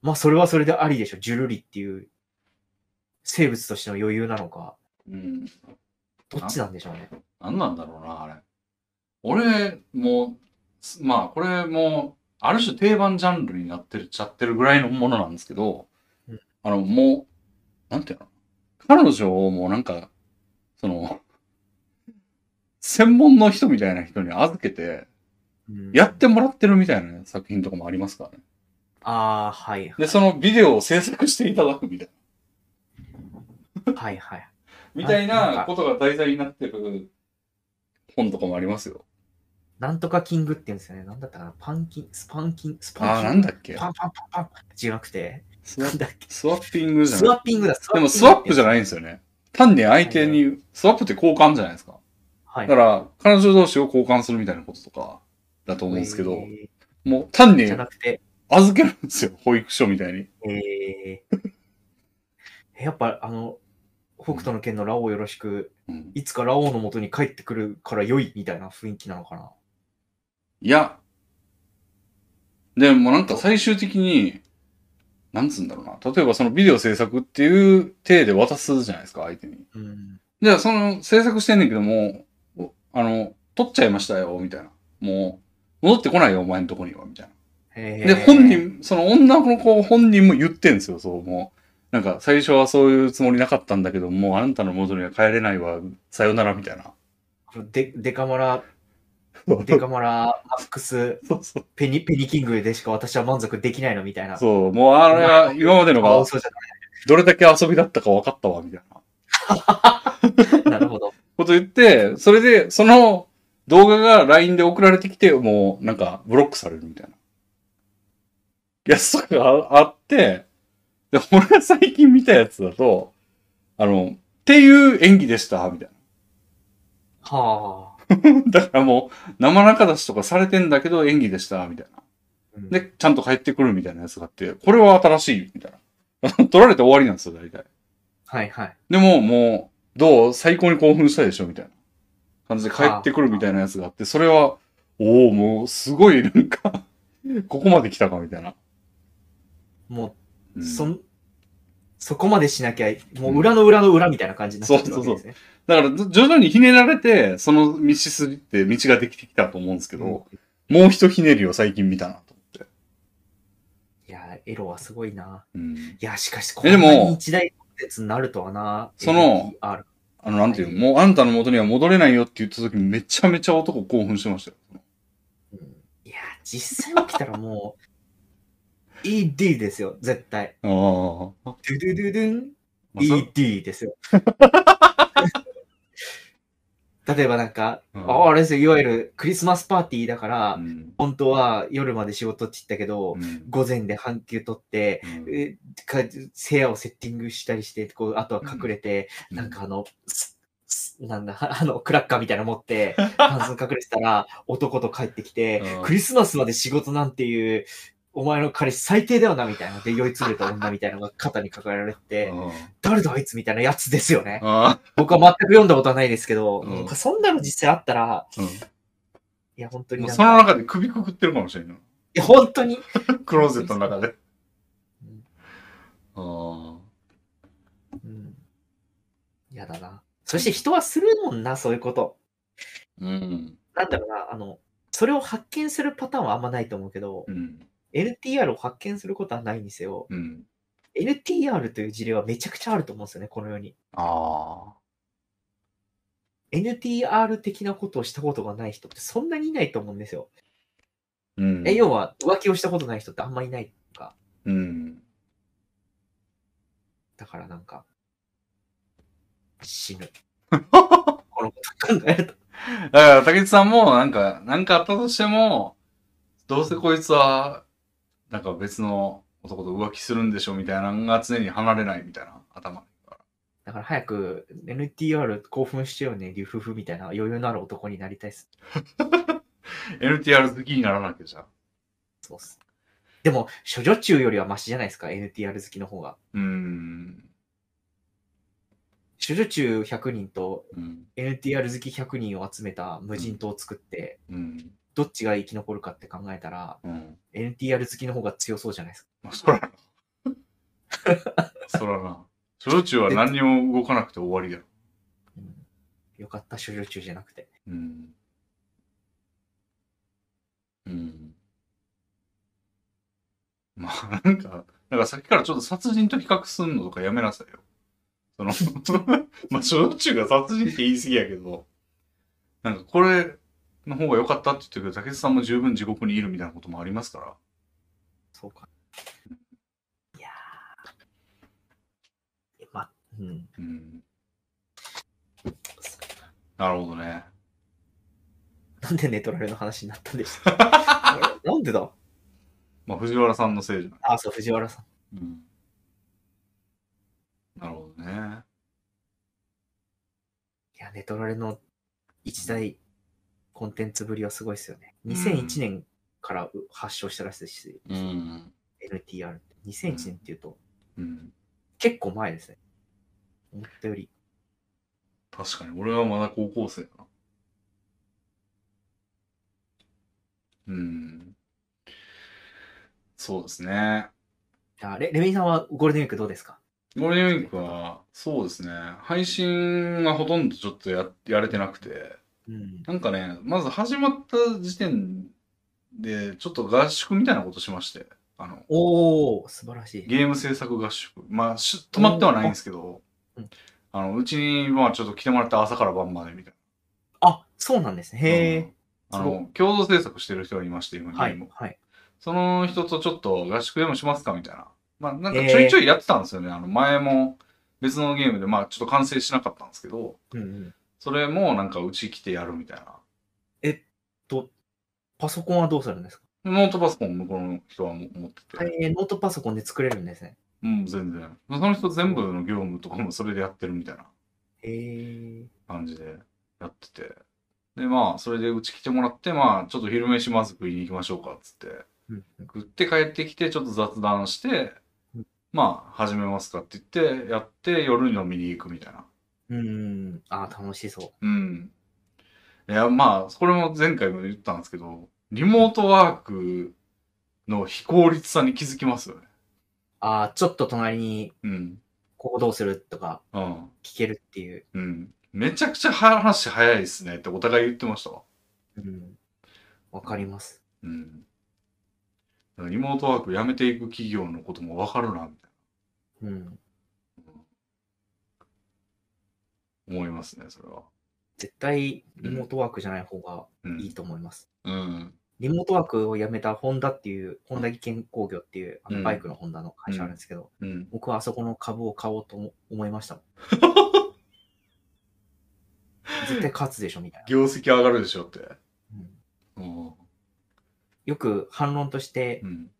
Speaker 2: まあそれはそれでありでしょ。ジュルリっていう生物としての余裕なのか、
Speaker 1: うん。
Speaker 2: どっちなんでしょうね。
Speaker 1: 何なんだろうな、あれ。俺、もう、すまあ、これも、ある種定番ジャンルになってるっちゃってるぐらいのものなんですけど、
Speaker 2: うん
Speaker 1: あの、もう、なんていうの彼女をもうなんか、その、 <laughs> 専門の人みたいな人に預けて、
Speaker 2: うん
Speaker 1: やってもらってるみたいな作品とかもありますからね。
Speaker 2: ああ、はい。
Speaker 1: で、そのビデオを制作していただくみたいな。
Speaker 2: はいはい。
Speaker 1: みたい
Speaker 2: あなん
Speaker 1: な
Speaker 2: か
Speaker 1: ことが題材になってる本とかもありますよ。
Speaker 2: なんとかキングって言うんですよね。なんだったかなパンキン、スパンキン、スパン
Speaker 1: ああ、
Speaker 2: キン。
Speaker 1: なんだっけ
Speaker 2: パンパンパンパン。違くて。
Speaker 1: スワ
Speaker 2: なんだっけ
Speaker 1: スワッピングじゃ
Speaker 2: ス
Speaker 1: ない
Speaker 2: ワッピングだ、ス
Speaker 1: でもスワップじゃないんですよね。単に相手に、スワップって交換じゃないですか。
Speaker 2: はい。
Speaker 1: だから、彼女同士を交換するみたいなこととか、だと思うんですけど、
Speaker 2: え
Speaker 1: もう単
Speaker 2: ー
Speaker 1: に
Speaker 2: じゃなくて、
Speaker 1: 預けるんですよ、保育所みたいに。
Speaker 2: えー <laughs> やっぱ、あの、北斗の拳のラオウよろしく、
Speaker 1: うん
Speaker 2: いつかラオウの元に帰ってくるから良いみたいな雰囲気なのかな。
Speaker 1: いや、でもなんか最終的に、なんつうんだろうな。例えばそのビデオ制作っていう体で渡すじゃないですか、相手に。
Speaker 2: うん。
Speaker 1: じゃあ、その、制作してんねんけども、おあの、撮っちゃいましたよ、みたいな。もう、戻ってこないよ、お前のとこには、みたい
Speaker 2: え
Speaker 1: な。
Speaker 2: ー
Speaker 1: で、本。人、その女の子本人も言ってんですよ、そう、もう。なんか、最初はそういうつもりなかったんだけど、もうあんたの元には帰れないわ、さよなら、みたいな。
Speaker 2: で、デカマラ、
Speaker 1: そう
Speaker 2: デカマラ、マックス、
Speaker 1: <laughs> そうそう。
Speaker 2: ペニ、ペニキングでしか私は満足できないのみたいな。
Speaker 1: そう、もうあれは、今までの
Speaker 2: あ
Speaker 1: が、
Speaker 2: そうじゃ
Speaker 1: どれだけ遊びだったか分かったわ、みたいな。
Speaker 2: ない。 <laughs> なるほど。
Speaker 1: こと言って、それで、その動画が LINE で送られてきて、もうなんかブロックされるみたいな。やつとかがあって、で、俺が最近見たやつだと、あの、っていう演技でした、みたい
Speaker 2: はあ。
Speaker 1: な。 <laughs> だからもう、生中出しとかされてんだけど演技でした、みたいな。
Speaker 2: うん
Speaker 1: で、ちゃんと帰ってくるみたいなやつがあって、これは新しい、みたいな。 <laughs> 撮られて終わりなんですよ、大体。
Speaker 2: はいはい。
Speaker 1: でも、もう、どう最高に興奮したでしょみたいな感じで帰ってくるみたいなやつがあって、それは、おおもう、すごい、なんか、 <laughs> ここまで来たか、みたいな。
Speaker 2: も
Speaker 1: う
Speaker 2: う、
Speaker 1: ん
Speaker 2: そん、そこまでしなきゃ、もう裏の裏の裏みたいな感じになっちゃってるわけですね。
Speaker 1: だから、ず徐々にひねられて、その道筋って道ができてきたと思うんですけど、
Speaker 2: うん
Speaker 1: もう一ひねりを最近見たなと思って。
Speaker 2: いや、エロはすごいな。
Speaker 1: うん、
Speaker 2: いや、しかし、こん
Speaker 1: えで
Speaker 2: な
Speaker 1: も
Speaker 2: に一大コンテンツになるとはな。
Speaker 1: その
Speaker 2: LDR、
Speaker 1: あの、なんていうの、もうあんたの元には戻れないよって言った時にめちゃめちゃ男興奮してましたよ。
Speaker 2: うんいや、実際起きたらも <laughs> う、ED ですよ、絶対。
Speaker 1: ああ。
Speaker 2: ドゥドゥドゥドゥン、
Speaker 1: まあそ
Speaker 2: ED です
Speaker 1: <laughs>
Speaker 2: よ。 <laughs> 例えばなんか、
Speaker 1: うん
Speaker 2: ああれですよ、いわゆるクリスマスパーティーだから、
Speaker 1: うん
Speaker 2: 本当は夜まで仕事って言ったけど、
Speaker 1: うん
Speaker 2: 午前で半休取って、
Speaker 1: うん
Speaker 2: えか部屋をセッティングしたりして、こうあとは隠れて、なんかあの、すすなんだ、 <laughs> あの、クラッカーみたいなの持って、パンツに隠れてたら、男と帰ってきて
Speaker 1: うん、
Speaker 2: クリスマスまで仕事なんていう、お前の彼氏最低だよな、みたいな。で、酔いつぶれた女みたいなのが肩に抱えられて、
Speaker 1: うん
Speaker 2: 誰だあいつみたいなやつですよね。
Speaker 1: あ
Speaker 2: 僕は全く読んだことはないですけど、
Speaker 1: うん
Speaker 2: なんかそんなの実際あったら、
Speaker 1: あ。うん
Speaker 2: いや、本当に
Speaker 1: もう
Speaker 2: なん
Speaker 1: そ
Speaker 2: か、
Speaker 1: の中で首くくってるかもしれん
Speaker 2: <laughs>
Speaker 1: ない。
Speaker 2: いや、本当に、
Speaker 1: クローゼットの中で。
Speaker 2: うん
Speaker 1: あー
Speaker 2: うん。やだな。そして人はするもんな、そういうこと。
Speaker 1: うん。
Speaker 2: なんだろうな、あの、それを発見するパターンはあんまないと思うけど、
Speaker 1: うん。
Speaker 2: NTR を発見することはないにせよ、
Speaker 1: うん。
Speaker 2: NTR という事例はめちゃくちゃあると思うんですよね、この世に。
Speaker 1: あ
Speaker 2: NTR 的なことをしたことがない人ってそんなにいないと思うんですよ。
Speaker 1: ーうん。
Speaker 2: え、要は浮気をしたことない人ってあんまいないか。
Speaker 1: うん。
Speaker 2: だからなんか、死ぬ。このこと考える
Speaker 1: だ
Speaker 2: と。
Speaker 1: から、竹内さんも、なんか、なんかあったとしても、どうせこいつは、なんか別の男と浮気するんでしょみたいなのが常に離れないみたいな頭。
Speaker 2: だから早く NTR 興奮してよね、リュフフみたいな余裕のある男になりたいっす。
Speaker 1: NTR 好きにならなきゃじゃん。
Speaker 2: そうっす。でも、処女中よりはマシじゃないですか、NTR 好きの方が。
Speaker 1: うん。
Speaker 2: 処女中100人と
Speaker 1: うん。
Speaker 2: NTR 好き100人を集めた無人島を作って、
Speaker 1: うん。
Speaker 2: どっちが生き残るかって考えたら、
Speaker 1: うん。
Speaker 2: NTR 好きの方が強そうじゃないですか。
Speaker 1: まあ、そらな。そらな。小中は何にも動かなくて終わりやろ。
Speaker 2: うんよかった、処女中じゃなくて。
Speaker 1: うん。うん。まあ、なんか、なんかさっきからちょっと殺人と比較すんのとかやめなさいよ。その、 <laughs> まあ、小中が殺人って言い過ぎやけど、なんかこれの方が良かったって言ってるけど、竹内さんも十分地獄にいるみたいなこともありますから。
Speaker 2: そうか。いやー。えま、うん。
Speaker 1: うん。なるほどね。
Speaker 2: なんで寝取られの話になったんでした <laughs> あれなんでだ
Speaker 1: まあ、藤原さんのせいじゃない。
Speaker 2: あ、そう、藤原さん。
Speaker 1: うん。なるほどね。
Speaker 2: いや、寝取られの一大コンテンツぶりはすごいですよね。2001年から発祥したらしいですし、
Speaker 1: うん。
Speaker 2: NTR って。2001年っていうと、
Speaker 1: うん。
Speaker 2: 結構前ですね。思ったより。
Speaker 1: 確かに、俺はまだ高校生だな。うん。そうですね。
Speaker 2: じゃあ、レレミさんはゴールデンウィークどうですか
Speaker 1: ゴールデンウィークは、そうですね。配信がほとんどちょっとややれてなくて。
Speaker 2: うん。
Speaker 1: なんかね、まず始まった時点で、ちょっと合宿みたいなことしまして。あの、
Speaker 2: おー、素晴らしい。
Speaker 1: ゲーム制作合宿。まあ、し止まってはないんですけど
Speaker 2: うん、
Speaker 1: あの、うちに、まあ、ちょっと来てもらって朝から晩までみたい
Speaker 2: あ、そうなんですね。
Speaker 1: な。
Speaker 2: へ
Speaker 1: う
Speaker 2: え
Speaker 1: ん。あ
Speaker 2: すご
Speaker 1: の、共同制作してる人がいまして、今、ゲ
Speaker 2: は
Speaker 1: ー
Speaker 2: い
Speaker 1: ムを。。
Speaker 2: はい。
Speaker 1: その人とちょっと合宿でもしますかみたいな。まあ、なんかちょいちょいやってたんですよね。あの、前も別のゲームで、まあ、ちょっと完成しなかったんですけど、
Speaker 2: うんうん。
Speaker 1: それもなんかうち来てやるみたいな。
Speaker 2: パソコンはどうするんですか
Speaker 1: ノートパソコン向こうの人は持ってて、
Speaker 2: えー、ノートパソコンで作れるんですね。
Speaker 1: うん、全然。その人全部の業務とかもそれでやってるみたいな。
Speaker 2: へえ。
Speaker 1: 感じでやってて。で、まあ、それでうち来てもらって、まあ、ちょっと昼飯まず食いに行きましょうか、つって。
Speaker 2: うんうん
Speaker 1: 食って帰ってきて、ちょっと雑談して
Speaker 2: う、
Speaker 1: まあ、始めますかって言って、やって、夜に飲みに行くみたいな。
Speaker 2: うん。あー、楽しそう。
Speaker 1: うん。いや、まあ、これも前回も言ったんですけど、リモートワークの非効率さに気づきますよね。
Speaker 2: あー、ちょっと隣に
Speaker 1: うん。
Speaker 2: ここどうするとか
Speaker 1: うん。
Speaker 2: 聞けるっていう。
Speaker 1: うん。めちゃくちゃ話早いですねってお互い言ってましたわ。
Speaker 2: うん。わかります。
Speaker 1: うん。だからリモートワークやめていく企業のこともわかるな、みたい
Speaker 2: うん。
Speaker 1: な。思いますね、それは。
Speaker 2: 絶対リモートワークじゃない方が
Speaker 1: うん。
Speaker 2: いいと思います。
Speaker 1: うん。
Speaker 2: リモートワークをやめたホンダっていう、ホンダ技研工業っていうあ
Speaker 1: う
Speaker 2: の
Speaker 1: ん
Speaker 2: バイクのホンダの会社あるんですけど、
Speaker 1: うん。
Speaker 2: 僕はあそこの株を買おうと思思いま
Speaker 1: <laughs>
Speaker 2: したもん。絶対勝つでしょみたいな。
Speaker 1: 業績上がるでしょって。
Speaker 2: うん
Speaker 1: うん。
Speaker 2: よく反論として
Speaker 1: う、ん。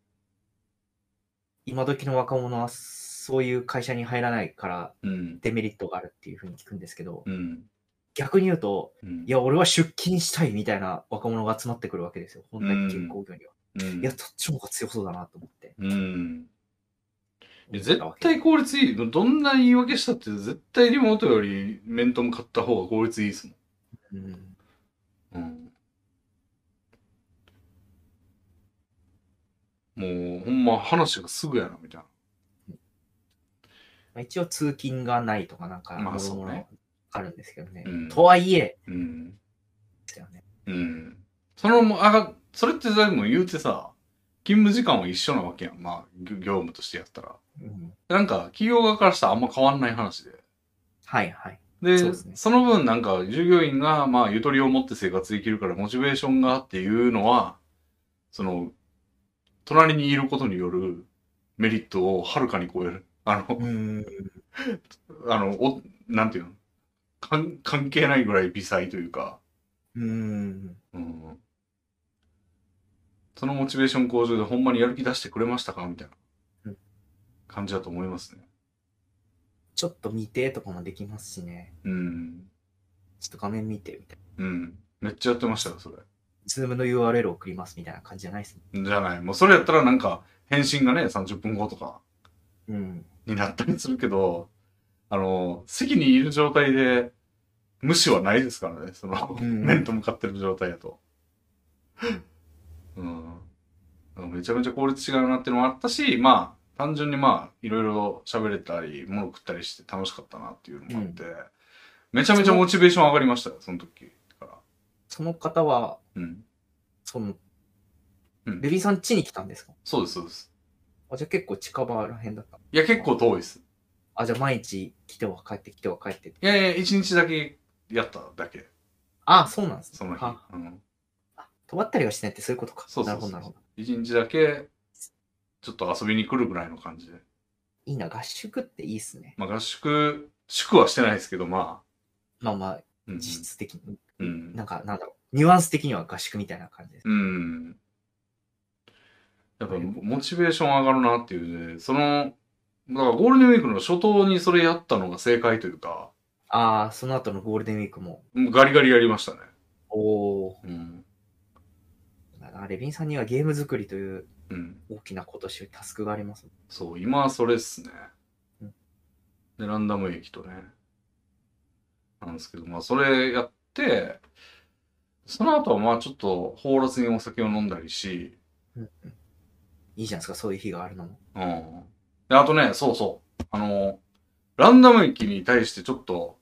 Speaker 2: 今時の若者はそういう会社に入らないから
Speaker 1: うん。
Speaker 2: デメリットがあるっていうふうに聞くんですけど、
Speaker 1: うん。
Speaker 2: 逆に言うと、
Speaker 1: うん
Speaker 2: い、や、俺は出勤したいみたいな若者が集まってくるわけですよ。ホンダ技研工業には。
Speaker 1: うん。
Speaker 2: いや、そっちの方が強そうだなと思って。
Speaker 1: うん。いや絶対効率いい。どんな言い訳したって、絶対リモートより面と向かった方が効率いいです
Speaker 2: うん
Speaker 1: もん。うん。もう、ほんま話がすぐやな、みたい
Speaker 2: まあ一応通勤がないとかなんか、
Speaker 1: まあ
Speaker 2: 諸
Speaker 1: そう
Speaker 2: 々
Speaker 1: ね
Speaker 2: あるんですけどね。
Speaker 1: うん
Speaker 2: とはいえ、
Speaker 1: な。うん。
Speaker 2: ですよね。
Speaker 1: うん。そのも、あ、それってでも言うてさ、勤務時間は一緒なわけやん。まあ、ぎょ業務としてやったら。
Speaker 2: うん
Speaker 1: なんか、企業側からしたらあんま変わんない話で。
Speaker 2: はいはい。
Speaker 1: で、
Speaker 2: そ
Speaker 1: そう
Speaker 2: ですね
Speaker 1: の分なんか、従業員が、まあ、ゆとりを持って生活できるから、モチベーションがっていうのは、その、隣にいることによるメリットをはるかに超える。あの、
Speaker 2: うん。
Speaker 1: あの、お、なんていうのかん関係ないぐらい微細というか。
Speaker 2: うん。
Speaker 1: うんそのモチベーション向上でほんまにやる気出してくれましたかみたいな
Speaker 2: うん
Speaker 1: 感じだと思いますね。
Speaker 2: ちょっと見てとかもできますしね。
Speaker 1: うん。
Speaker 2: ちょっと画面見てみたいな。
Speaker 1: うん。めっちゃやってましたよ、それ。
Speaker 2: ズームの URL 送りますみたいな感じじゃないです
Speaker 1: じゃない。もうそれやったらなんか返信がね、30分後とか
Speaker 2: もん。うん。
Speaker 1: になったりするけど、あの、席にいる状態で無視はないですからね、その、
Speaker 2: うん
Speaker 1: 面と向かってる状態だと。うん。めちゃめちゃ効率違うなっていうのもあったし、まあ、単純にまあ、いろいろ喋れたり、物食ったりして楽しかったなっていうのもあって、めちゃめちゃモチベーション上がりましたよ、その時から。
Speaker 2: その方は、
Speaker 1: うん。
Speaker 2: その、
Speaker 1: うん
Speaker 2: レビンさん家に来たんですか
Speaker 1: そうです、そうです。
Speaker 2: あ、じゃあ結構近場らへんだった。
Speaker 1: いや、結構遠いです。
Speaker 2: あ、じゃあ毎日来ては帰って来ては帰って。
Speaker 1: いやいや、一日だけやっただけ、
Speaker 2: あ、そうなんですね
Speaker 1: その日。
Speaker 2: あ
Speaker 1: うん
Speaker 2: 泊まったりはしないってそういうことか。
Speaker 1: そうそうそう
Speaker 2: なるほど、なるほど。
Speaker 1: 一日だけ、ちょっと遊びに来るぐらいの感じで。
Speaker 2: いいな、合宿っていいっすね。
Speaker 1: まあ、合宿、宿はしてないですけど、まあ。
Speaker 2: まあまあ、
Speaker 1: うん
Speaker 2: 実質的に。
Speaker 1: うん
Speaker 2: なんか、なんだろう。ニュアンス的には合宿みたいな感じです。
Speaker 1: うん。やっぱモチベーション上がるなっていうね、その、だからゴールデンウィークの初頭にそれやったのが正解というか、
Speaker 2: ああ、その後のゴールデンウィークも。
Speaker 1: もうガリガリやりましたね。
Speaker 2: おお。
Speaker 1: うん。
Speaker 2: レビンさんにはゲーム作りという
Speaker 1: うん。
Speaker 2: 大きな今年タスクがあります。
Speaker 1: そう、今はそれっすね
Speaker 2: うん。
Speaker 1: で、ランダム駅とね。なんですけど、まあそれやって、その後はまあちょっと放辣にお酒を飲んだりし、
Speaker 2: いいじゃないですか、そういう日があるのも。
Speaker 1: うん。で、あとね、そうそう。あの、ランダム域に対してちょっと、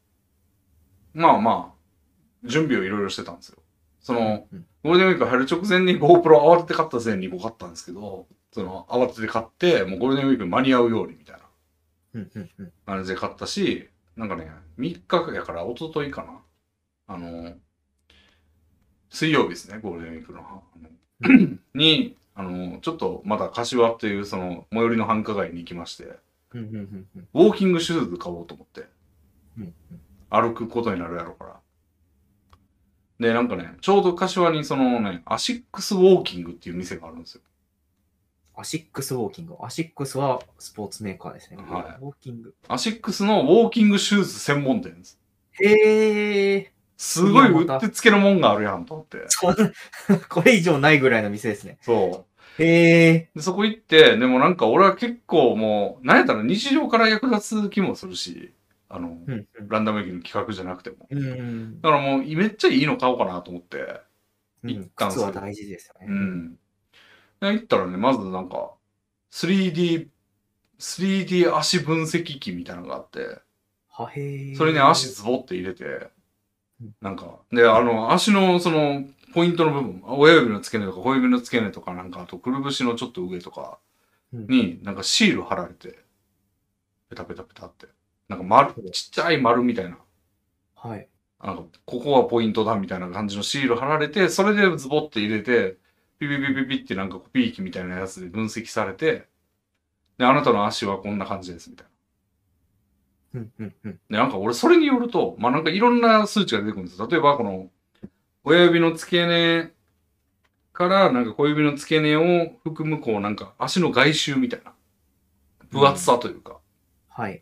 Speaker 1: まあまあ、準備をいろいろしてたんですよ。その、
Speaker 2: うん
Speaker 1: ゴールデンウィーク入る直前に GoPro 慌てて買った前に個買ったんですけど、その、慌てて買って、もうゴールデンウィークに間に合うようにみたいな
Speaker 2: うんうんうん。
Speaker 1: 感じで買ったし、なんかね、3日やから一昨日かな。あの、水曜日ですね、ゴールデンウィークの。あのに、あの、ちょっとまだ柏っていうその最寄りの繁華街に行きまして、
Speaker 2: うんうんうんうん。
Speaker 1: ウォーキングシューズ買おうと思って、
Speaker 2: うん
Speaker 1: 歩くことになるやろから。で、なんかね、ちょうど柏にそのね、アシックスウォーキングっていう店があるんですよ。
Speaker 2: アシックスウォーキング。アシックスはスポーツメーカーですね。
Speaker 1: はい
Speaker 2: ウォーキング。
Speaker 1: アシックスのウォーキングシューズ専門店です。
Speaker 2: へえ。
Speaker 1: すごいうってつけのもんがあるやんと思って。
Speaker 2: そんなこれ以上ないぐらいの店ですね。
Speaker 1: そう。
Speaker 2: へえ。
Speaker 1: で、そこ行って、でもなんか俺は結構もう、なんやったら日常から役立つ気もするし、あの、
Speaker 2: うん
Speaker 1: ランダム駅の企画じゃなくても。
Speaker 2: うん。うん
Speaker 1: だからもう、めっちゃいいの買おうかなと思って。
Speaker 2: う
Speaker 1: 一
Speaker 2: ん。
Speaker 1: 貫す
Speaker 2: 靴
Speaker 1: る
Speaker 2: は大事ですよね。
Speaker 1: うん。で、行ったらね、まずなんか、3D、3D 足分析機みたいなのがあって、
Speaker 2: はへえ。
Speaker 1: それに足ズボって入れて
Speaker 2: うん、
Speaker 1: なんか、で、あの、足のその、ポイントの部分、親指の付け根とか小指の付け根とか、なんか、あと、くるぶしのちょっと上とか、
Speaker 2: うん
Speaker 1: に、なんかシール貼られて、ペタペタペタって。なんか丸、ちっちゃい丸みたいな。
Speaker 2: はい。
Speaker 1: なんか、ここはポイントだみたいな感じのシール貼られて、それでズボって入れて、ピピピピピってなんかコピー機みたいなやつで分析されて、で、あなたの足はこんな感じですみたい
Speaker 2: うんうんうん。
Speaker 1: な。で、なんか俺それによると、まあなんかいろんな数値が出てくるんですよ。例えばこの、親指の付け根からなんか小指の付け根を含むこうなんか足の外周みたいな。分厚さというか。
Speaker 2: はい。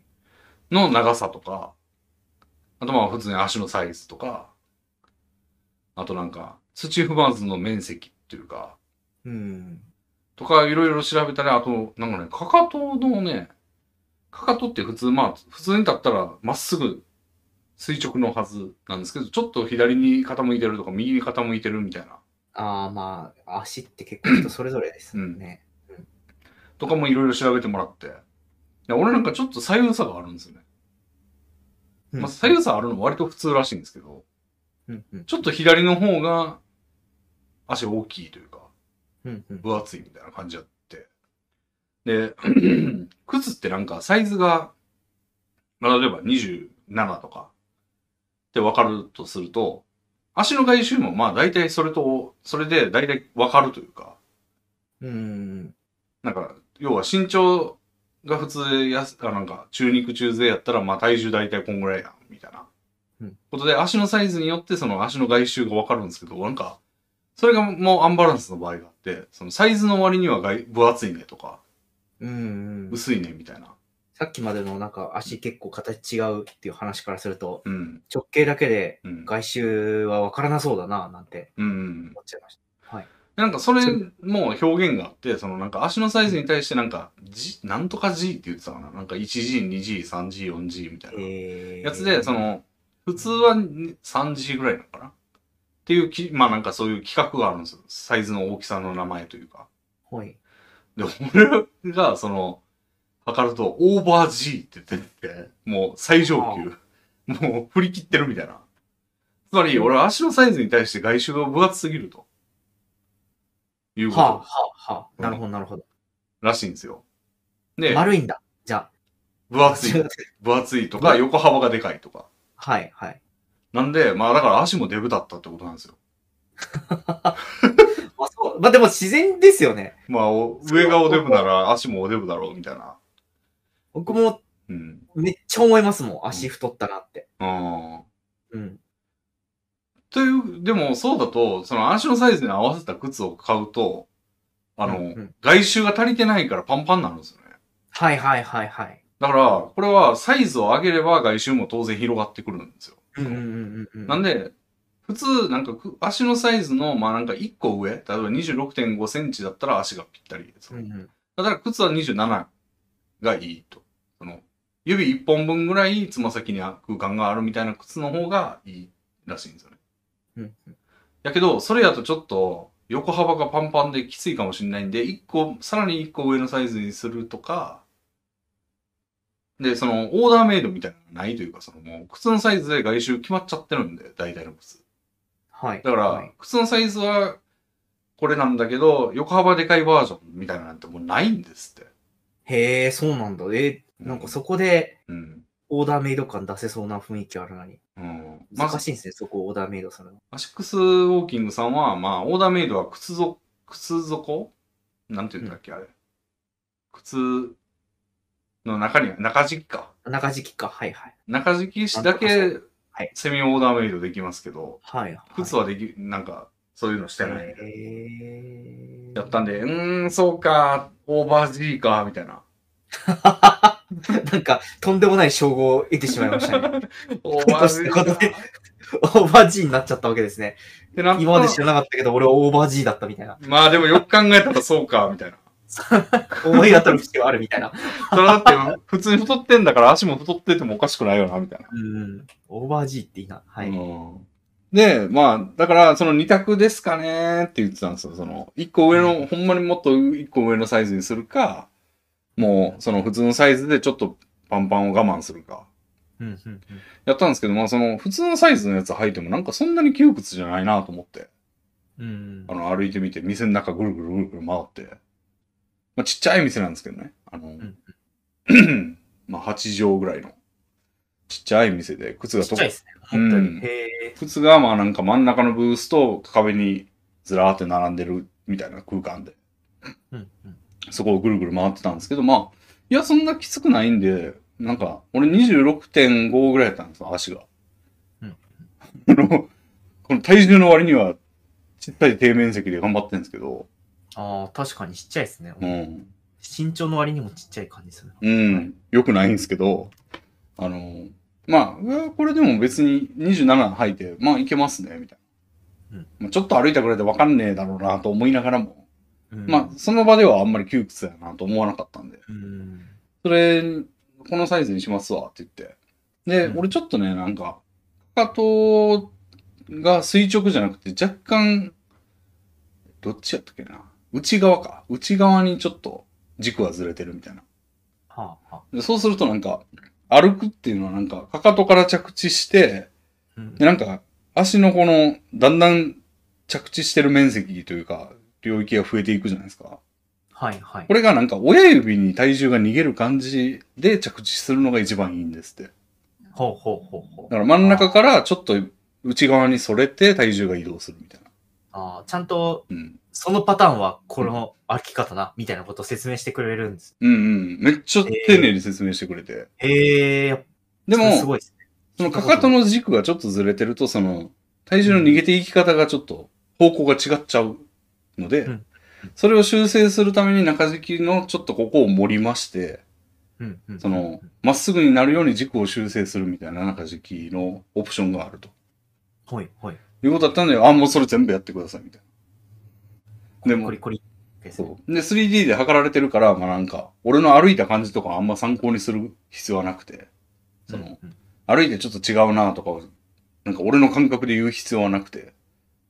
Speaker 1: の長さとか、あとまあ普通に足のサイズとか、あとなんか土踏まずの面積っていうか、
Speaker 2: うん。
Speaker 1: とかいろいろ調べたり、あとなんかね、かかとのね、かかとって普通まあ普通に立ったらまっすぐ垂直のはずなんですけど、ちょっと左に傾いてるとか右に傾いてるみたいな、
Speaker 2: ああ、まあ、足って結構人それぞれですもんね。
Speaker 1: とかもいろいろ調べてもらって、いや俺なんかちょっと左右差があるんですよね。まあ左右差あるの割と普通らしいんですけど、
Speaker 2: うんうん
Speaker 1: ちょっと左の方が足大きいというか、
Speaker 2: うんうん。
Speaker 1: 分厚いみたいな感じやって。 <clears throat> で、靴ってなんかサイズが、まあ、例えば27とかって分かるとすると、足の外周もまあ大体それと、それで大体分かるというか、
Speaker 2: うん。
Speaker 1: なんか、要は身長が普通やす、あなんか中肉中背やったらまあ体重大体こんぐらいやん、みたいな
Speaker 2: うん。
Speaker 1: ことで足のサイズによってその足の外周が分かるんですけど、なんか、それがもうアンバランスの場合があって、そのサイズの割には外分厚いねとか、
Speaker 2: うんうん。
Speaker 1: 薄いねみたいな。
Speaker 2: さっきまでのなんか足結構形違うっていう話からすると、
Speaker 1: うん。
Speaker 2: 直径だけで
Speaker 1: うん。
Speaker 2: 外周は分からなそうだな、なんて
Speaker 1: うん。
Speaker 2: 思っちゃいまし
Speaker 1: なんかそれも表現があって、そのなんか足のサイズに対してなんか、G、なんとか G って言ってたかな。なんか 1G、2G、3G、4G みたい
Speaker 2: た。
Speaker 1: な。
Speaker 2: へえ
Speaker 1: やつで、そ、の、普通はに 3G ぐらいなのかなっていうき、まあなんかそういう企画があるんですよ。サイズの大きさの名前というか。
Speaker 2: はい。
Speaker 1: で、俺が、その、測ると、オーバー G って出てて、もう最上級。もう振り切ってるみたいな。つまり、俺は足のサイズに対して外周が分厚すぎると。いうこ
Speaker 2: はあ、は
Speaker 1: と
Speaker 2: あ、はあ。なるほど、なるほど。
Speaker 1: らしいんですよ。で、
Speaker 2: 丸いんだ。じゃ
Speaker 1: 分
Speaker 2: あ。
Speaker 1: 厚い、分厚いとか、横幅がでかいとか。
Speaker 2: <laughs> はい、はい。
Speaker 1: なんで、まあだから足もデブだったってことなんですよ。
Speaker 2: まあ、そう。まあ、でも自然ですよね。
Speaker 1: まあ、お上がおデブなら足もおデブだろう、みたいな。
Speaker 2: 僕も
Speaker 1: うん。
Speaker 2: めっちゃ思いますもん。足太ったなって。
Speaker 1: うん。
Speaker 2: うん。
Speaker 1: という、でもそうだと、その足のサイズに合わせた靴を買うと、あの、
Speaker 2: うんうん
Speaker 1: 外周が足りてないからパンパンになるんですよね。
Speaker 2: はい、はい、はい、はい。
Speaker 1: だから、これはサイズを上げれば外周も当然広がってくるんですよ。
Speaker 2: うん、うん、うん、うん。
Speaker 1: なんで、普通、なんかく足のサイズの、まあなんか1個上、例えば26.5センチだったら足がぴったりです。
Speaker 2: うん、うん。
Speaker 1: だから靴は27がいいと。その指1本分ぐらいつま先に空間があるみたいな靴の方がいいらしいんですよね。
Speaker 2: うん
Speaker 1: やけど、それやとちょっと横幅がパンパンできついかもしれないんで、一個、さらに一個上のサイズにするとか、で、その、オーダーメイドみたいなのがないというか、そのもう、靴のサイズで外周決まっちゃってるんで、大体の靴。
Speaker 2: はい。
Speaker 1: だから、
Speaker 2: はい
Speaker 1: 靴のサイズはこれなんだけど、横幅でかいバージョンみたいなのなんてもうないんですって。
Speaker 2: へえ、そうなんだ。え、なんかそこで
Speaker 1: うん。
Speaker 2: オーダーメイド感出せそうな雰囲気あるのに。
Speaker 1: うん。ま
Speaker 2: 難
Speaker 1: ず、
Speaker 2: しいんですね、そこをオーダーメイドするの。
Speaker 1: アシックスウォーキングさんは、まあ、オーダーメイドは靴ぞ、靴底なんて言うんだっけ、あれ。靴の中に、中敷きか。
Speaker 2: 中敷きか。はいはい。
Speaker 1: 中敷きだ
Speaker 2: なん
Speaker 1: け
Speaker 2: はい、
Speaker 1: セミオーダーメイドできますけど、
Speaker 2: はい、はい。
Speaker 1: 靴はでき、なんか、そういうのしてない。
Speaker 2: へえ。 <laughs>
Speaker 1: やったんで、うーん、そうか、オーバージーか、みたい
Speaker 2: <laughs>
Speaker 1: な。
Speaker 2: なんか、とんでもない称号を得てしまいましたね。 <laughs>
Speaker 1: オーバージーか。
Speaker 2: ということでオーバー G になっちゃったわけですね。
Speaker 1: ってなった
Speaker 2: 今まで知らなかったけど、俺はオーバー G だったみたいな。
Speaker 1: まあでもよく考えたらそうか、みたいな。
Speaker 2: 思い当たる必要あるみたいな。
Speaker 1: それだって普通に太ってんだから足も太っててもおかしくないよな、みたいな。
Speaker 2: うん。オーバー G っていいな。はい。
Speaker 1: うんで、まあ、だからその2択ですかねって言ってたんですよ。その1個上の、ほんまにもっと1個上のサイズにするか、もうその普通のサイズでちょっとパンパンを我慢するか。
Speaker 2: うん、うん、うん。
Speaker 1: やったんですけど、まあその普通のサイズのやつ履いてもなんかそんなに窮屈じゃないなと思って。
Speaker 2: うん
Speaker 1: あ。の、歩いてみて、店の中ぐるぐるぐるぐる回って。まあ、ちっちゃい店なんですけどね。あの、 <clears throat> まあ、8畳ぐらいの。ちっちゃい店で、靴が
Speaker 2: ちっちゃいですね。
Speaker 1: うん
Speaker 2: 本当に。へえ。
Speaker 1: 靴が、まあ、なんか真ん中のブースと壁にずらーって並んでるみたいな空間で、
Speaker 2: うん、うん。
Speaker 1: そこをぐるぐる回ってたんですけど、まあ、いや、そんなきつくないんで、なんか、俺26.5ぐらいだったんですよ、足が。
Speaker 2: うん
Speaker 1: <laughs> あの、この体重の割には、ちっちゃい低面積で頑張ってるんですけど、
Speaker 2: ああ、確かにちっちゃいですね。
Speaker 1: うん。
Speaker 2: 身長の割にもちっちゃい感じするな。
Speaker 1: うん、良くないんですけど、あの、まあうわ、これでも別に27履いて、まあいけますね、みたいな。
Speaker 2: うん
Speaker 1: まあちょっと歩いたぐらいでわかんねえだろうなと思いながらも、
Speaker 2: うん
Speaker 1: まあ、その場ではあんまり窮屈やなと思わなかったんで、
Speaker 2: うん。
Speaker 1: それ、このサイズにしますわって言って。で、
Speaker 2: うん
Speaker 1: 俺ちょっとね、なんか、かかとが垂直じゃなくて若干、どっちやったっけな。内側か。内側にちょっと軸はずれてるみたいな。
Speaker 2: はあ、はあ。
Speaker 1: でそうするとなんか、歩くっていうのはなんか、かかとから着地して、
Speaker 2: うん
Speaker 1: で、なんか、足のこの、だんだん着地してる面積というか、領域が増えていくじゃないですか。
Speaker 2: はい、はい
Speaker 1: こ。れがなんか、親指に体重が逃げる感じで着地するのが一番いいんですって。
Speaker 2: ほうほうほう
Speaker 1: だ
Speaker 2: ほう。
Speaker 1: から真ん中からちょっと内側にそれて体重が移動するみたいな。
Speaker 2: ああ、ちゃんと、
Speaker 1: うん。
Speaker 2: そのパターンはこの歩き方な、みたいなことを説明してくれるんです。
Speaker 1: うんうん。めっちゃ丁寧に説明してくれて。
Speaker 2: へえ、やっぱ
Speaker 1: でも、
Speaker 2: すごいですね。
Speaker 1: そのかかとの軸がちょっとずれてると、その、体重の逃げていき方がちょっと方向が違っちゃうので、
Speaker 2: うん
Speaker 1: それを修正するために中敷きのちょっとここを盛りまして、
Speaker 2: うん、うん。
Speaker 1: その、まっすぐになるように軸を修正するみたいな中敷きのオプションがあると。
Speaker 2: ほいほい。
Speaker 1: いうことだったんで、あ、もうそれ全部やってください、みたいな。で
Speaker 2: コ
Speaker 1: も
Speaker 2: リ、コリですね。
Speaker 1: そう。で、3D で測られてるから、まあなんか、俺の歩いた感じとかあんま参考にする必要はなくて、その、
Speaker 2: うん
Speaker 1: 歩いてちょっと違うなとかを、なんか俺の感覚で言う必要はなくて、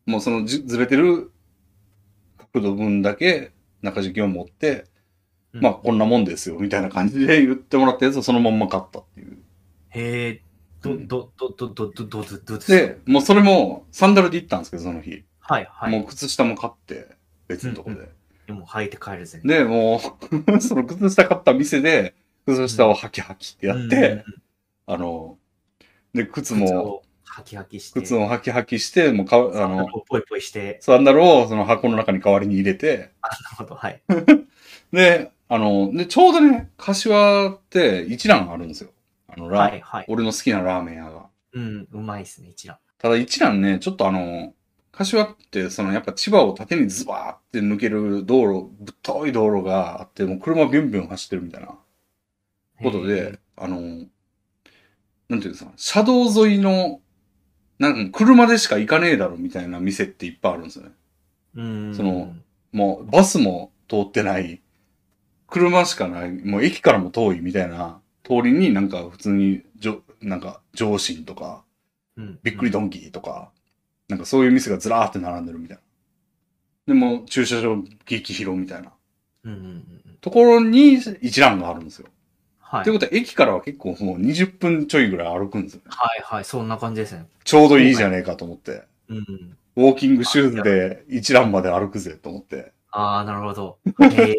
Speaker 1: もうそのじずれてる角度分だけ中敷きを持って、
Speaker 2: うん
Speaker 1: まあこんなもんですよ、みたいな感じで言ってもらったやつをそのまんま買ったっていう。
Speaker 2: へえ、ど、ど、ど、ど、ど、ど、ど、ど、ど、
Speaker 1: で、もうそれもサンダルで行ったんですけど、その日。
Speaker 2: はい、はい。
Speaker 1: もう靴下も買って、別のとこで。
Speaker 2: うでも履いて帰るぜ。
Speaker 1: で、もう、 <laughs> その靴下買った店で、靴下をハキハキってやって、あの、で、靴
Speaker 2: うん、靴
Speaker 1: も、
Speaker 2: をハキハキして、
Speaker 1: 靴をハキハキして、もうか、あの、
Speaker 2: ポイポイして、
Speaker 1: サンダルをその箱の中に代わりに入れて、
Speaker 2: なるほど、はい。
Speaker 1: で、あの、で、ちょうどね、柏って一蘭あるんですよ。あの、ラー
Speaker 2: はい、はい。
Speaker 1: 俺の好きなラーメン屋が。
Speaker 2: うん、うまいっすね、一覧。
Speaker 1: ただ一蘭ね、ちょっとあの、柏って、そのやっぱ千葉を縦にズバーって抜ける道路、ぶっとい道路があって、もう車ビュンビュン走ってるみたいなことで、あの、なんていうんですか、車道沿いの、なんか車でしか行かねえだろみたいな店っていっぱいあるんですよね。
Speaker 2: へー、うん。
Speaker 1: その、もうバスも通ってない、車しかない、もう駅からも遠いみたいな通りになんか普通にじょ、なんか上信とか、
Speaker 2: うん、
Speaker 1: びっくりドンキーとか、なんかそういう店がずらーって並んでるみたいな。でも駐車場激広みたいな
Speaker 2: うん。うん、うんうん。
Speaker 1: ところに一覧があるんですよ。
Speaker 2: はい
Speaker 1: という。ことは駅からは結構もう20分ちょいぐらい歩くんですよね。
Speaker 2: はい、はい、そんな感じですね。
Speaker 1: ちょうどいいじゃねえかと思って。
Speaker 2: うん。
Speaker 1: ウォーキングシューズで一覧まで歩くぜと思って。
Speaker 2: ああ、なるほど。えー、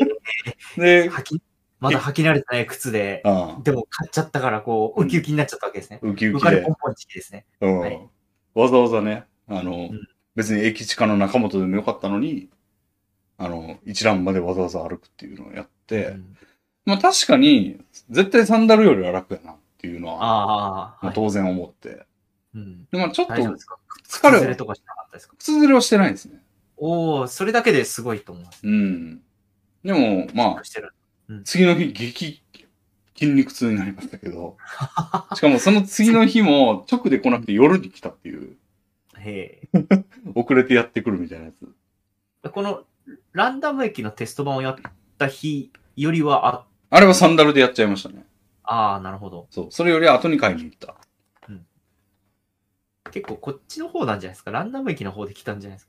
Speaker 1: で、
Speaker 2: 履き、まだ履き慣れてない靴で、
Speaker 1: あ
Speaker 2: でも買っちゃったから、こう、
Speaker 1: うん
Speaker 2: ウキウキになっちゃったわけですね。
Speaker 1: あ、ウキウ
Speaker 2: 浮
Speaker 1: キ
Speaker 2: かれ
Speaker 1: で
Speaker 2: ポン。ポン時期ですね。
Speaker 1: うん
Speaker 2: はい
Speaker 1: わざわざね、あの、
Speaker 2: うん
Speaker 1: 別に駅近の中本でもよかったのに、あの、一覧までわざわざ歩くっていうのをやって、
Speaker 2: うん
Speaker 1: まあ確かに、絶対サンダルよりは楽やなっていうのは、
Speaker 2: ああ、
Speaker 1: ま
Speaker 2: は
Speaker 1: あ、
Speaker 2: い。
Speaker 1: 当然思って。
Speaker 2: うん
Speaker 1: で、まあちょっと
Speaker 2: 大丈夫ですか
Speaker 1: 疲れ
Speaker 2: 崩れ
Speaker 1: は、
Speaker 2: とかしなかったですか
Speaker 1: 靴ずれはしてないですね。
Speaker 2: おおそれだけですごいと思います。
Speaker 1: うん。でも、まあ、
Speaker 2: してる。
Speaker 1: 次の日、激、筋肉痛になりましたけ
Speaker 2: <laughs>
Speaker 1: ど、しかもその次の日も直で来なくて夜に来たっていう、
Speaker 2: へ
Speaker 1: 遅れてやってくるみたいなやつ。
Speaker 2: え。この、ランダム駅のテスト版をやった日よりは、あ、
Speaker 1: あれはサンダルでやっちゃいましたね。
Speaker 2: ああ、なるほど。
Speaker 1: そう。それより後に買いに行った。
Speaker 2: 結構こっちの方なんじゃないですか。ランダム駅の方で来たんじゃないです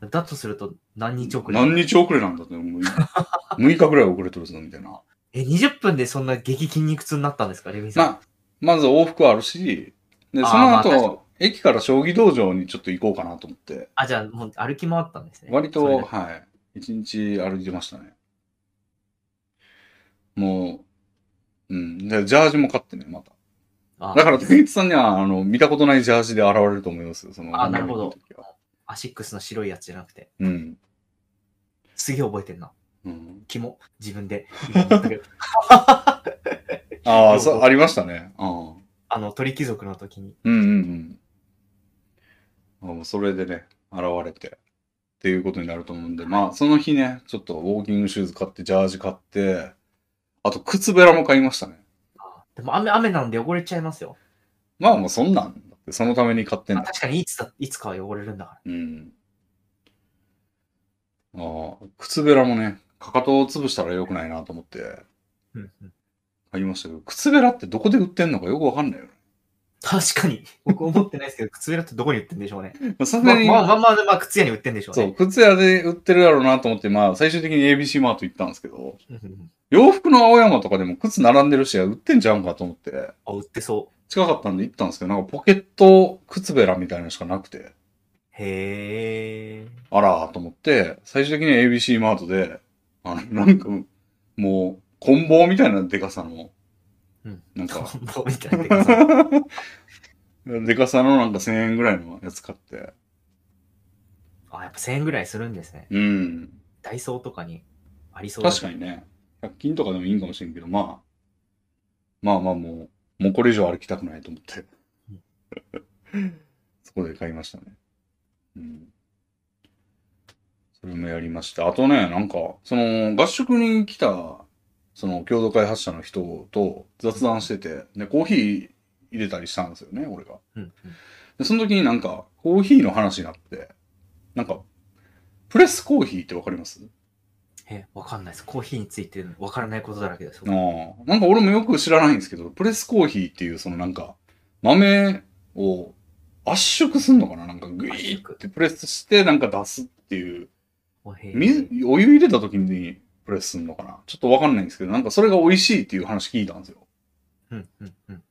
Speaker 2: か。だとすると、何日遅れ
Speaker 1: 何日遅れなんだって、 <laughs> もう6日ぐらい遅れとるぞ、みたい
Speaker 2: <laughs>
Speaker 1: な。
Speaker 2: え、20分でそんな激筋肉痛になったんですか、レミ
Speaker 1: ま
Speaker 2: さん。
Speaker 1: あ、まず往復はあるし、で、
Speaker 2: あー
Speaker 1: その後、
Speaker 2: まあ確
Speaker 1: 駅から将棋道場にちょっと行こうかなと思って、
Speaker 2: あ、じゃあ、もう歩き回ったんですね。
Speaker 1: 割
Speaker 2: それ
Speaker 1: と、
Speaker 2: で
Speaker 1: はい、一日歩いてましたね。もう、うん。で、ジャージも買ってね、また。
Speaker 2: あ
Speaker 1: だから、竹内さんには、あの、見たことないジャージで現れると思いますよ、その。
Speaker 2: あなるほど
Speaker 1: ランニングの時は。
Speaker 2: アシックスの白いやつじゃなくて、
Speaker 1: うん。
Speaker 2: すげえ覚えてんな。
Speaker 1: うん、
Speaker 2: キモ。自分で。今思ったけど
Speaker 1: ああ、そう、ありましたね。うん。
Speaker 2: あの、鳥貴族の時に。
Speaker 1: うんうんうんあ。もうそれでね、現れてっていうことになると思うんで、まあその日ね、ちょっとウォーキングシューズ買って、ジャージ買って、あと靴べらも買いましたね。
Speaker 2: あでも雨、雨なんで汚れちゃいますよ。
Speaker 1: まあもうそんなんだって、そのために買ってん
Speaker 2: まあ
Speaker 1: だ。
Speaker 2: 確かにいつだ、いつかは汚れるんだから。
Speaker 1: うん。ああ、靴べらもね、かかとを潰したら良くないなと思って
Speaker 2: うんうん、
Speaker 1: 買いましたけど、靴べらってどこで売ってんのかよくわかんないよね。
Speaker 2: 確かに。 <laughs> 僕思ってないですけど、靴べらってどこに売ってんでしょ
Speaker 1: <laughs>
Speaker 2: うね。
Speaker 1: まあさす
Speaker 2: ま
Speaker 1: が
Speaker 2: あ
Speaker 1: に、
Speaker 2: まあまあまあ、まあ、靴屋に売ってんでしょう
Speaker 1: そ
Speaker 2: ね
Speaker 1: う、。靴屋で売ってるやろうなと思って、まあ最終的に ABC マート行ったんですけど、
Speaker 2: うんうんうん
Speaker 1: 洋服の青山とかでも靴並んでるし、売ってんじゃうんかと思って、
Speaker 2: あ、売ってそう。
Speaker 1: 近かったんで行ったんですけど、なんかポケット靴べらみたいなのしかなくて、
Speaker 2: へえ。
Speaker 1: あらーと思って、最終的に ABC マートで、あの、なんか、もう、棍棒みたいなデカさの、
Speaker 2: うん
Speaker 1: なん
Speaker 2: <laughs> ト
Speaker 1: か、 <laughs>
Speaker 2: ンボみたいなでかさ。
Speaker 1: デカさのなんか1000円ぐらいのやつ買って、
Speaker 2: あ、やっぱ1000円ぐらいするんですね。
Speaker 1: うん。
Speaker 2: ダイソーとかにありそう
Speaker 1: 確か
Speaker 2: に。
Speaker 1: にね、100均とかでもいいんかもしれんけど、まあ、まあまあもう、もうこれ以上歩きたくないと思って <laughs>
Speaker 2: う、
Speaker 1: そこで買いましたね。うん。それもやりました。あとね、なんか、その、合宿に来た、その、共同開発者の人と雑談してて、で、コーヒー入れたりしたんですよね、俺が。
Speaker 2: うん
Speaker 1: で、その時になんか、コーヒーの話になって、なんか、プレスコーヒーってわかります
Speaker 2: うん。え、わかんないです。コーヒーについてわからないことだらけです。
Speaker 1: ああ。なんか俺もよく知らないんですけど、プレスコーヒーっていうそのなんか、豆を圧縮すんのかななんかグイーってプレスしてなんか出すっていう。
Speaker 2: おへえ
Speaker 1: 水、お湯入れた時にプレスすんのかなちょっとわかんないんですけど、なんかそれが美味しいっていう話聞いたんですよ。
Speaker 2: うんうんうん。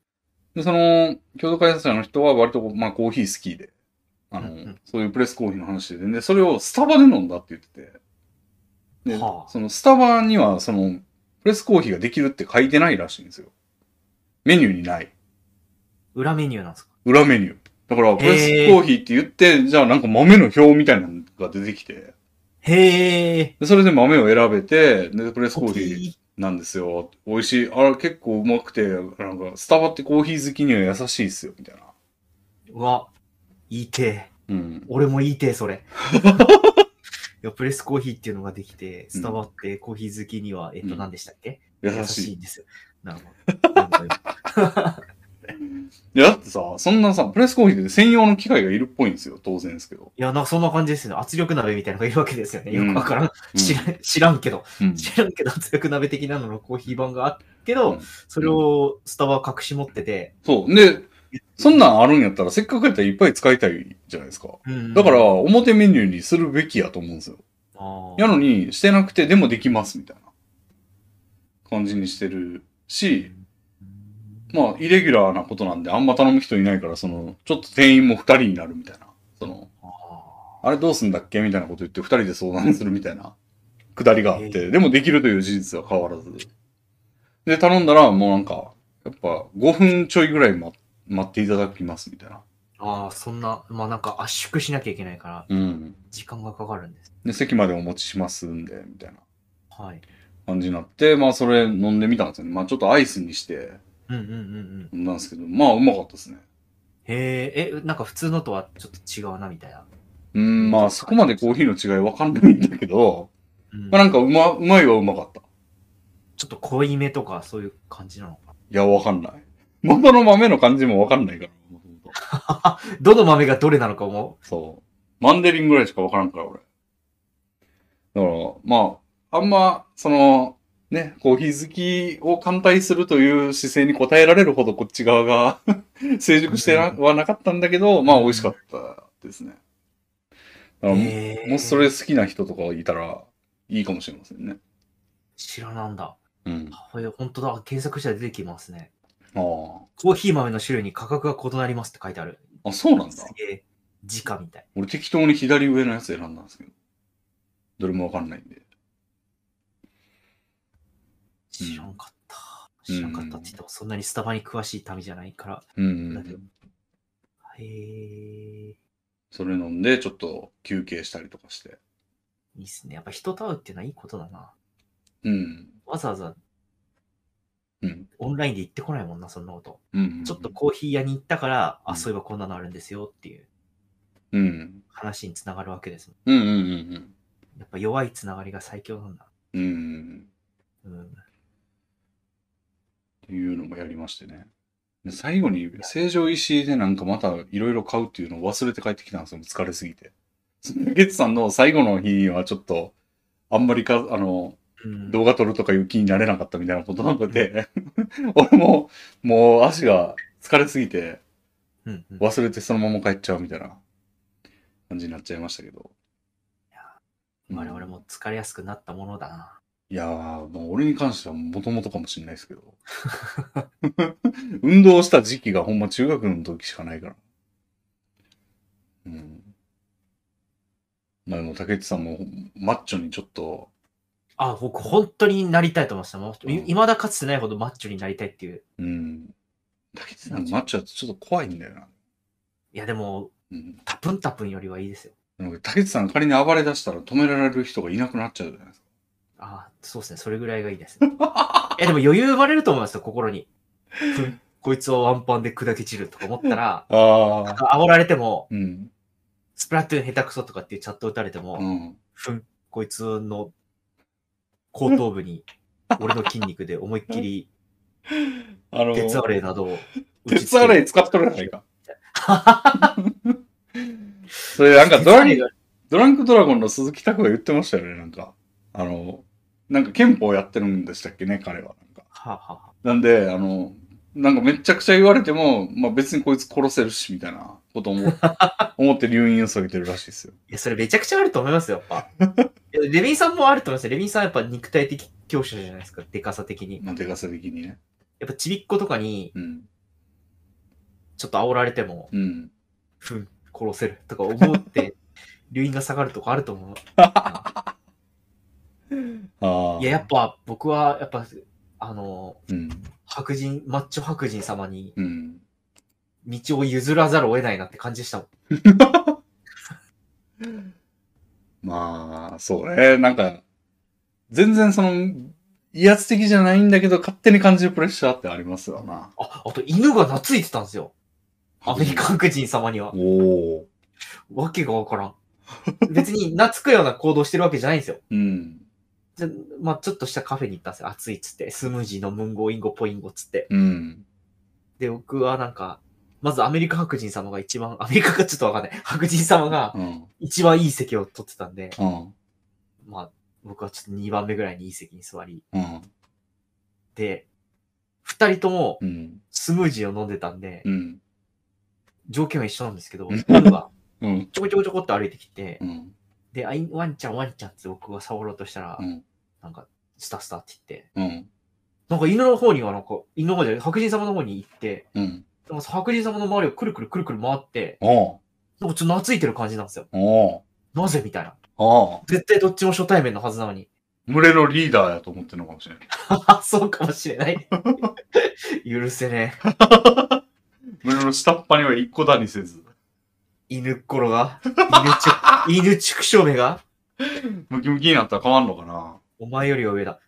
Speaker 1: で、その、共同開発者の人は割と、まあコーヒー好きで、あの、
Speaker 2: うんうん
Speaker 1: そういうプレスコーヒーの話で、で、それをスタバで飲んだって言ってて、で
Speaker 2: はあ
Speaker 1: そのスタバには、その、プレスコーヒーができるって書いてないらしいんですよ。メニューにない。
Speaker 2: 裏メニューなんですか
Speaker 1: 裏メニュー。だから、プレスコーヒーって言って、じゃあなんか豆の表みたいなのが出てきて、
Speaker 2: へえ。
Speaker 1: でそれで豆を選べて、で、プレスコーヒー
Speaker 2: ー。
Speaker 1: なんですよ。美味しい。あれ結構うまくて、なんか、スタバってコーヒー好きには優しいっすよ、みたいな。
Speaker 2: うわ、いいて。
Speaker 1: うん。
Speaker 2: 俺もいいて、
Speaker 1: <laughs>
Speaker 2: それ。いやプレスコーヒーっていうのができて、スタバってコーヒー好きには、えっと、
Speaker 1: うん
Speaker 2: 何でしたっけ
Speaker 1: 優
Speaker 2: 優
Speaker 1: し
Speaker 2: し
Speaker 1: い
Speaker 2: い。んですよ。なるほど。
Speaker 1: いやだってさ、そんなさ、プレスコーヒーで専用の機械がいるっぽいんですよ。当然ですけ
Speaker 2: <laughs>
Speaker 1: ど。
Speaker 2: いや、なんかそんな感じですよね。圧力鍋みたいなのがいるわけですよね。
Speaker 1: う
Speaker 2: よ
Speaker 1: ん
Speaker 2: くわからん。
Speaker 1: うん
Speaker 2: 知らん知らんけど、
Speaker 1: うん
Speaker 2: 知らんけど圧力鍋的なののコーヒー版があるけど、
Speaker 1: うん
Speaker 2: それをスタバは隠し持ってて、
Speaker 1: そう。で、そんなんあるんやったら、せっかくやったらいっぱい使いたいじゃないですか。
Speaker 2: うん
Speaker 1: だから、
Speaker 2: あ
Speaker 1: 表メニューにするべきやと思うんですよ。
Speaker 2: ー
Speaker 1: やのに、してなくて、でもできます、みたいな感じにしてるし、まあ、イレギュラーなことなんで、あんま頼む人いないから、その、ちょっと店員も二人になるみたいな。その、
Speaker 2: あ
Speaker 1: あれどうすんだっけみたいなこと言って、二人で相談するみたいな、くだりがあっ
Speaker 2: え
Speaker 1: て、でもできるという事実は変わらず。で、頼んだら、もうなんか、やっぱ、5分ちょいぐらいま待っていただきます、みたいな。
Speaker 2: ーあー、そんな、まあなんか圧縮しなきゃいけないから、
Speaker 1: うん。
Speaker 2: 時間がかかるんです。
Speaker 1: で、席までお持ちしますんで、みたいな
Speaker 2: はい。
Speaker 1: 感じになって、まあ、それ飲んでみたんですよね。まあ、ちょっとアイスにして
Speaker 2: うんうんうんうん。
Speaker 1: 飲んだんですけど、まあ、うまかったですね。
Speaker 2: へえ、え、なんか普通のとはちょっと違うなみたいな。
Speaker 1: うん、まあ、そこまでコーヒーの違いわかんないんだけど、
Speaker 2: うん
Speaker 1: まあ、なんか、うま、うまいはうまかった。い
Speaker 2: ちょっと濃いめとかそういう感じなのかな。
Speaker 1: や、わかんない。元の豆の感じもわかんないから、もともと
Speaker 2: どの豆がどれなのかも。
Speaker 1: そう。マンデリンぐらいしかわからんから、俺。だから、まあ、あんま、その、ね、コーヒー好きを歓待するという姿勢に応えられるほどこっち側が <laughs> 成熟してなはなかったんだけど、まあ、美味しかったですね。だからも
Speaker 2: へえ
Speaker 1: もしそれ好きな人とかいたら、いいかもしれませんね。
Speaker 2: 知らなんだ。
Speaker 1: うん。あ
Speaker 2: ほんとだ。検索したら出てきますね。
Speaker 1: あ。
Speaker 2: コーヒー豆の種類に価格が異なりますって書いてある。
Speaker 1: あ、そうなんだ
Speaker 2: す。げえ、直みたい。
Speaker 1: 俺適当に左上のやつ選んだんですけど。どれもわかんないんで。
Speaker 2: 知らんかった。知らんかったって言っても、そんなにスタバに詳しい民じゃないから。
Speaker 1: うんう
Speaker 2: だけど
Speaker 1: ん。
Speaker 2: へえ、
Speaker 1: それ飲んで、ちょっと休憩したりとかして。
Speaker 2: いいっすね。やっぱ人と会うっていうのはいいことだな。
Speaker 1: うん。
Speaker 2: わざわざ
Speaker 1: うん。
Speaker 2: オンラインで行ってこないもんな、そんなこと。
Speaker 1: うん。
Speaker 2: ちょっとコーヒー屋に行ったから、
Speaker 1: うん
Speaker 2: あ、そういえばこんなのあるんですよっていう
Speaker 1: うん。
Speaker 2: 話につながるわけですも
Speaker 1: うんうんうん
Speaker 2: ん。やっぱ弱いつながりが最強なんだ。
Speaker 1: うん。うん。
Speaker 2: うん。
Speaker 1: っていうのもやりましてね。で最後に、成城石井でなんかまたいろいろ買うっていうのを忘れて帰ってきたんですよ。疲れすぎて。ゲッツさんの最後の日はちょっと、あんまりか、あの、
Speaker 2: うん、
Speaker 1: 動画撮るとかいう気になれなかったみたいなことなので、俺も、もう足が疲れすぎて、
Speaker 2: うんうん、
Speaker 1: 忘れてそのまま帰っちゃうみたいな感じになっちゃいましたけど。
Speaker 2: 我々も疲れやすくなったものだな。
Speaker 1: いやー、もう俺に関してはもともとかもしれないですけど。 <laughs> 運動した時期がほんま中学の時しかないから。うん。まあでも、竹内さんもマッチョにちょっと、
Speaker 2: あ、僕、本当になりたいと思いました。もう、
Speaker 1: うん
Speaker 2: いまだかつてないほどマッチョになりたいっていう。
Speaker 1: うん。竹内さんのマッチョはちょっと怖いんだよな。
Speaker 2: いや、でも、
Speaker 1: うん。
Speaker 2: タプンタプンよりはいいですよ。
Speaker 1: なんか竹内さんが仮に暴れ出したら止められる人がいなくなっちゃうじゃないですか。
Speaker 2: ああ、そうですね。それぐらいがいいです。
Speaker 1: <laughs>
Speaker 2: いや、でも余裕生まれると思いますよ、心に。ふんこいつはワンパンで砕け散るとか思ったら、
Speaker 1: ああ。
Speaker 2: 煽られても、
Speaker 1: うん。
Speaker 2: スプラトゥーン下手くそとかっていうチャット打たれても、
Speaker 1: うん。
Speaker 2: ふん、こいつの後頭部に、俺の筋肉で思いっきり
Speaker 1: あの
Speaker 2: 鉄アレイなどを打ち付ける。
Speaker 1: 鉄アレイ使っとるやない
Speaker 2: <laughs>
Speaker 1: か。それなんかド
Speaker 2: 鉄ア
Speaker 1: ラ
Speaker 2: レイ
Speaker 1: ン
Speaker 2: が
Speaker 1: ドランクドラゴンの鈴木拓が言ってましたよね、なんか。あの、なんか憲法やってるんでしたっけね、彼は。なんか
Speaker 2: はあはあはあ
Speaker 1: なんで、あの、なんかめちゃくちゃ言われても、まあ別にこいつ殺せるし、みたいなことも
Speaker 2: <laughs>
Speaker 1: 思って留飲を下げてるらしいですよ。
Speaker 2: いや、それめちゃくちゃあると思いますよ、やっぱ。いやレビンさんもあると思いますよ。レビンさんはやっぱ肉体的強者じゃないですか、でかさ的に。
Speaker 1: まあでかさ的にね。
Speaker 2: やっぱちびっことかに、
Speaker 1: うん。
Speaker 2: ちょっと煽られても、
Speaker 1: うん。
Speaker 2: ふん、殺
Speaker 1: <laughs>
Speaker 2: せるとか思って、留飲が下がるとかあると思う。
Speaker 1: ああ。
Speaker 2: いや、やっぱ僕は、やっぱ、あの、
Speaker 1: うん。
Speaker 2: 白人、マッチョ白人様に
Speaker 1: うん。
Speaker 2: 道を譲らざるを得ないなって感じでしたもん。
Speaker 1: まあ、そうね。なんか、全然その、威圧的じゃないんだけど、勝手に感じるプレッシャーってありますよな。
Speaker 2: あ、あと犬が懐いてたんですよ。アメリカ白人様には。
Speaker 1: おお
Speaker 2: わけがわからん。別に懐くような行動してるわけじゃないんですよ。
Speaker 1: ー。うん。
Speaker 2: じゃまあちょっとしたカフェに行ったんですよ。暑いっつって。スムージーのムンゴインゴポインゴっつって。
Speaker 1: うん。
Speaker 2: で、僕はなんか、まずアメリカ白人様が一番、アメリカがちょっとわかんない。白人様が
Speaker 1: うん。
Speaker 2: 一番いい席を取ってたんで、
Speaker 1: うん。
Speaker 2: まあ僕はちょっと2番目ぐらいにいい席に座り、
Speaker 1: うん。
Speaker 2: で、二人とも
Speaker 1: うん。
Speaker 2: スムージーを飲んでたんで
Speaker 1: う、ん。
Speaker 2: 条件は一緒なんですけど、
Speaker 1: うん
Speaker 2: 犬が
Speaker 1: うん。
Speaker 2: ちょこちょこちょこっと歩いてきて
Speaker 1: う、ん。
Speaker 2: で、あいワンちゃんワンちゃんって僕が触ろうとしたら
Speaker 1: う、ん。
Speaker 2: なんか、スタスタって言って、
Speaker 1: うん。
Speaker 2: なんか犬の方にはなんか、犬の方じゃない、白人様の方に行って、
Speaker 1: うん。
Speaker 2: なんか白人様の周りをくるくるくるくる回って、
Speaker 1: おう
Speaker 2: なんかちょっと懐いてる感じなんですよ。
Speaker 1: おう
Speaker 2: なぜみたいな。
Speaker 1: おう
Speaker 2: 絶対どっちも初対面のはずなのに。
Speaker 1: 群れのリーダーやと思ってるのかもしれない。
Speaker 2: あ、そうかもしれない。 <laughs> 許せねえ。
Speaker 1: 群れの下っ端には一個だにせず、
Speaker 2: 犬っころが、犬ちゅ、 <laughs> 犬畜生めが、
Speaker 1: ムキムキになったら変わんのかな。
Speaker 2: お前よりは上だ。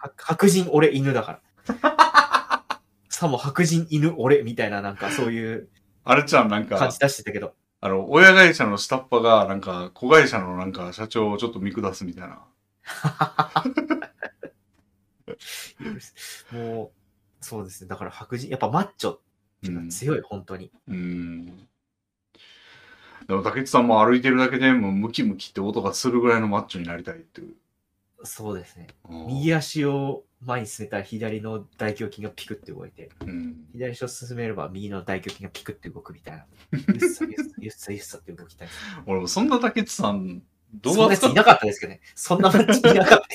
Speaker 2: は白人俺犬だから。
Speaker 1: <laughs>
Speaker 2: さも白人犬俺みたいななんかそういう
Speaker 1: あれちゃんなん
Speaker 2: 感
Speaker 1: か
Speaker 2: じ、出してたけど。
Speaker 1: あの、親会社の下っ端が、なんか、子会社のなんか、社長をちょっと見下すみたいな。
Speaker 2: 許せ <laughs> もう、そうですね。だから白人、やっぱマッチョっていうのは強い、本当に。
Speaker 1: うん。でも、竹内さんも歩いてるだけでもう、ムキムキって音がするぐらいのマッチョになりたいっていう。
Speaker 2: そうですね。
Speaker 1: うん
Speaker 2: 右足を前に進めたら左の大胸筋がピクって動いて、
Speaker 1: うん。
Speaker 2: 左足を進めれば右の大胸筋がピクって動くみたいな。ゆっさゆっさゆっさゆっさって動きたい。
Speaker 1: 俺もそんな竹内さん、ど
Speaker 2: そん
Speaker 1: う
Speaker 2: なやつ
Speaker 1: 扱っ
Speaker 2: いなかったですけどね。そんなマッチョいなかった。 <laughs>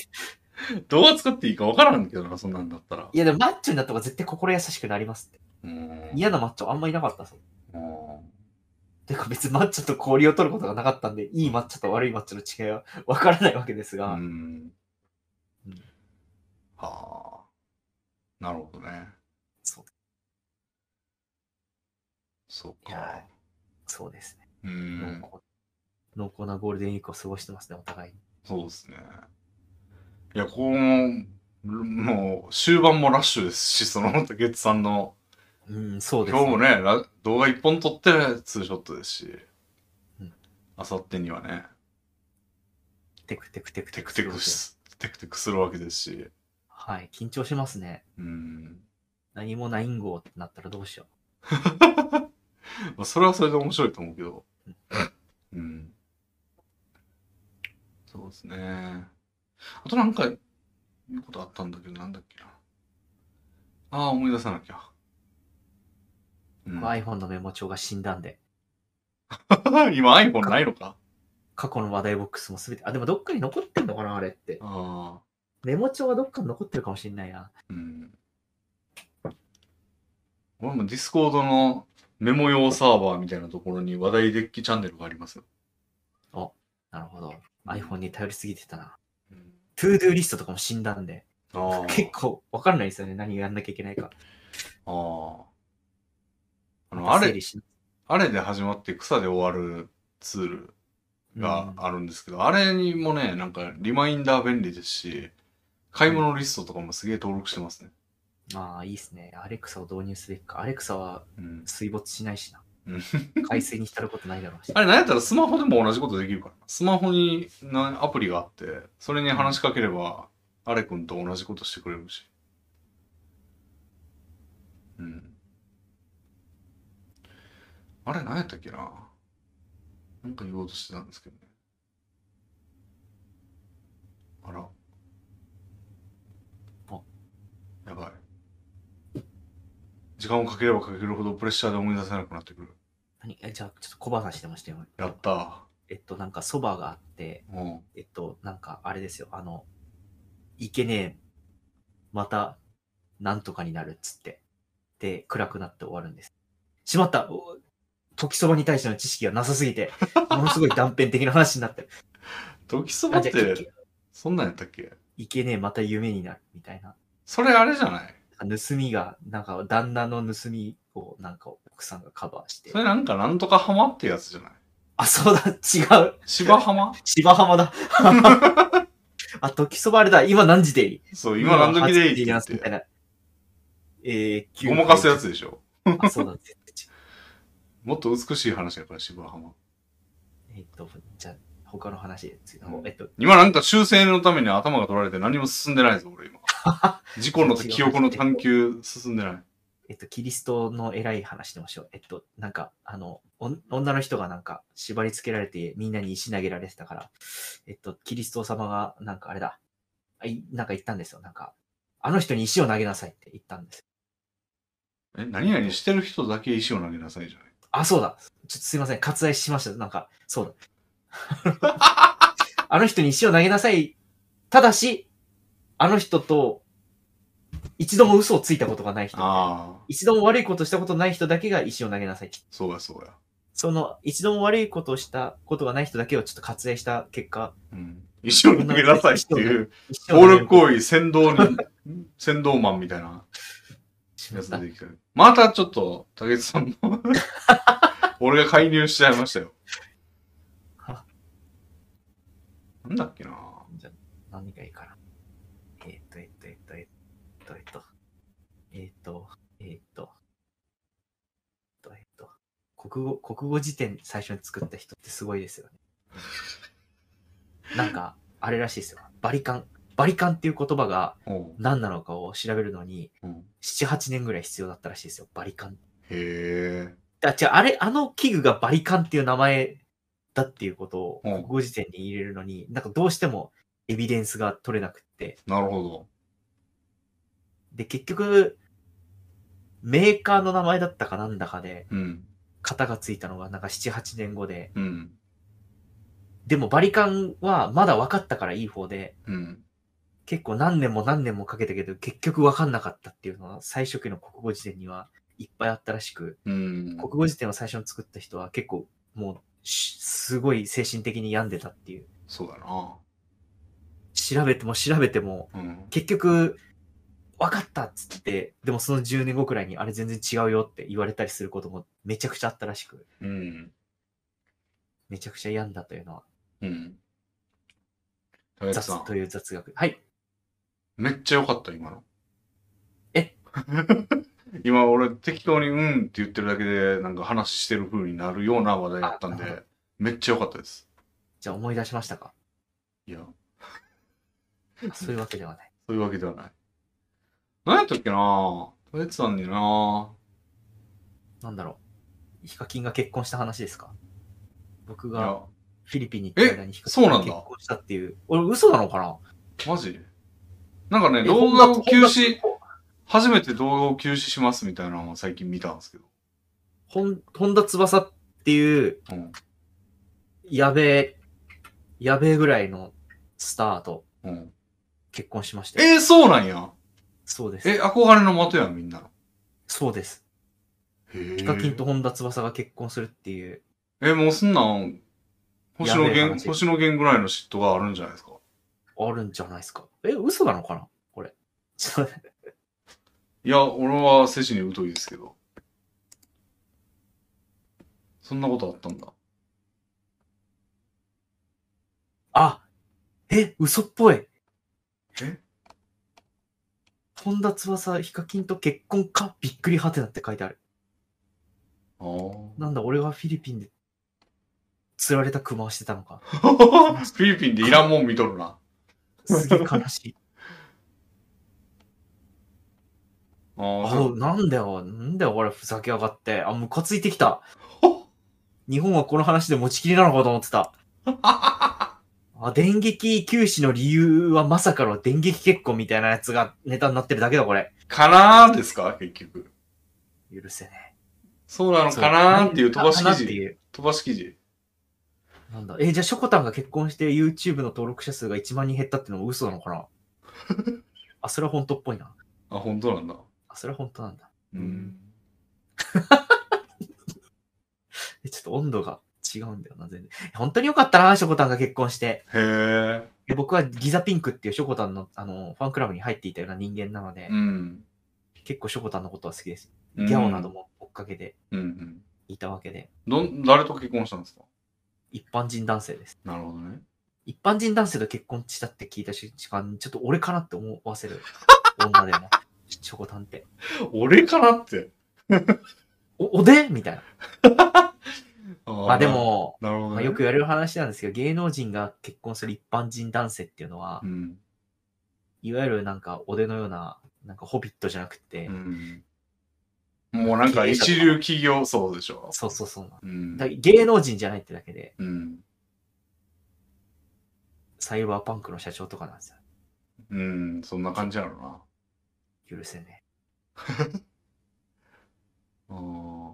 Speaker 2: い
Speaker 1: どう扱っていいかわからんけどな、そんなんだったら。
Speaker 2: やでもマッチョになった方が絶対心優しくなりますって。
Speaker 1: うん
Speaker 2: 嫌なマッチョあんまいなかったそう。
Speaker 1: うん
Speaker 2: てか別にマッチョと交流を取ることがなかったんで、いいマッチョと悪いマッチョの違いはわからないわけです
Speaker 1: う
Speaker 2: が、
Speaker 1: ん
Speaker 2: うん。
Speaker 1: はあ。なるほどね。
Speaker 2: そう
Speaker 1: そう
Speaker 2: いや
Speaker 1: か。
Speaker 2: そうですね。
Speaker 1: う
Speaker 2: 濃
Speaker 1: ん。
Speaker 2: 厚濃厚なゴールデンウィークを過ごしてますね、お互いに。
Speaker 1: そうですね。いや、ここも、もう終盤もラッシュですし、その竹内さんの、
Speaker 2: うん、そうです
Speaker 1: 今日もね、ラ動画一本撮ってツーショットですし
Speaker 2: うん、
Speaker 1: あさってにはね、
Speaker 2: テクテクテク
Speaker 1: テクテクす、テクテクするわけですし、
Speaker 2: はい、緊張しますね。
Speaker 1: うん。
Speaker 2: 何もないんごってなったらどうしよ
Speaker 1: まあ、それはそれで面白いと思うけど。うん。そうですね。あとなんか、いうことあったんだけど、なんだっけな。ああ、思い出さなきゃ。う
Speaker 2: う。
Speaker 1: ん、
Speaker 2: iPhone のメモ帳が死んだんで、
Speaker 1: <laughs> 今 iPhone ないのか
Speaker 2: 過去の話題ボックスもすべて、あ、でもどっかに残ってんのかな、あれって。
Speaker 1: ああ。
Speaker 2: メモ帳はどっかに残ってるかもしれないな。
Speaker 1: うん。俺も Discord のメモ用サーバーみたいなところに話題デッキチャンネルがありますよ。
Speaker 2: なるほど。iPhone に頼りすぎてたな。
Speaker 1: うん、
Speaker 2: To do リストとかも死んだんで、
Speaker 1: ああ。
Speaker 2: 結構わかんないですよね。何をやんなきゃいけないか。
Speaker 1: ああ。あの、あ
Speaker 2: 整
Speaker 1: れ
Speaker 2: 理、し
Speaker 1: あれで始まって草で終わるツールがあるんですけど、あれにもね、なんかリマインダー便利ですし、買い物リストとかもすげえ登録してますね。
Speaker 2: まあ、いいですね。アレクサを導入すべきか。アレクサは
Speaker 1: うん。
Speaker 2: 水没しないしな
Speaker 1: うん。
Speaker 2: 海水に浸ることないだろ
Speaker 1: <laughs>
Speaker 2: うし。
Speaker 1: あれ、なんやったらスマホでも同じことできるから。スマホになアプリがあって、それに話しかければ、アレ君と同じことしてくれるし。うん。あれ、なんやったっけななんか言おうとしてたんですけどね。あら。
Speaker 2: あ
Speaker 1: やばい。時間をかければかけるほどプレッシャーで思い出せなくなってくる。
Speaker 2: 何えじゃあ、ちょっと小話してましたよ。
Speaker 1: やった。
Speaker 2: えっと、なんかそばがあって、
Speaker 1: うん。
Speaker 2: えっと、なんか、あれですよ、あの、いけねえ、また、なんとかになるっつって。で、暗くなって終わるんです。しまったお時そばに対して
Speaker 1: <laughs>
Speaker 2: の知識がなさすぎて、ものすごい断片的な話になってる。
Speaker 1: 時そば
Speaker 2: あ、
Speaker 1: っ
Speaker 2: じゃあ
Speaker 1: て
Speaker 2: き、
Speaker 1: そんなんやったっけ
Speaker 2: いけねえ、また夢になる、みたいな。
Speaker 1: それあれじゃない
Speaker 2: 盗みが、なんか、旦那の盗みを、なんか、奥さんがカバーして
Speaker 1: そ。れなんかなんとか浜ってやつじゃない
Speaker 2: あ、そうだ、違う。
Speaker 1: 芝浜
Speaker 2: 芝浜だ。 <laughs> あ、時そばあれだ。今何時でいい
Speaker 1: そう、今何時でいいって
Speaker 2: 今
Speaker 1: 言
Speaker 2: 8
Speaker 1: っ
Speaker 2: 時でいいみ
Speaker 1: て
Speaker 2: たい。な。えー、急
Speaker 1: ごまかすやつでしょ。
Speaker 2: あ、そうだ、
Speaker 1: <laughs>
Speaker 2: 絶対違う
Speaker 1: もっと美しい話やから、芝浜。
Speaker 2: えっと、じゃあ、他の話で次の方、
Speaker 1: うん
Speaker 2: えっと、
Speaker 1: 今なんか修正のために頭が取られて何も進んでないぞ、俺今。
Speaker 2: <laughs>
Speaker 1: 事故の記憶の探求進んでない。
Speaker 2: えっと、キリストの偉い話しましょう。えっと、なんか、あの、おん女の人がなんか縛り付けられてみんなに石投げられてたから、えっと、キリスト様がなんかあれだ、あいなんか言ったんですよ。なんか、あの人に石を投げなさいって言ったんです。
Speaker 1: え、何々してる人だけ石を投げなさいじゃない
Speaker 2: あ、そうだ。ちょっとすいません。割愛しました。なんか、そう
Speaker 1: <laughs>
Speaker 2: だ。あの人に石を投げなさい。ただし、あの人と一度も嘘をついたことがない人。
Speaker 1: ああ、
Speaker 2: 一度も悪いことしたことない人だけが石を投げなさいって
Speaker 1: そうやそうや。
Speaker 2: その一度も悪いことをしたことがない人だけをちょっと割愛した結果、
Speaker 1: うん。石を投げなさいっていう、
Speaker 2: 一生
Speaker 1: 暴力行為
Speaker 2: 為
Speaker 1: 先導に、 <laughs> 先導マンみたいな
Speaker 2: しま
Speaker 1: や
Speaker 2: し
Speaker 1: つ
Speaker 2: た
Speaker 1: 出。てきた。またちょっと、竹内さん
Speaker 2: <laughs>
Speaker 1: の、俺が介入しちゃいましたよ
Speaker 2: は。
Speaker 1: なんだっけな
Speaker 2: じゃあ何がいいかな。えーっと、えーっと、えーっと、えーっと、えーっと、えーっと、えーっと、えーっと、えーっと、国語、国語辞典最初に作った人ってすごいですよね。なんか、あれらしいですよ。バリカン。バリカンっていう言葉が
Speaker 1: おう
Speaker 2: 何なのかを調べるのに、
Speaker 1: うん
Speaker 2: 7、8年ぐらい必要だったらしいですよ。バリカンって
Speaker 1: へえ。
Speaker 2: だ違う、あれ、あの器具がバリカンっていう名前だっていうことを
Speaker 1: うん
Speaker 2: 国語辞典に入れるのに、なんかどうしてもエビデンスが取れなくって。
Speaker 1: なるほど。
Speaker 2: で、結局、メーカーの名前だったかなんだかで、
Speaker 1: うん。
Speaker 2: 型がついたのがなんか7、8年後で、
Speaker 1: うん。
Speaker 2: でもバリカンはまだ分かったからいい方で、
Speaker 1: うん。
Speaker 2: 結構何年も何年もかけたけど、結局分かんなかったっていうのは最初期の国語辞典にはいっぱいあったらしく、
Speaker 1: うん。
Speaker 2: 国語辞典を最初に作った人は結構もうしすごい精神的に病んでたっていう
Speaker 1: そうだな。
Speaker 2: 調べても調べても
Speaker 1: うん。
Speaker 2: 結局分かったっつってでもその10年後くらいにあれ全然違うよって言われたりすることもめちゃくちゃあったらしく
Speaker 1: うん。
Speaker 2: めちゃくちゃ病んだというのは
Speaker 1: うん。竹内さ
Speaker 2: 雑
Speaker 1: ん
Speaker 2: と、いう雑学はい
Speaker 1: めっちゃ良かった、今の。
Speaker 2: え
Speaker 1: <laughs> 今俺適当にうんって言ってるだけでなんか話してる風になるような話題だったん
Speaker 2: あなる
Speaker 1: で、めっちゃ良かったです。
Speaker 2: じゃあ思い出しましたか
Speaker 1: いや、
Speaker 2: あそういうわけではない
Speaker 1: そういうわけではない。何やったっけなぁ。竹内さんにな
Speaker 2: なんだろうヒカキンが結婚した話ですか僕
Speaker 1: ぁ。い
Speaker 2: が
Speaker 1: や、
Speaker 2: フィリピンに行った間にヒカキ
Speaker 1: そ
Speaker 2: ン
Speaker 1: うな
Speaker 2: が
Speaker 1: んだ
Speaker 2: 結婚したっていう俺嘘なのかな
Speaker 1: マジなんかね、
Speaker 2: え
Speaker 1: 動画を休
Speaker 2: 本
Speaker 1: 止
Speaker 2: 田、
Speaker 1: 初めて動画を休止しますみたいなのを最近見たんですけど。
Speaker 2: ほん、本田翼っていう、
Speaker 1: うん
Speaker 2: やべえ、やべえぐらいのスターと
Speaker 1: うん、
Speaker 2: 結婚しましたよ。
Speaker 1: えー、そうなんや。
Speaker 2: そうです。
Speaker 1: え、憧れの的やん、みんなの。
Speaker 2: そうです。
Speaker 1: へえ。
Speaker 2: ヒカキンと本田翼が結婚するっていう、
Speaker 1: え、もうそんなん、星野
Speaker 2: やべえ
Speaker 1: 源、
Speaker 2: 話
Speaker 1: 星野源ぐらいの嫉妬があるんじゃないですか。
Speaker 2: あるんじゃないですか。え、嘘なのかなこれ。ちょっと
Speaker 1: いや、俺は世事に疎いですけど。そんなことあったんだ。
Speaker 2: あえ、嘘っぽい。
Speaker 1: え
Speaker 2: 本田翼、ヒカキンと結婚かびっくりはてなって書いてある。
Speaker 1: ああ。
Speaker 2: なんだ、俺はフィリピンで釣られた熊をしてた
Speaker 1: <laughs>
Speaker 2: のか。
Speaker 1: <laughs> フィリピンでいらんもん見とるな。
Speaker 2: すげえ悲しい。
Speaker 1: <laughs> あー
Speaker 2: あ
Speaker 1: そう
Speaker 2: なんだよ、なんだよ、俺、ふざけやがって。あ、ムカついてきた。日本はこの話で持ちきりなのかと思ってた。あ、電撃休止の理由はまさかの電撃結婚みたいなやつがネタになってるだけだ、これ。
Speaker 1: <laughs> かなーですか結局。
Speaker 2: 許せね
Speaker 1: そうな
Speaker 2: え。
Speaker 1: のかなーっていう飛ばし
Speaker 2: かな
Speaker 1: 記
Speaker 2: って
Speaker 1: 事。
Speaker 2: いう
Speaker 1: 飛ばし記事。
Speaker 2: なんだ。え、じゃあ、ショコタンが結婚して YouTube の登録者数が1万人減ったってのも嘘なの
Speaker 1: <laughs>
Speaker 2: かなあ、それは本当っぽいな。
Speaker 1: あ、本当なんだ。
Speaker 2: あ、それは本当なんだ。
Speaker 1: う
Speaker 2: うん
Speaker 1: ん。
Speaker 2: え、ちょっと温度が違うんだよな、全然。本当によかったな、ショコタンが結婚して。
Speaker 1: へえ。
Speaker 2: で僕はギザピンクっていうショコタンのあのファンクラブに入っていたような人間なので、
Speaker 1: うん。
Speaker 2: 結構ショコタンのことは好きです。
Speaker 1: ギ
Speaker 2: ギャオなど。も追っかけて
Speaker 1: うんうん。
Speaker 2: いたわけで、
Speaker 1: どん、誰と結婚したんですか
Speaker 2: 一般人男性です。
Speaker 1: なるほどね。
Speaker 2: 一般人男性と結婚したって聞いた瞬間に、ちょっと俺かなって思わせる女
Speaker 1: <laughs>
Speaker 2: だよね。ショコタンって。
Speaker 1: 俺かなって。
Speaker 2: お、おでんみたいな。
Speaker 1: あ
Speaker 2: まあで。も、
Speaker 1: なるほど
Speaker 2: まあ、
Speaker 1: ね。
Speaker 2: よく言われる話なんですけど、芸能人が結婚する一般人男性っていうのは
Speaker 1: う、ん。
Speaker 2: いわゆるなんかおでのような、なんかホビットじゃなくて、
Speaker 1: うん。もうなんか一流企業そうでしょ。
Speaker 2: そうそうそう。
Speaker 1: うん
Speaker 2: だ。芸能人じゃないってだけで、
Speaker 1: うん。
Speaker 2: サイバーパンクの社長とかなんです
Speaker 1: うん。そんな感じやろな。
Speaker 2: よ。許せね
Speaker 1: あー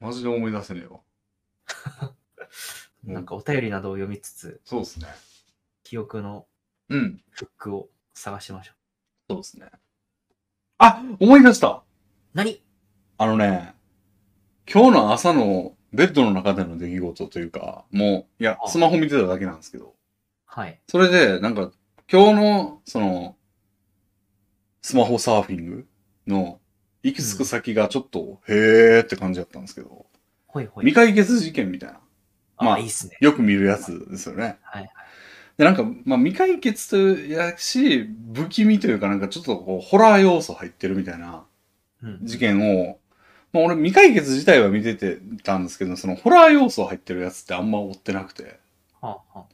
Speaker 1: マジで思い出せねえわ。う
Speaker 2: え。
Speaker 1: ん
Speaker 2: なんかお便りなどを読みつつ、
Speaker 1: そうですね。
Speaker 2: 記憶の
Speaker 1: うん。
Speaker 2: フックを探しましょう。
Speaker 1: そうですね。あ思い出した
Speaker 2: 何
Speaker 1: あのね、今日の朝のベッドの中での出来事というか、もう、いや、
Speaker 2: あ
Speaker 1: スマホ見てただけなんですけど、
Speaker 2: はい。
Speaker 1: それで、なんか、今日の、その、スマホサーフィングの行き着く先がちょっと、へーって感じだったんですけど、
Speaker 2: ほいほ
Speaker 1: 未
Speaker 2: い。
Speaker 1: 解決事件みたいな、
Speaker 2: あ、
Speaker 1: まあ
Speaker 2: いいっすね。
Speaker 1: よく見るやつですよね。
Speaker 2: はい。
Speaker 1: で、なんか、まあ、未解決というやし、不気味というか、なんかちょっとこう、ホラー要素入ってるみたいな
Speaker 2: うん。
Speaker 1: 事件を、まあ、俺、未解決自体は見ててたんですけど、そのホラー要素入ってるやつってあんま追ってなくて。
Speaker 2: はあ、は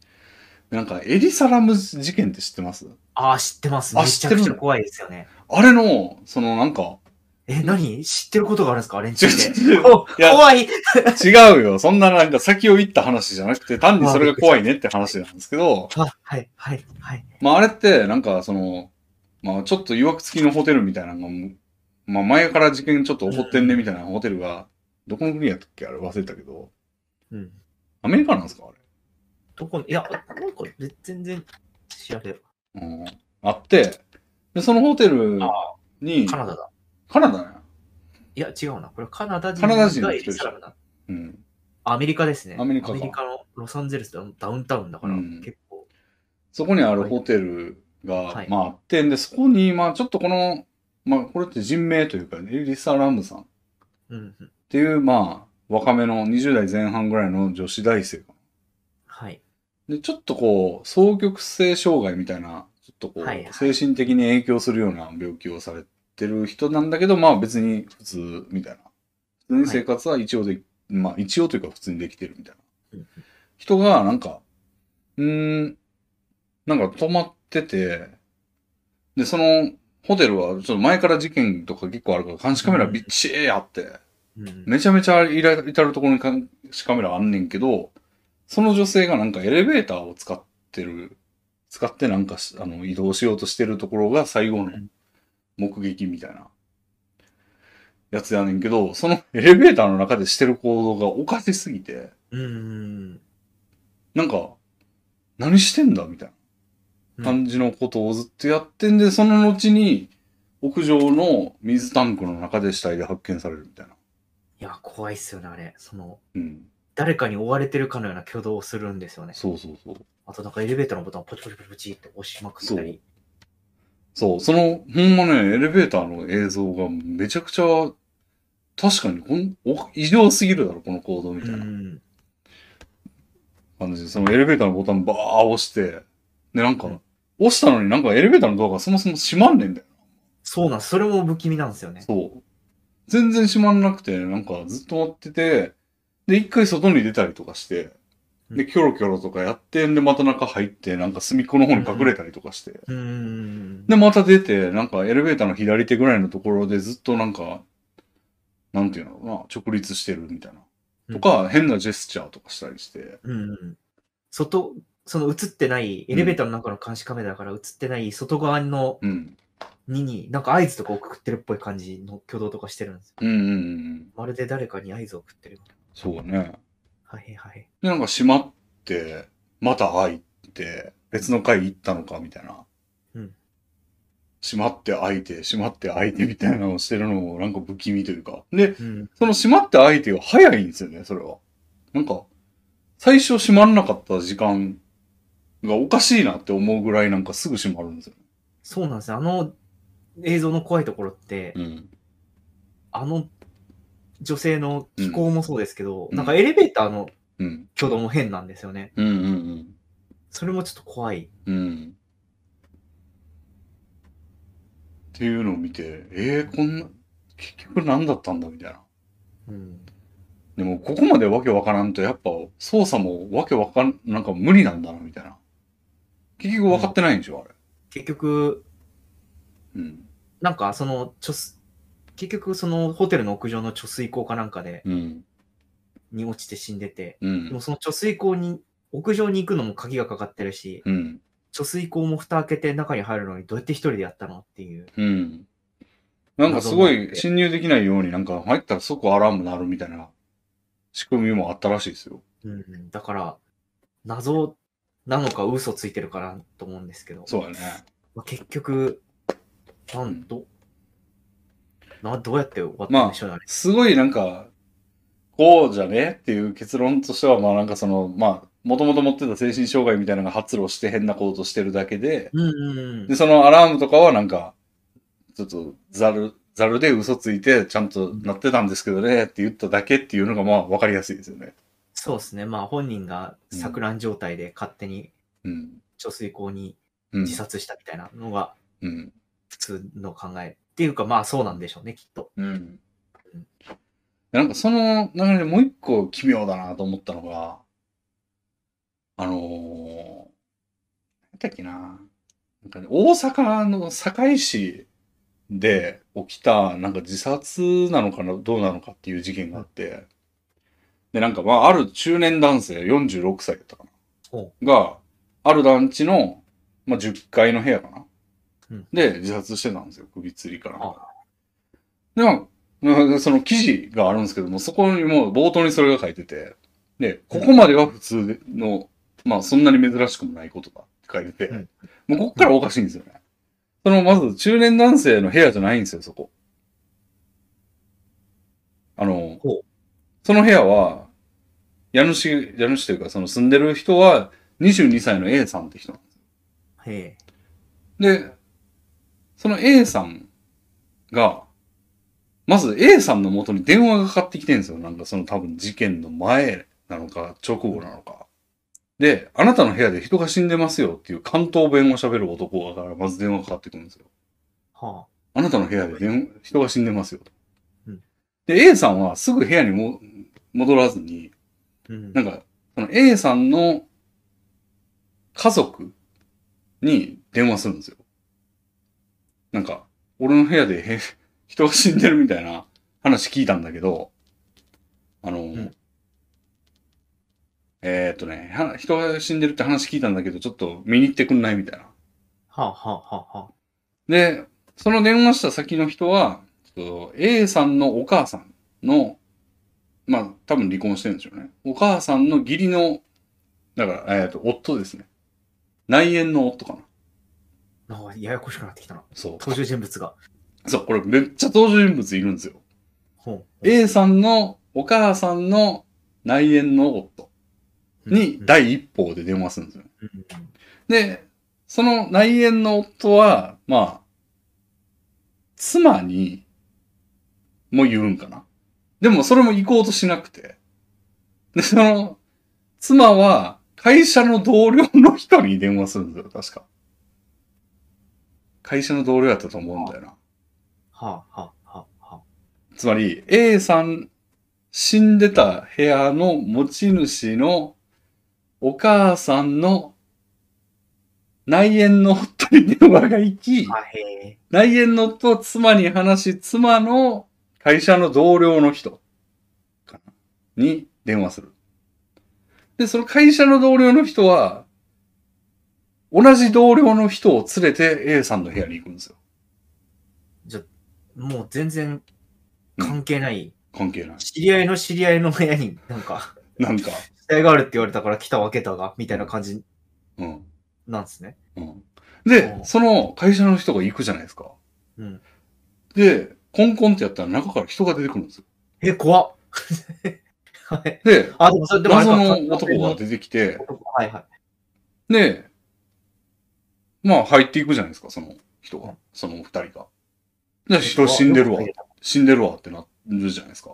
Speaker 1: でなんか、エリサラム事件って知ってます
Speaker 2: あ、あー知ってます。
Speaker 1: あ
Speaker 2: めちゃく
Speaker 1: 知って
Speaker 2: ちゃ
Speaker 1: るの
Speaker 2: 怖いですよね。
Speaker 1: あれの、そのなんか、
Speaker 2: え、何知ってることがあるんですかあれにつ
Speaker 1: ちょ
Speaker 2: い
Speaker 1: ちょ
Speaker 2: て。
Speaker 1: ちょ
Speaker 2: お
Speaker 1: <laughs> いや
Speaker 2: 怖い
Speaker 1: 違うよ。そんななんか先を行った話じゃなくて、単にそれが怖いねって話なんですけど、
Speaker 2: あ、はい、はい、はい。
Speaker 1: まああれって、なんかその、まあちょっと誘惑付きのホテルみたいなのがもう、まあ前から事件ちょっと起こってんねみたいなホテルが、どこの国やったっけあれ忘れたけど、
Speaker 2: うん。
Speaker 1: アメリカなんですかあ
Speaker 2: どこに、いや、なんかべ全然調べよ
Speaker 1: れ。うん。あって、で、そのホテルに
Speaker 2: う。、カナダだ。
Speaker 1: カナダね。
Speaker 2: いや、違うな。これカナダ人
Speaker 1: カナダ人の
Speaker 2: が
Speaker 1: 人で
Speaker 2: エ
Speaker 1: しょ
Speaker 2: リサラムだ。
Speaker 1: うん。
Speaker 2: アメリカですね。
Speaker 1: アメリカか
Speaker 2: のロサンゼルスダウンダウンタウンだから、
Speaker 1: うん
Speaker 2: 結構。
Speaker 1: そこにあるホテルが、
Speaker 2: はい
Speaker 1: まああって、で、そこに、まあちょっとこの、まあこれって人名というか、ね、エリサラムさん。
Speaker 2: うんうん。
Speaker 1: っていう、まあ、若めの20代前半ぐらいの女子大生か
Speaker 2: はい。
Speaker 1: な。で、ちょっとこう、双極性障害みたいな、ちょっとこう、
Speaker 2: はいはい
Speaker 1: 精神的に影響するような病気をされてる人なんだけど、まあ別に普通みたいな。普通に生活は一応で、まあ一応というか普通にできてるみたい
Speaker 2: うんう。
Speaker 1: なん人が、なんか、うーん、なんか泊まってて、で、その、ホテルは、ちょっと前から事件とか結構あるから、監視カメラびっちーあって、
Speaker 2: うん、
Speaker 1: めちゃめちゃいら至るところに監視カメラあんねんけど、その女性がなんかエレベーターを使ってる、使ってなんかしあの移動しようとしてるところが最後の目撃みたいなやつやねんけど、そのエレベーターの中でしてる行動がおかしすぎて、
Speaker 2: うんうん
Speaker 1: なんか、何してんだみたい
Speaker 2: うん
Speaker 1: な感じのことをずっとやってんで、その後に屋上の水タンクの中で死体で発見されるみたいな。
Speaker 2: いや、怖いっすよね、あれ。その、
Speaker 1: うん。
Speaker 2: 誰かに追われてるかのような挙動をするんですよね。
Speaker 1: そうそうそう。
Speaker 2: あと、なんかエレベーターのボタンをポチポチポチポチって押しまくったり。
Speaker 1: そう、その、ほんまね、エレベーターの映像がめちゃくちゃ、確かにこんお、異常すぎるだろ、この行動みた
Speaker 2: う。
Speaker 1: いなん感じで、そのエレベーターのボタンバー押して、で、なん
Speaker 2: う
Speaker 1: か
Speaker 2: ん、
Speaker 1: 押したのになんかエレベーターのドアがそもそも閉まんねんだよ。
Speaker 2: そうなんそれも不気味なんですよね。
Speaker 1: そう。全然閉まんなくて、なんかずっと待ってて、で、一回外に出たりとかして、
Speaker 2: うん
Speaker 1: で、キョロキョロとかやってんで、また中入って、なんか隅っこの方に隠れたりとかして、
Speaker 2: うんうん。
Speaker 1: で、また出て、なんかエレベーターの左手ぐらいのところでずっとなんか、なんていうのかな、直立してるみたいな。とか、変なジェスチャーとかしたりして。
Speaker 2: うんうん。外、その映ってない、エレベーターの中の監視カメラだから映ってない外側の
Speaker 1: うん。
Speaker 2: にに、なんか合図とか送ってるっぽい感じの挙動とかしてるんですよ。
Speaker 1: うんうんうん。
Speaker 2: まるで誰かに合図を送ってるみたい
Speaker 1: そうだね。
Speaker 2: な。はいはい。
Speaker 1: で、なんか閉まって、また開いて、別の階行ったのかみたいな。
Speaker 2: うん。
Speaker 1: 閉まって開いて、閉まって開いてみたいなのをしてるのもなんか不気味というか。で、
Speaker 2: うん。
Speaker 1: その閉まって開いてが早いんですよね、それは。なんか、最初閉まんなかった時間がおかしいなって思うぐらいなんかすぐ閉まるんですよ。
Speaker 2: そうなんですよ。あの映像の怖いところって、
Speaker 1: うん。
Speaker 2: あの女性の気候もそうですけど、
Speaker 1: うん
Speaker 2: なんかエレベーターの
Speaker 1: うん。
Speaker 2: 挙動も変なんですよね。
Speaker 1: うんうん
Speaker 2: それもちょっと怖い。
Speaker 1: うん。うん。っていうのを見て、えー、こんな、結局何だったんだみたいな。
Speaker 2: うん。
Speaker 1: でも、ここまでわけわからんと、やっぱ、操作もわけわかん、なんか無理なんだな、みたいな。結局分かってないんでしょ、あれ。
Speaker 2: 結局、
Speaker 1: うん。
Speaker 2: なんかその貯水、結局そのホテルの屋上の貯水口かなんかで、
Speaker 1: うん。
Speaker 2: に落ちて死んでて、
Speaker 1: う
Speaker 2: でも
Speaker 1: ん。
Speaker 2: その貯水口に、屋上に行くのも鍵がかかってるし、
Speaker 1: うん。
Speaker 2: 貯水口も蓋開けて中に入るのにどうやって一人でやったのっていう。
Speaker 1: うん。なんかすごい侵入できないように、なんか入ったら即アラーム鳴るみたいな仕組みもあったらしいですよ。
Speaker 2: うん。だから、謎なのか嘘ついてるかなと思うんですけど。
Speaker 1: そうだね。
Speaker 2: まあ、結局、なんと、な、どうやって終わっ
Speaker 1: ま
Speaker 2: た
Speaker 1: あ
Speaker 2: んでしょうね、あれ
Speaker 1: すごいなんか、こうじゃねっていう結論としては、まあなんかその、まあ、もともと持ってた精神障害みたいなのが発露して変なことしてるだけで、
Speaker 2: うんうんう
Speaker 1: で、
Speaker 2: ん。
Speaker 1: そのアラームとかはなんか、ちょっとザル、ザルで嘘ついてちゃんと鳴ってたんですけどねって言っただけっていうのがまあわかりやすいですよね。
Speaker 2: そうですね。まあ本人が
Speaker 1: うん
Speaker 2: 錯乱状態で勝手に
Speaker 1: うん。
Speaker 2: 貯水口に
Speaker 1: うん。
Speaker 2: 自殺したみたいなのが
Speaker 1: うん。
Speaker 2: 普通の考え。っていうかまあそうなんでしょうね、きっと。
Speaker 1: うん。なんかその流れでもう一個奇妙だなと思ったのが、あのー、なんだっけな。なんかね、大阪の堺市で起きた、なんか自殺なのかな、どうなのかっていう事件があって、で、なんかまあ、ある中年男性、46歳だったか
Speaker 2: お
Speaker 1: な、が、ある団地の、まあ、10階の部屋かな、
Speaker 2: うん
Speaker 1: で、自殺してたんですよ、首吊りかなん
Speaker 2: あ
Speaker 1: かで。でも、うんその記事があるんですけども、そこにもう冒頭にそれが書いてて、で、ここまでは普通の、まあそんなに珍しくもないことだって書いてて、
Speaker 2: うん
Speaker 1: もうこっからおかしいんですよね。その、まず中年男性の部屋じゃないんですよ、そこ。あの
Speaker 2: ほう、
Speaker 1: その部屋は、家主、家主というか、その住んでる人は22歳の A さんって人なんです。
Speaker 2: へえ。
Speaker 1: で、その A さんが、まず A さんの元に電話がかかってきてるんですよ。なんかその多分事件の前なのか、直後なのか。で、あなたの部屋で人が死んでますよっていう関東弁を喋る男からまず電話がかかってくるんですよ。
Speaker 2: は
Speaker 1: あなたの部屋で電人が死んでますよと
Speaker 2: うん。
Speaker 1: で、A さんはすぐ部屋にも戻らずに、
Speaker 2: あ。うん。
Speaker 1: なんか、その A さんの家族に電話するんですよ。なんか、俺の部屋で <laughs> へ人が死んでるみたいな話聞いたんだけど、あの、
Speaker 2: ん
Speaker 1: えーっとね、は人が死んでるって話聞いたんだけど、ちょっと見に行ってくんないみたいな。
Speaker 2: はあ、はあはあはあ。
Speaker 1: で、その電話した先の人は、ちょっと A さんのお母さんの、まあ多分離婚してるんでしょうね。お母さんの義理の、だから、えっ、と、夫ですね。内縁の夫かな。
Speaker 2: なんかややこしくなってきたな。
Speaker 1: そ
Speaker 2: 登場人物が。
Speaker 1: う。そう、これめっちゃ登場人物いるんですよ。
Speaker 2: ほう。
Speaker 1: A さんのお母さんの内縁の夫に
Speaker 2: うん
Speaker 1: 第一報で電話するんですよ。
Speaker 2: うんうん
Speaker 1: で、その内縁の夫は、まあ、妻にも言うんかな。でもそれも行こうとしなくて。で、その、妻は会社の同僚の人に電話するんだよ、確か。会社の同僚やったと思うんだよな。
Speaker 2: はあ、はあ、はあ、はあ。
Speaker 1: つまり、A さん死んでた部屋の持ち主のお母さんの内縁の夫に電話が行き、
Speaker 2: あ、へえ。
Speaker 1: 内縁の夫は妻に話し、妻の会社の同僚の人かなに電話する。で、その会社の同僚の人は、同じ同僚の人を連れて A さんの部屋に行くんですよ。
Speaker 2: もう全然関係ない。
Speaker 1: 関係ない。
Speaker 2: 知り合いの知り合いの部屋になんか、
Speaker 1: なんか、
Speaker 2: 死体があるって言われたから来たわけだが、みたいな感じ
Speaker 1: うん。
Speaker 2: なんですね。
Speaker 1: うんで
Speaker 2: う、ん
Speaker 1: その会社の人が行くじゃないですか。
Speaker 2: うん。
Speaker 1: で、コンコンってやったら中から人が出てくるんですよ。
Speaker 2: え、怖っはい。
Speaker 1: で、
Speaker 2: あ、でもそれでもあれ
Speaker 1: 謎
Speaker 2: か
Speaker 1: の男が出てきて、
Speaker 2: 男はいはい。
Speaker 1: で、まあ入っていくじゃないですか、その人が。そのお二人が。じゃあ人死んでるわ。死んでるわってなるじゃないですか。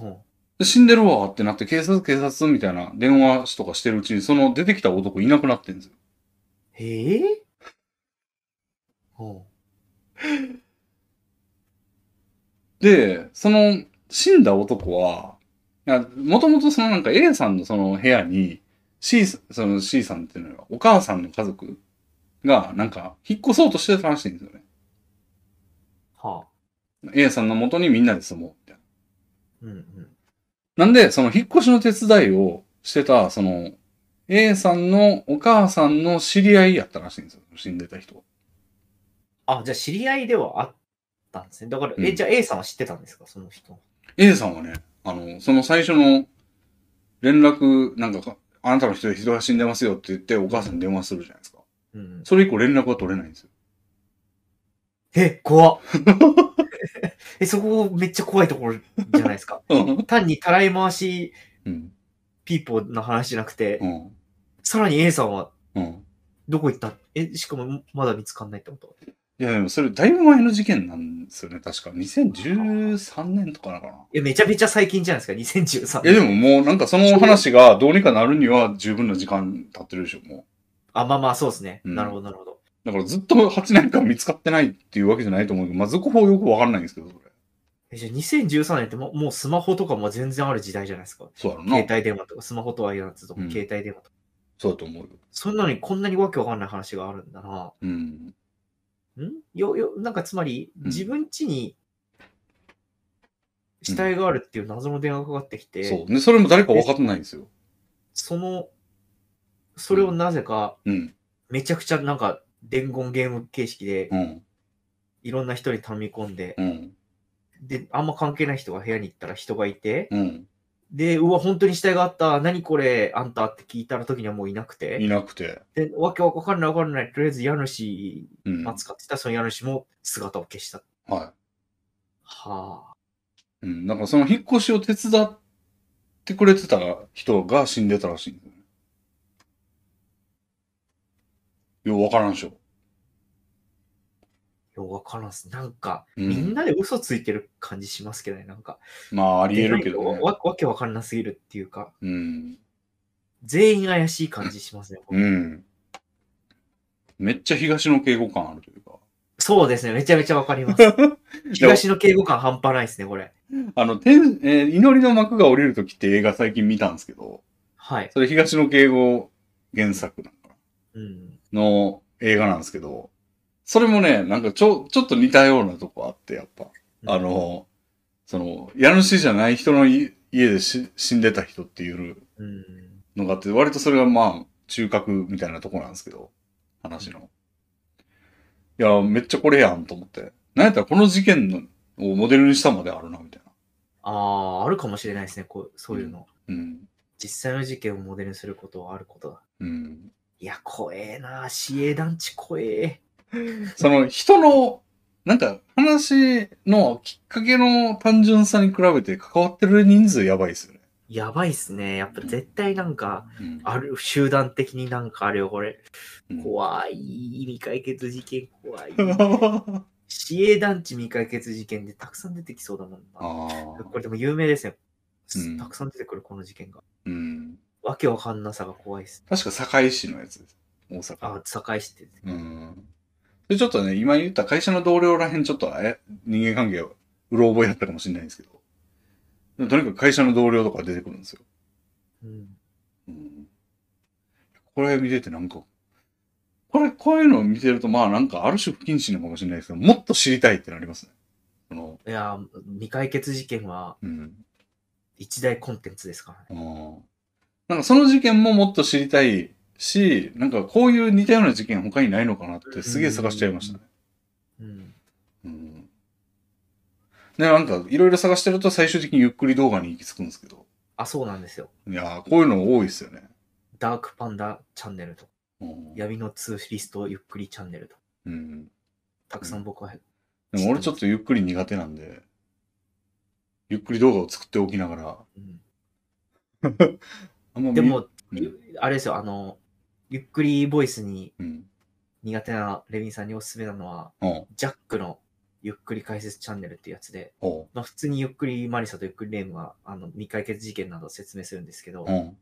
Speaker 2: うん。
Speaker 1: で死んでるわってなって、警察、警察みたいな電話とかしてるうちに、その出てきた男いなくなってんですよ。
Speaker 2: ええうん。
Speaker 1: で、その死んだ男は、もともとそのなんか A さんのその部屋に C さん、その C さんっていうのはお母さんの家族がなんか引っ越そうとしてたらしいんですよね。
Speaker 2: はあ。
Speaker 1: A さんの元にみんなで住もうみたい
Speaker 2: うんうん。
Speaker 1: な。なんで、その引っ越しの手伝いをしてた、その A さんのお母さんの知り合いやったらしいんですよ。死んでた人は。
Speaker 2: あ、じゃあ知り合いではあったんですね。だから、え、
Speaker 1: うん
Speaker 2: じゃあ A さんは知ってたんですかその人。
Speaker 1: A さんはね、あの、その最初の連絡、なんかか、あなたの人で人が死んでますよって言ってお母さんに電話するじゃないですか。
Speaker 2: うん。
Speaker 1: それ以降連絡は取れないんですよ。
Speaker 2: え、怖っえ、そこめっちゃ怖いところじゃないです
Speaker 1: <laughs>
Speaker 2: か。
Speaker 1: うん。
Speaker 2: 単にたらい回し
Speaker 1: うん。
Speaker 2: ピーポーの話じゃなくて、
Speaker 1: うん。
Speaker 2: さらに A さんは
Speaker 1: うん。
Speaker 2: どこ行ったえ、しかもまだ見つかんないってこと
Speaker 1: いや、でもそれだいぶ前の事件なんですよね、確か。2013年とかだからな。
Speaker 2: え、めちゃめちゃ最近じゃないですか、2013
Speaker 1: いや、
Speaker 2: 年。
Speaker 1: でももうなんかその話がどうにかなるには十分な時間経ってるでしょ、も
Speaker 2: あ、まあまあ、そうですね。
Speaker 1: うん
Speaker 2: なるほど、なるほど。
Speaker 1: う。だからずっと8年間見つかってないっていうわけじゃないと思うけど、まあ、続報よくわかんないんですけど、それ。
Speaker 2: え、じゃあ2013年ってもうもうスマホとかも全然ある時代じゃないですか。
Speaker 1: そうだろうな
Speaker 2: 携。帯電話とか、スマホとは言わずとか、
Speaker 1: うん
Speaker 2: 携帯電話とか。
Speaker 1: そうだと思うよ。
Speaker 2: そんなのにこんなにわけわかんない話があるんだな。
Speaker 1: うん。
Speaker 2: んよ、よ、なんかつまり、
Speaker 1: ん
Speaker 2: 自分家に死体があるっていう謎の電話がかかってきて、
Speaker 1: そう。で、それも誰か分かってないんですよ。
Speaker 2: その、それをなぜか、
Speaker 1: うん。
Speaker 2: めちゃくちゃなんか伝言ゲーム形式で
Speaker 1: うん。
Speaker 2: いろんな人に頼み込んで、
Speaker 1: うん。
Speaker 2: で、あんま関係ない人が部屋に行ったら人がいて、
Speaker 1: うん。
Speaker 2: で、うわ、本当に死体があった、何これ、あんたって聞いたら時にはもういなく
Speaker 1: い
Speaker 2: て、
Speaker 1: なくて。
Speaker 2: で、わけわかんないわかんない、とりあえず家主、
Speaker 1: うん。
Speaker 2: まあ、使ってたその家主も姿を消した。
Speaker 1: は
Speaker 2: はあ。
Speaker 1: い。うん。なんかその引っ越しを手伝ってくれてた人が死んでたらしいんだよね。よう分からんでしょ。
Speaker 2: ようわからんっす。なんか、
Speaker 1: うん
Speaker 2: みんなで嘘ついてる感じしますけどね、なんか。
Speaker 1: まあ、ありえるけど
Speaker 2: でなん
Speaker 1: ね
Speaker 2: か。わわけわかんなすぎるっていうか、
Speaker 1: うん。
Speaker 2: 全員怪しい感じしますね。僕
Speaker 1: うん。めっちゃ東の敬語感あると
Speaker 2: <laughs>
Speaker 1: いうか。
Speaker 2: そうですね、めちゃめちゃわか
Speaker 1: <laughs>
Speaker 2: ります。東の敬語感半端ないですね、これ。
Speaker 1: あの、天、えー祈りの幕が降りるときって映画最近見たんですけど、
Speaker 2: はい。
Speaker 1: それ東の敬語原作なんかな
Speaker 2: うん。
Speaker 1: の映画なんですけど、それもね、なんかちょ、ちょっと似たようなとこあって、やっぱ。あ、の、その、家主じゃない人のい家でし死んでた人っていう
Speaker 2: うん。
Speaker 1: のがあって、割とそれがまあ、中核みたいなとこなんですけど、話の。いや、めっちゃこれやんと思って。なんやったらこの事件のをモデルにしたまであるな、みたいな。
Speaker 2: ああ、あるかもしれないですね、こうそういうの。
Speaker 1: うん。
Speaker 2: 実際の事件をモデルにすることはあることだ。
Speaker 1: うん。
Speaker 2: いや、怖えな市営団地怖え。
Speaker 1: その人の、なんか話のきっかけの単純さに比べて関わってる人数やばいですよね。
Speaker 2: やばいっすね。やっぱ絶対なんか、
Speaker 1: うん
Speaker 2: ある、集団的になんかあるよ、これ。
Speaker 1: うん
Speaker 2: 怖い。未解決事件
Speaker 1: <laughs>
Speaker 2: 怖い。
Speaker 1: あ
Speaker 2: 市営団地未解決事件でたくさん出てきそうだもんな。
Speaker 1: あ。
Speaker 2: これでも有名ですね
Speaker 1: うん。
Speaker 2: たくさん出てくる、この事件が。
Speaker 1: うん。
Speaker 2: わけわかんなさが怖いっす。
Speaker 1: 確か堺市のやつです。大阪。
Speaker 2: あ、堺市って。
Speaker 1: うん。で、ちょっとね、今言った会社の同僚らへんちょっと、え、人間関係をうろ覚えやったかもしれないんですけど。でもとにかく会社の同僚とか出てくるんですよ。
Speaker 2: うん。
Speaker 1: うん。これ見ててなんか、これ、こういうのを見てると、まあなんかある種不謹慎なのかもしれないですけど、もっと知りたいってなりますね。その、
Speaker 2: いやー、未解決事件は
Speaker 1: うん。
Speaker 2: 一大コンテンツですからね。
Speaker 1: あーなんかその事件ももっと知りたいし、なんかこういう似たような事件他にないのかなってすげえ探しちゃいましたね。
Speaker 2: うん。
Speaker 1: うん。で、なんかいろいろ探してると最終的にゆっくり動画に行き着くんですけど。
Speaker 2: あ、そうなんですよ。
Speaker 1: いやー、こういうの多いですよね。
Speaker 2: ダークパンダチャンネルとか、
Speaker 1: うん。
Speaker 2: 闇のツーリストゆっくりチャンネルとか、
Speaker 1: うん。
Speaker 2: たくさん僕は、
Speaker 1: でも俺ちょっとゆっくり苦手なんで、ゆっくり動画を作っておきなが
Speaker 2: <laughs>
Speaker 1: ら、
Speaker 2: うん
Speaker 1: あんま見
Speaker 2: でも、
Speaker 1: うん
Speaker 2: ゆあれですよ、あの、ゆっくりボイスに
Speaker 1: うん。
Speaker 2: 苦手なレビンさんにおすすめなのは、
Speaker 1: うん。
Speaker 2: ジャックのゆっくり解説チャンネルっていうやつで、
Speaker 1: ほ
Speaker 2: まあ、普通にゆっくりマリサとゆっくりレームがあの未解決事件などを説明するんですけど、
Speaker 1: う。うん。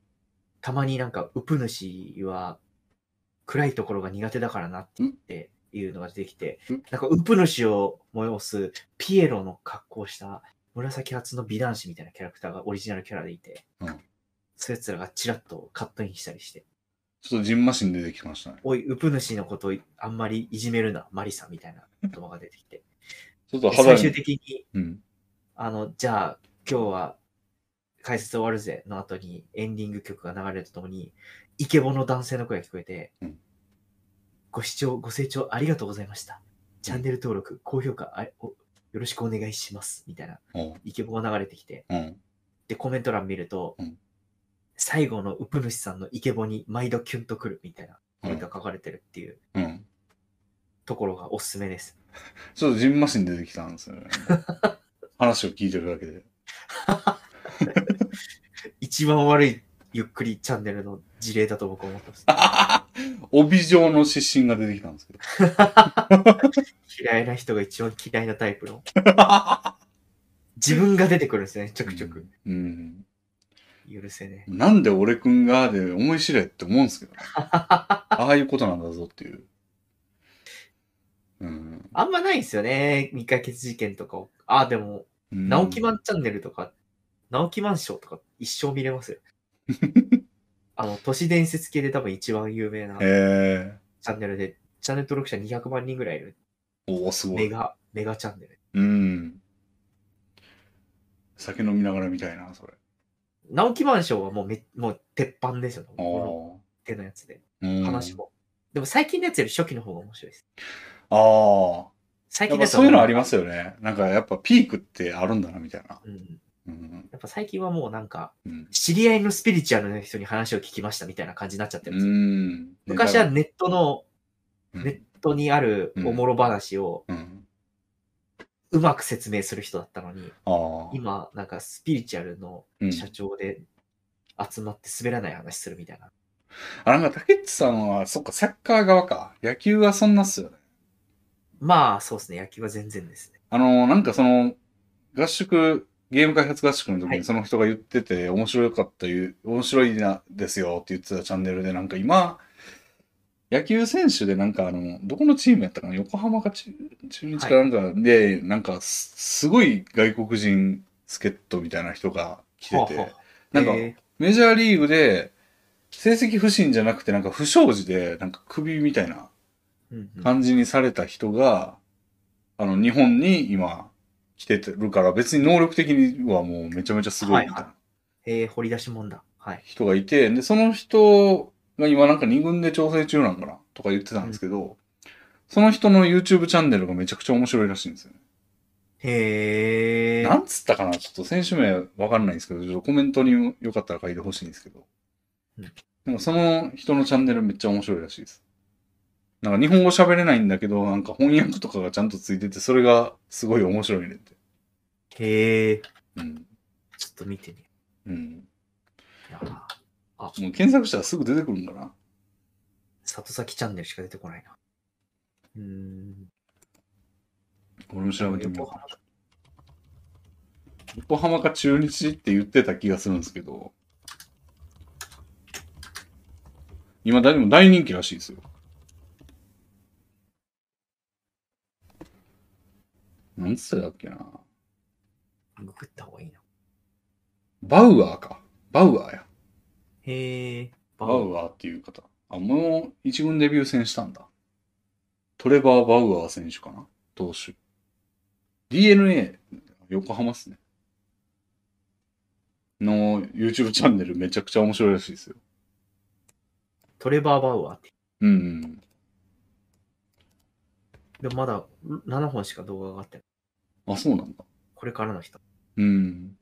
Speaker 2: たまになんか、ウプ主は暗いところが苦手だからなって言っていうのが出てきて
Speaker 1: ん、
Speaker 2: なんか、ウプ主を催すピエロの格好をした紫髪の美男子みたいなキャラクターがオリジナルキャラでいて、
Speaker 1: うん
Speaker 2: そういうやつらがチラッとカットインしたりして、
Speaker 1: ちょっとジンマシン出てきましたね。
Speaker 2: おい、ウプ主のことあんまりいじめるな、マリサみたいな言葉が出てきて、
Speaker 1: ちょっと
Speaker 2: で
Speaker 1: 肌
Speaker 2: 最終
Speaker 1: に。
Speaker 2: 的に
Speaker 1: うん。
Speaker 2: あの、じゃあ、今日は解説終わるぜの後にエンディング曲が流れるとともに、イケボの男性の声が聞こえて、
Speaker 1: うん
Speaker 2: ご視聴、ご清聴ありがとうございました。チャンネル登録、高評価あおよろしくお願いします。みたいな
Speaker 1: うん。
Speaker 2: イケボが流れてきて、
Speaker 1: うん。
Speaker 2: で、コメント欄見ると、
Speaker 1: うん
Speaker 2: 最後のウプ主さんのイケボに毎度キュンとくるみたいなコ
Speaker 1: う
Speaker 2: メン
Speaker 1: ん
Speaker 2: トが書かれてるっていう
Speaker 1: うん。
Speaker 2: ところがおすすめです。
Speaker 1: ちょっとジンマシン出てきたんです
Speaker 2: <laughs>
Speaker 1: よね。話を聞いてるだけで。
Speaker 2: 一番悪いゆっくりチャンネルの事例だと僕は思ってます。
Speaker 1: 帯状の湿疹が出てきたんですけど。
Speaker 2: 嫌いな人が一番嫌いなタイプの。自分が出てくるんですね、ちょくちょく。
Speaker 1: うん。
Speaker 2: 許せねえ。
Speaker 1: なんで俺くんがで思い知れって思うんですけど
Speaker 2: <laughs>
Speaker 1: ね。ああいうことなんだぞっていう。うん。
Speaker 2: あんまないんですよね、未解決事件とかを。あ、でも、
Speaker 1: うん
Speaker 2: 直木マンチャンネルとか、直木マンショーとか一生見れます
Speaker 1: <laughs>
Speaker 2: よ。あの、都市伝説系で多分一番有名なチ
Speaker 1: へえ。
Speaker 2: ャンネルで、チャンネル登録者200万人ぐらいいる。
Speaker 1: おお、すご
Speaker 2: メ
Speaker 1: い。
Speaker 2: ガ、メガチャンネル。
Speaker 1: うん。酒飲みながらみたいな、それ。
Speaker 2: 直木マンショーはもうめ、もう鉄板ですよ、この
Speaker 1: あ
Speaker 2: 手のやつで。
Speaker 1: あ。
Speaker 2: 話
Speaker 1: も。
Speaker 2: も。でも最近のやつより初期の方が面白いです。
Speaker 1: ああ。
Speaker 2: 最
Speaker 1: やっ
Speaker 2: 近の
Speaker 1: ぱ
Speaker 2: やつ
Speaker 1: そういうのあり
Speaker 2: ま
Speaker 1: ますよね。なんかやっぱピークってあるんだな、みたいな。
Speaker 2: す。うん
Speaker 1: うん。
Speaker 2: やっぱ最近はもうなんか、
Speaker 1: うん。
Speaker 2: 知り合いのスピリチュアルの人に話を聞きましたみたいな感じになっちゃってるんですよ。
Speaker 1: ん。
Speaker 2: 昔はネットの、
Speaker 1: うん、
Speaker 2: ネットにあるおもろ話を
Speaker 1: うん。
Speaker 2: うまく説明する人だったのに、
Speaker 1: ああ。
Speaker 2: 今、なんかスピリチュアルの
Speaker 1: うん
Speaker 2: 社長で集まって滑らない話するみたいな。
Speaker 1: あ、なんか、竹内さんは、そっか、サッカー側か。野球はそんなっすよね。
Speaker 2: まあ、そうですね。野球は全然ですね。
Speaker 1: あの、なんかその、合宿、ゲーム開発合宿の時
Speaker 2: は
Speaker 1: に
Speaker 2: い
Speaker 1: その人が言ってて、面白かったいう、面白いな、ですよって言ってたチャンネルで、なんか今、野球選手でなんかあの、どこのチームやったかな横浜か中中日かなんかで、なんかす、すごい外国人助っ人みたいな人が来てて、
Speaker 2: はあはあ
Speaker 1: なんか、
Speaker 2: え
Speaker 1: メジャーリーグで、成績不振じゃなくて、なんか不祥事で、なんか首みたいな
Speaker 2: ーうんうん
Speaker 1: 感じにされた人が、あの、日本に今来てるから、別に能力的にはもうめちゃめちゃすごいみた
Speaker 2: はいい
Speaker 1: な
Speaker 2: えー掘り出しもんだ。はい。
Speaker 1: 人がいて、で、その人が今なんか2軍で調整中なんかなとか言ってたんですけど、その人の YouTube チャンネルがめちゃくちゃ面白いらしいんですよね。
Speaker 2: へえ。
Speaker 1: なんつったかなちょっと選手名わかんないんですけど、ちょっとコメントによかったら書いてほしいんですけど
Speaker 2: うん。
Speaker 1: なんかその人のチャンネルめっちゃ面白いらしいです。なんか日本語喋れないんだけど、なんか翻訳とかがちゃんとついてて、それがすごい面白いねって。
Speaker 2: へえ。
Speaker 1: うん。
Speaker 2: ちょっと見てみよ
Speaker 1: うん。
Speaker 2: う。いやー
Speaker 1: もう検索したらすぐ出てくるんかな。
Speaker 2: 里崎チャンネルしか出てこないな。うーん。
Speaker 1: 俺も調べてみよう
Speaker 2: 横
Speaker 1: かな
Speaker 2: 浜だ
Speaker 1: 横浜か中日って言ってた気がするんですけど、今誰も大人気らしいですよ。なんつってたっけな。
Speaker 2: ググった方がいいな。
Speaker 1: バウアーか。バウアーや。
Speaker 2: へえ。
Speaker 1: バ
Speaker 2: バ
Speaker 1: ウ
Speaker 2: ウ
Speaker 1: アーっていう方。あ、もう一軍デビュー戦したんだ。トレバー・バウアー選手かな。投手。DNA、横浜っすね。の YouTube チャンネルめちゃくちゃ面白いらしいですよ。
Speaker 2: トレバー・バウアーって。
Speaker 1: うんうん。
Speaker 2: でもまだ7本しか動画が上がってない。
Speaker 1: あ、そうなんだ。
Speaker 2: これからの人。
Speaker 1: うん。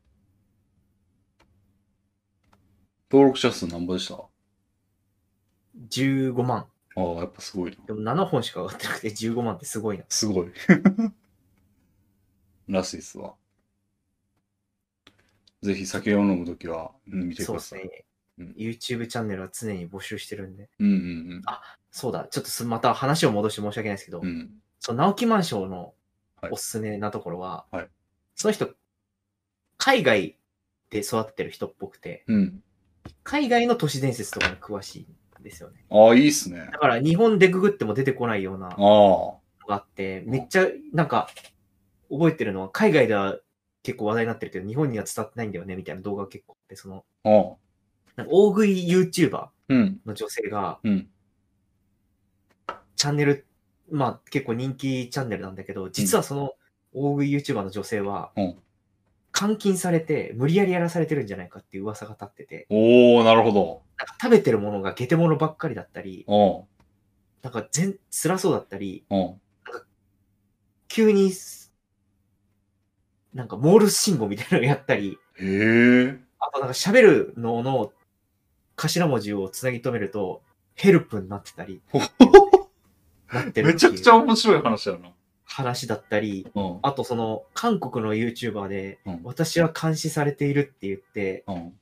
Speaker 1: 登録者数何ぼでしたあ
Speaker 2: 15万。
Speaker 1: あ、やっぱすごいな。
Speaker 2: でも7本しか上がってなくて15万ってすごいな。
Speaker 1: すごい。 <laughs> らしいっすわ。ぜひ酒を飲むときはうん見てく
Speaker 2: そう
Speaker 1: だ
Speaker 2: です
Speaker 1: さい。
Speaker 2: ね。
Speaker 1: うん
Speaker 2: YouTube チャンネルは常に募集してるんで。
Speaker 1: うんうん
Speaker 2: そうだ、ちょっとすまた話を戻して申し訳ないですけど、
Speaker 1: うん。うん。
Speaker 2: その直木マンションの
Speaker 1: はい
Speaker 2: おすすめなところは、
Speaker 1: はい
Speaker 2: その人、海外で育ってる人っぽくて、
Speaker 1: うん。
Speaker 2: 海外の都市伝説とかに詳しいんですよね。
Speaker 1: ああ、いいっすね。
Speaker 2: だから日本でググっても出てこないような
Speaker 1: ああ。
Speaker 2: のがあって、めっちゃなんか覚えてるのは、海外では結構話題になってるけど、日本には伝わってないんだよねみたいな動画が結構あって、その、
Speaker 1: ああ。
Speaker 2: なんか大食い YouTuber
Speaker 1: うん。
Speaker 2: の女性が、
Speaker 1: うん。
Speaker 2: チャンネル、まあ結構人気チャンネルなんだけど、実はその大食い YouTuber の女性は
Speaker 1: うん、
Speaker 2: 監禁されて、無理やりやらされてるんじゃないかっていう噂が立ってて、
Speaker 1: おおなるほど。
Speaker 2: なんか食べてるものがゲテモノばっかりだったり、
Speaker 1: お
Speaker 2: なんか全、辛そうだったり、
Speaker 1: うん。うん。
Speaker 2: 急にす、なんかモールス信号みたいなのやったり、
Speaker 1: へえ。
Speaker 2: あとなんか喋るのの頭文字をつなぎ止めると、ヘルプになってたり、なってる
Speaker 1: め
Speaker 2: って
Speaker 1: ちゃく
Speaker 2: い
Speaker 1: ちゃ
Speaker 2: う
Speaker 1: 面白い話やな。
Speaker 2: 話だったり、
Speaker 1: うん。
Speaker 2: あとその、韓国の YouTuber で、
Speaker 1: うん
Speaker 2: 私は監視されているって言って、
Speaker 1: うん。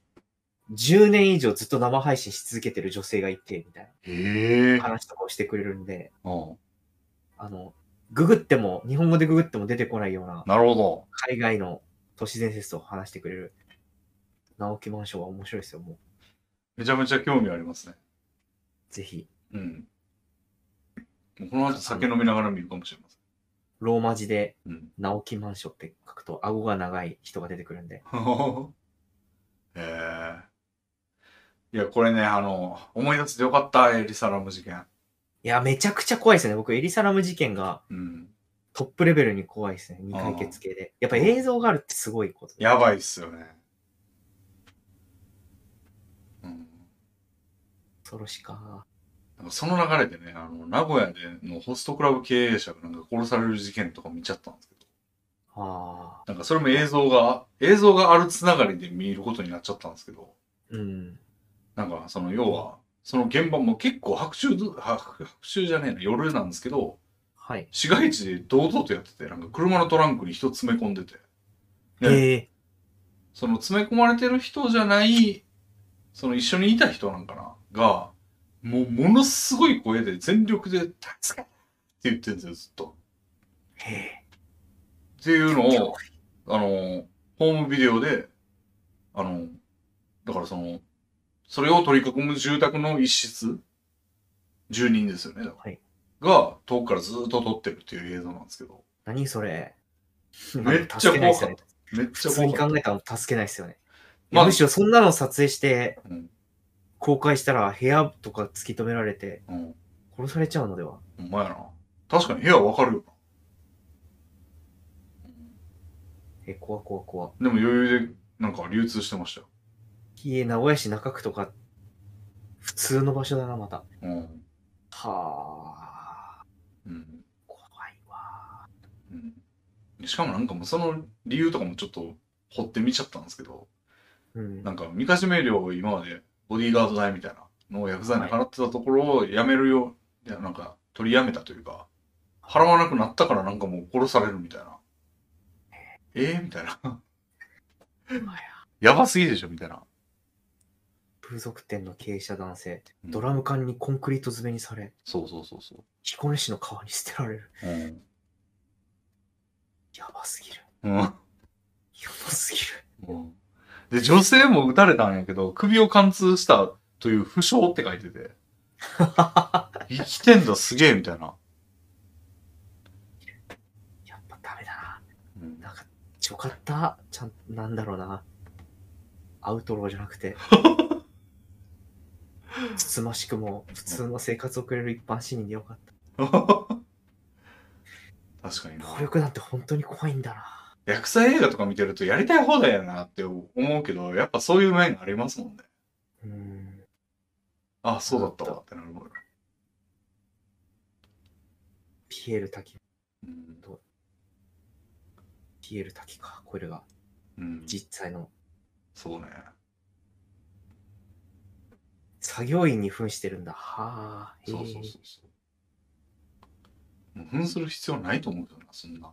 Speaker 2: 10年以上ずっと生配信し続けてる女性がいて、みたい
Speaker 1: へえ
Speaker 2: な。話とかをしてくれるんで、
Speaker 1: うん。
Speaker 2: あの、ググっても、日本語でググっても出てこないような、
Speaker 1: なるほど。
Speaker 2: 海外の都市伝説を話してくれる、直木マンションは面白いですよ、もう。
Speaker 1: めちゃめちゃ興味ありますね。
Speaker 2: ぜひ、
Speaker 1: うん。もうこの後酒飲みながら見るかもしれませ
Speaker 2: ローマ字で、
Speaker 1: ん。うん。
Speaker 2: 直木マンションって書くと、顎が長い人が出てくるんで、
Speaker 1: <laughs> へえ。いや、これね、あの、思い出してよかった、エリサラム事件。
Speaker 2: いや、めちゃくちゃ怖いですね。僕、エリサラム事件が
Speaker 1: うん。
Speaker 2: トップレベルに怖いですね、未解決系で。やっぱ映像があるってすごいことで
Speaker 1: やばいっすよね。うん。
Speaker 2: 恐ろしか。
Speaker 1: なんかその流れでね、あの、名古屋でのホストクラブ経営者がなんか殺される事件とか見ちゃったんですけど、
Speaker 2: ああ。
Speaker 1: なんかそれも映像が、映像があるつながりで見ることになっちゃったんですけど、
Speaker 2: うん。
Speaker 1: なんかその要は、その現場も結構白昼ず、白白昼じゃねえな、夜なんですけど、
Speaker 2: はい。
Speaker 1: 市街地で堂々とやってて、なんか車のトランクに人詰め込んでて、ね
Speaker 2: ええ
Speaker 1: その詰め込まれてる人じゃない、その一緒にいた人なんかな、が、もうものすごい声で全力で、助けって言ってるんですよ、ずっと。
Speaker 2: へえ。
Speaker 1: っていうのを、あの、ホームビデオで、あの、だからその、それを取り囲む住宅の一室、住人ですよね、だから
Speaker 2: はい
Speaker 1: が、遠くからずっと撮ってるっていう映像なんですけど、
Speaker 2: 何それ。
Speaker 1: めっちゃ怖かった
Speaker 2: 助け
Speaker 1: め
Speaker 2: ないですよね。
Speaker 1: っち
Speaker 2: 普
Speaker 1: ゃ
Speaker 2: 通
Speaker 1: 怖
Speaker 2: に
Speaker 1: かっ
Speaker 2: 考えたら助けないですよね。い
Speaker 1: まあ
Speaker 2: やむしろそんなの撮影して
Speaker 1: た。うん。
Speaker 2: 公開したら部屋とか突き止められて
Speaker 1: うん。
Speaker 2: 殺されちゃうのでは。
Speaker 1: ほんまやな。確かに部屋わかるよ
Speaker 2: え、怖怖怖。
Speaker 1: な。でも余裕で、なんか流通してましたよ。
Speaker 2: いえ、名古屋市中区とか、普通の場所だな、また。
Speaker 1: うん。
Speaker 2: はあ。
Speaker 1: うん。
Speaker 2: 怖いわ。
Speaker 1: うん。しかもなんかもうその理由とかもちょっと掘ってみちゃったんですけど、
Speaker 2: うん。
Speaker 1: なんか、みかじめ料を今までボディーガード代みたいなのを薬剤に払ってたところをやめるよ、いやなんか取りやめたというか、払わなくなったからなんかもう殺されるみたいな。えー、みたいな。やばすぎでしょみたいな。
Speaker 2: 風俗店の経営者男性、
Speaker 1: うん
Speaker 2: ドラム缶にコンクリート詰めにされ、
Speaker 1: そうそうそうそ
Speaker 2: 彦根市の川に捨てられる。
Speaker 1: う。うん。
Speaker 2: やばすぎる。
Speaker 1: うん。
Speaker 2: やばすぎる。
Speaker 1: うんで、女性も撃たれたんやけど、首を貫通したという負傷って書いて <laughs> て。生きてんだすげえみたいな。
Speaker 2: やっぱダメだな。
Speaker 1: うん
Speaker 2: なんか、ちょかった。ちゃん、なんだろうな。アウトローじゃな
Speaker 1: <laughs>
Speaker 2: くて。つつましくも、普通の生活を送れる一般市民でよかった。
Speaker 1: <laughs> 確かにな。
Speaker 2: 暴力なんて本当に怖いんだな。
Speaker 1: 薬剤映画とか見てるとやりたい放題やなって思うけど、やっぱそういう面がありますもんね。
Speaker 2: うん。
Speaker 1: あ、そうだったわってなるもんね。
Speaker 2: ピエール滝、
Speaker 1: うん
Speaker 2: ピエール滝か。これが、
Speaker 1: うん。
Speaker 2: 実際の、
Speaker 1: そうね。
Speaker 2: 作業員に扮してるんだ。はあ。へえ
Speaker 1: そうそうそうそう。もう扮する必要ないと思うけどな、そんな。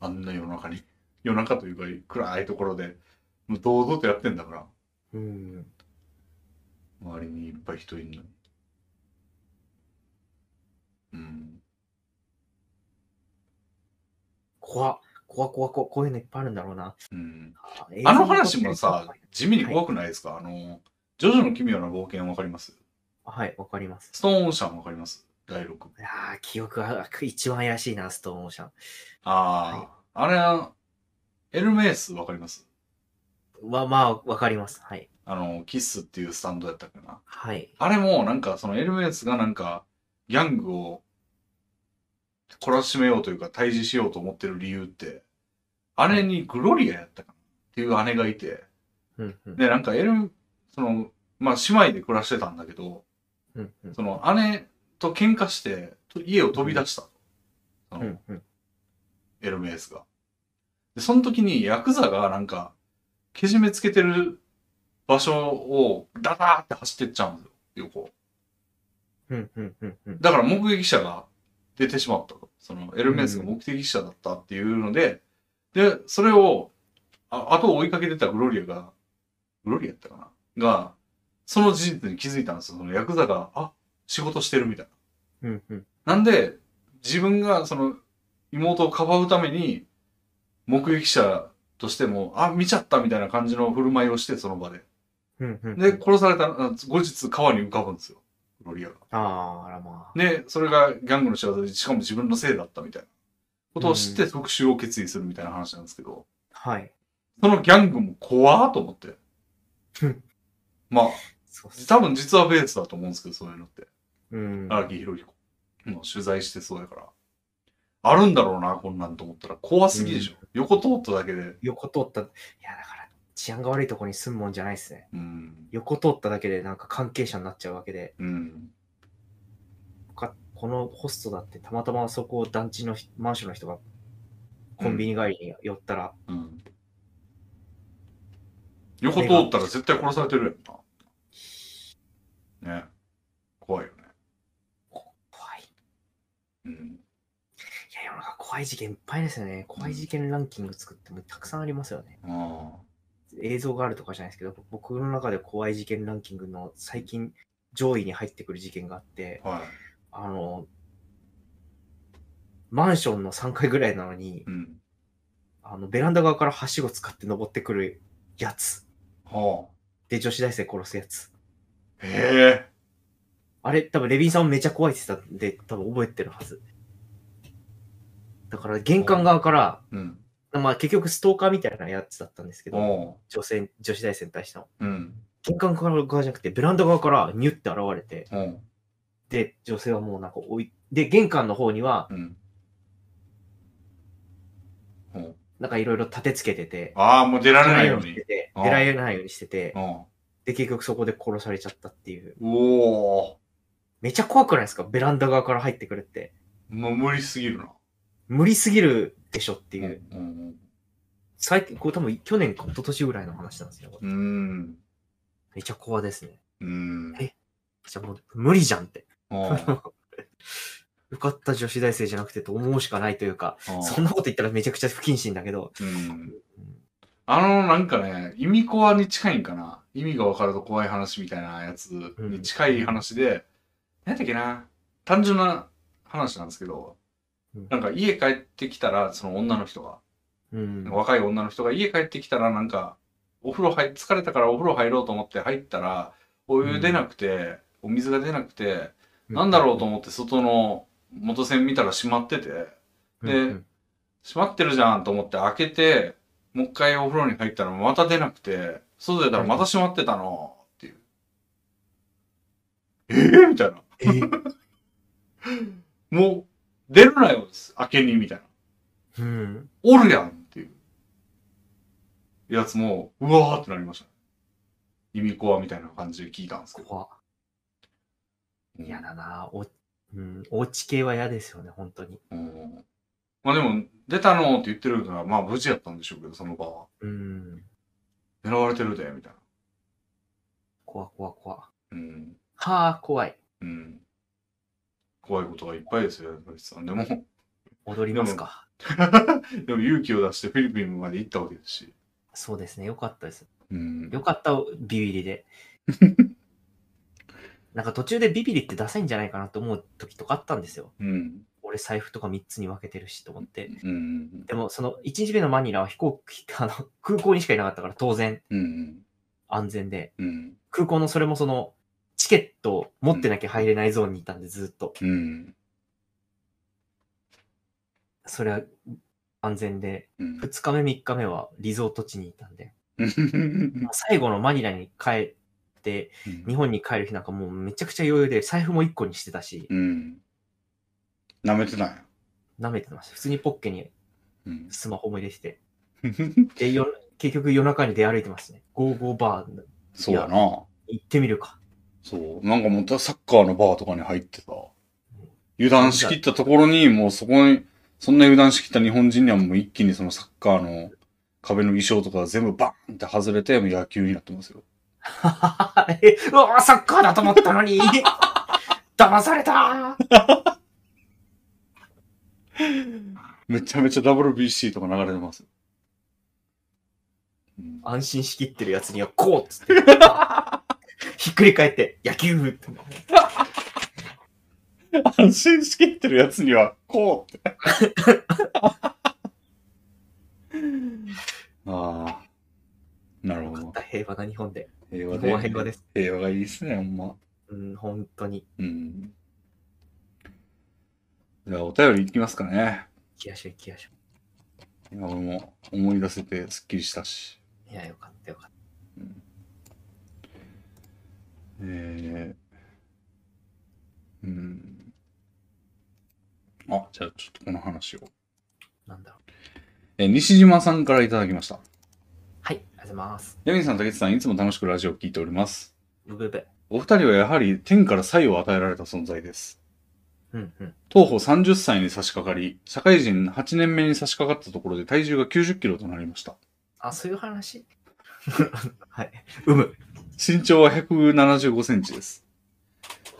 Speaker 1: あんな夜中に。 <laughs> 夜中というか暗いところで、もう堂々とやってんだから。
Speaker 2: うん。
Speaker 1: 周りにいっぱい人いるのに。うん。
Speaker 2: 怖っ怖っ怖っ怖っこういうのいっぱいあるんだろうな。
Speaker 1: うん。
Speaker 2: あ
Speaker 1: あの話もさ、地味に
Speaker 2: はい
Speaker 1: 怖くないですか、あの、ジョジョの奇妙な冒険わかります
Speaker 2: はい、わかります。
Speaker 1: ストーンオーシャンわかります第6部。
Speaker 2: いやー記憶が一番怪しいな、ストーンオーシャン。
Speaker 1: ああ、あれは、エルメイスわかります
Speaker 2: は、まあ、わかります。はい。
Speaker 1: あの、キッスっていうスタンドやったかな。
Speaker 2: はい。
Speaker 1: あれも、なんか、そのエルメイスがなんか、ギャングを懲らしめようというか、退治しようと思ってる理由って、あれにグロリアやったかなっていう姉がいて、
Speaker 2: うん、うん。
Speaker 1: で、なんかエル、その、まあ、姉妹で暮らしてたんだけど、
Speaker 2: うん、うん
Speaker 1: その姉と喧嘩して、と家を飛び出した。その
Speaker 2: うん、うん。
Speaker 1: エルメイスが。で、その時にヤクザがなんか、けじめつけてる場所をダダーって走ってっちゃうんですよ、横。
Speaker 2: うん、うん、うん、うん。
Speaker 1: だから目撃者が出てしまったと。そのエルメスが目的者だったっていうので、で、それを、あ後を追いかけてたグロリアが、グロリアやったかなが、その事実に気づいたんですよ。そのヤクザが、あ、仕事してるみたい
Speaker 2: うん、うん。
Speaker 1: な。なんで、自分がその妹をかばうために、目撃者としても、あ、見ちゃったみたいな感じの振る舞いをして、その場で。
Speaker 2: うん、うん。
Speaker 1: で、、殺された、あ後日川に浮かぶんですよ。グロリアが。
Speaker 2: あーあらまあ。
Speaker 1: で、それがギャングの仕業で、しかも自分のせいだったみたいなことを知って特集を決意するみたいな話なんですけど、
Speaker 2: はい。
Speaker 1: そのギャングも怖ーと思って
Speaker 2: うん。
Speaker 1: まあ、
Speaker 2: そうっす。
Speaker 1: 多分実はベースだと思うんですけど、そういうのって。
Speaker 2: うん。
Speaker 1: 荒木宏彦の取材してそうやから。あるんだろうな、こんなんと思ったら怖すぎでしょ。横通っただけで。
Speaker 2: 横通った。いや、だから、治安が悪いとこに住むもんじゃないですね。
Speaker 1: うん。
Speaker 2: 横通っただけで、なんか関係者になっちゃうわけで、
Speaker 1: うん。
Speaker 2: かこのホストだって、たまたまそこを団地のひマンションの人が、コンビニ帰りに寄ったら、
Speaker 1: うん。横通ったら絶対殺されてるやんな。ね。怖いよね。
Speaker 2: 怖い。い
Speaker 1: うん。
Speaker 2: や、世の中怖い事件いっぱいですよね。怖い事件ランキング作ってもたくさんありますよね。
Speaker 1: ああ。
Speaker 2: 映像があるとかじゃないですけど、僕の中で怖い事件ランキングの最近上位に入ってくる事件があって、
Speaker 1: はい。
Speaker 2: あの、マンションの3階ぐらいなのに、
Speaker 1: うん。
Speaker 2: あの、ベランダ側からはしご使って登ってくるやつ。
Speaker 1: は
Speaker 2: で、女子大生殺すやつ。
Speaker 1: あ。へえ。
Speaker 2: あれ、多分レビンさんもめちゃ怖いって言ってたんで、多分覚えてるはず。だから、玄関側から、
Speaker 1: うん。
Speaker 2: まあ結局ストーカーみたいなやつだったんですけど、
Speaker 1: お
Speaker 2: 女性、女子大生に対しての。
Speaker 1: う。うん。
Speaker 2: 玄関側じゃなくて、ベランダ側からニュって現れて、
Speaker 1: おう。
Speaker 2: で、女性はもうなんかおい、で、玄関の方には、
Speaker 1: うん。おう。
Speaker 2: なんかいろいろ立てつけてて、
Speaker 1: ああ、もう出ら
Speaker 2: 出
Speaker 1: れない
Speaker 2: よ
Speaker 1: よ
Speaker 2: う
Speaker 1: う
Speaker 2: にし
Speaker 1: に
Speaker 2: て。て、
Speaker 1: ああ
Speaker 2: 出られないようにしてて、
Speaker 1: お
Speaker 2: で、結局そこで殺されちゃったっていう。
Speaker 1: う。おお。
Speaker 2: めちゃ怖くないですかベランダ側から入ってくるって。
Speaker 1: もう無理すぎるな。
Speaker 2: 無理すぎるでしょって
Speaker 1: う
Speaker 2: いう。
Speaker 1: ん。
Speaker 2: 最近、これ多分去年か一昨年ぐらいの話なんですよ。
Speaker 1: うん。
Speaker 2: めちゃ怖ですね。
Speaker 1: うん。
Speaker 2: じゃあもう無理じゃんって。
Speaker 1: おう。
Speaker 2: 受かった女子大生じゃなくてと思うしかないというか、
Speaker 1: おう
Speaker 2: <laughs> そんなこと言ったらめちゃくちゃ不謹慎だけど。
Speaker 1: うん
Speaker 2: うん
Speaker 1: あの、なんかね、意味コアに近いんかな。意味が分かると怖い話みたいなやつに近い話で、なんだっけな。単純な話なんですけど
Speaker 2: うん、
Speaker 1: なんか家帰ってきたら、その女の人が、
Speaker 2: うん。
Speaker 1: 若い女の人が家帰ってきたらなんか、お風呂入、疲れたからお風呂入ろうと思って入ったら、お湯出なくて、お水が出なくて、なんだろうと思って外の元栓見たら閉まってて、
Speaker 2: う
Speaker 1: で
Speaker 2: んうん
Speaker 1: 閉まってるじゃんと思って開けて、もう一回お風呂に入ったらまた出なくて、外出たらまた閉まってたの、っていう。ええみたいな。
Speaker 2: えー
Speaker 1: もう、出るなよ、開けに、みたいな。
Speaker 2: うん。
Speaker 1: おるやんっていう。やつも、うわーってなりましたね。意味コアみたいな感じで聞いたんですけど。
Speaker 2: 怖っ
Speaker 1: うん
Speaker 2: 嫌だなお、うん、おうち系は嫌ですよね、本当に。
Speaker 1: うんまあでも、出たのって言ってるから、まあ無事やったんでしょうけど、その場は。
Speaker 2: うん。
Speaker 1: 狙われてるで、みたいな。
Speaker 2: 怖怖怖。
Speaker 1: うん。
Speaker 2: はあ、怖い。
Speaker 1: うん。怖いことがいっぱいですよ、山口さん。でも、
Speaker 2: 踊りますか。
Speaker 1: でも勇気を出してフィリピンまで行ったわけですし。
Speaker 2: そうですね、よかったです。
Speaker 1: うん。 <laughs>
Speaker 2: よかった、ビビりで。なんか途中でビビリってダサいんじゃないかなと思う時とかあったんですよ。
Speaker 1: うん。
Speaker 2: 俺財布とか3つに分けてるしと思って。
Speaker 1: うん。
Speaker 2: でもその1日目のマニラは飛行機、あの、空港にしかいなかったから当然
Speaker 1: うん。
Speaker 2: 安全で、
Speaker 1: うん。
Speaker 2: 空港のそれもその、チケットを持ってなきゃ入れないゾーンにいたんでずっと。
Speaker 1: うん。
Speaker 2: それは安全で、
Speaker 1: うん。
Speaker 2: 2日目3日目はリゾート地にいたんで、
Speaker 1: うん
Speaker 2: もう最後のマニラに帰って、日本に帰る日なんかもうめちゃくちゃ余裕で、財布も1個にしてたし、
Speaker 1: うん。舐めてない。
Speaker 2: 舐めてました。普通にポッケに
Speaker 1: うん。
Speaker 2: スマホも入れてて。で、よ結局夜中に出歩いてますね。ゴーゴーバー
Speaker 1: そうやな。
Speaker 2: 行ってみるか。 <laughs>
Speaker 1: そう。なんかもうサッカーのバーとかに入ってさ、油断しきったところに、もうそこに、そんな油断しきった日本人にはもう一気にそのサッカーの壁の衣装とか全部バーンって外れて、もう野球になってますよ。
Speaker 2: えうわサッカーだと思ったのに <laughs> 騙された
Speaker 1: めちゃめちゃ WBC とか流れてます。うん
Speaker 2: 安心しきってるやつにはこうっつって。 <laughs> ひっくり返って、野球部って
Speaker 1: 安心しきってるやつには、こうって。
Speaker 2: <laughs>
Speaker 1: ああ。なる
Speaker 2: よ
Speaker 1: ほ
Speaker 2: かっ
Speaker 1: ど。
Speaker 2: た、平和な日本で。
Speaker 1: 平
Speaker 2: 日
Speaker 1: 和
Speaker 2: 本は
Speaker 1: で。
Speaker 2: 平和です。
Speaker 1: 平和がいいですね、ほんま。
Speaker 2: うん、本当に。
Speaker 1: うん。じゃあ、お便りいきますかね。
Speaker 2: 行きやしょう、行きやしょ
Speaker 1: 今俺も思い出せてすっきりしたし。
Speaker 2: う。いや、よかった、よかった。
Speaker 1: えー、うん。あ、じゃあちょっとこの話を。
Speaker 2: なんだろう。
Speaker 1: えー西島さんからいただきました。
Speaker 2: はい、ありがとうございます。
Speaker 1: ヤミさん、竹内さん、いつも楽しくラジオを聞いております。
Speaker 2: ブブブ。
Speaker 1: お二人はやはり天から才を与えられた存在です。
Speaker 2: うん、うん。
Speaker 1: 当方30歳に差し掛かり、社会人8年目に差し掛かったところで体重が90キロとなりました。
Speaker 2: あ、そういう話 <laughs> はい。うむ。
Speaker 1: 身長は175センチです。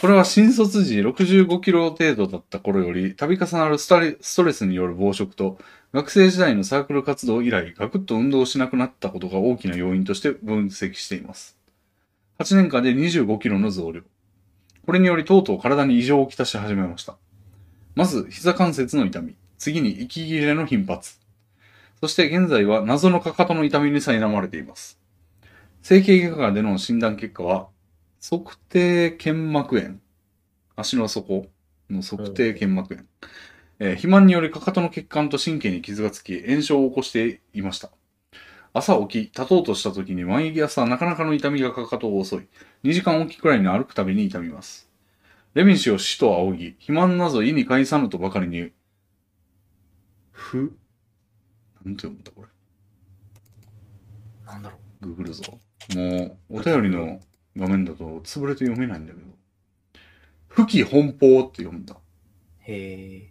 Speaker 1: これは新卒時65キロ程度だった頃より、度重なるスタレストレスによる暴食と、学生時代のサークル活動以来、ガクッと運動しなくなったことが大きな要因として分析しています。8年間で25キロの増量。これによりとうとう体に異常をきたし始めました。まず、膝関節の痛み。次に、息切れの頻発。そして現在は謎のかかとの痛みに苛まれています。整形外科での診断結果は、測定腱膜炎。足の底の測定腱膜炎。えー肥満によりかかとの血管と神経に傷がつき、炎症を起こしていました。朝起き、立とうとした時に毎朝なかなかの痛みがかかとを襲い、2時間おきくらいに歩くたびに痛みます。レミン氏を死と仰ぎ、肥満なぞ意に介さぬとばかりに、ふ、なんて読むんだこれ。
Speaker 2: なんだろ
Speaker 1: ググるぞ。もう、お便りの画面だと潰れて読めないんだけど。不起奔放って読んだ。
Speaker 2: う。へ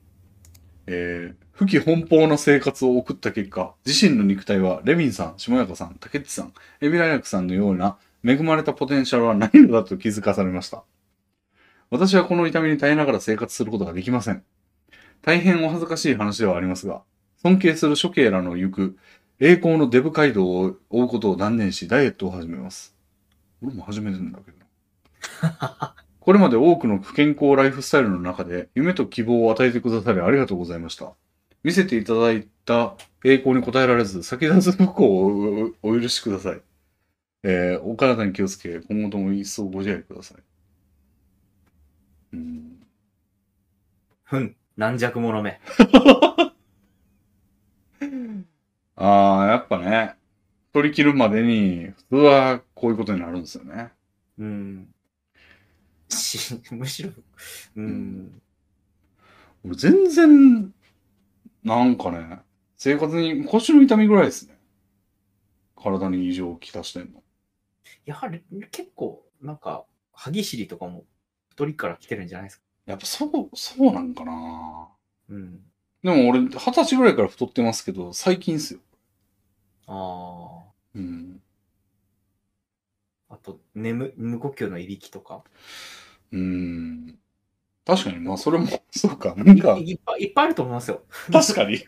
Speaker 2: え。
Speaker 1: えー、不起奔放な生活を送った結果、自身の肉体はレミンさん、下中さん、竹内さん、エビラヤクさんのような恵まれたポテンシャルはないのだと気づかされました。私はこの痛みに耐えながら生活することができません。大変お恥ずかしい話ではありますが、尊敬する処刑らの行く栄光のデブ街道を追うことを断念し、ダイエットを始めます。俺も始めてんだけどな。これまで多くの不健康ライフスタイルの中で、夢と希望を与えてくださりありがとうございました。見せていただいた栄光に応えられず、先立つ不幸をおお許しください。えーお体に気をつけ、今後とも一層ご自愛ください。うん。
Speaker 2: ふん。軟弱者め。
Speaker 1: ああ、やっぱね、取り切るまでに、普通はこういうことになるんですよね。
Speaker 2: うん。し、むしろ、うん。
Speaker 1: うん俺全然、なんかね、生活に腰の痛みぐらいですね。体に異常をきたしてんの。
Speaker 2: やはり、結構、なんか、歯ぎしりとかも、太りから来てるんじゃないですか。
Speaker 1: やっぱそう、そうなんかな
Speaker 2: うん。
Speaker 1: でも俺、二十歳ぐらいから太ってますけど、最近っすよ。
Speaker 2: あ
Speaker 1: うん。
Speaker 2: あ。あと、眠、無呼吸のいびきとか。
Speaker 1: うん。確かに、まあそれも、 <laughs> そうか。なんか、
Speaker 2: いっぱいいっぱいあると思いますよ。
Speaker 1: 確かに。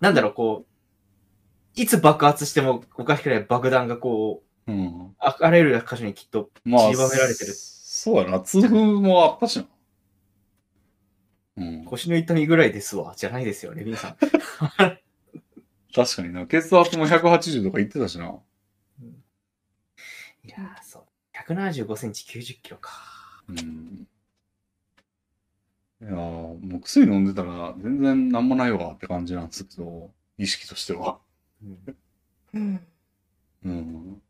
Speaker 2: なんだろう、こう、いつ爆発してもおかしくない爆弾がこう、
Speaker 1: うん。
Speaker 2: ああらゆる箇所にきっと、
Speaker 1: まあ、
Speaker 2: 散りばめられてる
Speaker 1: そそうやな。痛風もあったしな。うん。
Speaker 2: 腰の痛みぐらいですわ。じゃないですよね、皆さん。
Speaker 1: 確かにな。血圧も180とか言ってたしな。
Speaker 2: <laughs> いやー、そう。175センチ90キロか。
Speaker 1: うん。いやーもう薬飲んでたら全然なんもないわって感じなんですけど、意識としては。
Speaker 2: うん。
Speaker 1: うん。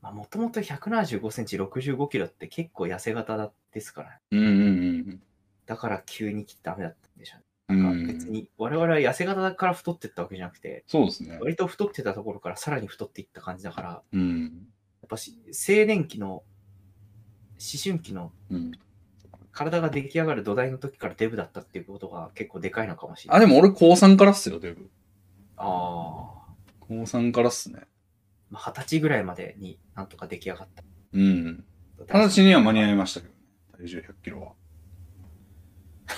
Speaker 2: まあ、もともと175センチ65キロって結構痩せ型ですから。
Speaker 1: うんうん
Speaker 2: だから急にダメだったんでしょうね。
Speaker 1: うん。う
Speaker 2: なんか
Speaker 1: ん
Speaker 2: 別、に、我々は痩せ型から太ってったわけじゃなくて、
Speaker 1: そうですね。
Speaker 2: 割と太ってたところからさらに太っていった感じだから、や
Speaker 1: うん。
Speaker 2: っぱし青年期の、思春期の
Speaker 1: うん、
Speaker 2: 体が出来上がる土台の時からデブだったっていうことが結構でかいのかもしれ
Speaker 1: あ、
Speaker 2: ない。
Speaker 1: でも俺高3からっすよ、デブ。
Speaker 2: ああ。
Speaker 1: 高3からっすね。
Speaker 2: まあ、二十歳ぐらいまでになんとか出来上がった。
Speaker 1: うん。直ちには間に合いましたけどね。体重100キロは。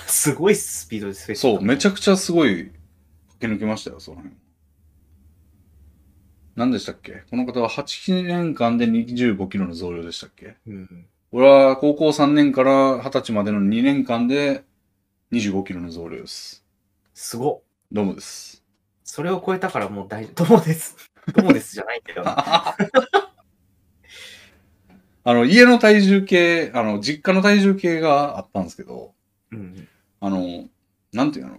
Speaker 2: すごいスピードで滑って
Speaker 1: そう、めち
Speaker 2: ゃ。
Speaker 1: ゃくちゃすごい駆け抜けましたよ、その辺。何でしたっけこの方は8年間で25キロの増量でしたっけ
Speaker 2: うん。
Speaker 1: 俺は高校3年から20歳までの2年間で25キロの増量です。
Speaker 2: すごっ。
Speaker 1: どうもです。
Speaker 2: それを超えたからもう大丈夫。 <laughs> どうもです。どうもですじゃないけど。
Speaker 1: あの、家の体重計、あの、実家の体重計があったんですけど、
Speaker 2: うん。
Speaker 1: あの、なんていうの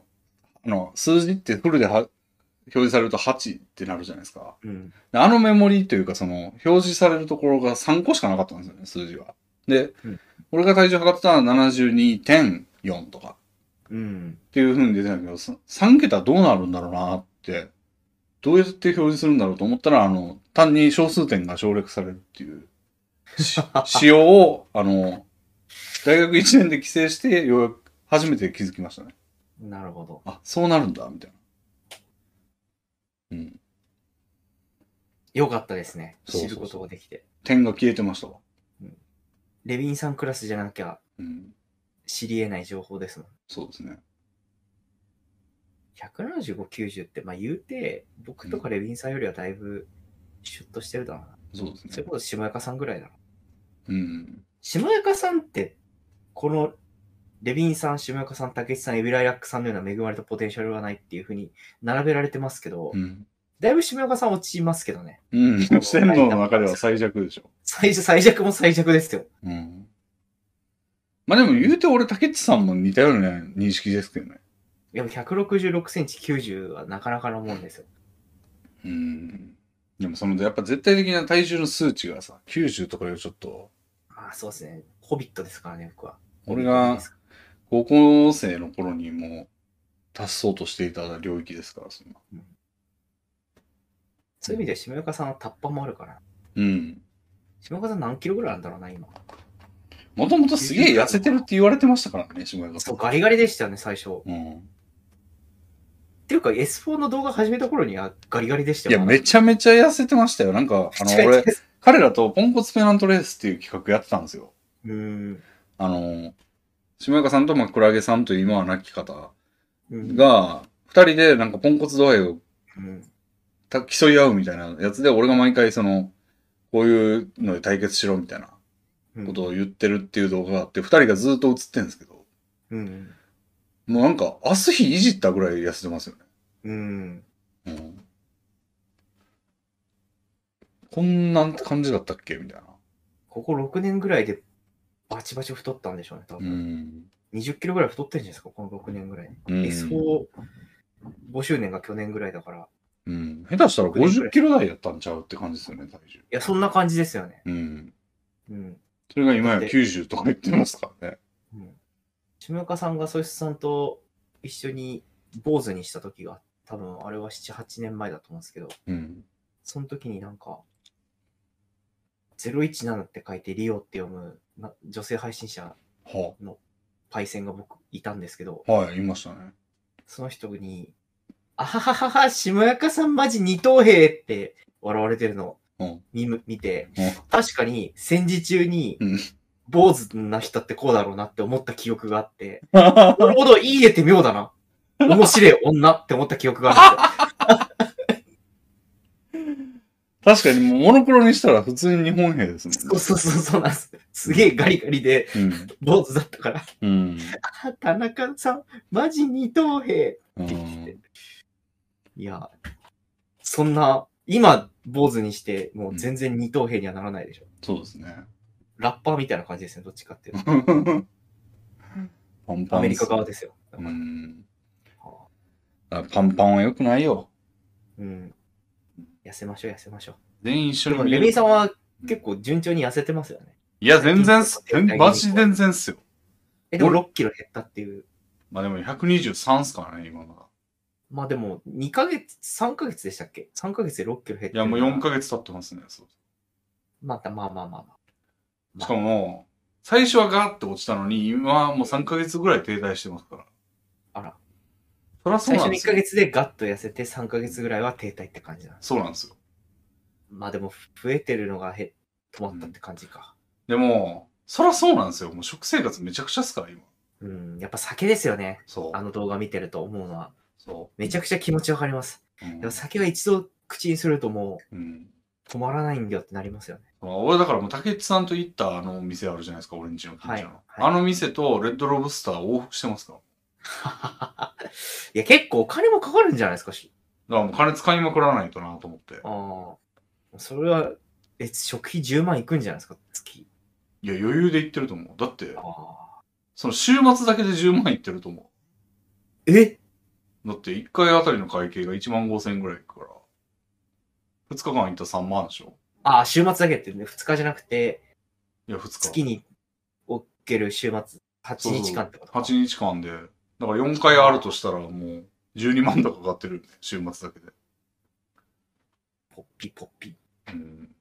Speaker 1: あの、数字ってフルでは表示されると8ってなるじゃないですか。
Speaker 2: うん。
Speaker 1: であのメモリというか、その、表示されるところが3個しかなかったんですよね、数字は。で、
Speaker 2: うん
Speaker 1: 俺が体重測ってたのは72.4とか
Speaker 2: うん。
Speaker 1: っていう風に出てたけど、さ3桁どうなるんだろうなって、どうやって表示するんだろうと思ったら、あの、単に小数点が省略されるっていう、し
Speaker 2: <laughs>
Speaker 1: 仕様を、あの、大学1年で帰省して、ようやく初めて気づきましたね。
Speaker 2: なるほど。
Speaker 1: あ、そうなるんだ、みたいな。うん。
Speaker 2: よかったですね。
Speaker 1: そうそう
Speaker 2: 知
Speaker 1: そう
Speaker 2: ることができて。
Speaker 1: 点が消えてましたわ。
Speaker 2: レビンさんクラスじゃなきゃ
Speaker 1: うん。
Speaker 2: 知り得ない情報ですもん。
Speaker 1: そうですね。
Speaker 2: 175、90って、まあ言うて、僕とかレビンさんよりはだいぶシュッとしてるだろうな。
Speaker 1: そうです
Speaker 2: それ
Speaker 1: ね。
Speaker 2: こそ下中さんぐらいだろう。
Speaker 1: うん。
Speaker 2: 下中さんって、このレビンさん、下中さん、竹内さん、エビライラックさんのような恵まれたポテンシャルはないっていうふうに並べられてますけど、
Speaker 1: うん。
Speaker 2: だいぶ下中さん落ちますけどね。
Speaker 1: うん。 <laughs> 線路の中では最弱でしょ。
Speaker 2: 最最弱も最弱ですよ。
Speaker 1: うん。まあでも言うて俺、竹内さんも似たような認識ですけどね。
Speaker 2: いや、166センチ90はなかなかのもんですよ。
Speaker 1: うん。でもその、やっぱ絶対的な体重の数値がさ、90とかよりちょっと、
Speaker 2: まあ、そうですね。ホビットですからね、僕は。
Speaker 1: 俺が
Speaker 2: ですから
Speaker 1: 高校生の頃にもう、達そうとしていた領域ですから、そんな。
Speaker 2: そういう意味では、下岡さんはタッパもあるから。
Speaker 1: うん。
Speaker 2: 下岡さん何キロぐらいあるんだろうな、今。
Speaker 1: もともとすげえ痩せてるって言われてましたからね、下山さ
Speaker 2: そ
Speaker 1: ん
Speaker 2: う、。ガリガリでしたよね、最初。っ
Speaker 1: うん。
Speaker 2: ていうか、S4 の動画始めた頃にはガリガリでした
Speaker 1: い
Speaker 2: よ。
Speaker 1: や、めちゃめちゃ痩せてましたよ。なんか、あの、
Speaker 2: 違い
Speaker 1: 俺、
Speaker 2: です
Speaker 1: 彼らとポンコツペナントレースっていう企画やってたんですよ。
Speaker 2: <laughs> うーん。
Speaker 1: あの、下岡さんと枕上げさんという今は亡き方
Speaker 2: うん、
Speaker 1: が、二人でなんかポンコツ度合いを
Speaker 2: うん。
Speaker 1: た競い合うみたいなやつで、俺が毎回その、こういうので対決しろみたいな
Speaker 2: うん
Speaker 1: ことを言ってるっていう動画があって、二人がずっと映ってるんですけど、
Speaker 2: うん。
Speaker 1: もうなんか、明日日いじったぐらい痩せてますよね。
Speaker 2: うん。
Speaker 1: うん。こんな感じだったっけみたいな。
Speaker 2: ここ6年ぐらいでバチバチ太ったんでしょうね、多
Speaker 1: う
Speaker 2: 分。
Speaker 1: ん。
Speaker 2: 20キロぐらい太ってるんじゃないですか、この6年ぐらい。
Speaker 1: うん
Speaker 2: S45 周年が去年ぐらいだから。
Speaker 1: うん。下手したら50キロ台やったんちゃうって感じですよね、体重。
Speaker 2: いや、そんな感じですよね。
Speaker 1: うん。
Speaker 2: うん。
Speaker 1: それが今や90とか言ってますからね。
Speaker 2: うん、下岡さんがソイスさんと一緒に坊主にした時が、多分あれは7、8年前だと思うんですけど、
Speaker 1: うん。
Speaker 2: その時になんか、017って書いてリオって読むな女性配信者
Speaker 1: は
Speaker 2: パイセンが僕いたんですけど、
Speaker 1: あ、はい、いましたね。
Speaker 2: その人に、あはははは、下岡さんマジ二等兵って笑われてるの
Speaker 1: うん
Speaker 2: 見む見て、
Speaker 1: うん
Speaker 2: 確かに戦時中に
Speaker 1: うん
Speaker 2: 坊主な人ってこうだろうなって思った記憶があって、 <laughs>
Speaker 1: あ
Speaker 2: なるほど、いい絵って妙だな。面白い女って思った記憶があるんですよ。
Speaker 1: 確かに、モノクロにしたら普通に日本兵ですも
Speaker 2: そうそうそうそうなんです。すげえガリガリで、
Speaker 1: んね。
Speaker 2: 坊主だったから。
Speaker 1: うん。
Speaker 2: あ、田中さん、マジ二等兵。
Speaker 1: うん。
Speaker 2: いや、そんな、今、坊主にして、もう全然二等兵にはならないでしょ。
Speaker 1: そうです
Speaker 2: <laughs>
Speaker 1: ね。
Speaker 2: ラッパーみたいな感じですね、どっちかっていうと。
Speaker 1: パンパン。
Speaker 2: アメリカ側。ですよ。
Speaker 1: うん。あパンパンは良くないよ。
Speaker 2: うん。痩せましょう、痩せましょ
Speaker 1: 全員一緒
Speaker 2: う。
Speaker 1: に
Speaker 2: でも、
Speaker 1: 見
Speaker 2: レ
Speaker 1: れ
Speaker 2: ミ
Speaker 1: る
Speaker 2: ーさんは結構順調に痩せてますよね。
Speaker 1: いや、全然っす。全マジ全然っすよ。
Speaker 2: え、でも
Speaker 1: 俺
Speaker 2: 6キロ減ったっていう。
Speaker 1: まあでも123っすからね、今のが。
Speaker 2: まあでも、2ヶ月、3ヶ月でしたっけ ?3 ヶ月で6キロ減ってる
Speaker 1: いや、もう
Speaker 2: から
Speaker 1: 4ヶ月経ってますね。そう
Speaker 2: また、まあまあまあまあ。
Speaker 1: しかも、最初はガーって落ちたのに、今はもう3ヶ月ぐらい停滞してますから。
Speaker 2: あら。
Speaker 1: そりゃそう
Speaker 2: 最
Speaker 1: な
Speaker 2: 初
Speaker 1: ん
Speaker 2: の
Speaker 1: で
Speaker 2: 1
Speaker 1: す
Speaker 2: ヶ
Speaker 1: よ。
Speaker 2: 月でガッと痩せて、3ヶ月ぐらいは停滞って感じなんです。
Speaker 1: そうなんですよ。
Speaker 2: まあでも、増えてるのがへ止まったって感じか。
Speaker 1: でも、そりゃそうなんですよ。もう食生活めちゃくちゃっすから、今。
Speaker 2: うん、やっぱ酒ですよね。
Speaker 1: そ
Speaker 2: あ
Speaker 1: う。
Speaker 2: の動画見てると思うのは。
Speaker 1: そ
Speaker 2: めちゃくちゃ気持ちわかります。
Speaker 1: う。うん
Speaker 2: でも酒は一度口にするとも
Speaker 1: うん。
Speaker 2: う止まらないんだよってなります
Speaker 1: <laughs>
Speaker 2: よね。
Speaker 1: まあ俺だからもう竹内さんと行ったあの店あるじゃないですか、オレンジの近所の。
Speaker 2: はいは
Speaker 1: あ
Speaker 2: い
Speaker 1: の店とレッドロブスター往復してますから。
Speaker 2: いや、結構お金もかかるんじゃないですか。し
Speaker 1: だからもう金使いまくらないとなと思って。
Speaker 2: ああ。それは、え、食費10万いくんじゃないですか、月。
Speaker 1: いや、余裕で行ってると思う。だって
Speaker 2: あ、あ。
Speaker 1: その週末だけで10万行ってると思
Speaker 2: え
Speaker 1: う。だって1回あたりの会計が1万5千円ぐらいいくから。2日間行ったら3万でしょ。
Speaker 2: ああ、週末だけってね、2日じゃなくて、
Speaker 1: いや、2日。
Speaker 2: 月における週末、8日間ってことか。
Speaker 1: 8日間で。だから4回あるとしたらもう12万とかかかってる、ね、週末だけで。
Speaker 2: ポッピポッピ。
Speaker 1: うん。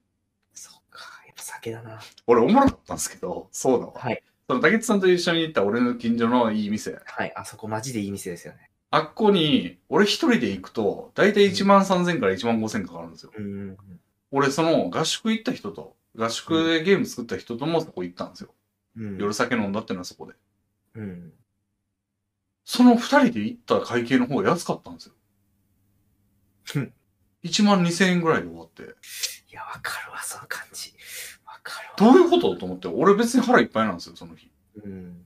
Speaker 2: そうか、やっぱ酒だな。
Speaker 1: 俺おもろかったんですけど、そうだわ。
Speaker 2: はい。
Speaker 1: その竹内さんと一緒に行った俺の近所のいい店。
Speaker 2: はい、あそこマジでいい店ですよね。
Speaker 1: あっこに、俺一人で行くと、だいたい1万3000から1万5000かかるんですよ。
Speaker 2: うん。
Speaker 1: 俺その合宿行った人と、合宿でゲーム作った人ともそこ行ったんですよ。
Speaker 2: うん。
Speaker 1: 夜酒飲んだってのはそこで。
Speaker 2: うん。
Speaker 1: その二人で行った会計の方が安かったんですよ
Speaker 2: ふん。
Speaker 1: 1万2000円ぐらいで終わって。
Speaker 2: いや、わかるわ、その感じ。わかるわ。
Speaker 1: どういうことと思って、俺別に腹いっぱいなんですよ、その日。
Speaker 2: うん。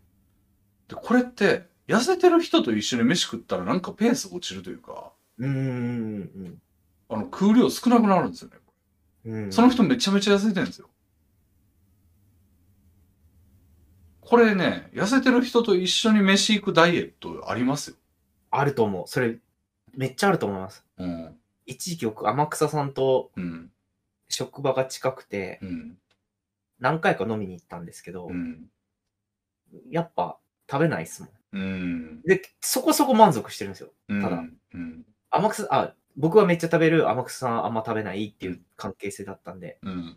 Speaker 1: で、これって、痩せてる人と一緒に飯食ったらなんかペース落ちるというか、
Speaker 2: うんうん
Speaker 1: あの、空量少なくなるんですよね。
Speaker 2: うんうん。
Speaker 1: その人めちゃめちゃ痩せてるんですよ。これね、痩せてる人と一緒に飯行くダイエットありますよ。
Speaker 2: あると思う。それ、めっちゃあると思います。
Speaker 1: うん。
Speaker 2: 一時期僕、天草さんと
Speaker 1: うん。
Speaker 2: 職場が近くて、
Speaker 1: うん。
Speaker 2: 何回か飲みに行ったんですけど、
Speaker 1: うん。
Speaker 2: やっぱ食べないっすもん。
Speaker 1: うん。
Speaker 2: で、そこそこ満足してるんですよ。
Speaker 1: うん
Speaker 2: ただ。
Speaker 1: うん。
Speaker 2: 天草、あ、僕はめっちゃ食べる、天草さんあんま食べないっていう関係性だったんで、
Speaker 1: うん。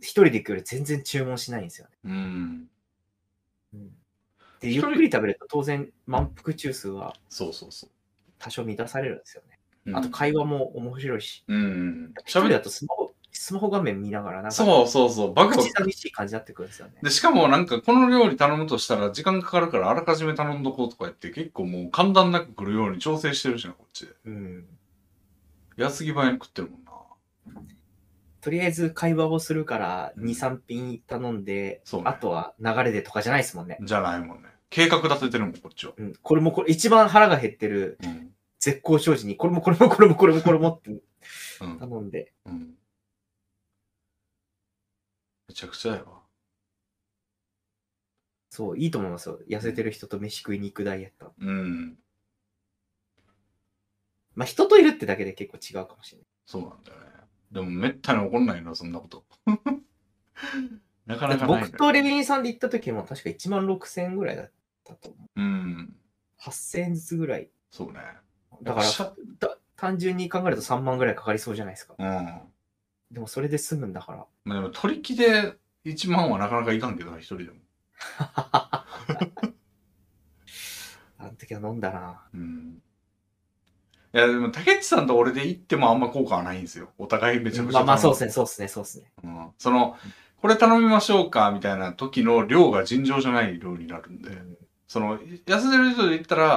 Speaker 2: 一人で行くより全然注文しないんですよね。
Speaker 1: うん。
Speaker 2: で、
Speaker 1: 一
Speaker 2: ゆっ
Speaker 1: 人
Speaker 2: くり食べると当然満腹中枢は
Speaker 1: そうそうそ
Speaker 2: 多少満たされるんですよね。
Speaker 1: う。
Speaker 2: あと
Speaker 1: 話。
Speaker 2: 会話も面白いし、
Speaker 1: うん。
Speaker 2: 一人
Speaker 1: 喋
Speaker 2: だ
Speaker 1: っ
Speaker 2: とスマホ、スマホ画面見ながらなんか、
Speaker 1: そうそうそう。バクバ
Speaker 2: 口
Speaker 1: ク。
Speaker 2: 寂しい感じになってくるんですよね。
Speaker 1: で、しかもなんか、この料理頼むとしたら時間かかるからあらかじめ頼んどこうとか言って結構もう簡単なく来るように調整してるしな、こっちで。
Speaker 2: うん。
Speaker 1: 安ぎ早に食ってるもんな。
Speaker 2: とりあえず会話をするから
Speaker 1: うん
Speaker 2: 2、3品頼んで、
Speaker 1: そうね
Speaker 2: あとは流れでとかじゃないですもんね。
Speaker 1: じゃないもんね。計画立ててるもん、こっちは。
Speaker 2: うん。これもこれ、一番腹が減ってる
Speaker 1: うん。
Speaker 2: 絶好精進に、これもこれもこれもこれもこれもって
Speaker 1: うん。
Speaker 2: 頼んで、
Speaker 1: うん。めちゃくちゃやわ。
Speaker 2: そう、いいと思いますよ。痩せてる人と飯食いに行くダイエット。
Speaker 1: うん。
Speaker 2: まあ、人といるってだけで結構違うかもしれない。
Speaker 1: そうなんだよね。でも、めったに怒んないな、そんなこと。 <laughs> なかなかない、ね。
Speaker 2: 僕とレビンさんで行った時も確か1万6000円ぐらいだったと思う。
Speaker 1: うん。
Speaker 2: 8000円ずつぐらい。
Speaker 1: そうね。
Speaker 2: だから
Speaker 1: しゃ
Speaker 2: だ単純に考えると3万ぐらいかかりそうじゃないですか。
Speaker 1: うん。ま
Speaker 2: でもそれで済むん
Speaker 1: <laughs>
Speaker 2: だから。
Speaker 1: あ、でも、取り木で1万はなかなかいかんけどな、一人でも。
Speaker 2: あの時は飲んだな。
Speaker 1: うん。いや、でも、竹内さんと俺で行ってもあんま効果はないんですよ。お互いめちゃくちゃ。
Speaker 2: まあまあそうですね、そうですね、そうですね。
Speaker 1: うんその、これ頼みましょうか、みたいな時の量が尋常じゃない量になるんで、その、痩せてる人で言ったら、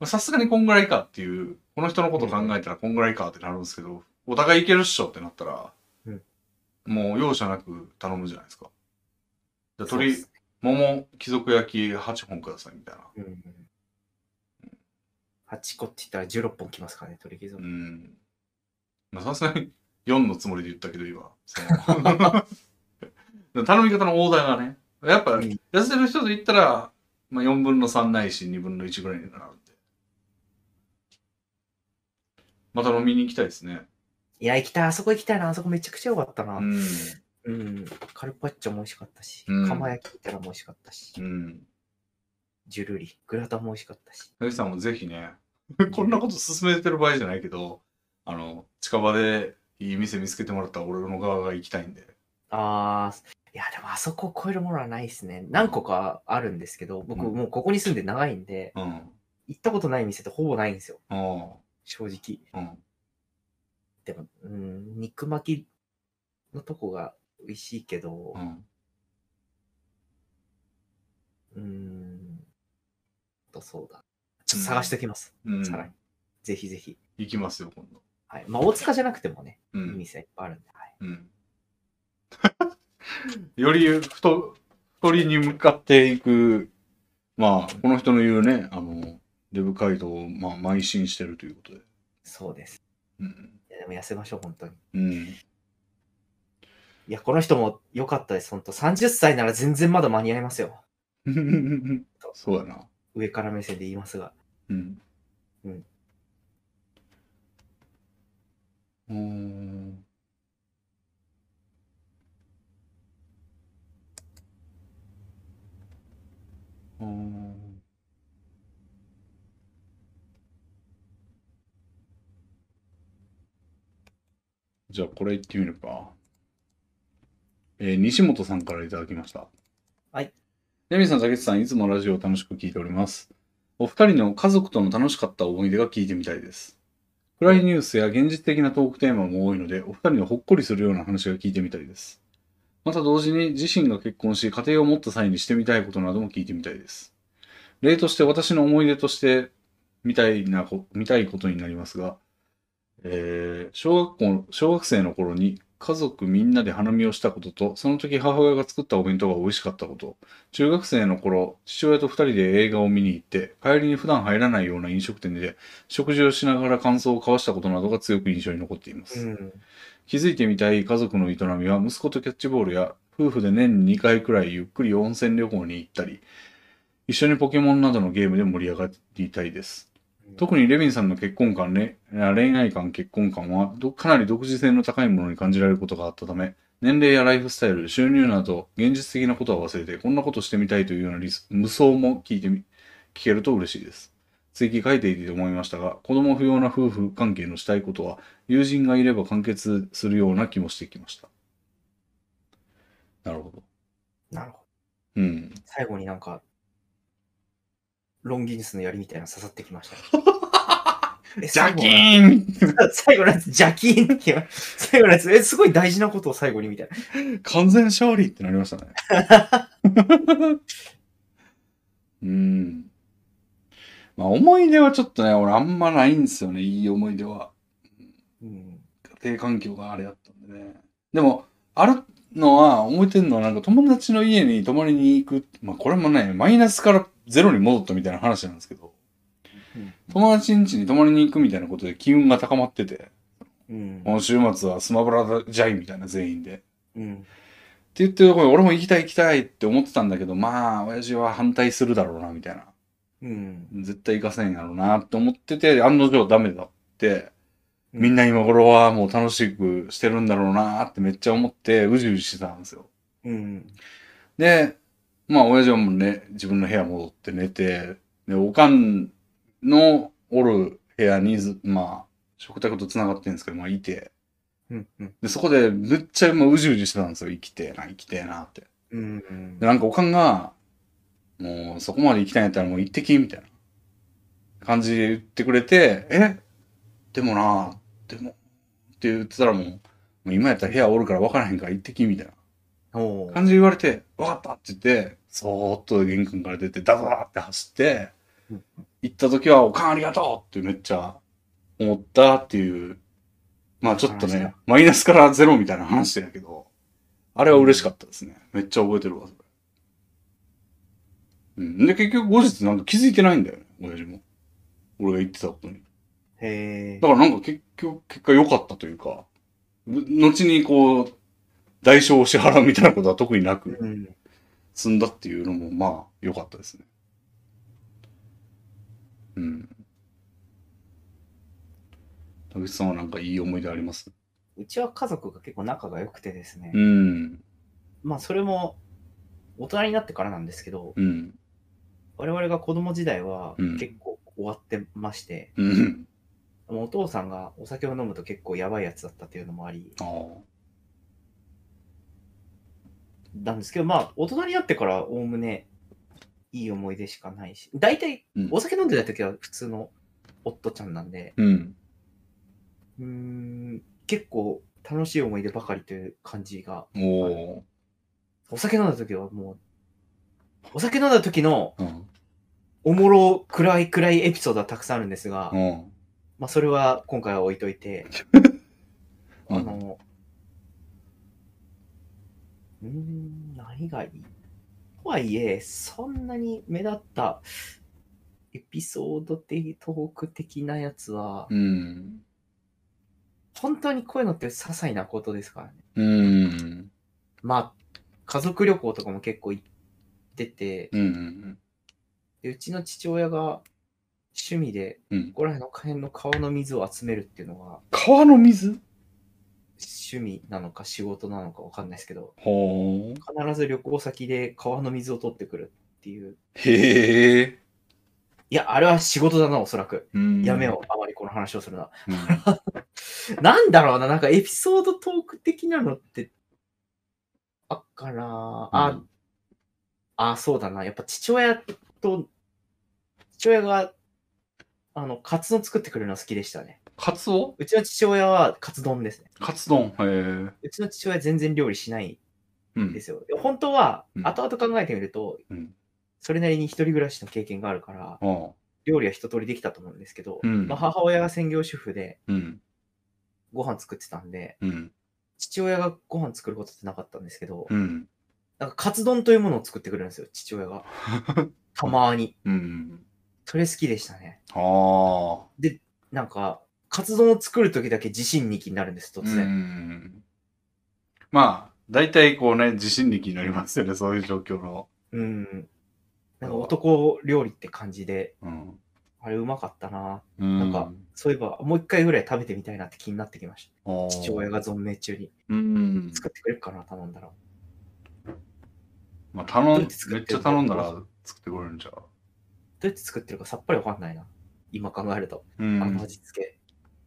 Speaker 1: まあさすがにこんぐらいかっていう、この人のこと考えたらこんぐらいかってなるんですけど、お互いいけるっしょってなったら、
Speaker 2: うん
Speaker 1: もう容赦なく頼むじゃないですか。じゃあ
Speaker 2: そうで
Speaker 1: 鶏
Speaker 2: す、
Speaker 1: 桃、貴族焼き8本くださいみたいな。
Speaker 2: うん。8個って言ったら16本きますからね、鳥貴族
Speaker 1: う。ん。まあ、さすがに4のつもりで言ったけど、今。その <laughs> 頼み方のオーダーがね。やっぱ、
Speaker 2: うん
Speaker 1: 痩せる人と言ったら、まあ、4分の3ないし、2分の1ぐらいになるんで。また飲みに行きたいですね。
Speaker 2: いや、行きたい、あそこ行きたいな、あそこめちゃくちゃ良かったな。
Speaker 1: うん。
Speaker 2: うん。カルパッチョも美味しかったし、
Speaker 1: うん
Speaker 2: 釜焼き行ったらも美味しかったし
Speaker 1: う、ん。
Speaker 2: ジュルリ、グラタンも美味しかったし。
Speaker 1: 竹内さんもぜひね、こんなこと進めてる場合じゃないけど、あの、近場でいい店見つけてもらったら俺の側が行きたいんで。
Speaker 2: ああ、いや、でもあそこを超えるものはないですね。何個かあるんですけど、僕
Speaker 1: うん
Speaker 2: もうここに住んで長いんで、
Speaker 1: うん。
Speaker 2: 行ったことない店ってほぼないんですよ、
Speaker 1: うん。
Speaker 2: 正直。
Speaker 1: うん。
Speaker 2: でも、うん、肉巻きのとこが美味しいけど
Speaker 1: う、ん。
Speaker 2: うん、とそうだ。ちょっと探しておきます。
Speaker 1: うん。
Speaker 2: さらに。ぜひぜひ。
Speaker 1: 行きますよ、今度。
Speaker 2: はい。まあ、大塚じゃなくてもね、
Speaker 1: う
Speaker 2: いい
Speaker 1: ん。
Speaker 2: 店はいっぱいあるんで、はい。
Speaker 1: うん。 <laughs> より太、太りに向かっていく、まあ、この人の言うね、あの、デブ街道を、まあ、邁進してるということで。
Speaker 2: そうです。
Speaker 1: うん。
Speaker 2: いや、でも痩せましょう、本当に。
Speaker 1: うん。
Speaker 2: いや、この人も良かったです、本当30歳なら全然まだ間に合いますよ。 <laughs>
Speaker 1: そうやな。
Speaker 2: 上から目線で言いますが。
Speaker 1: うん。
Speaker 2: うん。
Speaker 1: うーん。うーん。じゃあ、これ行ってみるか。えー西本さんからいただきました。
Speaker 2: はい。
Speaker 1: レミさん、竹内さん、いつもラジオを楽しく聞いております。お二人の家族との楽しかった思い出が聞いてみたいです。暗いニュースや現実的なトークテーマも多いので、お二人のほっこりするような話が聞いてみたいです。また同時に自身が結婚し家庭を持った際にしてみたいことなども聞いてみたいです。例として私の思い出としてみたいなこ、見たいことになりますが、えー小学校、小学生の頃に家族みんなで花見をしたことと、その時母親が作ったお弁当が美味しかったこと、中学生の頃、父親と二人で映画を見に行って、帰りに普段入らないような飲食店で食事をしながら感想を交わしたことなどが強く印象に残っています。
Speaker 2: うん。
Speaker 1: 気づいてみたい家族の営みは息子とキャッチボールや夫婦で年に2回くらいゆっくり温泉旅行に行ったり一緒にポケモンなどのゲームで盛り上がりたいです特にレヴィンさんの結婚観、ね、恋愛観結婚観はどかなり独自性の高いものに感じられることがあったため年齢やライフスタイル収入など現実的なことは忘れてこんなことしてみたいというような理想無双も聞いてみ聞けると嬉しいです追記書いていて思いましたが子供不要な夫婦関係のしたいことは友人がいれば完結するような気もしてきました。なるほど。
Speaker 2: なるほど。
Speaker 1: うん。
Speaker 2: 最後になんか、ロンギヌスの槍みたいなの刺さって
Speaker 1: <laughs>
Speaker 2: きました。え
Speaker 1: 邪気ーン
Speaker 2: <laughs> 最後のやつ、ジャキーンってきま最後のやつ、え、すごい大事なことを最後にみたいな。
Speaker 1: 完全勝利ってなりましたね。
Speaker 2: <laughs>
Speaker 1: うん。まあ思い出はちょっとね、俺あんまないんですよね、いい思い出は。
Speaker 2: うん。
Speaker 1: 家庭環境があれだったんでね。でも、あるのは、思えてるのは、なんか友達の家に泊まりに行く。まあこれもね、マイナスからゼロに戻ったみたいな話なんですけど、友達ん家に泊まりに行くみたいなことで機運が高まってて、
Speaker 2: うん。
Speaker 1: 今週末はスマブラだじゃいみたいな全員で。って
Speaker 2: うん。
Speaker 1: 言ってるところに俺も行きたい行きたいって思ってたんだけど、まあ、親父は反対するだろうな、みたいな。
Speaker 2: うん。
Speaker 1: 絶対行かせんやろうな、って思ってて、案の定ダメだって、みん
Speaker 2: な。
Speaker 1: な今頃はもう楽しくしてるんだろうなってめっちゃ思って、うじうじしてたんですよ。
Speaker 2: うん。
Speaker 1: で、まあ、親父はもうね、自分の部屋戻って寝て、で、おかんのおる部屋にず、まあ、食卓と繋がってるんですけど、まあ、いて、
Speaker 2: うん。うん。
Speaker 1: で、そこで、めっちゃ、まあ、うじうじしてたんですよ。生きてえな、生きてえなって。
Speaker 2: うん
Speaker 1: で、。なんか、おかんが、もう、そこまで行きたいんやったら、もう行ってき、みたいな感じで言ってくれて、えでもな、でも、って言ってたらもう、もう今やったら部屋おるから分からへんから行ってき、みたいな。
Speaker 2: おー
Speaker 1: 感じで言われて、わかったって言って、そーっと玄関から出て、ダダダって走って
Speaker 2: うん、
Speaker 1: 行った時は、おかんありがとうってめっちゃ思ったっていうまあちょっとね、マイナスからゼロみたいな話だけど、あれは嬉しかったですね。めっちゃ覚えてるわ、それ。うん。で、結局後日なんか気づいてないんだよね、親父も。俺が言ってたことに。
Speaker 2: へえ
Speaker 1: だ。からなんか結局、結果良かったというか、ぶ後にこう、代償を支払うみたいなことは特になく、
Speaker 2: うん。
Speaker 1: 済んだっていうのもまあ良かったですね。うん。田口さんはなんかいい思い出あります
Speaker 2: うちは家族が結構仲が良くてですね。
Speaker 1: うん。
Speaker 2: まあそれも大人になってからなんですけど、
Speaker 1: うん。
Speaker 2: 我々が子供時代は
Speaker 1: うん
Speaker 2: 結構終わってまして、
Speaker 1: うん。
Speaker 2: もうお父さんがお酒を飲むと結構やばいやつだったっていうのもあり、
Speaker 1: ああ。
Speaker 2: なんですけど、まあ大人になってからおおむねいい思い出しかないし、大体
Speaker 1: うん
Speaker 2: お酒飲んでた時は普通の夫ちゃんなんで、
Speaker 1: うん。
Speaker 2: うーん、結構楽しい思い出ばかりという感じが、
Speaker 1: おお
Speaker 2: お酒飲んだ時はもう、お酒飲んだ時の
Speaker 1: ー。うん。
Speaker 2: おもろ暗い暗いエピソードはたくさんあるんですが、
Speaker 1: うん。
Speaker 2: まあ、それは今回は置いといて、
Speaker 1: う
Speaker 2: あ
Speaker 1: ん。
Speaker 2: の、うーん、何がいいとはいえ、そんなに目立ったエピソード的、トーク的なやつは、
Speaker 1: うん。
Speaker 2: 本当にこういうのって些細なことですからね。
Speaker 1: うん。
Speaker 2: まあ、家族旅行とかも結構行ってて、
Speaker 1: うん。
Speaker 2: でうちの父親が趣味で、
Speaker 1: うん
Speaker 2: ここら辺の辺の川の水を集めるっていうのが
Speaker 1: 川の水
Speaker 2: 趣味なのか仕事なのかわかんないですけど、
Speaker 1: ほー。
Speaker 2: 必ず旅行先で川の水を取ってくるっていう。
Speaker 1: へえ。
Speaker 2: いや、あれは仕事だな、おそらく。
Speaker 1: うん
Speaker 2: やめよう、あまりこの話をするな。 <laughs>
Speaker 1: うん。
Speaker 2: なんだろうな、なんかエピソードトーク的なのって、あっかなあ、
Speaker 1: うん
Speaker 2: あ、そうだな。やっぱ父親と、父親が、あの、カツ丼作ってくれるのは好きでしたね。
Speaker 1: カツオ
Speaker 2: うちの父親はカツ丼ですね。
Speaker 1: カツ丼。へえ。
Speaker 2: うちの父親全然料理しない
Speaker 1: うん
Speaker 2: で
Speaker 1: ん。
Speaker 2: すよ。本当は
Speaker 1: う、ん
Speaker 2: 後々考えてみると、
Speaker 1: うん
Speaker 2: それなりに一人暮らしの経験があるから、
Speaker 1: ああ。
Speaker 2: 料理は一通りできたと思うんですけど、
Speaker 1: うん
Speaker 2: まあ、母親が専業主婦で
Speaker 1: うん。
Speaker 2: ご飯作ってたんで、
Speaker 1: うん。
Speaker 2: 父親がご飯作ることってなかったんですけど、
Speaker 1: うん。
Speaker 2: なんかカツ丼というものを作ってくれるんですよ、父
Speaker 1: <laughs>
Speaker 2: 親が。たまーに。
Speaker 1: うん。
Speaker 2: それ好きでしたね。
Speaker 1: ああ。
Speaker 2: なんか、カツ丼を作るときだけ自信に気になるんです、
Speaker 1: う
Speaker 2: 突然。
Speaker 1: ん。まあ、大体こうね、自信力になりますよね、そういう状況の。
Speaker 2: うん。なんか男料理って感じで、
Speaker 1: うん。
Speaker 2: あれうまかったな
Speaker 1: うん
Speaker 2: なんか、そういえば、もう一回ぐらい食べてみたいなって気になってきまし
Speaker 1: あー
Speaker 2: た。父親が存命中に
Speaker 1: うん。
Speaker 2: 作ってくれるかな、頼んだら。
Speaker 1: まあ、頼ん、
Speaker 2: どう
Speaker 1: め
Speaker 2: や
Speaker 1: っ
Speaker 2: って作って
Speaker 1: ち
Speaker 2: る
Speaker 1: ゃ
Speaker 2: んだろ
Speaker 1: 頼
Speaker 2: うん
Speaker 1: だら作ってくれるんちゃう
Speaker 2: どうやって作ってるかさっぱりわかんないな。今考えると。
Speaker 1: う
Speaker 2: あの
Speaker 1: ん。
Speaker 2: 味付け。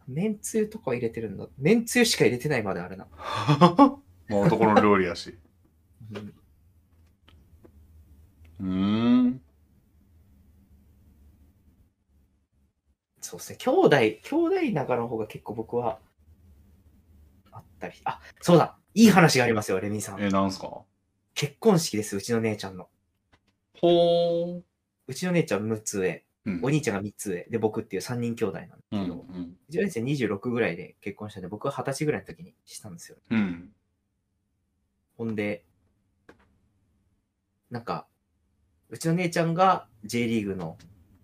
Speaker 2: めんつゆとか入れてるんだ。めんつゆしか入れてないまであるな。
Speaker 1: まあ、男の料理
Speaker 2: <laughs>
Speaker 1: やし。
Speaker 2: うん
Speaker 1: うん。
Speaker 2: そうですね。兄弟、兄弟仲の方が結構僕は、あったり。あ、そうだ。いい話がありますよ、レミさん。
Speaker 1: え、なんすか
Speaker 2: 結婚式です、うちの姉ちゃんの。
Speaker 1: ほー。
Speaker 2: うちの姉ちゃん6つ上、
Speaker 1: うん
Speaker 2: お兄ちゃんが3つ上、で、僕っていう3人兄弟なんです
Speaker 1: う
Speaker 2: け
Speaker 1: ん。う
Speaker 2: ど、
Speaker 1: ん。
Speaker 2: うちの姉ちゃん26ぐらいで結婚したんで、僕は20歳ぐらいの時にしたんですよ。
Speaker 1: うん。
Speaker 2: ほんで、なんか、うちの姉ちゃんが J リーグの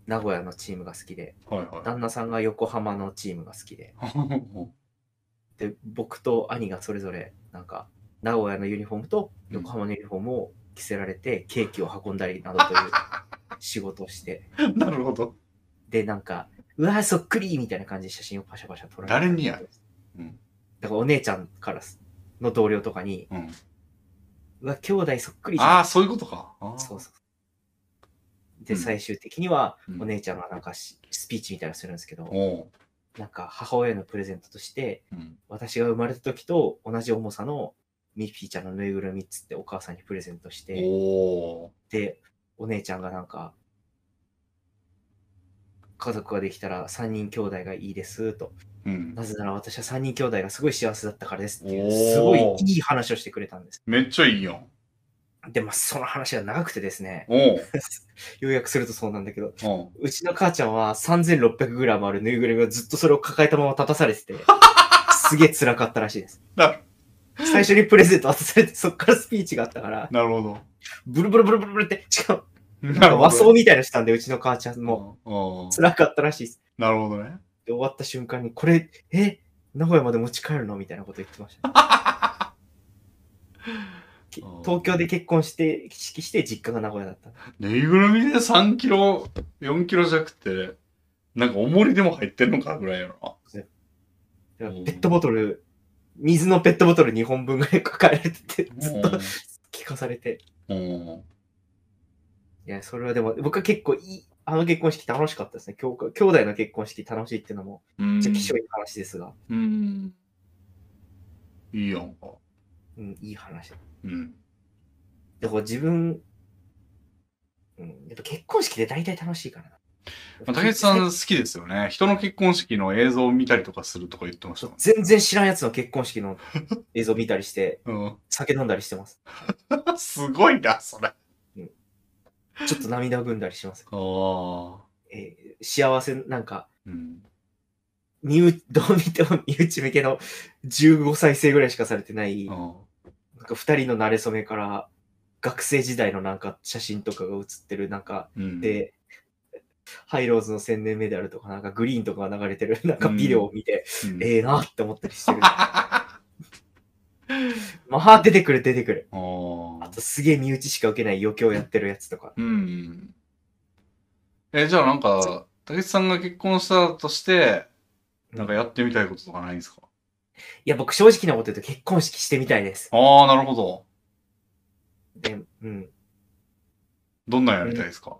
Speaker 2: 名古屋のチームが好きで、
Speaker 1: はいは
Speaker 2: 旦那さんが横浜のチームが好きで、
Speaker 1: <laughs> い。
Speaker 2: で、僕と兄がそれぞれ、なんか、名古屋のユニフォームと横浜のユニフォームを着せられて、ケーキを運んだりな
Speaker 1: <laughs>
Speaker 2: どという仕事をして、
Speaker 1: なるほど。
Speaker 2: で、なんか、うわー、そっくりみたいな感じで写真をパシャパシャ撮られて。
Speaker 1: 誰にやうん。
Speaker 2: だからお姉ちゃんからすの同僚とかに、
Speaker 1: うん。
Speaker 2: うわ、兄弟そっくりじゃん
Speaker 1: ああ、そういうことか。あー
Speaker 2: そうそう。で、
Speaker 1: うん
Speaker 2: 最終的には
Speaker 1: う、ん
Speaker 2: お姉ちゃんがなんかしスピーチみたいなのするんですけど、
Speaker 1: おう。
Speaker 2: なんか母親へのプレゼントとして、
Speaker 1: うん。
Speaker 2: 私が生まれた時と同じ重さのミッフィーちゃんのぬいぐるみっつってお母さんにプレゼントして、
Speaker 1: おお。
Speaker 2: で、お姉ちゃんがなんか、家族ができたら3人兄弟がいいですと。
Speaker 1: うん。
Speaker 2: なぜなら私は3人兄弟がすごい幸せだったからですってい
Speaker 1: お
Speaker 2: う、
Speaker 1: ー
Speaker 2: すごいいい話をしてくれたんです。
Speaker 1: めっちゃいいやん。
Speaker 2: で、まあその話が長くてですね、
Speaker 1: おう。
Speaker 2: ようやくするとそうなんだけど、
Speaker 1: おう
Speaker 2: う
Speaker 1: <laughs>
Speaker 2: ちの母ちゃんは 3600g あるぬいぐるみをずっとそれを抱えたまま立たされてて、すげえ辛かったらしいです。
Speaker 1: な
Speaker 2: 最初にプレゼント渡されて、そっからスピーチがあったから、
Speaker 1: なるほど。
Speaker 2: ブルブルブルブルブルって、しかも、
Speaker 1: な
Speaker 2: なんか
Speaker 1: るほど。
Speaker 2: 和装みたいなのしたんで、うちの母ちゃんも、
Speaker 1: も
Speaker 2: 辛かったらしいです。
Speaker 1: なるほどね。
Speaker 2: で、終わった瞬間に、これ、え、名古屋まで持ち帰るのみたいなこと言ってました。
Speaker 1: <laughs>
Speaker 2: き東京で結婚して、式して、実家が名古屋だった。
Speaker 1: ぬいぐるみで3キロ、4キロ弱って、なんか重りでも入ってんのかぐらいやろ
Speaker 2: だから
Speaker 1: うん
Speaker 2: ペットボトル、水のペットボトル2本分ぐらい抱えてて、
Speaker 1: な。
Speaker 2: ずっと聞かされて。
Speaker 1: うん。
Speaker 2: いや、それはでも、僕は結構いい、あの結婚式楽しかったですね。兄弟兄弟の結婚式楽しいっていうのも、
Speaker 1: うん。
Speaker 2: ちょっと貴重い話ですが、
Speaker 1: うん。いいやんか。
Speaker 2: うん、いい話。
Speaker 1: うん。
Speaker 2: だから自分、うん、やっぱ結婚式で大体楽しいからな。
Speaker 1: まあ、竹内さん
Speaker 2: そう
Speaker 1: 好きですよね。人の結婚式の映像を見たりとかするとか言ってましたもんね。
Speaker 2: 全然知らんやつの結婚式の映像見たりして、 <laughs> 酒飲んだりしてます。
Speaker 1: うん。 <laughs> すごいな、それ。あ
Speaker 2: ちょっと涙ぐんだりします。
Speaker 1: あ。
Speaker 2: えー幸せ、なんか、
Speaker 1: うん。
Speaker 2: 身内、どう見ても身内向けの15再生ぐらいしかされてない、
Speaker 1: う
Speaker 2: なん
Speaker 1: ん。
Speaker 2: か二人の馴れ初めから、学生時代のなんか写真とかが写ってる、なんか、
Speaker 1: うん、
Speaker 2: で、ハイローズの千年メダルとか、なんかグリーンとかが流れてる、 <laughs> なんかビデオを見て、
Speaker 1: うん、
Speaker 2: ええなって思ったり
Speaker 1: <laughs>
Speaker 2: してる。まあ、出てくる出てくる。
Speaker 1: あ
Speaker 2: あ
Speaker 1: ー
Speaker 2: とすげえ身内しか受けない余興やってるやつとか。
Speaker 1: うん。え、じゃあなんか、竹内さんが結婚したとして、なんかやってみたいこととかないんですか
Speaker 2: いや、僕正直なこと言うと結婚式してみたいです。
Speaker 1: ああ、なるほど。
Speaker 2: でうん。
Speaker 1: どんなんやりたいですか、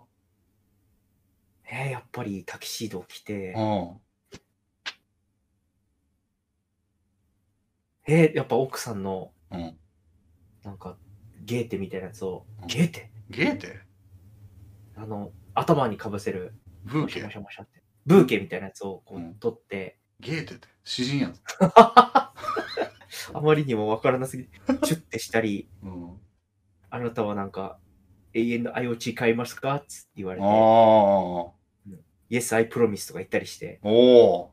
Speaker 2: えーやっぱりタキシードを着て
Speaker 1: う、ん、
Speaker 2: えーやっぱ奥さんの、
Speaker 1: うん
Speaker 2: なんか、ゲーテみたいなやつを
Speaker 1: うん、
Speaker 2: ゲーテ
Speaker 1: ゲーテ
Speaker 2: あの、頭にかぶせる、
Speaker 1: ブー
Speaker 2: もしゃも
Speaker 1: ケ
Speaker 2: しゃもしゃって。ブーケみたいなやつをこ
Speaker 1: うん
Speaker 2: う取って、
Speaker 1: ゲーテって詩人やん。
Speaker 2: あまりにもわからなす <laughs> ぎて、チュッてしたり、
Speaker 1: うん、
Speaker 2: あなたはなんか、永遠の IoT 買いますかって言
Speaker 1: あ
Speaker 2: われ
Speaker 1: あ、
Speaker 2: て、
Speaker 1: お
Speaker 2: Yes, I promise とか言ったりして、
Speaker 1: お
Speaker 2: う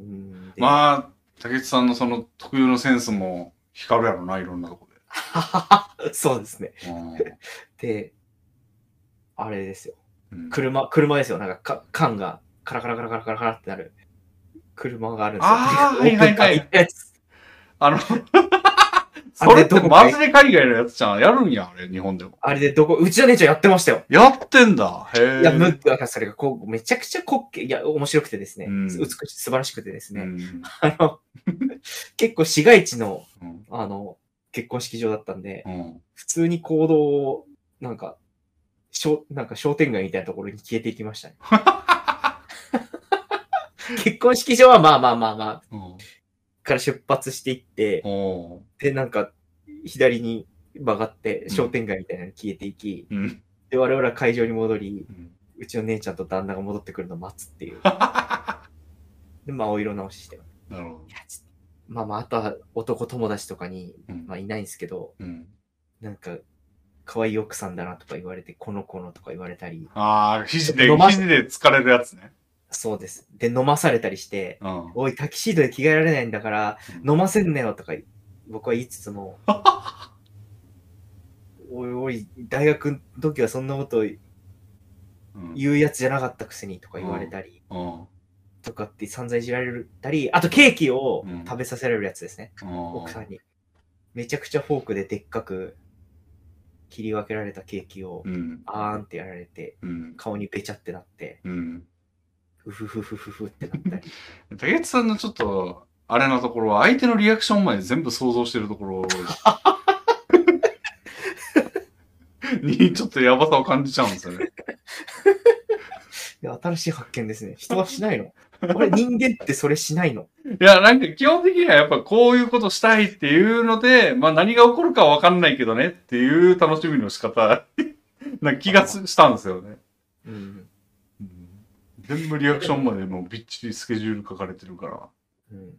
Speaker 2: ーん
Speaker 1: ー。まあ、竹内さんのその特有のセンスも光るやろな、いろんなとこ
Speaker 2: あ、そうですね。 <laughs>
Speaker 1: で。うん
Speaker 2: で、あれですよ。
Speaker 1: うん、
Speaker 2: 車、車ですよ。なんかか、缶がカラカラカラカラカラカラってなる。車があるんですよ。
Speaker 1: あー
Speaker 2: オープ
Speaker 1: はい
Speaker 2: ンカー
Speaker 1: はいはい
Speaker 2: みたなやつ
Speaker 1: あの、
Speaker 2: <laughs> あ
Speaker 1: それ
Speaker 2: れ
Speaker 1: って
Speaker 2: どこか
Speaker 1: マ
Speaker 2: い
Speaker 1: ジで海外のやつじゃん。やるんや、あれ、日本でも。
Speaker 2: あれでどこ、うちの姉ちゃんやってましたよ。
Speaker 1: やってんだ。へえ。
Speaker 2: いや、む、だからそれがこう、めちゃくちゃ滑稽、いや、面白くてですね。
Speaker 1: うん
Speaker 2: 美しい、素晴らしくてです
Speaker 1: う
Speaker 2: ね。
Speaker 1: ん。
Speaker 2: あの、 <laughs> 結構市街地の、
Speaker 1: うん。
Speaker 2: あの、結婚式場だったんで、
Speaker 1: うん。
Speaker 2: 普通に行動を、なんか、商なんか商店街みたいなところに消えていき
Speaker 1: <laughs>
Speaker 2: ましたね。結婚式場はまあまあまあまあ、
Speaker 1: うん
Speaker 2: から出発していって、
Speaker 1: おー
Speaker 2: で、なんか、左に曲がって、
Speaker 1: ん
Speaker 2: 商店街みたいなのに消えていき、
Speaker 1: うん。
Speaker 2: で、我々は会場に戻り、
Speaker 1: うん
Speaker 2: うちの姉ちゃんと旦那が戻ってくるのを待つって <laughs> いう。で、まあ、お色直しして。い
Speaker 1: なるほど。
Speaker 2: やちょまあまあ、あとは男友達とかに、
Speaker 1: うん
Speaker 2: まあ、いないんですけど、
Speaker 1: うん。
Speaker 2: なんか、可愛い奥さんだなとか言われて、この子のとか言われたり、
Speaker 1: ああ、肘で、
Speaker 2: 飲ま
Speaker 1: 肘で疲れるやつね。
Speaker 2: そうです。で、飲まされたりして、
Speaker 1: うん。
Speaker 2: おい、タキシードで着替えられないんだから、
Speaker 1: うん
Speaker 2: 飲ませんなよとか、僕は言いつつ <laughs> も、おいおい、大学の時はそんなこと
Speaker 1: うん。
Speaker 2: 言うやつじゃなかったくせにとか言われたり、
Speaker 1: うん
Speaker 2: とかって散々いじられたり、あとケーキを
Speaker 1: うん
Speaker 2: 食べさせられるやつですね、奥さんに。めちゃくちゃフォークででっかく切り分けられたケーキを、
Speaker 1: うん。
Speaker 2: あーんってやられて、
Speaker 1: うん。
Speaker 2: 顔にべちゃってなって、
Speaker 1: うん。
Speaker 2: ふふふふふふってな
Speaker 1: <laughs>
Speaker 2: ったり。
Speaker 1: 竹内さんのちょっと、あれなところは、相手のリアクション前全部想像してるところに、ちょっとやばさを感じちゃうんですよね。
Speaker 2: で新しい発見ですね。人はしないの俺人間ってそれしないの
Speaker 1: いや、なんか基本的にはやっぱこういうことしたいっていうので、まあ何が起こるかはわかんないけどねっていう楽しみの仕方な気がすしたんですよね。
Speaker 2: うん。
Speaker 1: 全部リアクションまでもうびっちりスケジュール書かれてるから。
Speaker 2: うん、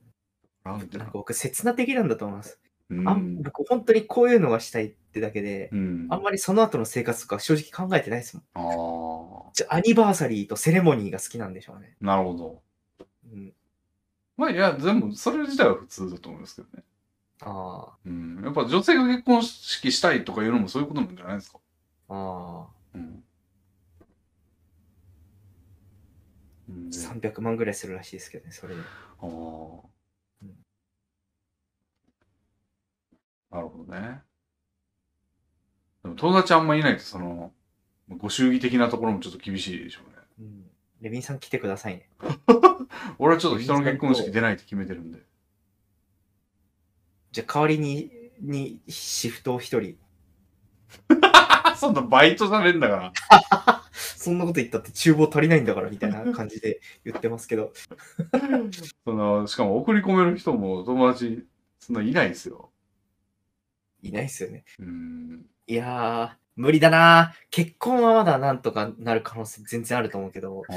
Speaker 1: なんてな
Speaker 2: な
Speaker 1: ん
Speaker 2: か。僕、刹那的なんだと思います。
Speaker 1: うん
Speaker 2: あん僕、本当にこういうのがしたいってだけで、
Speaker 1: うん。
Speaker 2: あんまりその後の生活とか正直考えてないですもん。
Speaker 1: ああ、
Speaker 2: じゃあアニバーサリーとセレモニーが好きなんでしょうね。
Speaker 1: なるほど。
Speaker 2: うん、
Speaker 1: まあいや、全部、それ自体は普通だと思いますけどね。
Speaker 2: あ
Speaker 1: うん。やっぱ女性が結婚式したいとかいうのもそういうことなんじゃないですか。
Speaker 2: あ、ああ、
Speaker 1: うん。うんで
Speaker 2: 300万ぐらいするらしいですけどね、それで。
Speaker 1: ああ。なるほどね。でも友達あんまいないと、その、ご祝儀的なところもちょっと厳しいでしょうね。
Speaker 2: うん。レビンさん来てくださいね。
Speaker 1: 俺はちょっと人の結婚式出ないって決めてるんで。
Speaker 2: じゃあ代わりに、に、シフトを一人。
Speaker 1: あ、 <laughs> そんなバイトされんだから。
Speaker 2: そんなこと言ったって厨房足りないんだから、みた
Speaker 1: <laughs>
Speaker 2: いな感じで言ってますけど。
Speaker 1: その、しかも送り込める人も友達、そんないないですよ。
Speaker 2: いないっすよね。
Speaker 1: うん。
Speaker 2: いやー、無理だな結婚はまだなんとかなる可能性全然あると思うけど、
Speaker 1: ああ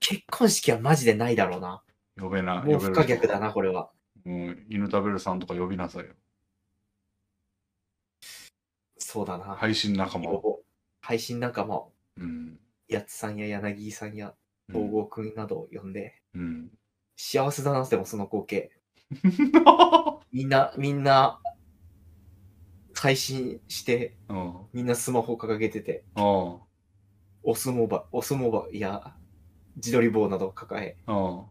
Speaker 2: 結婚式はマジでないだろうな。
Speaker 1: 呼べな、
Speaker 2: もう
Speaker 1: 呼べ
Speaker 2: 不
Speaker 1: る
Speaker 2: 可逆だな、これは。
Speaker 1: うん。犬食べるさんとか呼びなさいよ。
Speaker 2: そうだな。
Speaker 1: 配信仲間を。
Speaker 2: 配信なんかも、
Speaker 1: うん。
Speaker 2: やつさんや柳井さんや
Speaker 1: うん
Speaker 2: 東郷くんなどを呼んで、
Speaker 1: うん。 <laughs>
Speaker 2: 幸せだな、でもその光景。みんな、みんな、配信して、
Speaker 1: うん。あ
Speaker 2: みんなスマホ掲げてて、
Speaker 1: あ。
Speaker 2: お相撲ば、お相撲ば、いや、自撮り棒などを抱え、
Speaker 1: あ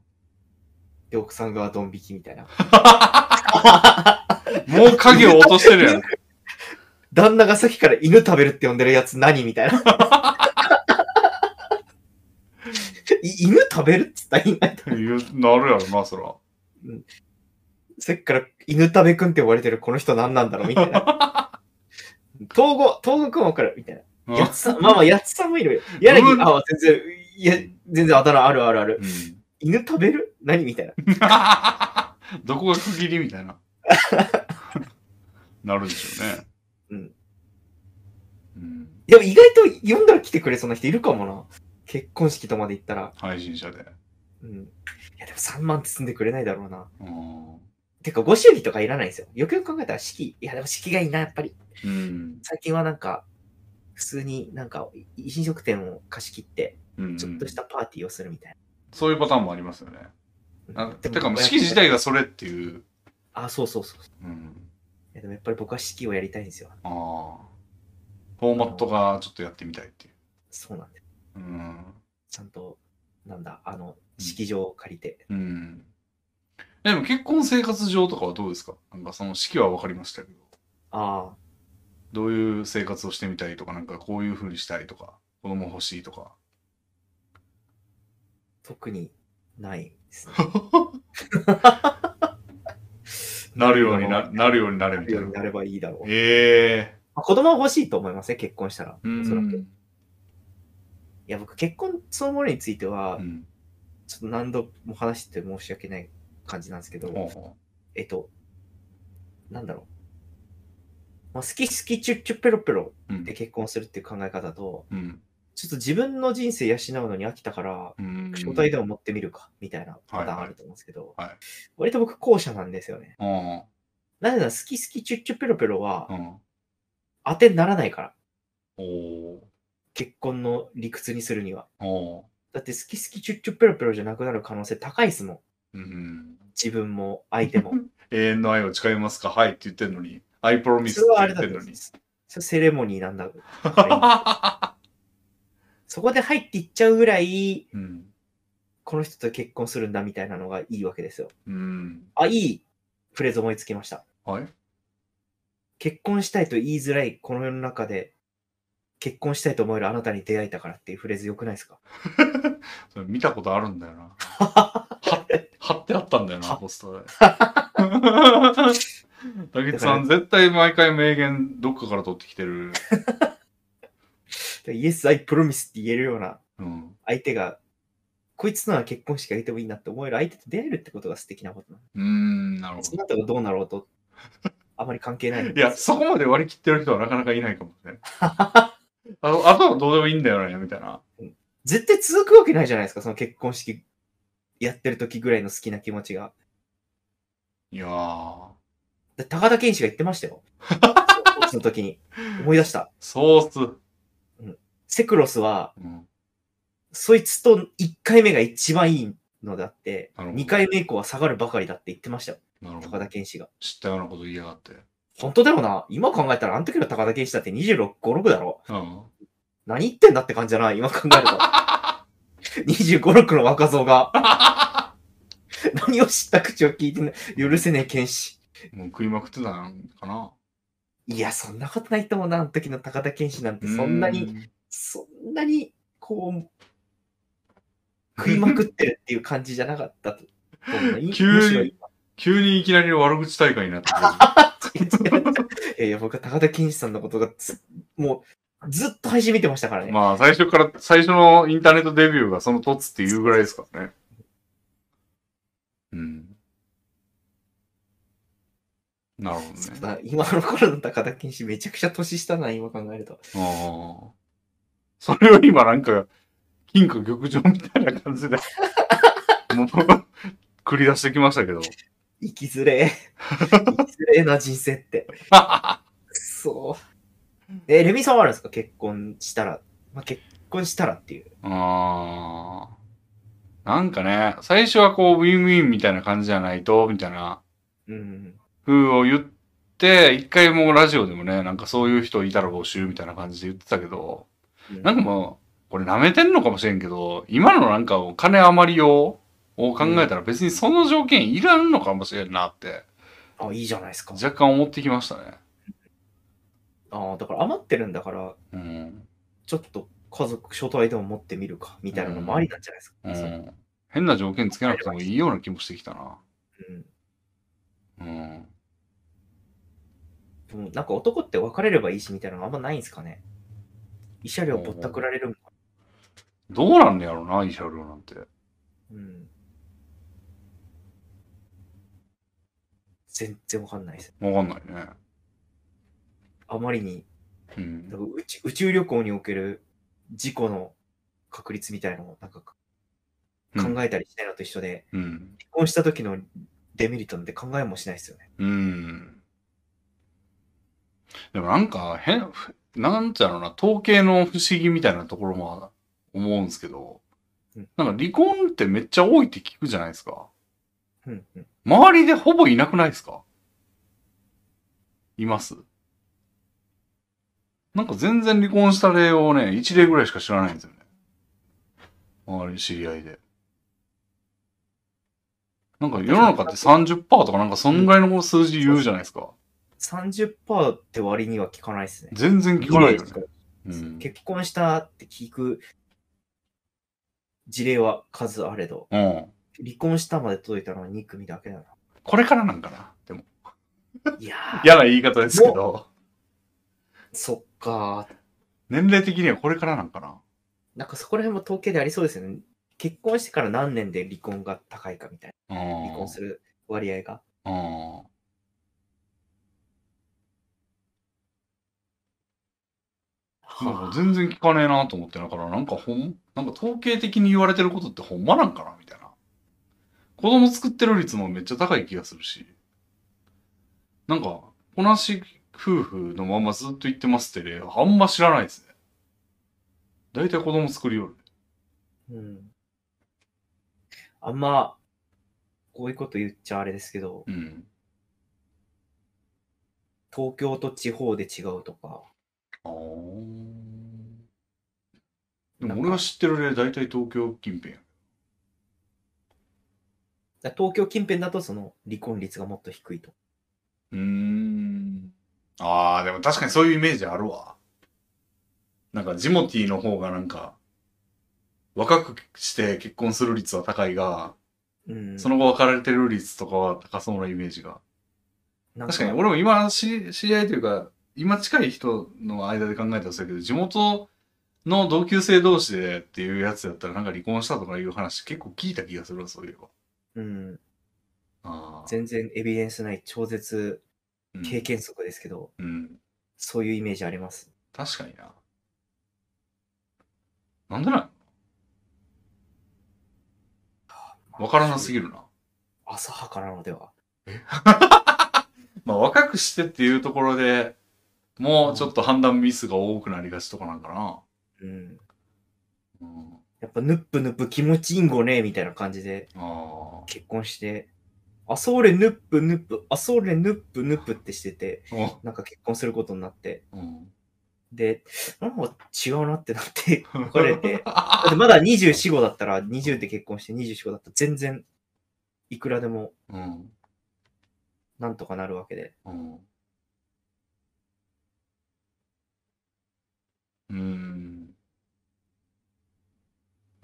Speaker 2: で、奥さん側ドン引きみたいな。
Speaker 1: あ。もう影を落としてるやん。
Speaker 2: <laughs> 旦那がさっきから犬食べるって呼んでるやつ何みたいな。 <laughs> い犬食べるって言ったらいないと。
Speaker 1: 言うなるやろな、そら。
Speaker 2: さっきから犬食べくんって呼ばれてるこの人何なんだろうみたいな。
Speaker 1: <laughs>
Speaker 2: 東郷、東郷くんわかるみたいな。
Speaker 1: うん
Speaker 2: やつさん、まあまあ、やつさんもいるよ。柳
Speaker 1: うん
Speaker 2: あ全然、いや、全然あだ名あるあるある。
Speaker 1: うん <laughs>
Speaker 2: 犬食べる何みたいな。
Speaker 1: どこが区切りみたいな。 <laughs> なるでしょうね。
Speaker 2: うん。
Speaker 1: うん。
Speaker 2: でも意外と呼んだら来てくれそうな人いるかもな。結婚式とまで行ったら。
Speaker 1: 配信者で。
Speaker 2: うん。いや、でも3万包んでくれないだろうな。
Speaker 1: うん。
Speaker 2: てか、ご祝儀とかいらないんですよ。よくよく考えたら式。いや、でも式がいいな、やっぱり。
Speaker 1: うん。
Speaker 2: 最近はなんか、普通になんか、飲食店を貸し切って、
Speaker 1: うん
Speaker 2: ちょっとしたパーティーをするみたい
Speaker 1: そういうパターンもありますよね。
Speaker 2: な。
Speaker 1: あ
Speaker 2: うん
Speaker 1: てか、もう式自。体がそれっていう。
Speaker 2: あ、そうそうそう。い
Speaker 1: うん。
Speaker 2: や、でもやっぱり僕は式をやりたいんですよ。
Speaker 1: ああ。フォーマットがちょっとやってみたいっていう。
Speaker 2: そうなんです。
Speaker 1: うん。
Speaker 2: ちゃんと、なんだ、あの、式場を借りて。
Speaker 1: うん。でも結婚生活上とかはどうですかなんかその式は分かりましたけど、
Speaker 2: ああ、
Speaker 1: どういう生活をしてみたいとか、なんかこういう風にしたいとか、子供欲しいとか。
Speaker 2: 特にないですね。
Speaker 1: なるようにな、なるようになれみたい
Speaker 2: ように
Speaker 1: な。
Speaker 2: なればいいだろう。
Speaker 1: ええ
Speaker 2: まあ子供は欲しいと思いますね、結婚したら。
Speaker 1: うん
Speaker 2: おそらく。いや、僕、結婚そのものについては、
Speaker 1: うん。
Speaker 2: ちょっと何度も話して申し訳ない感じなんですけど、
Speaker 1: ほうほ
Speaker 2: えっと、なんだろう。まあ、好き好きチュッチュペロペロ
Speaker 1: う。うん
Speaker 2: で。結婚するっていう考え方と、
Speaker 1: うん。
Speaker 2: ちょっと自分の人生養うのに飽きたから、
Speaker 1: うん。
Speaker 2: 招待でも持ってみるか、みたいなパターンあると思うんですけど、
Speaker 1: はいはい
Speaker 2: 割と僕、後者なんですよね。
Speaker 1: うん。
Speaker 2: なぜなら、好き好きチュッチュペロペロは
Speaker 1: う、ん。
Speaker 2: 当てにならないから、
Speaker 1: おー。
Speaker 2: 結婚の理屈にするには。
Speaker 1: おー。
Speaker 2: だって好き好きチュッチュペロペロじゃなくなる可能性高いですもん。
Speaker 1: うん。
Speaker 2: 自分も相手も。
Speaker 1: <laughs> 永遠の愛を誓いますかはいって言ってんのに。I <laughs> promise
Speaker 2: それはあ
Speaker 1: っ
Speaker 2: れ
Speaker 1: て言ってん
Speaker 2: だけど
Speaker 1: のに。
Speaker 2: それセレモニーなんだから。そこで入っていっちゃうぐらい、
Speaker 1: うん。
Speaker 2: この人と結婚するんだみたいなのがいいわけですよ。
Speaker 1: うん。
Speaker 2: あ、いいフレーズ思いつきました。
Speaker 1: はい
Speaker 2: 結婚したいと言いづらいこの世の中で、結婚したいと思えるあなたに出会えたからっていうフレーズ良くないですか
Speaker 1: <laughs> それ見たことあるんだよな。は貼ってあったんだよな、
Speaker 2: は
Speaker 1: ポストで。竹内さん、絶対毎回名言どっかから取ってきてる。
Speaker 2: で ?Yes, I promise って言えるような
Speaker 1: うん。
Speaker 2: 相手が、こいつなら結婚式あげてもいいなって思える相手と出会えるってことが素敵なことなの
Speaker 1: うーん、なるほ
Speaker 2: そ
Speaker 1: ど。
Speaker 2: の後がどうなろうと、あまり関係ないん
Speaker 1: い
Speaker 2: で
Speaker 1: や、
Speaker 2: す。
Speaker 1: そこまで割り切ってる人はなかなかいないかもしれない。あのあとはどうでもいいんだよね、みたいな。
Speaker 2: 絶対続くわけないじゃないですか、その結婚式やってる時ぐらいの好きな気持ちが。
Speaker 1: いやー、
Speaker 2: で高田健志が言ってましたよ。 <laughs> その時に。思い出した。
Speaker 1: ソース。
Speaker 2: セクロスは、
Speaker 1: うん、
Speaker 2: そいつと1回目が一番いいのだって、
Speaker 1: なるほど
Speaker 2: 2回目以降は下がるばかりだって言ってましたよ。
Speaker 1: なるほ
Speaker 2: 高
Speaker 1: ど
Speaker 2: 田。健志が。
Speaker 1: 知ったようなこと言いやがって。
Speaker 2: 本当だよな。今考えたら、あの時の高田健志だって26、5、6だろ。
Speaker 1: うん。
Speaker 2: 何言ってんだって感じだな、今考えると。25、6
Speaker 1: <laughs>
Speaker 2: の若造が。何を知った口を聞いてない。許せねえ剣士。
Speaker 1: もう食いまくってたのかな。
Speaker 2: いや、そんなことないと思うな、あの時の高田剣士なんて、そんな
Speaker 1: う
Speaker 2: に、。そんなに、こう、食いまくってるっていう感じじゃなかったと思うな。い
Speaker 1: <laughs> 急に
Speaker 2: むしろ今
Speaker 1: 急にいきなり悪口大会になってくる。
Speaker 2: いやいや、僕は高田健志さんのことがつ、もう、ずっと配信見てましたからね。
Speaker 1: まあ、最初から、最初のインターネットデビューがそのトツっていうぐらいですからね。うん。なるほどね。
Speaker 2: まあ今の頃の高田健志めちゃくちゃ年下な、今考えると。
Speaker 1: ああ。それを今なんか、金貨玉状みたいな感じで、もう、繰り出してきましたけど。
Speaker 2: 生きづれえ。生きづれえな、人生って。そう。え、レミさんはあるんですか結婚したら。まあ、結婚したらっていう。
Speaker 1: ああ。なんかね、最初はこう、ウィンウィンみたいな感じじゃないと、みたいな
Speaker 2: うん。
Speaker 1: 風を言って、一回もうラジオでもね、なんかそういう人いたら募集みたいな感じで言ってたけど、
Speaker 2: うん
Speaker 1: なんかもう、これ舐めてんのかもしれんけど、今のなんかお金余り用を考えたら別にその条件いらんのかもしれんなって、
Speaker 2: あ、いいじゃないですか。
Speaker 1: 若干思ってきましたね。
Speaker 2: ああ、だから余ってるんだから、
Speaker 1: うん。
Speaker 2: ちょっと家族、初対でも持ってみるか、みたいなのもありなんじゃないですか。
Speaker 1: う。
Speaker 2: そうん
Speaker 1: 変な条件つけなくてもいいような気もしてきたな。
Speaker 2: うん
Speaker 1: うん。
Speaker 2: でもなんか男って別れればいいしみたいなのあんまないんですかね。慰謝料ぼったくられるんか。
Speaker 1: どうなんねやろな、慰謝料なんて。
Speaker 2: うん。全然わかんないです。
Speaker 1: わかんないね。
Speaker 2: あまりに、
Speaker 1: うん
Speaker 2: なん。か宇宙宇宙旅行における事故の確率みたいなのをなんか考えたりしないのと一緒で、
Speaker 1: うん。
Speaker 2: 離婚した時のデメリットなんて考えもしないですよね。
Speaker 1: うん。でもなんか変、なんちゃろな、統計の不思議みたいなところも思うんですけど
Speaker 2: うん、
Speaker 1: なんか離婚ってめっちゃ多いって聞くじゃないですか。
Speaker 2: うんうん。
Speaker 1: 周りでほぼいなくないですかいますなんか全然離婚した例をね、一例ぐらいしか知らないんですよね。周り知り合いで。なんか世の中って30%とかなんかそんぐらいの数字言うじゃないですか。
Speaker 2: 30%って割には効かないですね。
Speaker 1: 全然聞かないよね。うん
Speaker 2: 結婚したって聞く事例は数あれど、
Speaker 1: うん。
Speaker 2: 離婚したまで届いたのは2組だ
Speaker 1: <laughs>
Speaker 2: けだな。
Speaker 1: これからなんかな。でも、
Speaker 2: いやー、
Speaker 1: 嫌な言い方ですけど、
Speaker 2: そっかー。
Speaker 1: 年齢的にはこれからなんかな。
Speaker 2: なんかそこら辺も統計でありそうですよね。結婚してから何年で離婚が高いかみたい
Speaker 1: うん
Speaker 2: な。離婚する割合が。
Speaker 1: ああ。なんか
Speaker 2: はあ、
Speaker 1: 全然聞かねえなと思ってだからなんかほんなんか統計的に言われてることってほんまなんかなみたいな子供作ってる率もめっちゃ高い気がするしなんかこなし夫婦のままずっと言ってますって例あんま知らないですね大体子供作りよる
Speaker 2: うん。あんま、こういうこと言っちゃあれですけど、
Speaker 1: うん
Speaker 2: 東京と地方で違うとか、
Speaker 1: ああでも俺が知ってる例大体東京近辺や
Speaker 2: だから東京近辺だとその離婚率がもっと低いと。
Speaker 1: うーん。ああ、でも確かにそういうイメージあるわ。なんかジモティーの方がなんか、若くして結婚する率は高いが、
Speaker 2: うん。
Speaker 1: その後別れてる率とかは高そうなイメージが。
Speaker 2: なん
Speaker 1: 確かに俺も今知知り合いというか、今近い人の間で考えたらそうやけど、地元の同級生同士でっていうやつだったらなんか離婚したとかいう話結構聞いた気がするわ、そういえば。
Speaker 2: うん、
Speaker 1: ああ。
Speaker 2: 全然エビデンスない超絶
Speaker 1: うん
Speaker 2: 経験則ですけど、
Speaker 1: うん。
Speaker 2: そういうイメージあります。
Speaker 1: 確かにな。なんでなんやろわからなすぎるな。
Speaker 2: 浅はかなのでは。
Speaker 1: まあ若くしてっていうところでもうちょっと判断ミスが多くなりがちとかなんかな。
Speaker 2: うん。
Speaker 1: うん
Speaker 2: やっぱヌップヌップ気持ちいいんごね、みたいな感じで
Speaker 1: あ
Speaker 2: 結婚して、あそれヌップヌップ、あそれヌップヌップってしてて、
Speaker 1: あ。お
Speaker 2: なんか結婚することになって、
Speaker 1: うん。
Speaker 2: で、なんか違うなってなって、別れて、だってまだ24、5だったら、20で結婚して24、5だったら全然、いくらでも
Speaker 1: <laughs> うん。
Speaker 2: なんとかなるわけで。
Speaker 1: うん。うーん。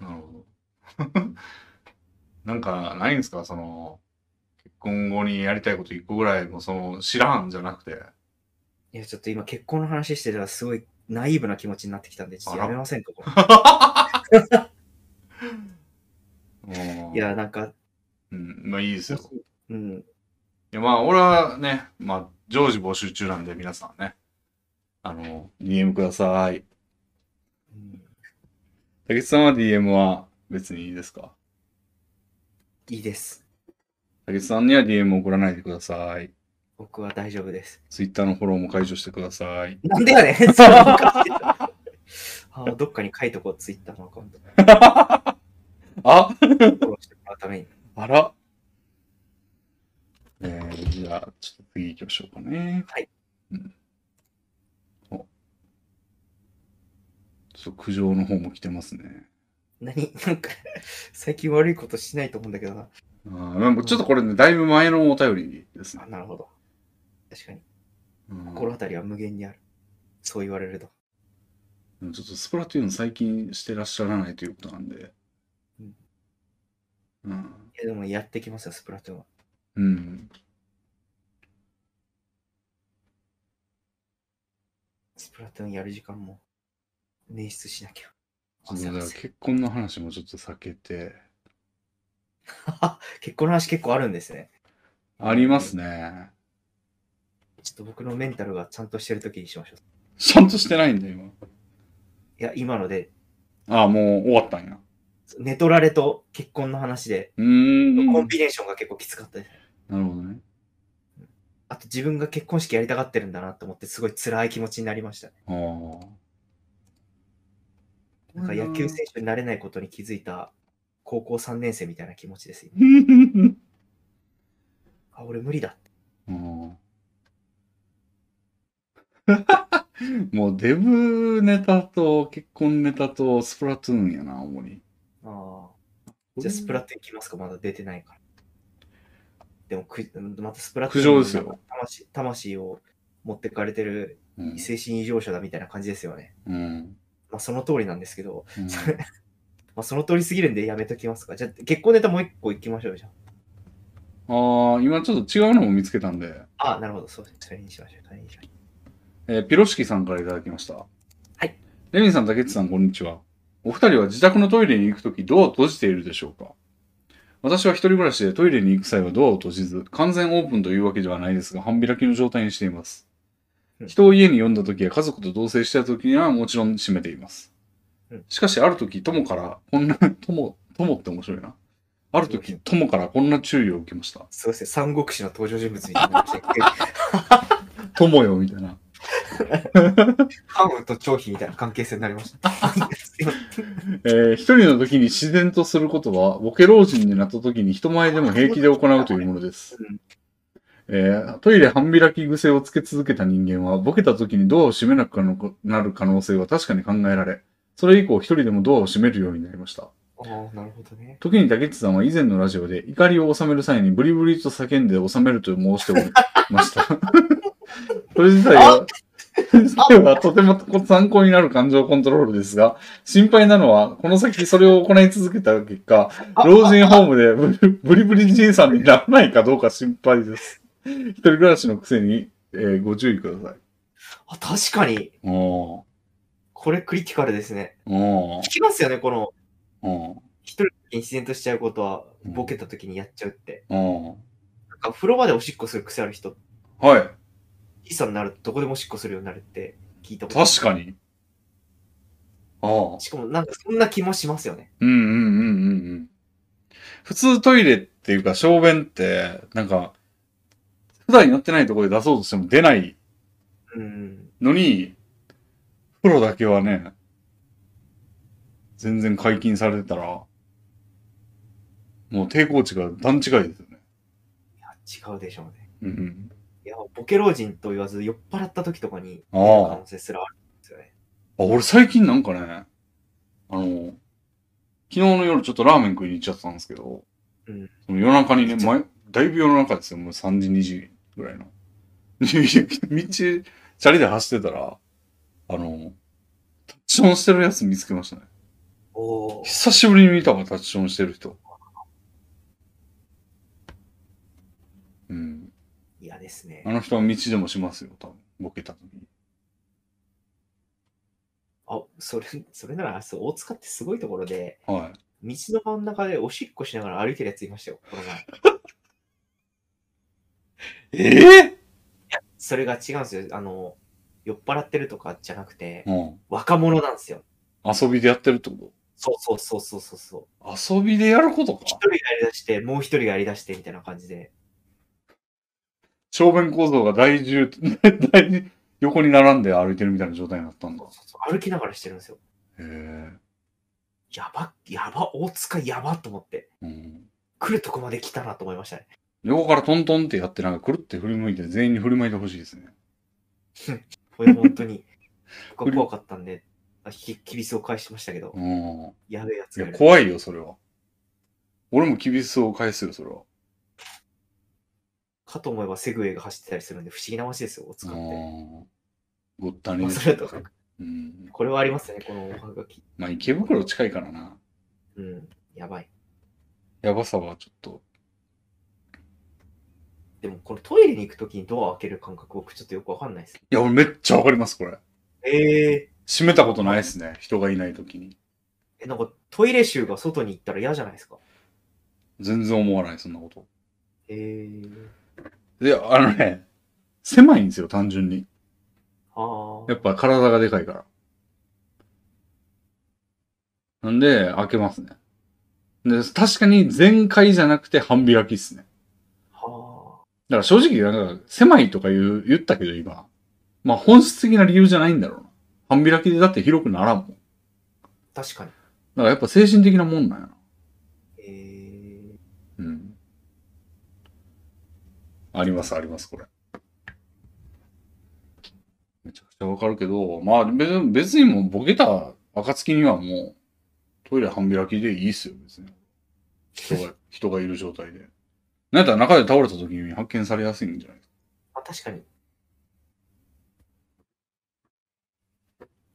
Speaker 1: なるほど。 <laughs> なんか、ないんですかその、結婚後にやりたいこと一個ぐらい、もうその、知らんじゃなくて。
Speaker 2: いや、ちょっと今結婚の話してたらすごいナイーブな気持ちになってきたんで、ちょっとやめませんかこ
Speaker 1: うん
Speaker 2: れいや、なんか、
Speaker 1: うん、まあいいですよ。
Speaker 2: うん、
Speaker 1: いやまあ、俺はね、まあ、常時募集中なんで、皆さんね。あの、DM ください。
Speaker 2: うん
Speaker 1: 竹内さんは DM は別にいいですか
Speaker 2: いいです。
Speaker 1: 竹内さんには DM を送らないでください。
Speaker 2: 僕は大丈夫です。
Speaker 1: Twitter のフォローも解除してください。
Speaker 2: なんでやねんそんな感じあーどっかに書いとこう、ツイッターのアカウント。
Speaker 1: あ
Speaker 2: フォローしてもらうために。
Speaker 1: あらえー、じゃあ、ちょっと次行きましょうかね。
Speaker 2: はい。
Speaker 1: うん、おちょっと苦情の方も来てますね。
Speaker 2: 何なんか、最近悪いことしないと思うんだけどな。
Speaker 1: あーなんかちょっとこれね、だいぶ前のお便りですね
Speaker 2: あ。なるほど。確かに。
Speaker 1: うん
Speaker 2: 心当たりは無限にある。そう言われると。
Speaker 1: うんちょっとスプラトゥーン最近してらっしゃらないということなんで。
Speaker 2: うん
Speaker 1: うん。
Speaker 2: いや、でもやってきますよ、スプラトゥーンは。
Speaker 1: うん。
Speaker 2: スプラトゥーンやる時間も、捻出しなきゃ。
Speaker 1: ちょっとだから
Speaker 2: 汗汗
Speaker 1: 結婚の話もちょっと避けて。
Speaker 2: 結婚の話結構あるんですね。
Speaker 1: ありますね。
Speaker 2: ちょっと僕のメンタルがちゃんとしてる時にしましょう。
Speaker 1: ちゃんとしてないんだ、今。
Speaker 2: いや、今ので、
Speaker 1: ああ、もう終わったんや。
Speaker 2: 寝取られと結婚の話で、
Speaker 1: うーん。
Speaker 2: コンビネーションが結構きつかったです。
Speaker 1: なるほどね。
Speaker 2: あと自分が結婚式やりたがってるんだなと思って、すごい辛い気持ちになりました。
Speaker 1: ああ。
Speaker 2: なんか野球選手になれないことに気づいた高校3年生みたいな気持ちです。今
Speaker 1: 手。
Speaker 2: あ、俺無理だって。
Speaker 1: うん <laughs> もうデブネタと結婚ネタとスプラトゥーンやな、主に。
Speaker 2: ああ。じゃあスプラトゥーン行きますかまだ出てないから。でもく、またスプラトゥーン
Speaker 1: 苦情ですよ
Speaker 2: なんか魂。魂を持ってかれてる
Speaker 1: うん。
Speaker 2: 精神異常者だみたいな感じですよね。
Speaker 1: うん。
Speaker 2: まあその通りなんですけど、
Speaker 1: うん
Speaker 2: まあその通りすぎるんでやめときますか。じゃあ結婚ネタもう一個行きましょうよじゃ
Speaker 1: ああ、今ちょっと違うのも見つけたんで、
Speaker 2: あ。あ、なるほど。そうです。それにしましょう。それにしましょ
Speaker 1: えーピロシキさんからいただきました。
Speaker 2: はい。
Speaker 1: レミンさん、竹内さん、こんにちは。お二人は自宅のトイレに行くとき、ドアを閉じているでしょうか私は一人暮らしでトイレに行く際はドアを閉じず、完全オープンというわけではないですが、半開きの状態にしています
Speaker 2: う。ん
Speaker 1: 人を家に呼んだときや家族と同棲したときにはもちろん閉めています
Speaker 2: うん。
Speaker 1: しかし、あるとき、友から、こんな、友、友って面白いな。あるとき、友からこんな注意を受けました。
Speaker 2: う。そうですね。三国志の登場人物みたいになり
Speaker 1: <laughs>
Speaker 2: ましたけど。
Speaker 1: 友よ、みたいな。
Speaker 2: 関羽と張飛みたいな関係性になりま
Speaker 1: <laughs>
Speaker 2: した。
Speaker 1: えー一人の時に自然とすることは、ボケ老人になった時に人前でも平気で行うというものです
Speaker 2: うん。
Speaker 1: えートイレ半開き癖をつけ続けた人間は、ボケた時にドアを閉めなくなる可能性は確かに考えられ、それ以降一人でもドアを閉めるようになりました。
Speaker 2: ああ、なるほどね。
Speaker 1: 時に竹内さんは以前のラジオで、怒りを収める際にブリブリと叫んで収めると申しておりました。それ自体は、それ自体はとても参考になる感情コントロールですが、心配なのは、この先それを行い続けた結果、老人ホームで <laughs> ブリブリブリじいさんにならないかどうか心配です。一人暮らしのくせに、えーご注意ください。
Speaker 2: あ確かに、
Speaker 1: お
Speaker 2: これクリティカルですね。
Speaker 1: ー、お
Speaker 2: 聞きますよね、この、
Speaker 1: ー、おー、
Speaker 2: 一人の時に自然としちゃうことは、
Speaker 1: うん
Speaker 2: ボケた時にやっちゃうって。
Speaker 1: お
Speaker 2: なんか、風呂場でおしっこする癖ある人、
Speaker 1: ー。はい。
Speaker 2: いさんになるとどこでもおしっこするようになるって聞いたことある
Speaker 1: 確かに。ああ。
Speaker 2: しかも、なんか、そんな気もしますよね。
Speaker 1: うんうんうんうんうん。普通トイレっていうか、小便って、なんか、普段やってないところで出そうとしても出ない
Speaker 2: うん。
Speaker 1: のに、風呂だけはね、全然解禁されてたら、もう抵抗値が段違いですよね。
Speaker 2: 違うでしょうね。
Speaker 1: うん。
Speaker 2: いや、ボケ老人と言わず、酔っ払った時とかに、
Speaker 1: あ
Speaker 2: 可
Speaker 1: あ
Speaker 2: 能性すらあるんですよね。
Speaker 1: あ、俺最近なんかね、あの、昨日の夜ちょっとラーメン食いに行っちゃったんですけど、
Speaker 2: うん
Speaker 1: その夜中にね、
Speaker 2: ちょ
Speaker 1: 前、だいぶ夜中ですよ、もう3時、2時ぐらいの。 <laughs> 道、チャリで走ってたら、あの、タッチションしてるやつ見つけましたね。
Speaker 2: おー
Speaker 1: 久しぶりに見たわ、タッチションしてる人。うん。
Speaker 2: 嫌ですね
Speaker 1: あ。の人は道でもしますよ、多分。ボケた時に。
Speaker 2: あ、それ、それなら、そう、大塚ってすごいところで、
Speaker 1: はい。
Speaker 2: 道の真ん中でおしっこしながら歩いてるやついましたよ、この前。
Speaker 1: ええ
Speaker 2: それが違うんですよ。あの、酔っ払ってるとかじゃなくて、
Speaker 1: うん。
Speaker 2: 若者なんですよ。
Speaker 1: 遊びでやってるってこと
Speaker 2: そうそうそうそうそうそう。
Speaker 1: 遊びでやること
Speaker 2: 一
Speaker 1: か。
Speaker 2: 人がやりだして、もう一人がやりだしてみたいな感じで。
Speaker 1: 小便構造が大重、 <laughs> 大横に並んで歩いてるみたいな状態になったんだ
Speaker 2: そう。そうそう歩きながらしてるんですよ。
Speaker 1: へえ。
Speaker 2: やば、やば、大塚やばと思って、
Speaker 1: うん。
Speaker 2: 来るとこまで来たなと思いましたね。
Speaker 1: 横からトントンってやって、なんかくるって振り向いて、全員に振り向いてほしいですね。
Speaker 2: これ本当に、僕は怖かったんで、あひきびすを返しましたけど、
Speaker 1: うん。
Speaker 2: やべえやつ
Speaker 1: い
Speaker 2: が
Speaker 1: や、
Speaker 2: いる。
Speaker 1: 怖いよ、それは。俺も厳しさを返すよ、それは。
Speaker 2: かと思えばセグウェイが走ってたりするんで、不思議な街ですよ、大塚って。
Speaker 1: うん。ごったに
Speaker 2: まあ、
Speaker 1: です
Speaker 2: それとか、
Speaker 1: うん。
Speaker 2: これはありますね、このおはがき。
Speaker 1: まあ、池袋近いからな。
Speaker 2: うん、やばい。
Speaker 1: やばさはちょっと。
Speaker 2: でも、このトイレに行くときにドアを開ける感覚、僕ちょっとよくわかんないです。
Speaker 1: いや、俺めっちゃわかります、これ。
Speaker 2: ええ
Speaker 1: 閉めたことないですね、人がいないときに。
Speaker 2: え、なんかトイレ臭が外に行ったら嫌じゃないですか。
Speaker 1: 全然思わない、そんなこと。
Speaker 2: ええ
Speaker 1: で、あのね、狭いんですよ、単純に。
Speaker 2: ああ
Speaker 1: やっ。ぱ体がでかいから。なんで、開けますね。で、確かに全開じゃなくて半開きっすね。
Speaker 2: はあ。
Speaker 1: だから正直、なんか、狭いとか言う、言ったけど今。まあ本質的な理由じゃないんだろうな。半開きでだって広くならんもん。だか
Speaker 2: 確かに。
Speaker 1: らやっぱ精神的なもんなんやな。
Speaker 2: ええ
Speaker 1: うん。あります、あります、これ。めちゃくちゃわかるけど、まあ別に別にもうボケた暁にはもうトイレ半開きでいいっすよ、別に。人 <laughs> が、人がいる状態で。なんだ中で倒れた時に発見されやすいんじゃないですか。
Speaker 2: あ、確かに。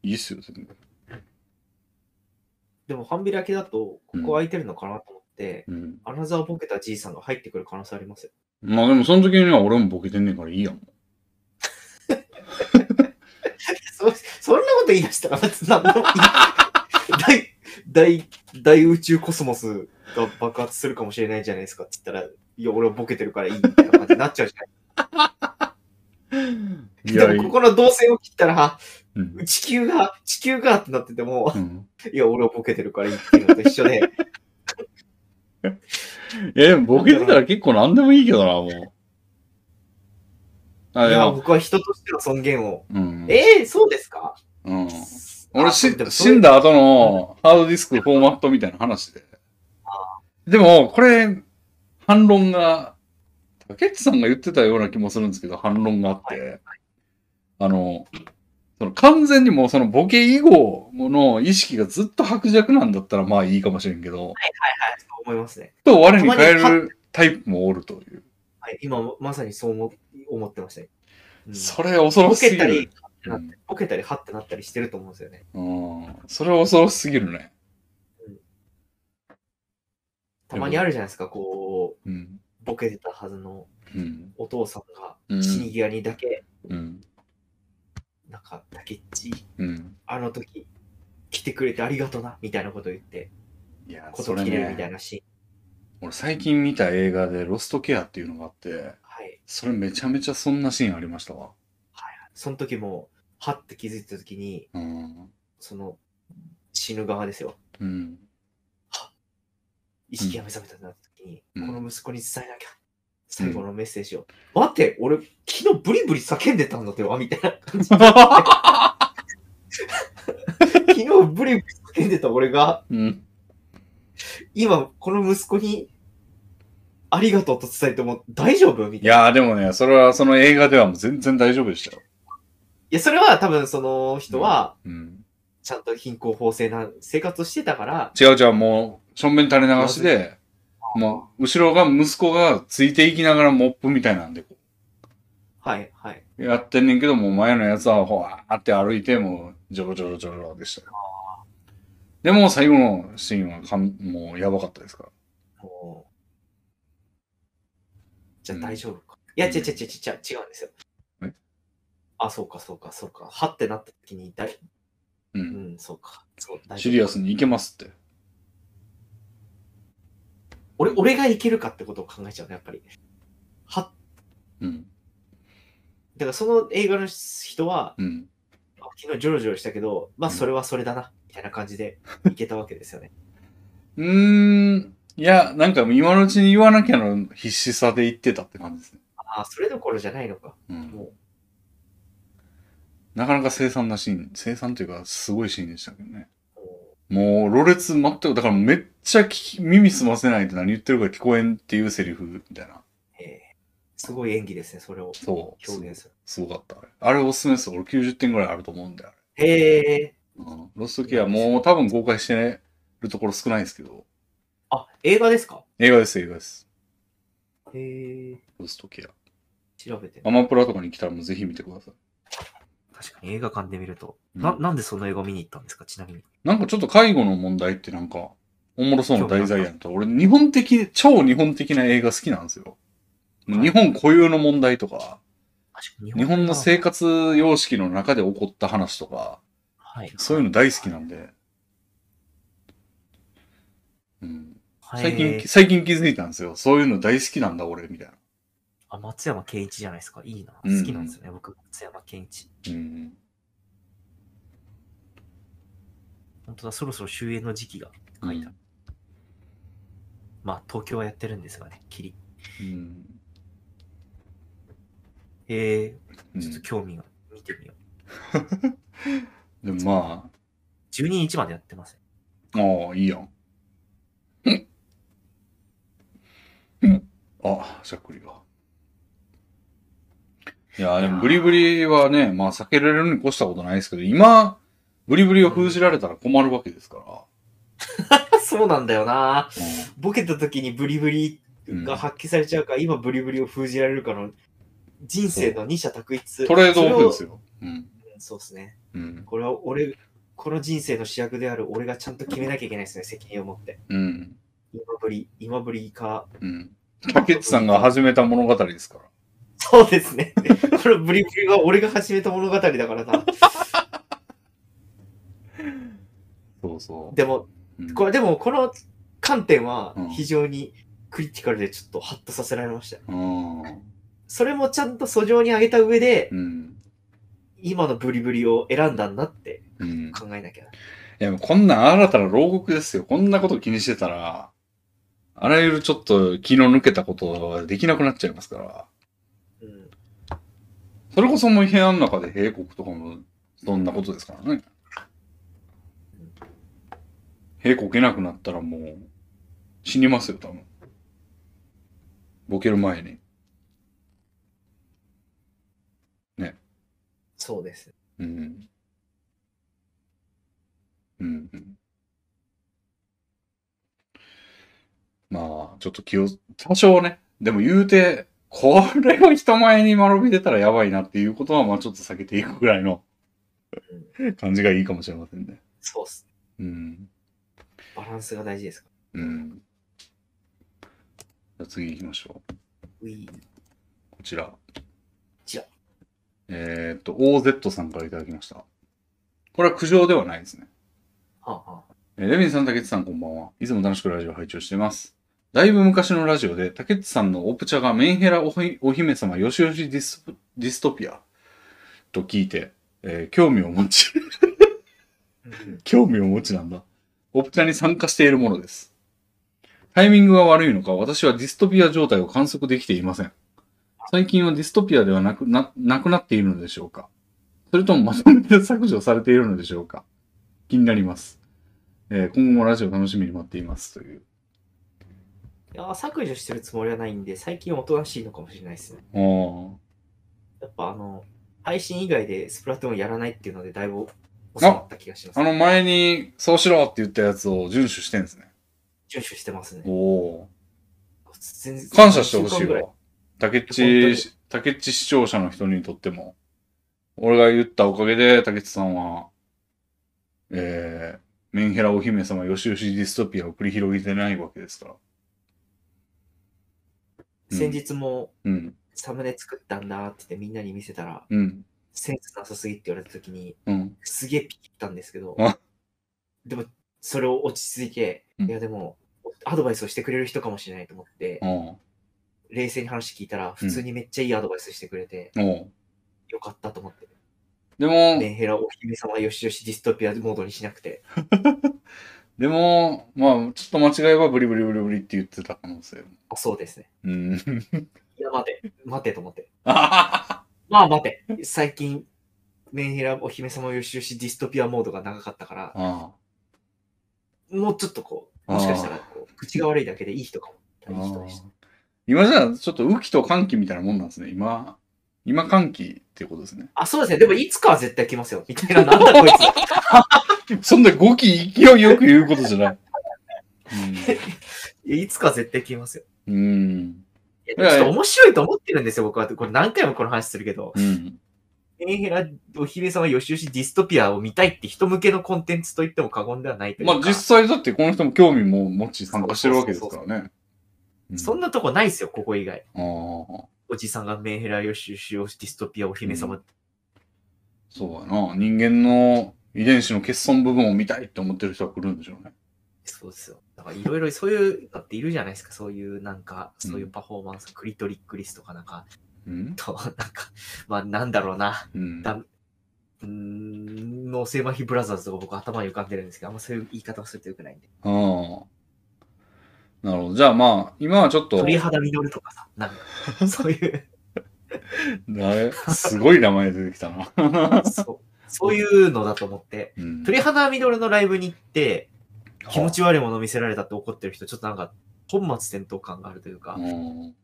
Speaker 1: いいっすよ、全然。
Speaker 2: でも、半開きだと、ここ空いてるのかなと思って、
Speaker 1: うん。
Speaker 2: アナザーボケたじいさんが入ってくる可能性ありますよ。 <laughs>
Speaker 1: まあでもその時には俺もボケてんねんからいいやん。
Speaker 2: そそんなこと言い出したら、別に何の大、 <laughs> 大、大宇宙コスモスが爆発するかもしれないじゃないですかって言ったら、いや、俺はボケてるからいいみたいな感じになっちゃうじゃない
Speaker 1: いや、
Speaker 2: で
Speaker 1: いい
Speaker 2: も、ここの動線を切ったら、
Speaker 1: うん。
Speaker 2: 地球が、地球がってなってても、
Speaker 1: うん、
Speaker 2: いや、俺はボケてるからいいっていうのと一緒で、
Speaker 1: いや、でもボケてたら結構何でもいいけどな、もう。 <laughs> あ、
Speaker 2: い
Speaker 1: い
Speaker 2: や、
Speaker 1: や、
Speaker 2: 僕は人としての尊厳を。
Speaker 1: うん。
Speaker 2: ええそうですか
Speaker 1: うん。
Speaker 2: あ
Speaker 1: 俺
Speaker 2: で
Speaker 1: し
Speaker 2: も、そ
Speaker 1: 死
Speaker 2: れ
Speaker 1: んだ後のハードディスクフォーマットみたいな話で。でも、これ、反論が、竹内さんが言ってたような気もするんですけど、反論があって、あの、その完全にもうそのボケ以後の意識がずっと薄弱なんだったらまあいいかもしれんけど、
Speaker 2: そう思いますね。
Speaker 1: と我に変えるタイプもおるという。
Speaker 2: はい、今まさにそう思思ってましたよ、うん
Speaker 1: それ恐ろ
Speaker 2: ボ
Speaker 1: しす
Speaker 2: ケ
Speaker 1: ぎ
Speaker 2: た
Speaker 1: る
Speaker 2: り。、ボケたり、はってなったりしてると思うんですよね。
Speaker 1: うん。うんそれは恐ろしすぎるね。
Speaker 2: たまにあるじゃないですか、こ
Speaker 1: うん。
Speaker 2: う、ボケてたはずの
Speaker 1: うん。
Speaker 2: お父さん
Speaker 1: うん
Speaker 2: が死に際にだけ、
Speaker 1: うん。
Speaker 2: なんか、だけっち、
Speaker 1: うん。
Speaker 2: あの時、来てくれてありがとな、みたいなこと言って、
Speaker 1: いや、
Speaker 2: こと
Speaker 1: それ
Speaker 2: 切れるみ
Speaker 1: ね
Speaker 2: たい。なシーン。
Speaker 1: 俺最近見た映画でロストケアっていうのがあって、
Speaker 2: はい。
Speaker 1: それめちゃめちゃそんなシーンありましたわ。
Speaker 2: その時も、はって気づいた時に、
Speaker 1: うん。
Speaker 2: その、死ぬ側ですよ。
Speaker 1: うん。
Speaker 2: 意識が目覚めたってなった時に、
Speaker 1: うん
Speaker 2: この息子に伝えなきゃ。最後のメッセージを。待って、俺、昨日ブリブリ叫んで
Speaker 1: <laughs>
Speaker 2: たんだってよ、みたいな。昨日ブリブリ叫んでた俺が、
Speaker 1: うん。
Speaker 2: 今、この息子に、ありがとうと伝えても大丈夫み
Speaker 1: い
Speaker 2: たいな。い
Speaker 1: やーでもね、それはその映画ではもう全然大丈夫でしたよ。
Speaker 2: や、それは多分その人は、
Speaker 1: うん。
Speaker 2: ちゃんと貧困法制な生活をしてたから、
Speaker 1: 違う違う、もう、正面垂れ流しで、もう、後ろが息子がついていきながらモップみたいなんで、
Speaker 2: はい、はい。
Speaker 1: やってんねんけど、もう前のやつは、ほわーって歩いて、もう、ジョロジョロジョロでしたよ。でも、最後のシーンはかん、もう、やばかったですから。
Speaker 2: もうじゃあ大丈夫か。い
Speaker 1: うん
Speaker 2: や、違う違う違う違う、違うんですよ
Speaker 1: え。
Speaker 2: あ、そうか、そうか、そうか。はってなった時に、だい、
Speaker 1: う。
Speaker 2: うんん、そうか。そう、大
Speaker 1: シ
Speaker 2: 丈
Speaker 1: リ
Speaker 2: 夫。
Speaker 1: アスに行けますって。
Speaker 2: 俺、俺がいけるかってことを考えちゃうね、やっぱり。はっ
Speaker 1: うん。
Speaker 2: だからその映画の人は、
Speaker 1: うん。
Speaker 2: あ昨日ジョロジョロしたけど、まあ
Speaker 1: うん
Speaker 2: それはそれだな、みたいな感じ
Speaker 1: <laughs>
Speaker 2: でいけたわけですよね。
Speaker 1: うーん。いや、なんか今のうちに言わなきゃの必死さで言ってたって感じですね。
Speaker 2: ああ、それどころじゃないのか。
Speaker 1: う
Speaker 2: も
Speaker 1: ん
Speaker 2: う。
Speaker 1: なかなか凄惨なシーン、凄惨というか、すごいシーンでしたけどね。
Speaker 2: も
Speaker 1: もう、ろれつ全く、だからめっちゃ聞き耳澄ませないと何言ってるか聞こえんっていうセリフみたいな。
Speaker 2: うえーすごい演技ですね、それを
Speaker 1: そう。
Speaker 2: 表現する。
Speaker 1: すごかった。あれあれおすすめです。俺90点ぐらいあると思うんだよ。
Speaker 2: へえ。
Speaker 1: うん、ロストケアもう多分公開してるところ少ないですけど。
Speaker 2: あ、映画ですか
Speaker 1: 映画です、映画です。
Speaker 2: へえ。
Speaker 1: ロストケア。
Speaker 2: 調べて
Speaker 1: アマプラとかに来たらもうぜひ見てください。
Speaker 2: 確かに映画館で見ると。
Speaker 1: うん
Speaker 2: な、なんでその映画見に行ったんですか、ちなみに。
Speaker 1: なんかちょっと介護の問題ってなんか、おもろそうな題材やんと。俺日本的、超日本的な映画好きなんですよ。もう日本固有の問題とか、
Speaker 2: 確かに
Speaker 1: 日本の生
Speaker 2: 活。
Speaker 1: 活様式の中で起こった話とか、
Speaker 2: はい。
Speaker 1: そういうの大好きなんで。うん、最
Speaker 2: へ
Speaker 1: 近、
Speaker 2: ー
Speaker 1: 最近気づいたんですよ。そういうの大好きなんだ、俺、みたいな。
Speaker 2: あ、松山ケンイチじゃないですか。いいな。好
Speaker 1: うん
Speaker 2: きなんですよね、僕、松山ケンイチ。
Speaker 1: うん。
Speaker 2: 本当だ、そろそろ終演の時期が書いてある。
Speaker 1: う
Speaker 2: まあ、東京はやってるんですがね、きり。
Speaker 1: うん。
Speaker 2: へえ
Speaker 1: うん
Speaker 2: ちょっと興味が、見てみよう。
Speaker 1: でもま
Speaker 2: 12日までやってますね。
Speaker 1: あ、ああ、いいやん。あ、しゃっくりが。いやー、でもブリブリはね、まあ避けられるに越したことないですけど、今、ブリブリを封じられたら困るわけですか
Speaker 2: <laughs> そうなんだよな。
Speaker 1: ら。
Speaker 2: ボケた時にブリブリが発揮されちゃうか、今ブリブリを封じられるかの人生の二者択
Speaker 1: う
Speaker 2: 一。
Speaker 1: んトレードオフです
Speaker 2: よ。
Speaker 1: よ。うん。
Speaker 2: そうですね。
Speaker 1: うん。
Speaker 2: これは俺、この人生の主役である俺がちゃんと決めなきゃいけないですね、責任を持って。
Speaker 1: うん。
Speaker 2: 今ぶり、今ぶりか。
Speaker 1: うん。竹内さんが始めた物語ですから。
Speaker 2: そうですね。このブリブリは俺が始めた物語だからな。
Speaker 1: そうそ
Speaker 2: でも、
Speaker 1: う。うん
Speaker 2: これでもこの観点は
Speaker 1: うん
Speaker 2: 非常にクリティカルでちょっとハッとさせられました。
Speaker 1: うん。
Speaker 2: それもちゃんと訴状に上げた上で、
Speaker 1: うん。
Speaker 2: 今のブリブリを選んだんだって
Speaker 1: うん。
Speaker 2: 考えなきゃ。
Speaker 1: いや、もうこんなん新たな牢獄ですよ。こんなこと気にしてたら、あらゆるちょっと気の抜けたことができなくなっちゃいますから。
Speaker 2: うん、
Speaker 1: それこそもう部屋の中で閉国とかも、そんなことですからね。閉国いなくなったらもう、死にますよ、多分。ボケる前に。
Speaker 2: そうです。
Speaker 1: うん。うんうん。まあ、ちょっと気を、多少ね、でも言うて、これを人前に丸び出たらやばいなっていうことは、まあちょっと避けていくぐらいの感じがいいかもしれませんね。
Speaker 2: そうっす。
Speaker 1: うん。
Speaker 2: バランスが大事ですか
Speaker 1: うん。じゃあ次行きましょう。
Speaker 2: ら。うい
Speaker 1: こちら。こ
Speaker 2: ちら。
Speaker 1: えーっと、OZ さんからいただきました。これは苦情ではないですね。
Speaker 2: はあ、はあ、
Speaker 1: えーレビンさん、竹内さん、こんばんは。いつも楽しくラジオを拝聴しています。だいぶ昔のラジオで、竹内さんのオプチャがメンヘラおひお姫様よしよしディスプディストピアと聞いて、えー興味を持ち、
Speaker 2: うん
Speaker 1: 興味を持ちなんだ。オプチャに参加しているものです。タイミングが悪いのか、私はディストピア状態を観測できていません。最近はディストピアではなくななくなっているのでしょうかそれともまとめて削除されているのでしょうか気になります。えー今後もラジオ楽しみに待っていますという。
Speaker 2: いやー、削除してるつもりはないんで、最近おとなしいのかもしれないですね。
Speaker 1: お
Speaker 2: やっぱあの、配信以外でスプラトゥーンやらないっていうので、だいぶ収まった気がします。
Speaker 1: あの前に、そうしろって言ったやつを遵守してんですね。
Speaker 2: 遵守してますね。
Speaker 1: おお
Speaker 2: 全然
Speaker 1: ー。感謝してほしい
Speaker 2: 一週間ぐらい
Speaker 1: わ。竹
Speaker 2: いや本
Speaker 1: 内、竹内視聴者の人にとっても、俺が言ったおかげで竹内さんは、えー、メンヘラお姫様よしよしディストピアを繰り広げてないわけですから。うん
Speaker 2: 先日も
Speaker 1: うん、
Speaker 2: サムネ作ったんだって言ってみんなに見せたら、
Speaker 1: うん、
Speaker 2: センスなさすぎって言われた時に、
Speaker 1: うん。
Speaker 2: すげえピキったんですけど
Speaker 1: あ、
Speaker 2: でも、それを落ち着いて、
Speaker 1: うん
Speaker 2: いやでも、アドバイスをしてくれる人かもしれないと思って、
Speaker 1: お
Speaker 2: 冷静に話聞いたら、普通にめっちゃいいアドバイスしてくれて、
Speaker 1: ーおー
Speaker 2: よかったと思って、
Speaker 1: でも、
Speaker 2: メンヘラお姫様よしよしディストピアモードにしなくて、
Speaker 1: でも、まあ、ちょっと間違えばブリブリブリブリって言ってた可能性も。
Speaker 2: あそうですね。
Speaker 1: うん。
Speaker 2: <laughs> いや、待て、待てと思って。
Speaker 1: あはは
Speaker 2: まあ待て、最近、メンヘラお姫様よしよしディストピアモードが長かったから、
Speaker 1: あ
Speaker 2: もうちょっとこう、
Speaker 1: あ
Speaker 2: もしかしたらこう口が悪いだけでいい人か
Speaker 1: あ
Speaker 2: も。いい人でした。
Speaker 1: 今じゃあ、ちょっと雨季と寒季みたいなもんなんですね。今、今寒季っていうことですね。
Speaker 2: あ、そうですね。でも、いつかは絶対来ますよ。みたいな、なんだこい
Speaker 1: <laughs> そんな語気勢いよく言うことじゃ
Speaker 2: <laughs>
Speaker 1: ない。
Speaker 2: つ。いやいつかは絶対来ますよ。
Speaker 1: うん。うん。
Speaker 2: い
Speaker 1: いや
Speaker 2: や、
Speaker 1: い
Speaker 2: ちょ
Speaker 1: や
Speaker 2: っと面白いと思ってるんですよ、僕は。これ何回もこの話するけど。
Speaker 1: うん。
Speaker 2: メンヘラお姫様よしよしディストピアを見たいって人向けのコンテンツと言っても過言ではないという
Speaker 1: ま
Speaker 2: か。
Speaker 1: あ実際だってこの人も興味も持ち参加してるわけですからね。
Speaker 2: そんなとこないですよ、ここ以外。
Speaker 1: ああ、
Speaker 2: おじさんがメンヘラよしよしよしディストピアお姫様、
Speaker 1: そうやな。人間の遺伝子の欠損部分を見たいって思ってる人が来るんでしょうね。
Speaker 2: そうですよ。だからいろいろそういうのっているじゃないですか。そういうなんか、そういうパフォーマンス、クリトリックリスとかなんか、 <laughs>
Speaker 1: うん
Speaker 2: と、なんか、まあなんだろうな。
Speaker 1: うん。
Speaker 2: だうーん、ノーセーマヒブラザーズとか僕頭に浮かんでるんですけど、あんまそういう言い方をするとよくないんで。
Speaker 1: ああ。なるほど。じゃあまあ、今はちょっと、
Speaker 2: 鳥肌実るとかさ、なん <laughs> か、そういう、
Speaker 1: 誰すごい名前出てきたな。
Speaker 2: そう、そういうのだと思って。
Speaker 1: うん
Speaker 2: 鳥肌実るのライブに行って、気持ち悪いもの見せられたって怒ってる人、ちょっとなんか、本末転倒感があるというか、
Speaker 1: うん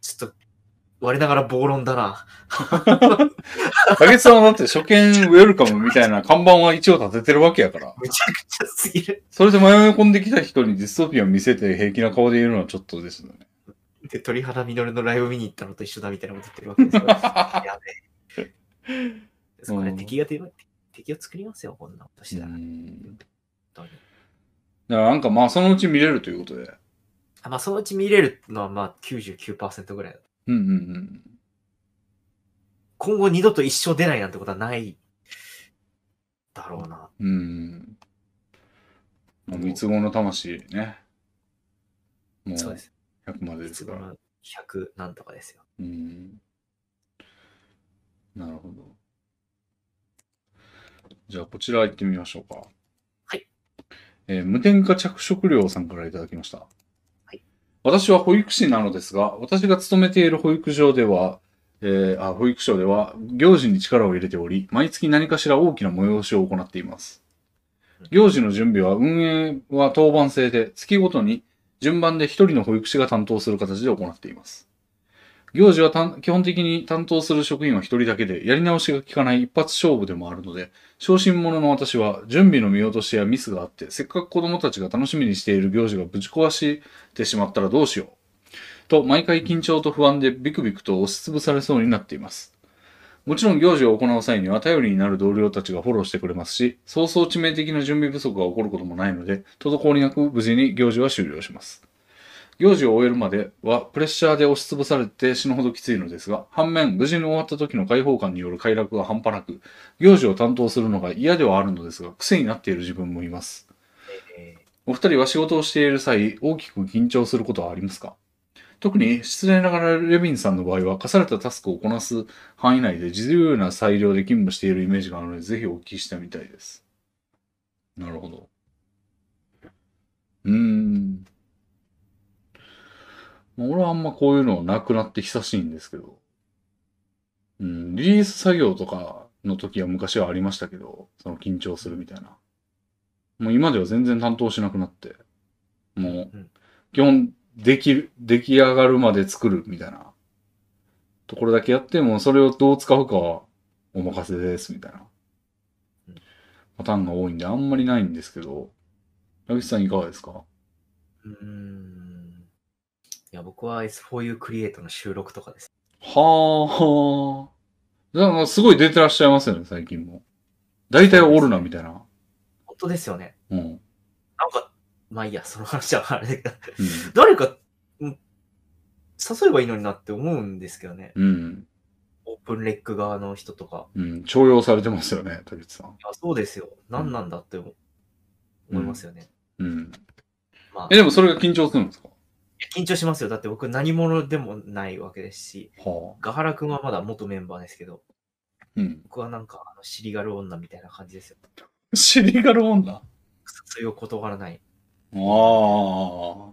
Speaker 2: ちょっと、我ながら暴論だな。
Speaker 1: 竹内さんはだって初見ウェルカムみたいな看板は一応立ててるわけやから。
Speaker 2: むちゃくちゃすぎる。
Speaker 1: それで迷い込んできた人にディストピアを見せて平気な顔で言うのはちょっと
Speaker 2: <laughs>
Speaker 1: ですね。
Speaker 2: で、鳥肌実のライブ見に行ったのと一緒だみたいなこと言ってるわけですよ。
Speaker 1: <laughs>
Speaker 2: やべえ。それ敵が出る、敵を作りますよ、こんなことし
Speaker 1: う
Speaker 2: たら。本
Speaker 1: ん
Speaker 2: 当に
Speaker 1: だからなんかまあそのうち見れるということで。
Speaker 2: あまあ、そのうち見れるのはまあ99%ぐらいだ。
Speaker 1: うんうんうん。
Speaker 2: 今後二度と一生出ないなんてことはないだろうな。
Speaker 1: うん。まあ三つ子の魂ね。もう
Speaker 2: そ
Speaker 1: 100
Speaker 2: うです。
Speaker 1: まで
Speaker 2: い
Speaker 1: で
Speaker 2: つ
Speaker 1: す
Speaker 2: も
Speaker 1: から。
Speaker 2: の100なんとかですよ。
Speaker 1: うん。なるほど。じゃあ、こちら行ってみましょうか。
Speaker 2: はい。
Speaker 1: えー無添加着色料さんからいただきました。
Speaker 2: はい。
Speaker 1: 私は保育士なのですが、私が勤めている保育所では、えーあ保育所では行事に力を入れており、毎月何かしら大きな催しを行っています。行事の準備は運営は当番制で、月ごとに順番で一人の保育士が担当する形で行っています。行事はたん基本的に担当する職員は一人だけで、やり直しが効かない一発勝負でもあるので、昇進者の私は準備の見落としやミスがあって、せっかく子供たちが楽しみにしている行事がぶち壊してしまったらどうしよう。と、毎回緊張と不安でビクビクと押しつぶされそうになっています。もちろん行事を行う際には頼りになる同僚たちがフォローしてくれますし、そうそう致命的な準備不足が起こることもないので、滞りなく無事に行事は終了します。行事を終えるまではプレッシャーで押しつぶされて死ぬほどきついのですが、反面、無事に終わった時の解放感による快楽が半端なく、行事を担当するのが嫌ではあるのですが、癖になっている自分もいます。
Speaker 2: え
Speaker 1: お二人は仕事をしている際、大きく緊張することはありますか特に、失礼ながらレビンさんの場合は、課されたタスクをこなす範囲内で自由な裁量で勤務しているイメージがあるので、ぜひお聞きしたみたいです。なるほど。うーん。まあ俺はあんまこういうのなくなって久しいんですけど。うん、リリース作業とかの時は昔はありましたけど、その緊張するみたいな。もう今では全然担当しなくなって、も
Speaker 2: うん
Speaker 1: う、基本、できる、出来上がるまで作るみたいなところだけやって、もうそれをどう使うかはお任せですみたいな
Speaker 2: うん
Speaker 1: パターンが多いんで、あんまりないんですけど、矢口さんいかがですか
Speaker 2: うーん。いや、僕は S4U クリエイトの収録とかです。
Speaker 1: はあ、はあ。なんかすごい出てらっしゃいますよね、最近も。大体おるな、みたいな。
Speaker 2: 本当ですよね。
Speaker 1: うん。うん。
Speaker 2: なんか、まあいいや、その話はあれだけど、 <laughs> 誰か、うん誘えばいいのになって思うんですけどね。
Speaker 1: うん。
Speaker 2: オープンレック側の人とか。
Speaker 1: うん。重用されてますよね、竹内さん
Speaker 2: い。や、そうですよ。何なんだって思思いますよね。
Speaker 1: うん。
Speaker 2: まあ
Speaker 1: え、、でもそれが緊張するんですか
Speaker 2: 緊張しますよ。だって僕何者でもないわけですし、
Speaker 1: はあ。
Speaker 2: ガハラ君はまだ元メンバーですけど、
Speaker 1: うん。
Speaker 2: 僕はなんか、あの尻がる女みたいな感じですよ。
Speaker 1: シリガル女あ
Speaker 2: 誘いを断らない。
Speaker 1: あ。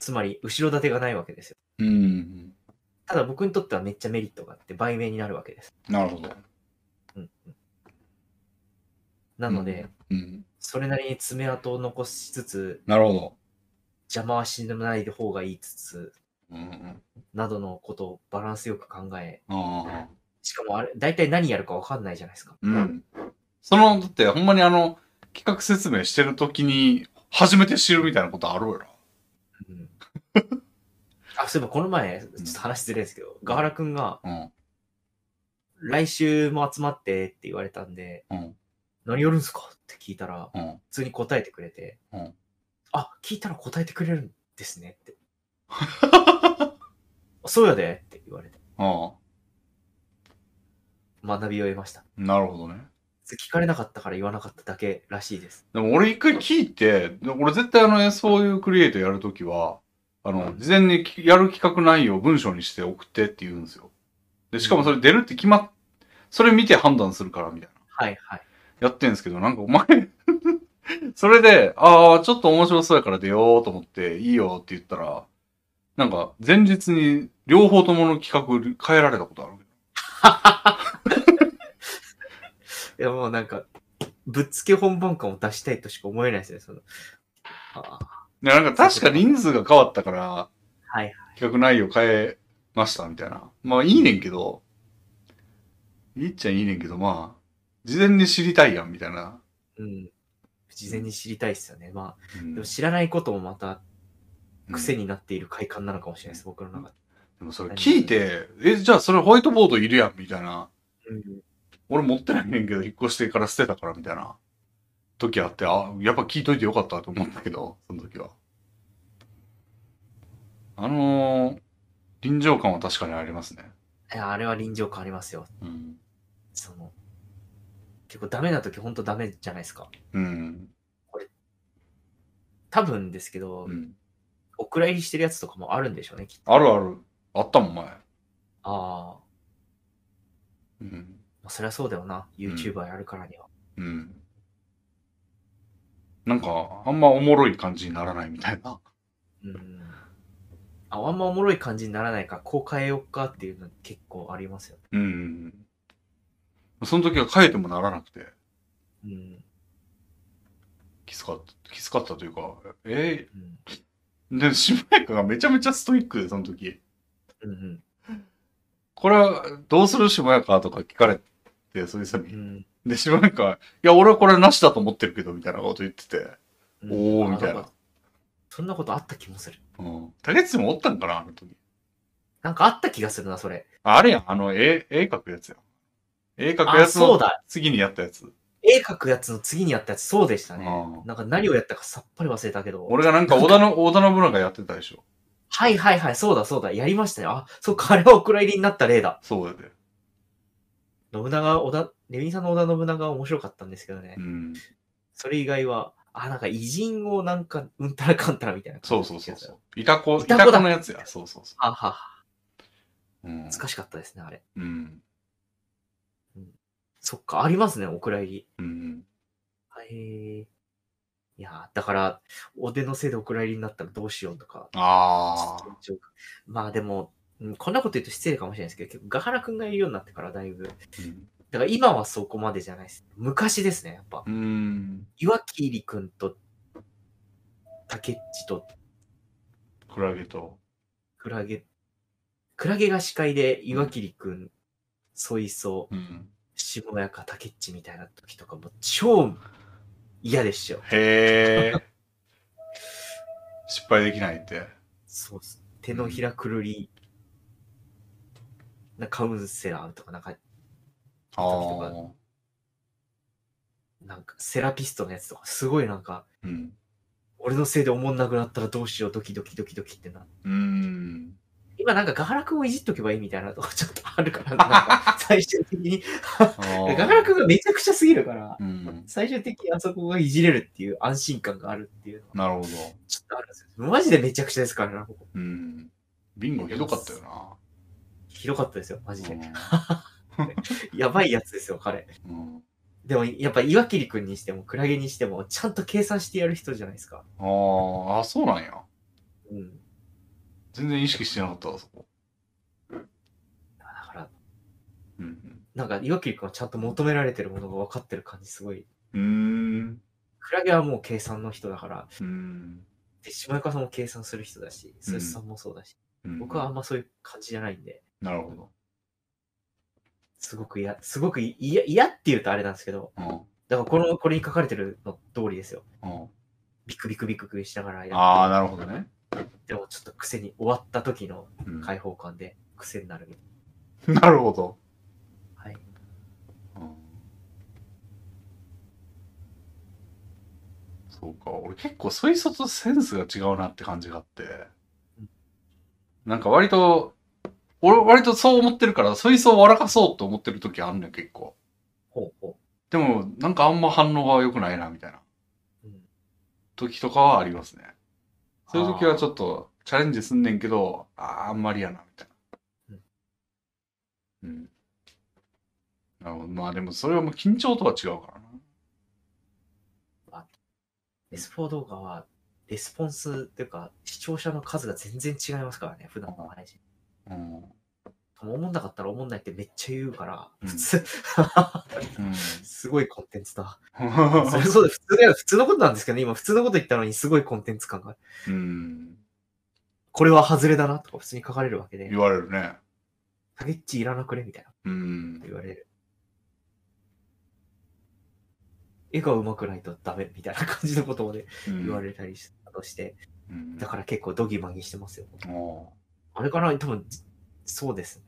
Speaker 2: つまり、後ろ盾がないわけですよ。
Speaker 1: うん。
Speaker 2: ただ僕にとってはめっちゃメリットがあって、売名になるわけです。
Speaker 1: なるほど。
Speaker 2: うんうん、なので、
Speaker 1: うん。
Speaker 2: それなりに爪痕を残しつつ、
Speaker 1: なるほど。
Speaker 2: 邪魔はしない方がいいつつ、
Speaker 1: うんうん。
Speaker 2: などのことをバランスよく考え、
Speaker 1: ああ。
Speaker 2: しかもあれ、大体何やるかわかんないじゃないですか。
Speaker 1: うん。その、だってほんまにあの、企画説明してるときに、初めて知るみたいなことあるやろ。 <laughs>
Speaker 2: うん、あ、そういえばこの前、ちょっと話ずれですけど、ガハラ君が
Speaker 1: うん。
Speaker 2: 来週も集まってって言われたんで、
Speaker 1: うん
Speaker 2: 何やるんすかって聞いたら、
Speaker 1: うん。
Speaker 2: 普通に答えてくれて、
Speaker 1: うん
Speaker 2: あ、聞いたら答えてくれるんですね
Speaker 1: <laughs>
Speaker 2: って。そうやでって言われて、
Speaker 1: ああ。
Speaker 2: 学びを得ました。
Speaker 1: なるほどね。
Speaker 2: 聞かれなかったから言わなかっただけらしいです。
Speaker 1: でも俺一回聞いて、で俺絶対あの SOU クリエイトやるときは、あの、事前にきやる企画内容を文章にして送ってって言うんですよ。で、しかもそれ出るって決まっ、それ見て判断するからみたいな。
Speaker 2: はいはい。
Speaker 1: やってんすけど、なんかお前、 <laughs> それで、ああ、ちょっと面白そうやから出ようと思って、いいよって言ったら、なんか前日に両方ともの企画変えられたことある。
Speaker 2: いやもうなんか、ぶっつけ本番感を出したいとしか思えないですね。そのあー
Speaker 1: で、なんか確か人数が変わったから、
Speaker 2: はいはい。
Speaker 1: 企画内容変えましたみたいな。まあいいねんけど、いいっちゃいいねんけど、まあ、事前に知りたいやんみたいな。
Speaker 2: うん。事前に知りたいっすよね。まあ、
Speaker 1: うん
Speaker 2: でも知らないこともまた癖
Speaker 1: に。
Speaker 2: になっている快感なのかもしれないです、僕の中で。
Speaker 1: でもそれ聞いて、え、じゃあそれホワイトボードいるやんみたいな。俺持ってないねんけど、引っ越してから捨てたからみたいな時あって、あ、やっぱ聞いといてよかったと思ったけど、その時は。あのー臨場感は確かにありますね。
Speaker 2: いや、あれは臨場感ありますよ。
Speaker 1: うん。
Speaker 2: その、結構ダメな時ほんとダメじゃないですか。
Speaker 1: うん。
Speaker 2: 多分ですけど、
Speaker 1: うん。
Speaker 2: お蔵入りしてるやつとかもあるんでしょうね、きっと。
Speaker 1: あるある。あったもん、前。
Speaker 2: ああ、
Speaker 1: うん。
Speaker 2: まあ、そりゃそうだよな。YouTuber やるからには。
Speaker 1: うん。なんか、あんまおもろい感じにならないみたいな。
Speaker 2: うん。あ、あんまおもろい感じにならないから、こう変えようかっていうの結構ありますよ。
Speaker 1: うん。その時は変えてもならなくて、
Speaker 2: うん。
Speaker 1: きつかった、きつかったというか、え
Speaker 2: うん。
Speaker 1: ー、で、しまやかがめちゃめちゃストイックで、その時。
Speaker 2: うん。
Speaker 1: これは、どうするしまやかとか聞かれて、そういう人
Speaker 2: う
Speaker 1: に。
Speaker 2: ん。
Speaker 1: で、しまやかは、いや、俺はこれなしだと思ってるけど、みたいなこと言ってて。
Speaker 2: うん
Speaker 1: おー
Speaker 2: あ
Speaker 1: みたいなん
Speaker 2: かそんなことあった気もする。
Speaker 1: うん。竹内もおったんかな、あの時。
Speaker 2: なんかあった気がするな、それ。
Speaker 1: ああれやん、あの、絵、絵描くやつやん。絵描くや
Speaker 2: あ、
Speaker 1: つ
Speaker 2: そう
Speaker 1: の
Speaker 2: だ。
Speaker 1: 次にやったやつ。
Speaker 2: 絵描くやつの次にやったやつ、そうでしたね。
Speaker 1: うん
Speaker 2: なんか何をやったかさっぱり忘れたけど。
Speaker 1: 俺がなんか織田の、織田信長やってたでしょ。
Speaker 2: はいはいはい、そうだそうだ、やりましたよ。あ、そうか、あれはお蔵入りになった例だ。
Speaker 1: そうやで。
Speaker 2: 信長、織田、レミさんの織田信長は面白かったんですけどね
Speaker 1: う。ん。
Speaker 2: それ以外は、あ、なんか偉人をなんか、うんたらかんたらみたいな感
Speaker 1: そう
Speaker 2: じ
Speaker 1: そ
Speaker 2: で
Speaker 1: う
Speaker 2: す
Speaker 1: そう
Speaker 2: よ
Speaker 1: そう。いたこ、い
Speaker 2: イタ
Speaker 1: た
Speaker 2: コだ
Speaker 1: このやつや。そうそうそ
Speaker 2: はあはあ、
Speaker 1: う。うん。
Speaker 2: 難しかったですね、あれ。
Speaker 1: うん。
Speaker 2: そっか、ありますね、お蔵入り。
Speaker 1: うん。
Speaker 2: はい。いやーだから、お出のせいでお蔵入りになったらどうしようとか。
Speaker 1: ああ。
Speaker 2: ちょっとまあでも、うんこんなこと言うと失礼かもしれないですけど、結構ガハラ君がいるようになってからだいぶ、
Speaker 1: うん
Speaker 2: だから今はそこまでじゃないです。昔ですね、やっぱ。
Speaker 1: うん。
Speaker 2: 岩切くんと、竹っちと、
Speaker 1: クラゲと。
Speaker 2: クラゲ、クラゲが司会で岩切くん、ソイソ、
Speaker 1: うん。
Speaker 2: 下やか竹っちみたいな時とかも超嫌でしたよ。
Speaker 1: へえ。 <laughs> 失敗できないって。
Speaker 2: そうっす。手のひらくるり、なカウンセラーとかなんか、
Speaker 1: ああ。
Speaker 2: なんかセラピストのやつとか、すごいなんか、
Speaker 1: うん。
Speaker 2: 俺のせいで思んなくなったらどうしよう、ドキドキドキドキってな。
Speaker 1: うん。
Speaker 2: 今なんかガハラ君をいじっとけばいいみたいなとこちょっとあるから、なん
Speaker 1: <laughs>
Speaker 2: か最終的に。ガハラ君がめちゃくちゃすぎるから、
Speaker 1: うん。
Speaker 2: 最終的にあそこがいじれるっていう安心感があるっていうのは
Speaker 1: なるほど。
Speaker 2: ちょっとあるんですよ。マジでめちゃくちゃですからな、ここ。
Speaker 1: うん。ビンゴひどかったよな。
Speaker 2: ひどかったですよ、マジで。
Speaker 1: う
Speaker 2: やばいやつですよ、彼。
Speaker 1: んうん。
Speaker 2: でも、やっぱ岩切君にしても、クラゲにしても、ちゃんと計算してやる人じゃないですか。
Speaker 1: あーあ、そうなんや。
Speaker 2: うん。
Speaker 1: 全然意識してなかったわ、そこ。
Speaker 2: だから、
Speaker 1: うん。
Speaker 2: なんか岩切君はちゃんと求められてるものが分かってる感じすごい。
Speaker 1: うん。
Speaker 2: クラゲはもう計算の人だから、
Speaker 1: うん。
Speaker 2: で、下岡さんも計算する人だし、鈴木さんもそうだ
Speaker 1: うん
Speaker 2: し、僕はあんまそういう感じじゃないんで、
Speaker 1: なるほど。
Speaker 2: すごく嫌、すごく嫌、嫌って言うとあれなんですけど、だからこの、これに書かれてるの通りですよ。
Speaker 1: うん。うん。
Speaker 2: ビクビクビクビクしながらや
Speaker 1: ああ、
Speaker 2: って
Speaker 1: なるほどね。
Speaker 2: でもちょっと癖に終わった時の
Speaker 1: うん
Speaker 2: 解放感で癖になるみたい
Speaker 1: なるほど。
Speaker 2: な。はい。
Speaker 1: うんそうか、俺結構ソイソとセンスが違うなって感じがあって
Speaker 2: うん。
Speaker 1: なんか割と、俺割とそう思ってるから、ソイソを笑かそうと思ってる時あんねん、結構。
Speaker 2: ほうほ
Speaker 1: でも、なんかあんま反応が良くないな、みたいな
Speaker 2: う。うん、
Speaker 1: 時とかはありますね。そういう時はちょっとチャレンジすんねんけど、あーあんまりやな、みたいな。うん。なるほど。まあでもそれはもう緊張とは違うからな。
Speaker 2: レスポー動画は、レスポンスっていうか、視聴者の数が全然違いますからね、普段の配信。
Speaker 1: うん。
Speaker 2: 思んなかったら思んないってめっちゃ言うから、
Speaker 1: うん
Speaker 2: 普通、 <laughs>
Speaker 1: うん。
Speaker 2: すごいコンテンツ
Speaker 1: <laughs>
Speaker 2: だ。そ <laughs> れ
Speaker 1: う
Speaker 2: そうで普通だよ、普通のことなんですけど、ね、今普通のこと言ったのにすごいコンテンツ感がある。
Speaker 1: ん。
Speaker 2: これは外れだなとか普通に書かれるわけで
Speaker 1: 言、われるね。
Speaker 2: タゲッチいらなくねみたいな
Speaker 1: うん。
Speaker 2: 言われる。絵が上手くないとダメみたいな感じのことをね、言わ
Speaker 1: る。
Speaker 2: れたりしたとして、
Speaker 1: うん、
Speaker 2: だから結構ドギマギしてますよ。
Speaker 1: ら。お
Speaker 2: あれかな多分、そうですね。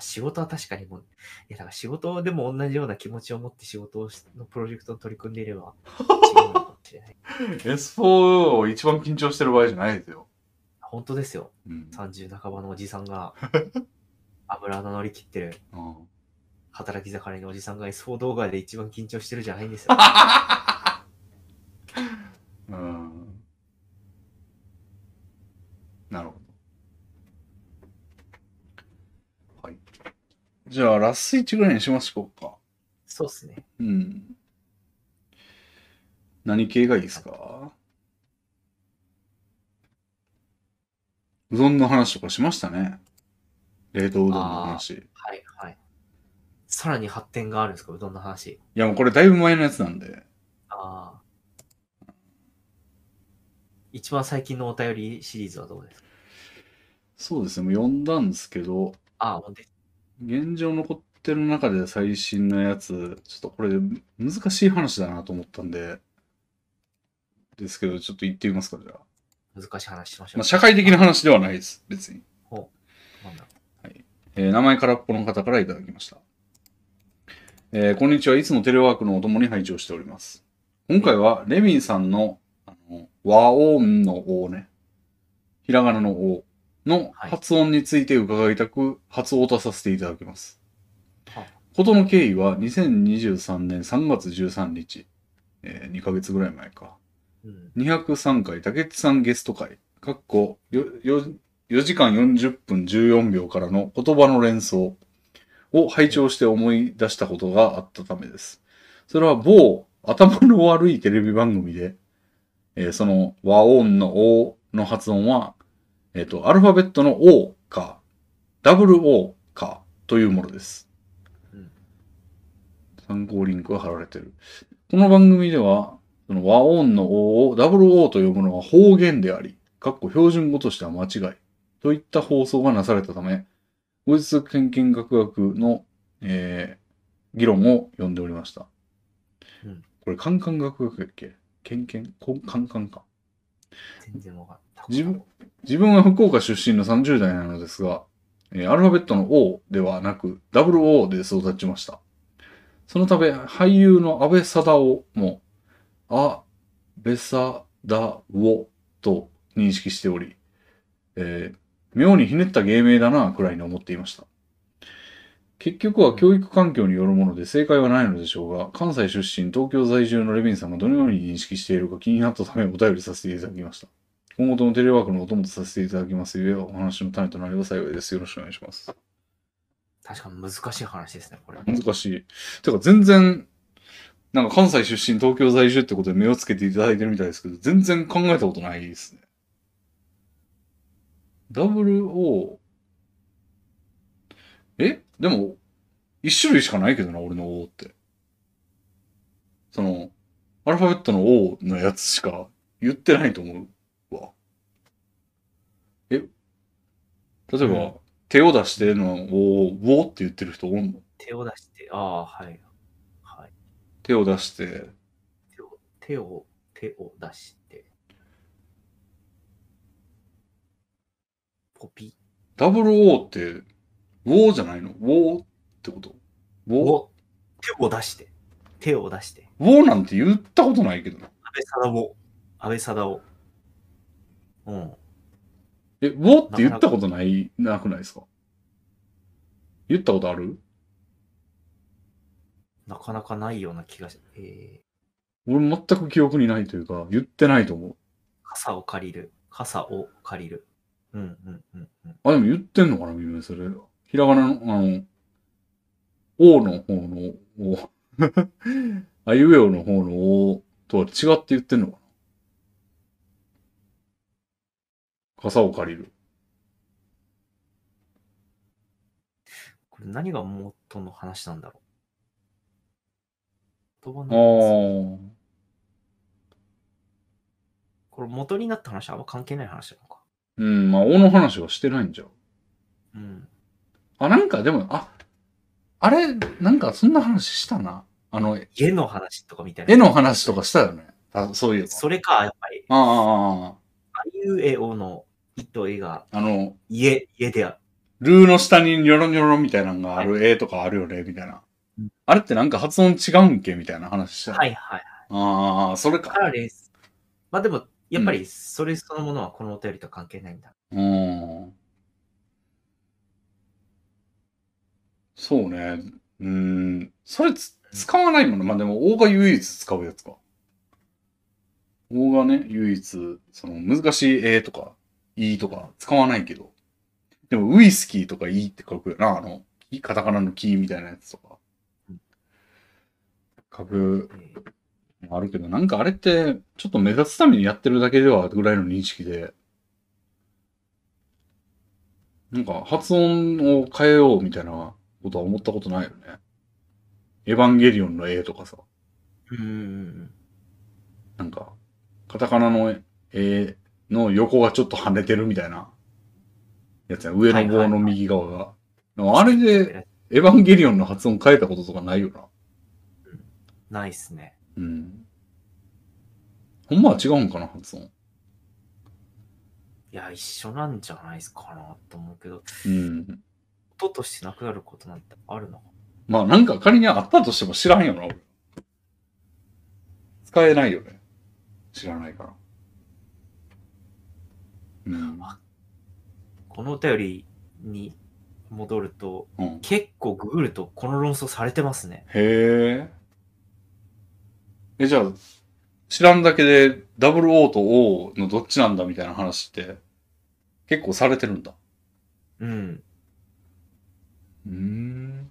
Speaker 2: 仕事は確かにもう、いやだから仕事でも同じような気持ちを持って仕事をしのプロジェクトに取り組んでいれば、違うのかもしれない。
Speaker 1: S4 を一番緊張してる場合じゃないですよ。
Speaker 2: 本当ですよ。
Speaker 1: うん。
Speaker 2: 30半ばのおじさんが、油の乗り切ってる、
Speaker 1: うん、
Speaker 2: 働き盛りのおじさんが S4 動画で一番緊張してるじゃないんですよ。
Speaker 1: うん。なるほど。はい。じゃあ、ラス1ぐらいにしましょうか。
Speaker 2: そうっすね。
Speaker 1: うん。何系がいいですかうどんの話とかしましたね。冷凍うどんの話。い
Speaker 2: はいはい。さらに発展があるんですかうどんの話。
Speaker 1: や、もうこれだいぶ前のやつなんで。
Speaker 2: ああ。一番最近のお便りシリーズはどうですか
Speaker 1: そうですね、もう読んだんですけど、
Speaker 2: ああ、ほんで
Speaker 1: 現状残ってる中で最新のやつ、ちょっとこれ難しい話だなと思ったんで、ですけど、ちょっと言ってみますか、じゃあ。
Speaker 2: 難しい話しましょう。
Speaker 1: まあ、社会的な話ではないです、別に。
Speaker 2: なんだろう。
Speaker 1: えー名前空っぽの方からいただきました。えーこんにちは。いつもテレワークのお供に拝聴しております。今回は、レミンさんの、あの、和音の王ね。ひらがなの王の
Speaker 2: はい
Speaker 1: 発音について伺いたく、発音とさせていただきます
Speaker 2: は。
Speaker 1: 事の経緯は、2023年3月13日、え2ヶ月ぐらい前か。
Speaker 2: うん。
Speaker 1: 203回、竹内さんゲスト回、かっこよよ4時間40分14秒からの言葉の連想を拝聴して思い出したことがあったためです。それは某頭の悪いテレビ番組で、えーその和音の O の発音は、えっ、と、アルファベットの O か、ダブル O かというものです。
Speaker 2: うん
Speaker 1: 参考リンクが貼られてる。この番組では、その和音の O を WO と呼ぶのは方言であり、かっこ標準語としては間違い、といった放送がなされたため、語実偏見学学の、えー議論を読んでおりました。
Speaker 2: うん
Speaker 1: これ、カンカン学学だっけケンケンコンカンカンか。
Speaker 2: 全然わかんない。
Speaker 1: 自分自分は福岡出身の30代なのですが、えーアルファベットの O ではなく WO で育ちました。そのため、俳優の安倍貞夫も、あ、べさだおと認識しており、えー妙にひねった芸名だな、くらいに思っていました。結局は教育環境によるもので正解はないのでしょうが、関西出身、東京在住のレビンさんがどのように認識しているか気になったためお便りさせていただきました。今後ともテレワークのお供とさせていただきますゆえ、お話の種となれば幸いです。よろしくお願いします。
Speaker 2: 確かに難しい話ですね、これ。
Speaker 1: 難しい。てか全然、なんか関西出身、東京在住ってことで目をつけていただいてるみたいですけど、全然考えたことないですね。WO。えでも、一種類しかないけどな、俺の O って。その、アルファベットの O のやつしか言ってないと思うわ。え例えば、
Speaker 2: うん
Speaker 1: 手を出しての O を、ウォって言ってる人おんの
Speaker 2: 手を出して、ああ、はい。はい。
Speaker 1: 手を出して、
Speaker 2: 手を、手を、手を出して。ポピ、
Speaker 1: WO って、ウォーじゃないのウォーってことウォー
Speaker 2: お手を出して。手を出して。
Speaker 1: ウォーなんて言ったことないけどな。
Speaker 2: 安倍貞夫。安倍貞夫。うん。
Speaker 1: え、ウォーって言ったことない、なくないですか言ったことある
Speaker 2: なかなかないような気がし、えー、
Speaker 1: 俺全く記憶にないというか、言ってないと思
Speaker 2: 傘を借りる。傘を借りる。うんうんうんうん。
Speaker 1: う。あ、でも言ってんのかなみんなそれ。ひらがなの、あの、O の方の O。あいうえおの方の O とは違って言ってんのかな傘を借りる。
Speaker 2: これ何が元の話なんだろう。言葉
Speaker 1: あ
Speaker 2: の
Speaker 1: あ。
Speaker 2: これ元になった話はあんま関係ない話なのか。
Speaker 1: うん、まあ、王の話はしてないんじゃう。
Speaker 2: うん。
Speaker 1: あ、なんかでも、あ、あれ、なんかそんな話したな。あの、
Speaker 2: 家の話とかみたいな。
Speaker 1: 絵の話とかしたよね。あそういう
Speaker 2: それか、やっぱり、
Speaker 1: ああああ
Speaker 2: あいうえおの糸絵が
Speaker 1: あ、あの、
Speaker 2: 家、家である。
Speaker 1: ルーの下にニョロニョロみたいなのがある絵とかあるよね、みたいな
Speaker 2: うん。
Speaker 1: あれってなんか発音違うんけみたいな話したよ
Speaker 2: はいはい。
Speaker 1: ああ、それ
Speaker 2: か
Speaker 1: か。
Speaker 2: らです。まあでも、やっぱりそれそのものはこのお便りとは関係ないんだ。
Speaker 1: うん。そうね。うん。それつ使わないもんね。まあでも、王が唯一使うやつか。王がね、唯一、その難しい A とか E とか使わないけど。でも、ウイスキーとか E って書くよな。あの、キカタカナのキーみたいなやつとか
Speaker 2: うん。
Speaker 1: 書く
Speaker 2: えー
Speaker 1: のあるけど、なんかあれって、ちょっと目立つためにやってるだけではぐらいの認識で、なんか発音を変えようみたいなことは思ったことないよね。エヴァンゲリオンの A とかさ、
Speaker 2: うんうんうん。
Speaker 1: なんか、カタカナの A の横がちょっと跳ねてるみたいなやつや、上の棒の右側が。でもあれで、エヴァンゲリオンの発音変えたこととかないよな。
Speaker 2: ないっすね。
Speaker 1: うん。ほんまは違うんかな、発音。
Speaker 2: いや、一緒なんじゃないっすかなと思うけど、
Speaker 1: うん。
Speaker 2: 音としてなくなることなんてあるのか
Speaker 1: まあなんか仮にあったとしても知らんよな、俺。使えないよね。知らないから。うん。
Speaker 2: このお便りに戻ると、
Speaker 1: うん、
Speaker 2: 結構ググるとこの論争されてますね。
Speaker 1: へえ。え、じゃあ、知らんだけで WO と O のどっちなんだみたいな話って結構されてるんだ。
Speaker 2: うん。
Speaker 1: うーん。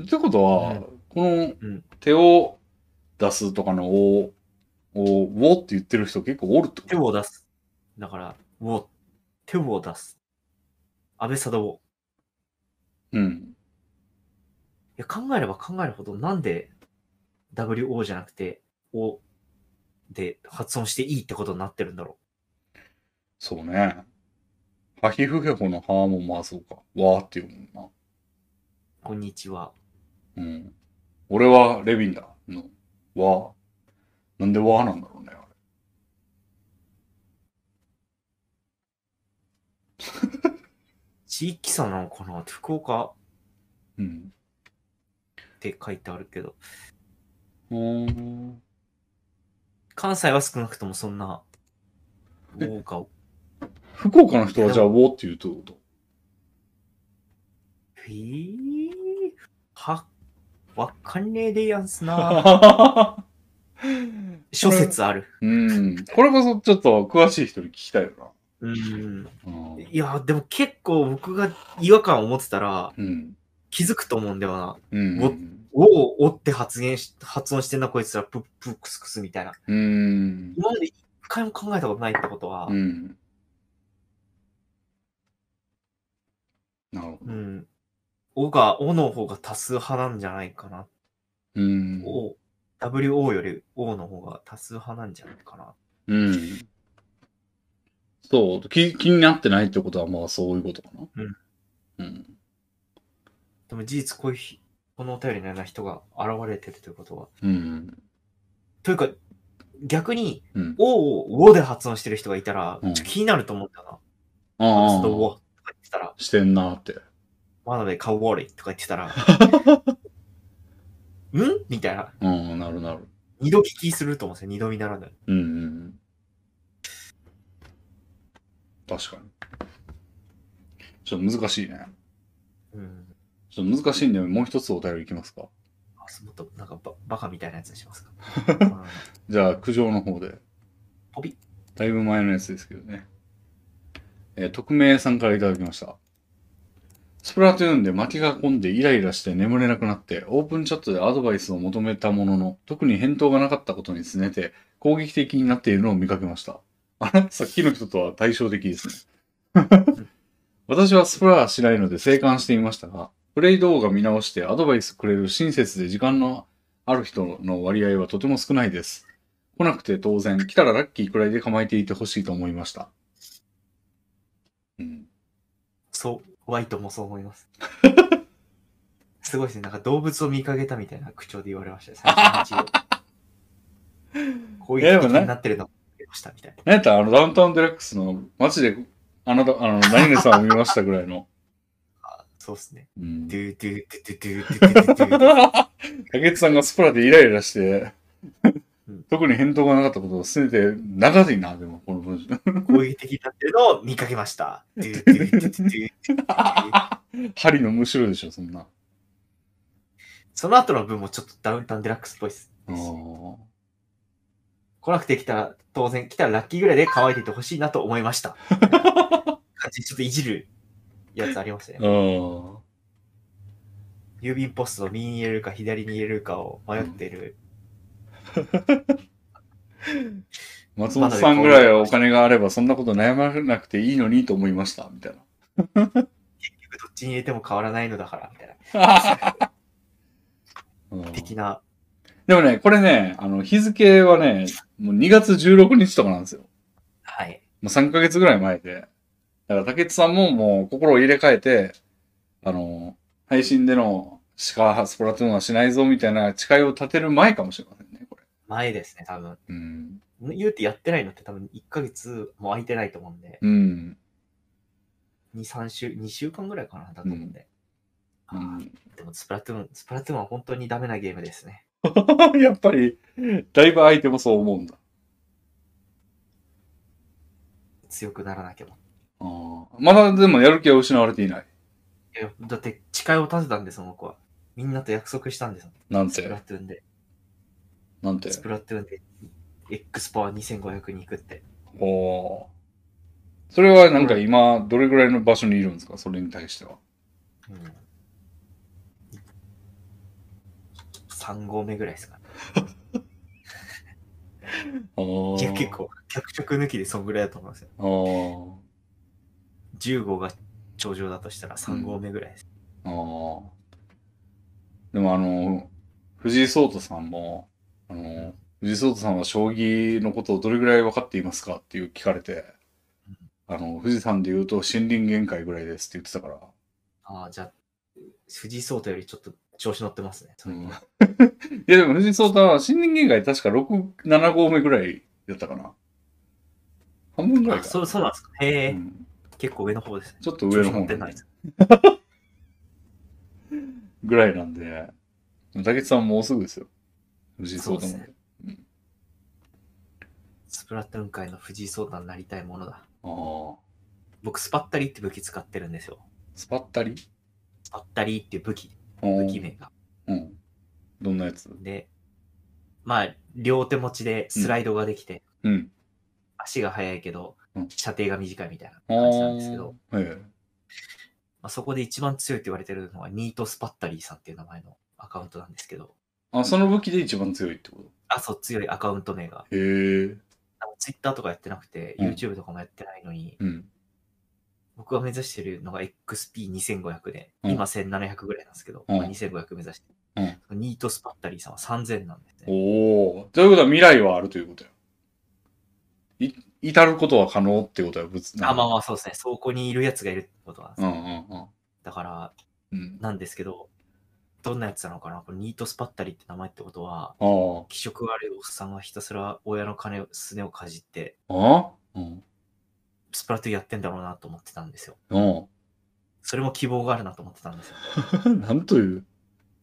Speaker 1: ってことは、
Speaker 2: うん
Speaker 1: この
Speaker 2: うん
Speaker 1: 手を出すとかの O を、O って言ってる人結構おるってこと
Speaker 2: 手を出す。だから、を、手を出す。安倍貞夫。
Speaker 1: うん。
Speaker 2: や考えれば考えるほど、なんで WO じゃなくて O で発音していいってことになってるんだろ
Speaker 1: そうね。ハヒフヘホのハーもまあそうか。わーって言うも
Speaker 2: う。こんにちは。
Speaker 1: んな。うん。俺はレビンだ。の、わー。なんでわーなんだろうね、あれ。
Speaker 2: 地域差なのかなって福岡
Speaker 1: うん。
Speaker 2: って書いてあるけど、
Speaker 1: うーん。
Speaker 2: 関西は少なくともそんな、
Speaker 1: え
Speaker 2: O が、
Speaker 1: 福岡の人はじゃあ、ウォーって言うってこと
Speaker 2: へーは、わかんねえでやんす
Speaker 1: <laughs>
Speaker 2: な。
Speaker 1: あ
Speaker 2: 諸説ある。
Speaker 1: うん。これこそちょっと詳しい人に聞きたいよ
Speaker 2: うん。
Speaker 1: な。うん
Speaker 2: いや、でも結構僕が違和感を持ってたら
Speaker 1: うん。
Speaker 2: 気づくと思うんだよな。
Speaker 1: うん。
Speaker 2: ウォおおって発言し、発音してんなこいつら、プップックスクスみたいな。
Speaker 1: うん。
Speaker 2: 今まで一回も考えたことないってことは、
Speaker 1: うん。なるほど。
Speaker 2: うん。おが、おの方が多数派なんじゃないかな。
Speaker 1: うん。
Speaker 2: お、WO より O の方が多数派なんじゃないかな。
Speaker 1: うん。そう。気気になってないってことは、まあそういうことかな。うん。うん。
Speaker 2: でも事実こういうひ、このお便りのような人が現れてるということは。
Speaker 1: うん。
Speaker 2: というか、逆に、
Speaker 1: うん。
Speaker 2: O を O で発音してる人がいたら、
Speaker 1: うん
Speaker 2: ちょっと気になると思うんだよな。
Speaker 1: あ
Speaker 2: ちょっと
Speaker 1: あ。
Speaker 2: おとか言ってたら、
Speaker 1: してんなって。
Speaker 2: 真鍋カウォーリーとか言ってたら、んみたいな。
Speaker 1: うん、なるなる。
Speaker 2: 二度聞きすると思うんですよ。二度見ならない。
Speaker 1: うんうん。確かに。ちょっと難しいね。
Speaker 2: うん。
Speaker 1: ちょっと難しいんで、もう一つお便りいきますか。
Speaker 2: あもっとなんかババカみたいなやつにしますか。
Speaker 1: じゃあ、苦情の方で。
Speaker 2: ポビ
Speaker 1: だいぶ前のやつですけどね。えー匿名さんからいただきました。スプラトゥーンで負けが込んでイライラして眠れなくなって、オープンチャットでアドバイスを求めたものの、特に返答がなかったことに拗ねて、攻撃的になっているのを見かけました。あら、さっきの人とは対照的ですね。 <laughs> 私はスプラはしないので静観していましたが、プレイ動画見直してアドバイスくれる親切で時間のある人の割合はとても少ないです。来なくて当然、来たらラッキーくらいで構えていてほしいと思いました。うん。
Speaker 2: そう、ホワイトもそう思います。すごいですね。なんか動物を見かけたみたいな口調で言われましたよ。最初の一応こういう的になってるのを見ましたみたいな。
Speaker 1: なんやったらあの、ダウンタウンデラックスの、マジで、あなた、あの、何々さんを見ましたぐらいの。
Speaker 2: そうですね。 <laughs>
Speaker 1: うん。
Speaker 2: ドゥドゥドゥドゥドゥドゥドゥドゥ。
Speaker 1: 竹内さんがスプラでイライラして
Speaker 2: うん、
Speaker 1: 特に返答がなかったことを捨てて、長いな、でも、この文章。
Speaker 2: 攻撃的になってるのを見かけました。ドゥドゥドゥドゥドゥドゥドゥ。
Speaker 1: 針のむしろでしょ、そんな。
Speaker 2: その後の分もちょっとダウンタウンデラックスっぽいです。
Speaker 1: ああ。
Speaker 2: 来なくて来たら、当然来たらラッキーぐらいで乾いててほしいなと思いました。感じちょっといじるやつありましたね。
Speaker 1: あ
Speaker 2: 郵便ポストを右に入れるか左に入れるかを迷っている。
Speaker 1: あ。松本さんぐらいはお金があれば、そんなこと悩まなくていいのにと思いました、みたいな。
Speaker 2: どっちに入れても変わらないのだから、みたいな。 <laughs>
Speaker 1: うん
Speaker 2: 的な。
Speaker 1: でもね、これね、あの、日付はね、もう2月16日とかなんですよ。
Speaker 2: はい。
Speaker 1: もう3ヶ月ぐらい前で。だから、竹内さんももう心を入れ替えて、あの、配信でのシカスプラトゥーンはしないぞみたいな誓いを立てる前かもしれませんね、これ。
Speaker 2: 前ですね、多分。
Speaker 1: うん。
Speaker 2: 言うてやってないのって多分1ヶ月も空いてないと思うんで、
Speaker 1: うん。
Speaker 2: 2、3週、2週間ぐらいかな、だと思うんで。
Speaker 1: う
Speaker 2: あーでも、スプラトゥーン、スプラトゥーンは本当にダメなゲームですね。
Speaker 1: ん、 <laughs> やっぱり、だいぶ相手もそう思うんだ。
Speaker 2: 強くならなきゃ。
Speaker 1: あーまだでもやる気は失われていない。
Speaker 2: いやだって誓いを立てたんですよ、僕は。みんなと約束したんですよ。
Speaker 1: なん
Speaker 2: スプ
Speaker 1: て
Speaker 2: ラ、トゥーンで。
Speaker 1: なんて
Speaker 2: ス。プラトゥーンで X パワー2500に行くって。
Speaker 1: おおー。それはなんか今、どれぐらいの場所にいるんですかそれに対しては。
Speaker 2: うん、3合目ぐらいですかね。い
Speaker 1: い
Speaker 2: や結。構、脚色抜きでそんぐらいだと思いますよ。
Speaker 1: あー
Speaker 2: 10号が頂上だとしたら3合目ぐらいです。
Speaker 1: あー。でもあの、藤井聡太さんも、あの、藤井聡太さんは将棋のことをどれぐらい分かっていますかっていう聞かれて、あの、富士山で言うと森林限界ぐらいですって言ってたから、
Speaker 2: ああ、じゃあ、藤井聡太よりちょっと調子乗ってますね。それ
Speaker 1: うん <laughs> いやでも藤井聡太は森林限界確か6、7合目ぐらいやったかな。半分ぐらい
Speaker 2: あ
Speaker 1: か。
Speaker 2: そうそうなんですか。へえ、
Speaker 1: うん
Speaker 2: 結構上の方ですね。
Speaker 1: ちょっと上の
Speaker 2: 調子乗って
Speaker 1: 方
Speaker 2: ないです。
Speaker 1: ぐらいなんで、竹内さんもうすぐですよ。藤井
Speaker 2: そ
Speaker 1: 聡
Speaker 2: うで
Speaker 1: 太
Speaker 2: す
Speaker 1: も。
Speaker 2: ね。スプラトゥーン界の藤井聡太になりたいものだ。
Speaker 1: ああ、
Speaker 2: 僕、スパッタリって武器使ってるんですよ。
Speaker 1: スパッタリ
Speaker 2: スパッタリっていう武器、武器
Speaker 1: う
Speaker 2: 名が。
Speaker 1: ん。どんなやつ
Speaker 2: で、まあ、両手持ちでスライドができて、
Speaker 1: うん。
Speaker 2: 足が速いけど
Speaker 1: うん、
Speaker 2: 射程が短いみたいな
Speaker 1: あ
Speaker 2: 感じなんですけど、
Speaker 1: あ、ええ。
Speaker 2: まあ、そこで一番強いって言われてるのは、ニートスパッタリーさんっていう名前のアカウントなんですけど、
Speaker 1: あ、その武器で一番強いってこ
Speaker 2: あ、そう、強いアカウント名が。
Speaker 1: とへえ。
Speaker 2: ツイッターとかやってなくて、
Speaker 1: うん
Speaker 2: YouTube とかもやってないのに、
Speaker 1: うん。
Speaker 2: 僕が目指してるのが XP2500 で、
Speaker 1: うん
Speaker 2: 今1700ぐらいなんですけど、
Speaker 1: うん
Speaker 2: まあ、2500目指して、ニートスパッタリーさんは3000なんですね。
Speaker 1: おお。ということは未来はあるということよ。い、至ることは可能ってことよ、物
Speaker 2: あ、まあまあそうですね。そこにいるやつがいるってことなんです、
Speaker 1: うんうんうん。
Speaker 2: だから、
Speaker 1: うん。
Speaker 2: なんですけど、どんなやつなのかなこれニートスパッタリーって名前ってことは、
Speaker 1: ああ。
Speaker 2: 気色悪いおっさんがひたすら親の金を、すねをかじって、
Speaker 1: ああうん。
Speaker 2: スプラトゥーンやってんだろうなと思ってたんですよ。
Speaker 1: う
Speaker 2: それも希望があるなと思ってたんですよ。
Speaker 1: ん。
Speaker 2: <laughs>
Speaker 1: なんという。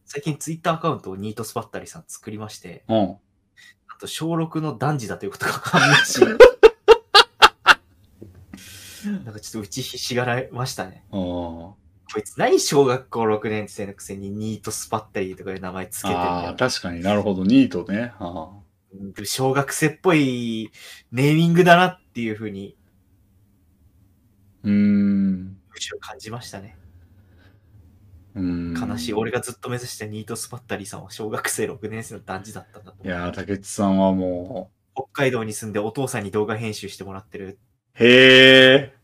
Speaker 2: 最近ツイッターアカウントをニートスパッタリーさん作りまして、
Speaker 1: うん。
Speaker 2: あと小6の男児だということが判
Speaker 1: <laughs>
Speaker 2: 明し、なんかちょっと打ちひしがられましたね。
Speaker 1: ああ。
Speaker 2: こいつ何小学校6年生のくせにニートスパッタリーとかいう名前つけてん
Speaker 1: あ
Speaker 2: だ
Speaker 1: あ、
Speaker 2: よ
Speaker 1: 確かになるほど。ニートね。あ
Speaker 2: うん小学生っぽいネーミングだなっていうふうに、
Speaker 1: あ。うーん。
Speaker 2: むしろ感じましたね。
Speaker 1: うーん
Speaker 2: 悲しい。俺がずっと目指したニートスパッタリーさんは小学生6年生の男児だったんだと
Speaker 1: い。やー、竹内さんはも
Speaker 2: 北海道に住んでお父さんに動画編集してもらってる。
Speaker 1: う、へえ。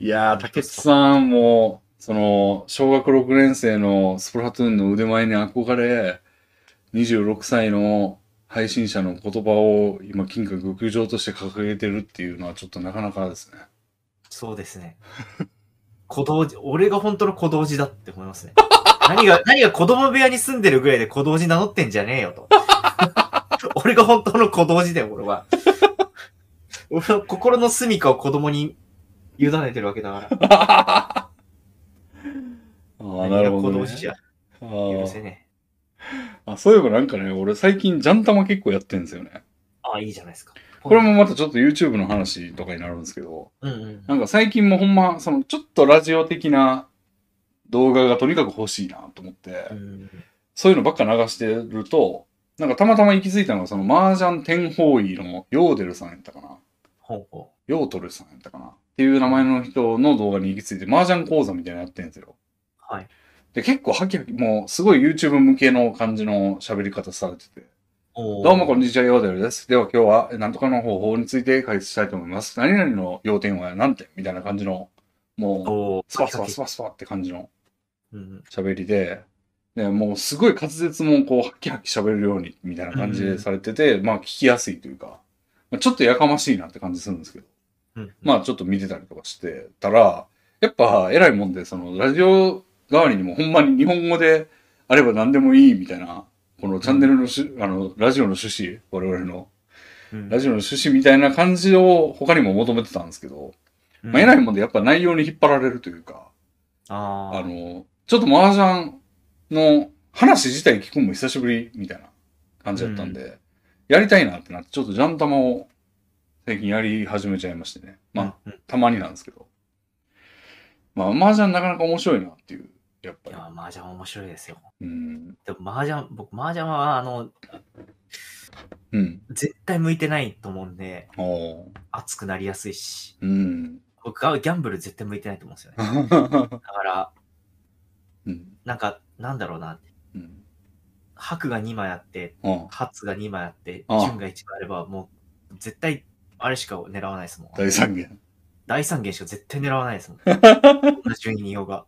Speaker 1: いやー、竹内さんも、その、小学6年生のスプラトゥーンの腕前に憧れ、26歳の配信者の言葉を今、金閣極上として掲げてるっていうのはちょっとなかなかですね。
Speaker 2: そうで
Speaker 1: <laughs>
Speaker 2: すね。小道寺、俺が本当の小道寺だって思いますね。 <laughs> 何が、何が子供部屋に住んでるぐらいで小道寺名乗ってんじゃねえよと。 <laughs> 俺が本当の小道寺だよ、俺
Speaker 1: <laughs>
Speaker 2: は。俺の心の住処を子供に委ねてるわけだから。
Speaker 1: ああ、なる
Speaker 2: 何が
Speaker 1: ほ
Speaker 2: 小
Speaker 1: ど、
Speaker 2: 道
Speaker 1: ね。
Speaker 2: 寺じゃ
Speaker 1: あ
Speaker 2: 許
Speaker 1: ー
Speaker 2: せねえ。
Speaker 1: あ、そういえばなんかね、俺最近ジャンタマ結構やってんですよね。
Speaker 2: ああ、いいじゃないですか。
Speaker 1: これもまたちょっと YouTube の話とかになるんですけど、
Speaker 2: うんうん。
Speaker 1: なんか最近もほんま、そのちょっとラジオ的な動画がとにかく欲しいなと思って、
Speaker 2: うん。
Speaker 1: そういうのばっか流してると、なんかたまたま行き着いたのがその麻雀天方位のヨーデルさんやったかな。
Speaker 2: ほうほ
Speaker 1: ヨートルさんやったかな。っていう名前の人の動画に行き着いて麻雀講座みたいなのやってんですよ。
Speaker 2: う。はい。
Speaker 1: で、結構ハキハキ、もうすごい YouTube 向けの感じの喋り方されてて、
Speaker 2: おー
Speaker 1: どうもこんにちは、ヨーデルです。では今日は、えなんとかの方法について解説したいと思います。何々の要点は何点みたいな感じの、も
Speaker 2: おー
Speaker 1: う、スパスパスパスパって感じの
Speaker 2: うんうん
Speaker 1: 喋りで、で、もうすごい滑舌もこう、ハキハキ喋れるように、みたいな感じでされてて、まあ聞きやすいというか、まあちょっとやかましいなって感じするんですけど、
Speaker 2: うん。
Speaker 1: まあちょっと見てたりとかしてたら、やっぱ偉いもんで、そのラジオ代わりにもほんまに日本語であれば何でもいいみたいな、このチャンネルのし、あの、ラジオの趣旨、我々の、
Speaker 2: うん
Speaker 1: ラジオの趣旨みたいな感じを他にも求めてたんですけど、まあ、偉いもんでやっぱ内容に引っ張られるというか、
Speaker 2: あ
Speaker 1: あ
Speaker 2: あ。
Speaker 1: の、ちょっと麻雀の話自体聞くのも久しぶりみたいな感じだったんで、やりたいなってなって、ちょっとジャン玉を最近やり始めちゃいましてね。まあ、
Speaker 2: うんうん
Speaker 1: たまになんですけど。まあ、麻雀なかなか面白いなっていう、やっぱ
Speaker 2: い
Speaker 1: り
Speaker 2: や、。麻雀面白いですよ。
Speaker 1: うん。
Speaker 2: でも麻雀、僕、麻雀は、あの、
Speaker 1: うん。
Speaker 2: 絶対向いてないと思うんで、
Speaker 1: おお
Speaker 2: 熱くなりやすいし、
Speaker 1: ー。うん。 <laughs>
Speaker 2: 僕はギャンブル絶対向いてないと思うんですよね。だから、
Speaker 1: うん。
Speaker 2: なんか、なんだろうな、
Speaker 1: うん。
Speaker 2: 白が2枚あって、
Speaker 1: あ
Speaker 2: 初が2枚あって、
Speaker 1: ああ
Speaker 2: 順が1枚あれば、もう、絶対、あれしか狙わないですもん。
Speaker 1: 大三元。
Speaker 2: <laughs> 第三弦しか絶対狙わないですもん。こんな順位にいようが。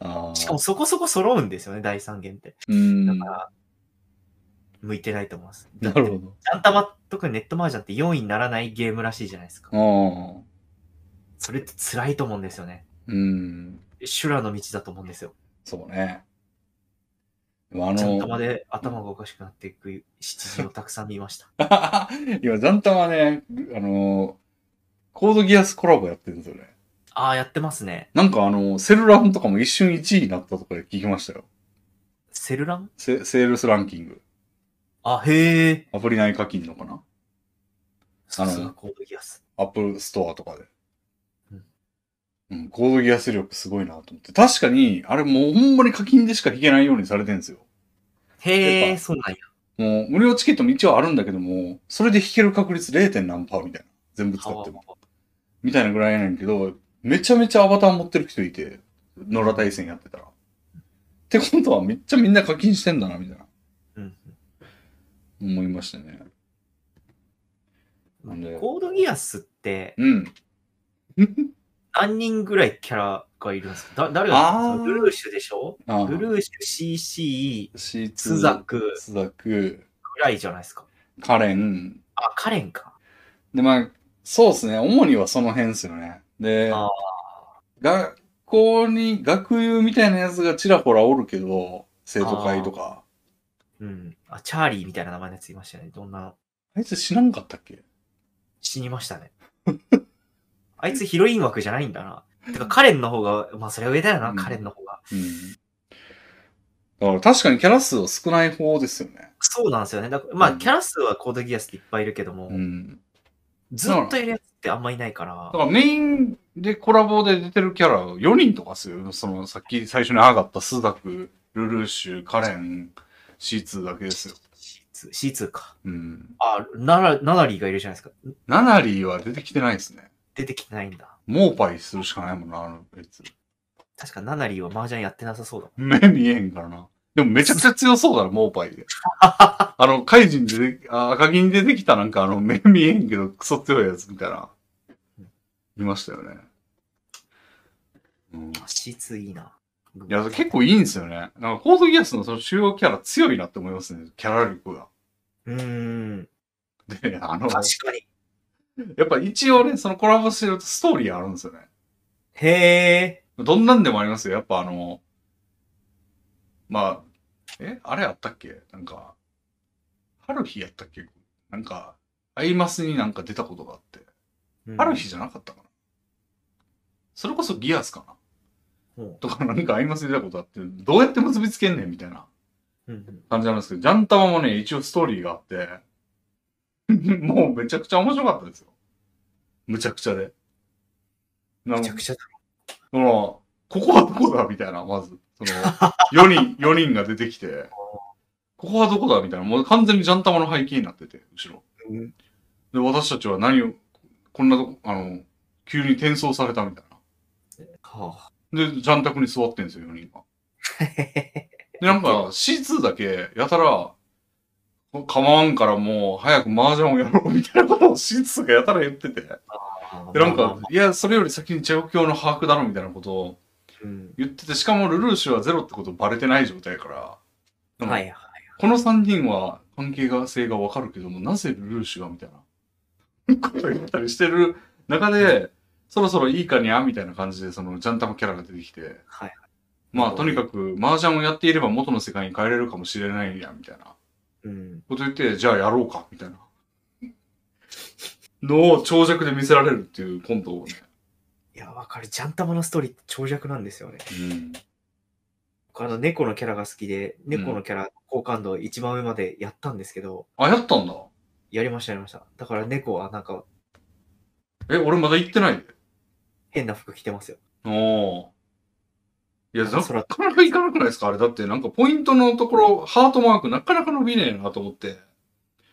Speaker 1: ああ。
Speaker 2: しかもそこそこ揃うんですよね、第三弦って。
Speaker 1: うん。
Speaker 2: だ
Speaker 1: な
Speaker 2: から、向いて <laughs> ないと思います。
Speaker 1: る
Speaker 2: だって
Speaker 1: ほ
Speaker 2: ジャンタマ、特にネットマージャンって4位にならないゲームらしいじゃないですか。
Speaker 1: ど。ああ。
Speaker 2: それって辛いと思うんですよね。
Speaker 1: うん。
Speaker 2: 修羅の道だと思うんですよ。
Speaker 1: そうね。でもあ
Speaker 2: ジャン
Speaker 1: の
Speaker 2: タ、マで頭がおかしくなってい <laughs> く7時をたくさん見ました。
Speaker 1: <laughs> 今、ジャンタマね、あの、コードギアスコラボやってるんですよね。
Speaker 2: ああ、やってますね。
Speaker 1: なんかあの、セルランとかも一瞬1位になったとか聞きましたよ。
Speaker 2: セルラン
Speaker 1: セセールスランキング。
Speaker 2: あ、へえ。
Speaker 1: アプリ内課金のかな
Speaker 2: さすがコードギアス。
Speaker 1: アップルストアとかで
Speaker 2: うん。
Speaker 1: うん、コードギアス力すごいなと思って。確かに、あれもうほんまに課金でしか聞けないようにされてるんですよ。
Speaker 2: へ
Speaker 1: やっ
Speaker 2: え、そうなんや。
Speaker 1: もう無料チケットも一応あるんだけども、それで弾ける確率 0. 何パーみたいな。全部使っても。みたいなぐらいなんやけど、めちゃめちゃアバター持ってる人いて、野良対戦やってたら。ってことはめっちゃみんな課金してんだな、みたいな。
Speaker 2: うん
Speaker 1: 思いましたね。
Speaker 2: ま
Speaker 1: なんで
Speaker 2: あコードギアスって
Speaker 1: うん。 <laughs>
Speaker 2: 何人ぐらいキャラがいるんですかだ誰がい
Speaker 1: あー
Speaker 2: るんですかルルーシュでしょ
Speaker 1: あ
Speaker 2: ルルーシュ、CC、
Speaker 1: シー
Speaker 2: スザ。ク
Speaker 1: スザク、
Speaker 2: ぐらいじゃないですか。
Speaker 1: カレン、
Speaker 2: あ、カレンか。
Speaker 1: で、まあ、そうですね。主にはその辺ですよね。で
Speaker 2: あー、
Speaker 1: 学校に、学友みたいなやつがちらほらおるけど、生徒会とか。
Speaker 2: うん。あ、チャーリーみたいな名前のやついましたね。どんな、
Speaker 1: あいつ死なんかったっけ
Speaker 2: 死にまし
Speaker 1: <laughs>
Speaker 2: たね。あいつヒロイン枠じゃないんだな。てか、カレンの方が、まあ、それは上だよな、
Speaker 1: うん
Speaker 2: カレンの方が。
Speaker 1: うん。だから確かにキャラ数は少ない方ですよね。
Speaker 2: そうなんですよね。だからま
Speaker 1: う
Speaker 2: あ、
Speaker 1: ん
Speaker 2: キャラ数はコードギアスっていっぱいいるけども、
Speaker 1: うん。
Speaker 2: ずっといるやつってあんまいないから
Speaker 1: だか、らメインでコラボで出てるキャラ4人とかっすよ。その、さっき最初に上がったスザク、ルルーシュ、カレン、C2 だけですよ。
Speaker 2: C2, C2 か。
Speaker 1: うん。
Speaker 2: あ、ナラナナリーがいるじゃないですか。
Speaker 1: ナナリーは出てきてないですね。
Speaker 2: 出てきてないんだ。
Speaker 1: モーパイするしかないもんな、あのやつ。
Speaker 2: 確かナナリーは麻雀やってなさそうだもん。
Speaker 1: 目見えへんからな。でもめちゃくちゃ強そうだな、モーパイで。 <laughs> あの、カイジンで、あ赤木に出てきたなんかあの、目見えへんけど、クソ強いやつみたいな。いましたよね。うん。い
Speaker 2: C2 いいな。
Speaker 1: や、結構いいんですよね。なんか、コードギアスのその主要キャラ強いなって思いますね、キャラ力が。
Speaker 2: うーん。
Speaker 1: で、あの、
Speaker 2: 確かに。
Speaker 1: やっぱ一応ね、そのコラボしてるとストーリーあるんですよね。
Speaker 2: へ
Speaker 1: どんなんでもありますよ。やっぱあの、まあ、えあれあったっけなんか、春日やったっけなんか、アイマスになんか出たことがあって。
Speaker 2: え。
Speaker 1: 春日じゃなかったかなそれこそギアスかな
Speaker 2: うん
Speaker 1: とかなんかアイマスに出たことあって、どうやって結びつけんねんみたいな
Speaker 2: うん
Speaker 1: 感じなんですけど、ジャンタマもね、一応ストーリーがあって、 <laughs> もうめちゃくちゃ面白かったですよ。むちゃくちゃで。な
Speaker 2: め
Speaker 1: ん
Speaker 2: ち
Speaker 1: か
Speaker 2: ゃくちゃ
Speaker 1: その、ここはどこだみたいな、まず。その、4人、
Speaker 2: <laughs>
Speaker 1: 四人が出てきて、ここはどこだみたいな、もう完全にジャンタマの背景になってて、後ろ。
Speaker 2: うん
Speaker 1: で、私たちは何を、こんなとこ、あの、急に転送されたみたい
Speaker 2: は
Speaker 1: な。で、ジャンタクに座ってんですよ、4人が。
Speaker 2: あ、へ
Speaker 1: で、なんか C2 だけ、やたら、構わんからもう早く麻雀をやろうみたいなことを C2 がやたら言ってて。で、なんか、いや、それより先に状況の把握だろみたいなことを
Speaker 2: うん、
Speaker 1: 言ってて、しかもルルーシュはゼロってことバレてない状態やから、でも
Speaker 2: はいはい。
Speaker 1: この3人は関係が性がわかるけども、なぜルルーシュがみたいな <laughs> こと言ったりしてる中で、そろそろいいかにゃみたいな感じで、そのジャンタマキャラが出てきて、
Speaker 2: はい
Speaker 1: まあとにかく麻雀をやっていれば元の世界に帰れるかもしれないや、みたいな
Speaker 2: うん、
Speaker 1: こと言って、じゃあやろうか、みたいな。 <laughs> のを長尺で見せられるっていうコントをね。
Speaker 2: いや、わかる。ジャンタマのストーリーって長尺なんですよね。
Speaker 1: うん。
Speaker 2: 僕あの、猫のキャラが好きで、猫のキャラ、好感度一番上までやったんですけど、
Speaker 1: あ、やったんだ。
Speaker 2: やりました、やりました。だから猫はなんか、
Speaker 1: え、俺まだ行ってないで。
Speaker 2: 変な服着てますよ。
Speaker 1: おお。いや、
Speaker 2: なん
Speaker 1: な
Speaker 2: か
Speaker 1: な
Speaker 2: そ
Speaker 1: からなかいかなくないですかあれだって、なんかポイントのところ、ハートマークなかなか伸びねえなと思って。
Speaker 2: い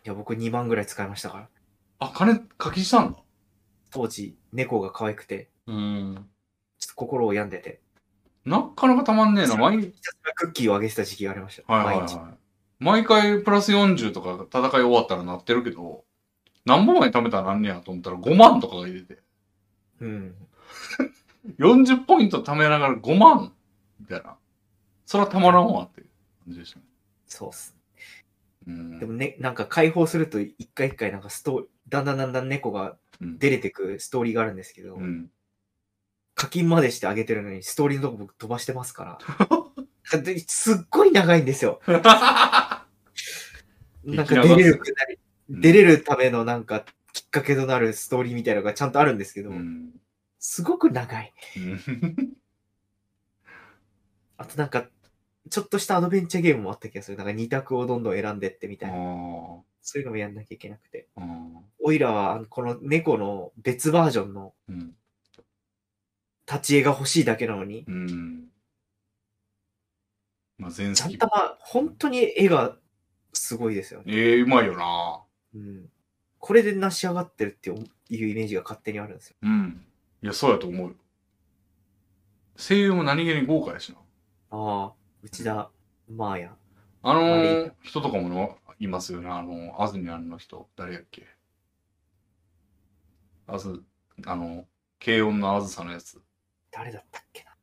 Speaker 2: や、僕2万ぐらい使いましたから。
Speaker 1: あ、金課金したんだ。
Speaker 2: 当時、猫が可愛くて、
Speaker 1: うん。
Speaker 2: ちょっと心を病んでて、
Speaker 1: なかなかたまんねえな。毎、はい
Speaker 2: ひたすらクッキーをあげてた時期がありました。
Speaker 1: はい
Speaker 2: 毎日。
Speaker 1: はい。毎回プラス40とか戦い終わったらなってるけど、何本まで貯めたらなんねやと思ったら5万とかが入れて。
Speaker 2: うん。
Speaker 1: 40ポイント貯めながら5万みたいな。それはたまらんわっていう感じでしたね。
Speaker 2: そうっす。
Speaker 1: う
Speaker 2: でも
Speaker 1: ん。
Speaker 2: ね、なんか解放すると一回一回なんかストーリー、だんだんだんだん猫が
Speaker 1: うん
Speaker 2: 出れてくストーリーがあるんですけど、
Speaker 1: うん。
Speaker 2: 課金までしてあげてるのにストーリーのとこ僕飛ばしてま
Speaker 1: <laughs>
Speaker 2: すから。ですっごい長いんですよ。なんか出れるくなり、
Speaker 1: うん
Speaker 2: 出れるためのなんかきっかけとなるストーリーみたいなのがちゃんとあるんですけど、
Speaker 1: うん。
Speaker 2: すごく長い。あとなんか、ちょっとしたアドベンチャーゲームもあった気がする。なんか二択をどんどん選んでってみたいな。
Speaker 1: あ
Speaker 2: そういうのもやんなきゃいけなくて。 <laughs>
Speaker 1: あ。うん
Speaker 2: オイラは、あのこの猫の別バージョンの
Speaker 1: うん。
Speaker 2: 立ち絵が欲しいだけなのに、
Speaker 1: うん。まあ、全
Speaker 2: ちゃん
Speaker 1: 席
Speaker 2: た。ま、本当に絵がすごいですよね。
Speaker 1: ええうまいよな。
Speaker 2: うん。これで成し上がってるっていういうイメージが勝手にあるんですよ。
Speaker 1: うん。いや、そうやと思うよ。声優も何気に豪華やしな。
Speaker 2: ああ、内田マーヤ。
Speaker 1: あの
Speaker 2: マリ
Speaker 1: ー
Speaker 2: ー
Speaker 1: 人とかものいますよね。あのー、アズニャンの人、誰やっけアズ、あの、軽音のあずさのやつ。
Speaker 2: 誰だったっけな。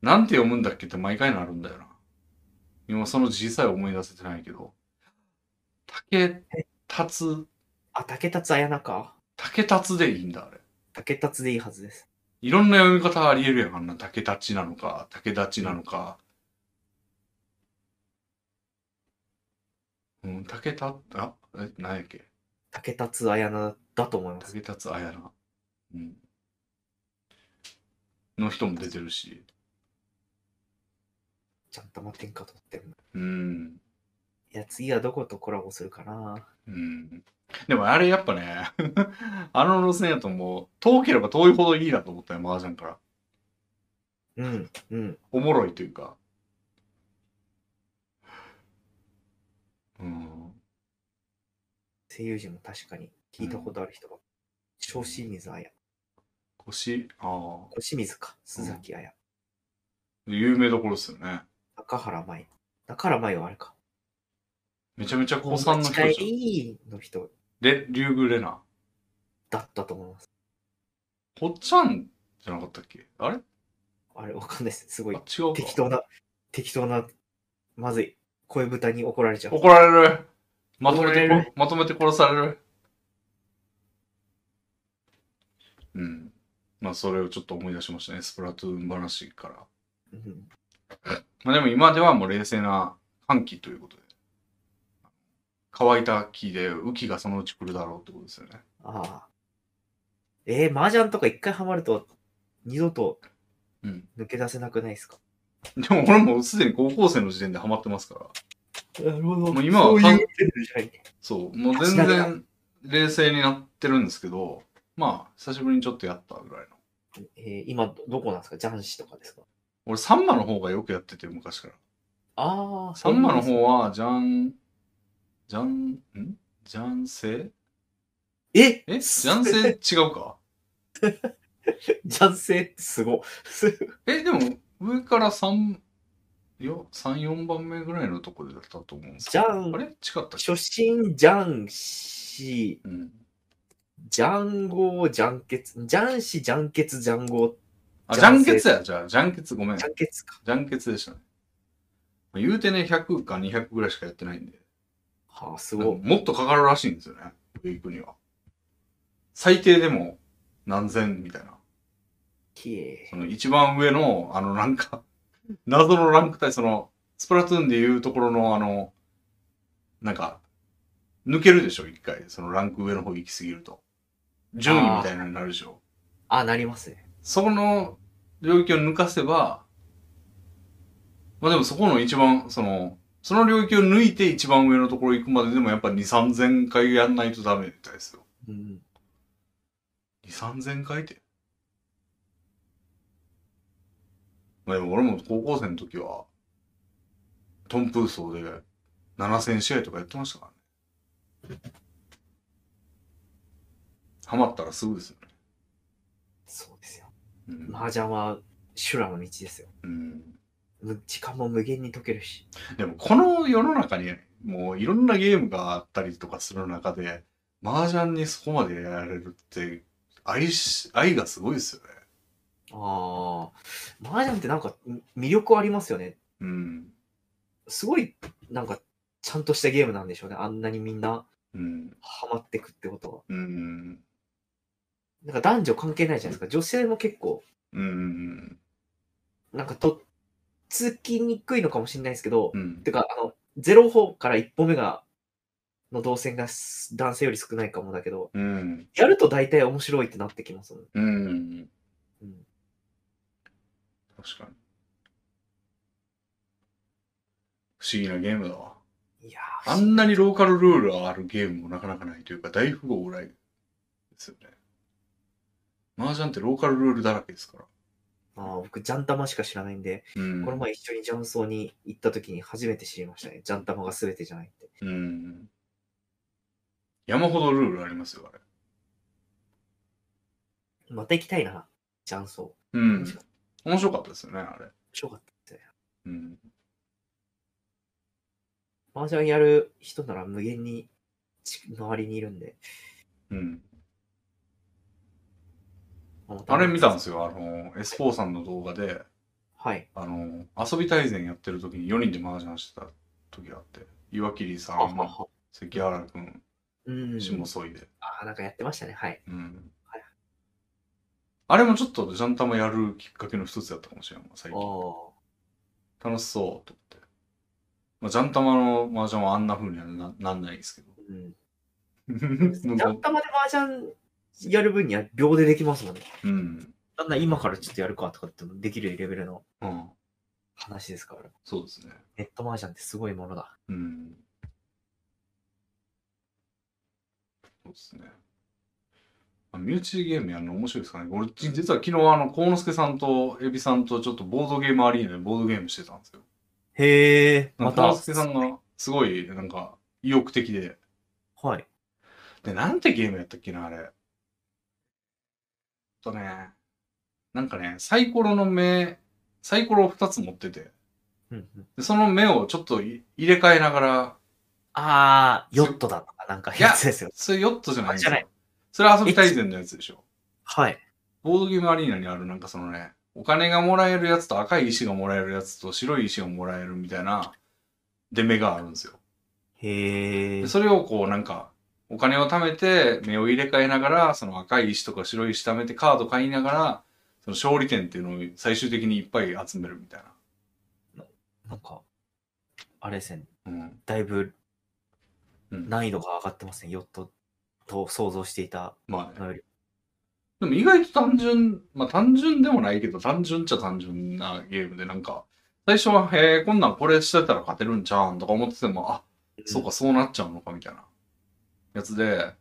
Speaker 1: なんて読むんだっけって毎回なるんだよな。今その字さえ思い出せてないけど。竹立つ、
Speaker 2: あ、竹達綾菜か。
Speaker 1: 竹立つでいいんだ、あれ。
Speaker 2: 竹達でいいはずです。
Speaker 1: いろんな読み方ありえるやん。あんな竹立ちなのか、竹立ちなのか。うん、竹立、あ、え、何やっけ
Speaker 2: 竹達綾菜だと思います。
Speaker 1: 竹立あやな。うん。の人も出てるし。
Speaker 2: ちゃんとま天下取ってる。
Speaker 1: うん。
Speaker 2: いや、次はどことコラボするかな。
Speaker 1: うん。でもあれやっぱね、 <laughs> あの路線やともう、遠ければ遠いほどいいなと思ったよ、麻雀から。
Speaker 2: うん、うん。
Speaker 1: おもろいというか。うん。
Speaker 2: 声優陣も確かに聞いたことある人が。小清水綾。
Speaker 1: 腰、ああ、
Speaker 2: 小清水か。鈴木綾。
Speaker 1: 有名どころですよね。
Speaker 2: 中原舞。中原舞はあれか。
Speaker 1: めちゃめちゃ高3の人
Speaker 2: お
Speaker 1: じ
Speaker 2: 持
Speaker 1: ゃん。
Speaker 2: ち帰りの人
Speaker 1: で、竜宮レナ。
Speaker 2: だったと思います。
Speaker 1: ほっちゃんじゃなかったっけあれ
Speaker 2: あれ、わかんないです。すご
Speaker 1: あ、違。
Speaker 2: い
Speaker 1: か。
Speaker 2: う適当な、適当な、まずい。声豚に怒られちゃう。
Speaker 1: 怒られる。まとめて
Speaker 2: 怒られ
Speaker 1: こ、まとめて殺される。うん。まあ、それをちょっと思い出しましたね。スプラトゥーン話から。
Speaker 2: うん、
Speaker 1: まあ、でも今ではもう冷静な歓喜ということで。乾いた木で雨季がそのうち来るだろうってことですよね。
Speaker 2: ああ。えー、麻雀とか一回ハマると、二度と
Speaker 1: うん。
Speaker 2: 抜け出せなくないですか
Speaker 1: でも俺もすでに高校生の時点でハマってますから。
Speaker 2: なるほど。
Speaker 1: もう今は
Speaker 2: そういうレベルじゃない。
Speaker 1: そう。もう全然冷静になってるんですけど、まあ、久しぶりにちょっとやったぐらいの。
Speaker 2: えー今ど、どこなんですか雀士とかですか
Speaker 1: 俺、サンマの方がよくやってて、昔から。
Speaker 2: ああ、
Speaker 1: サンマの
Speaker 2: そうなん
Speaker 1: 方は、ジャン、ジャン、んジャンセ
Speaker 2: ですね。え
Speaker 1: えジャンセ違うか。
Speaker 2: 雀性ってすごい。
Speaker 1: え、でも、上から3、よ、3、4番目ぐらいのとこでだったと思うんですけど。
Speaker 2: ジャン
Speaker 1: あれ違ったっけ
Speaker 2: 初心雀士、
Speaker 1: うん。
Speaker 2: 雀豪、雀血、雀士、雀血、雀豪、
Speaker 1: あ、ジ
Speaker 2: ジャ
Speaker 1: ャン
Speaker 2: ンセ
Speaker 1: ケツや、じゃあ、ジャンケツ、ごめん。ジ
Speaker 2: 雀血か。
Speaker 1: ャンケツでしたね。言うてね、100か200ぐらいしかやってないんで。
Speaker 2: はあ、す
Speaker 1: なん
Speaker 2: ご
Speaker 1: か
Speaker 2: い。
Speaker 1: もっとかかるらしいんですよね。ウィークには。最低でも何千みたいな。
Speaker 2: きれ
Speaker 1: その一番上の、あのなんか、 <laughs> 謎のランク帯、その、スプラトゥーンでいうところのあの、なんか、抜けるでしょ、一回。そのランク上の方行き過ぎると。順位みたいなのになるでしょ。
Speaker 2: あ、なりますね。
Speaker 1: そこの領域を抜かせば、まあでもそこの一番、その、その領域を抜いて一番上のところ行くまででもやっぱ2、3000回やんないとダメみたいですよ。
Speaker 2: うん。
Speaker 1: 2、3000回って。まあでも俺も高校生の時は、トンプーソーで7000試合とかやってましたからね。ハマったらすぐですよね。
Speaker 2: そうですよ。
Speaker 1: うん。
Speaker 2: 麻雀は修羅の道ですよ。
Speaker 1: うん
Speaker 2: む時間も無限に解けるし。
Speaker 1: でもこの世の中にもういろんなゲームがあったりとかする中で麻雀にそこまでやられるって愛し愛がすごいですよね。
Speaker 2: ああ、麻雀ってなんか魅力ありますよね。
Speaker 1: うん。
Speaker 2: すごい、なんか、ちゃんとしたゲームなんでしょうね。あんなにみんな
Speaker 1: うん。
Speaker 2: ハマってくってことは。
Speaker 1: うん。
Speaker 2: なんか男女関係ないじゃないですか。女性も結構、
Speaker 1: うん。
Speaker 2: なんかとっつきにくいのかもしれないですけど、
Speaker 1: うん。
Speaker 2: てか、あの、0歩から1歩目が、の動線がす男性より少ないかもだけど、
Speaker 1: うん。
Speaker 2: やると大体面白いってなってきますもん。
Speaker 1: うん。
Speaker 2: うん
Speaker 1: 確かに。不思議なゲームだわ。
Speaker 2: いやー
Speaker 1: あんなにローカルルールがあるゲームもなかなかないというか、大富豪ぐらいですよね。麻雀ってローカルルールだらけですから。
Speaker 2: あー僕、ジャン玉しか知らないんで、
Speaker 1: うん。
Speaker 2: この前一緒にジャムソーに行った時に初めて知りましたね。ジャン玉が全てじゃないって。
Speaker 1: うん。山ほどルールありますよ、あれ。
Speaker 2: また行きたいな、ジャンソー。面
Speaker 1: うん。面白かったですよね、あれ。
Speaker 2: 白かったですね。
Speaker 1: うん。
Speaker 2: 麻雀やる人なら無限にち周りにいるんで。
Speaker 1: うん。
Speaker 2: まま
Speaker 1: あれ見たんですよ、あの、エスポーさんの動画で、
Speaker 2: はい。
Speaker 1: あの、遊び大全やってる時に4人で麻雀してた時があって、岩切さ
Speaker 2: あ
Speaker 1: ん、関原くん、
Speaker 2: うん。
Speaker 1: 下添いで。
Speaker 2: あ、なんかやってましたね。はい。
Speaker 1: うん
Speaker 2: はい。
Speaker 1: あれもちょっとジャンタマやるきっかけの一つだったかもしれんわ、最
Speaker 2: あ
Speaker 1: 近。楽しそうと思って。まあ、ジャンタマの麻雀はあんな風にはななんないですけど。
Speaker 2: ーうん。ジャ
Speaker 1: な
Speaker 2: ン
Speaker 1: んか
Speaker 2: 玉で麻雀やる分には秒でできますもんね。
Speaker 1: <laughs> うん。
Speaker 2: なんなら今からちょっとやるかとかってもできるレベルの
Speaker 1: うん。
Speaker 2: 話ですから。
Speaker 1: そうですね。
Speaker 2: ネット麻雀ってすごいものだ。
Speaker 1: うん。そうですね。まあ身内ゲームやるの面白いですかね。俺、実は昨日、あの、幸之助さんとエビさんとちょっとボードゲームアリーナでボードゲームしてたんですよ。
Speaker 2: へえ。
Speaker 1: ま
Speaker 2: ま
Speaker 1: た、
Speaker 2: た。
Speaker 1: スケさんがすごい、なんか、意欲的で。
Speaker 2: はい。
Speaker 1: で、なんてゲームやったっけな、あれ。とね、なんかね、サイコロの目、サイコロを2つ持ってて、
Speaker 2: うんうん、
Speaker 1: でその目をちょっとい入れ替えながら、
Speaker 2: ああ、ヨットだとかなんか
Speaker 1: いや
Speaker 2: やつですよ。
Speaker 1: それヨットじゃないんです
Speaker 2: あじゃな
Speaker 1: よ。それは遊び大全のやつでしょ。
Speaker 2: はい。
Speaker 1: ボードゲームアリーナにあるなんかそのね、お金がもらえるやつと赤い石がもらえるやつと白い石がもらえるみたいな出目があるんですよ。
Speaker 2: へえ
Speaker 1: で。それをこうなんか、お金を貯めて、目を入れ替えながら、その赤い石とか白い石貯めてカード買いながら、その勝利点っていうのを最終的にいっぱい集めるみたい
Speaker 2: なんか、あれですね。
Speaker 1: な。うん。
Speaker 2: だいぶ
Speaker 1: うん
Speaker 2: 難易度が上がってますね。ヨットと想像していた
Speaker 1: まあ、ね、
Speaker 2: のより。
Speaker 1: でも意外と単純、まあ単純でもないけど、単純っちゃ単純なゲームで、なんか、最初は、へえ、こんなんこれしてたら勝てるんちゃうんとか思ってても、あ、そうか、そうなっちゃうのかみたいなやつで、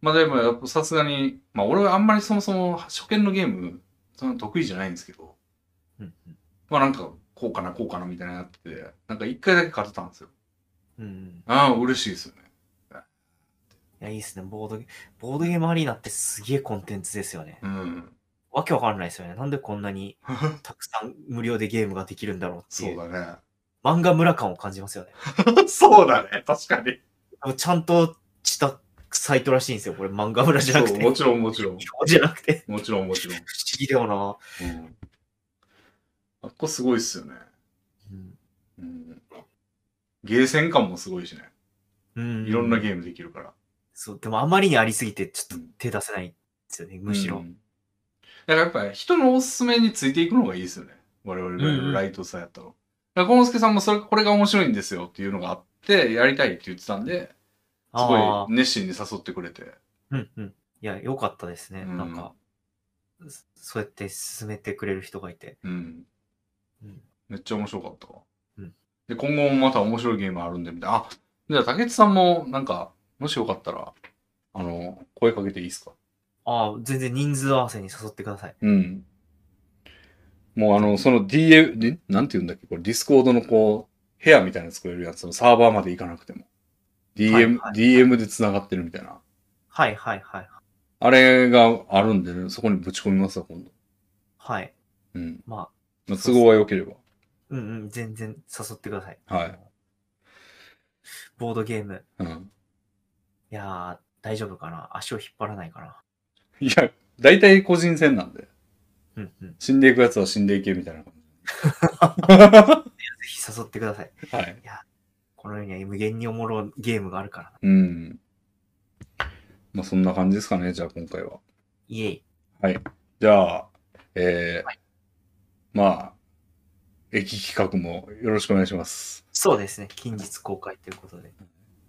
Speaker 1: まあでもやっぱさすがに、まあ俺はあんまりそもそも初見のゲーム、そんな得意じゃないんですけど、
Speaker 2: うん。うん
Speaker 1: まあなんか、こうかな、こうかな、みたいなのやってて、なんか一回だけ勝てたんですよ。
Speaker 2: うんうん。
Speaker 1: ああ、嬉しいですよね。
Speaker 2: いや、いいですね。ボードゲ、ボードゲームアリーナってすげえコンテンツですよね。
Speaker 1: うん。
Speaker 2: わけわかんないですよね。なんでこんなにたくさん無料でゲームができるんだろうって
Speaker 1: <laughs> そ
Speaker 2: いう
Speaker 1: <laughs>
Speaker 2: う。
Speaker 1: だ
Speaker 2: 漫画村感を感じますよね。
Speaker 1: ね。そうだね、確かに。
Speaker 2: ちゃんとしたサイトらしいんですよ。これ漫画村じゃなく
Speaker 1: そう、
Speaker 2: て。
Speaker 1: もちろん、もちろん
Speaker 2: 違。法じゃなくて。
Speaker 1: もちろん、もちろん。
Speaker 2: 不思議だよな。
Speaker 1: うん。あっこすごいっすよね。
Speaker 2: うん
Speaker 1: うん。ゲーセン感もすごいしね。
Speaker 2: うん
Speaker 1: いろんなゲームできるから。
Speaker 2: そう、でもあまりにありすぎて、ちょっと手出せないんですよね、むし
Speaker 1: う
Speaker 2: ろ。
Speaker 1: んだからやっぱり人のおすすめについていくのがいいですよね。我々がや
Speaker 2: うんう
Speaker 1: る
Speaker 2: ん
Speaker 1: ライトさやったの。だから、コンスケさんもそれ、これが面白いんですよっていうのがあって、やりたいって言ってたんで、すごい
Speaker 2: ああ、
Speaker 1: 熱心に誘ってくれて。
Speaker 2: うんうん。いや、良かったですね。
Speaker 1: うん
Speaker 2: なんか、そそうやって進めてくれる人がいて。
Speaker 1: うん。
Speaker 2: うん
Speaker 1: めっちゃ面白かったわ。
Speaker 2: うん
Speaker 1: で、今後もまた面白いゲームあるんで、みたいな。あ、じゃあ、竹内さんも、なんか、もしよかったら、あの、声かけていいですか
Speaker 2: ああ、全然人数合わせに誘ってください。
Speaker 1: うん。もうあの、その DA、でなんて言うんだっけ、これ、ディスコードのこう、部屋みたいなの作れるやつのサーバーまで行かなくても。DM、
Speaker 2: はいはい
Speaker 1: DM で繋がってるみたいな。
Speaker 2: はいはいはい。
Speaker 1: あれがあるんで、ね、そこにぶち込みますわ、今度。
Speaker 2: はい。
Speaker 1: うん。
Speaker 2: まあ、
Speaker 1: まあ都合が良ければ。
Speaker 2: うんうん、全然誘ってください。
Speaker 1: はい。
Speaker 2: ボードゲーム。
Speaker 1: うん。
Speaker 2: いやー、大丈夫かな足を引っ張らないかな。
Speaker 1: いや、大体個人戦なんで。
Speaker 2: うんうん。ぜ
Speaker 1: 死んでいくやつは死んでいけみたいな感
Speaker 2: ひ誘ってください。
Speaker 1: じ。はい。
Speaker 2: この世には無限におもろいゲームがあるからな。
Speaker 1: うん。まあそんな感じですかね、じゃあ今回は。
Speaker 2: イエイ。
Speaker 1: じゃあ、えー
Speaker 2: は
Speaker 1: まあ、駅企画もよろしくお願いします。
Speaker 2: そうですね。近日公開ということで。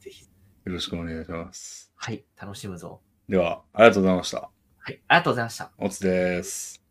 Speaker 2: ぜひ。
Speaker 1: よろしくお願いします。
Speaker 2: はい。楽しむぞ。
Speaker 1: では、ありがとうございました。
Speaker 2: はい。ありがとうございました。
Speaker 1: おつです。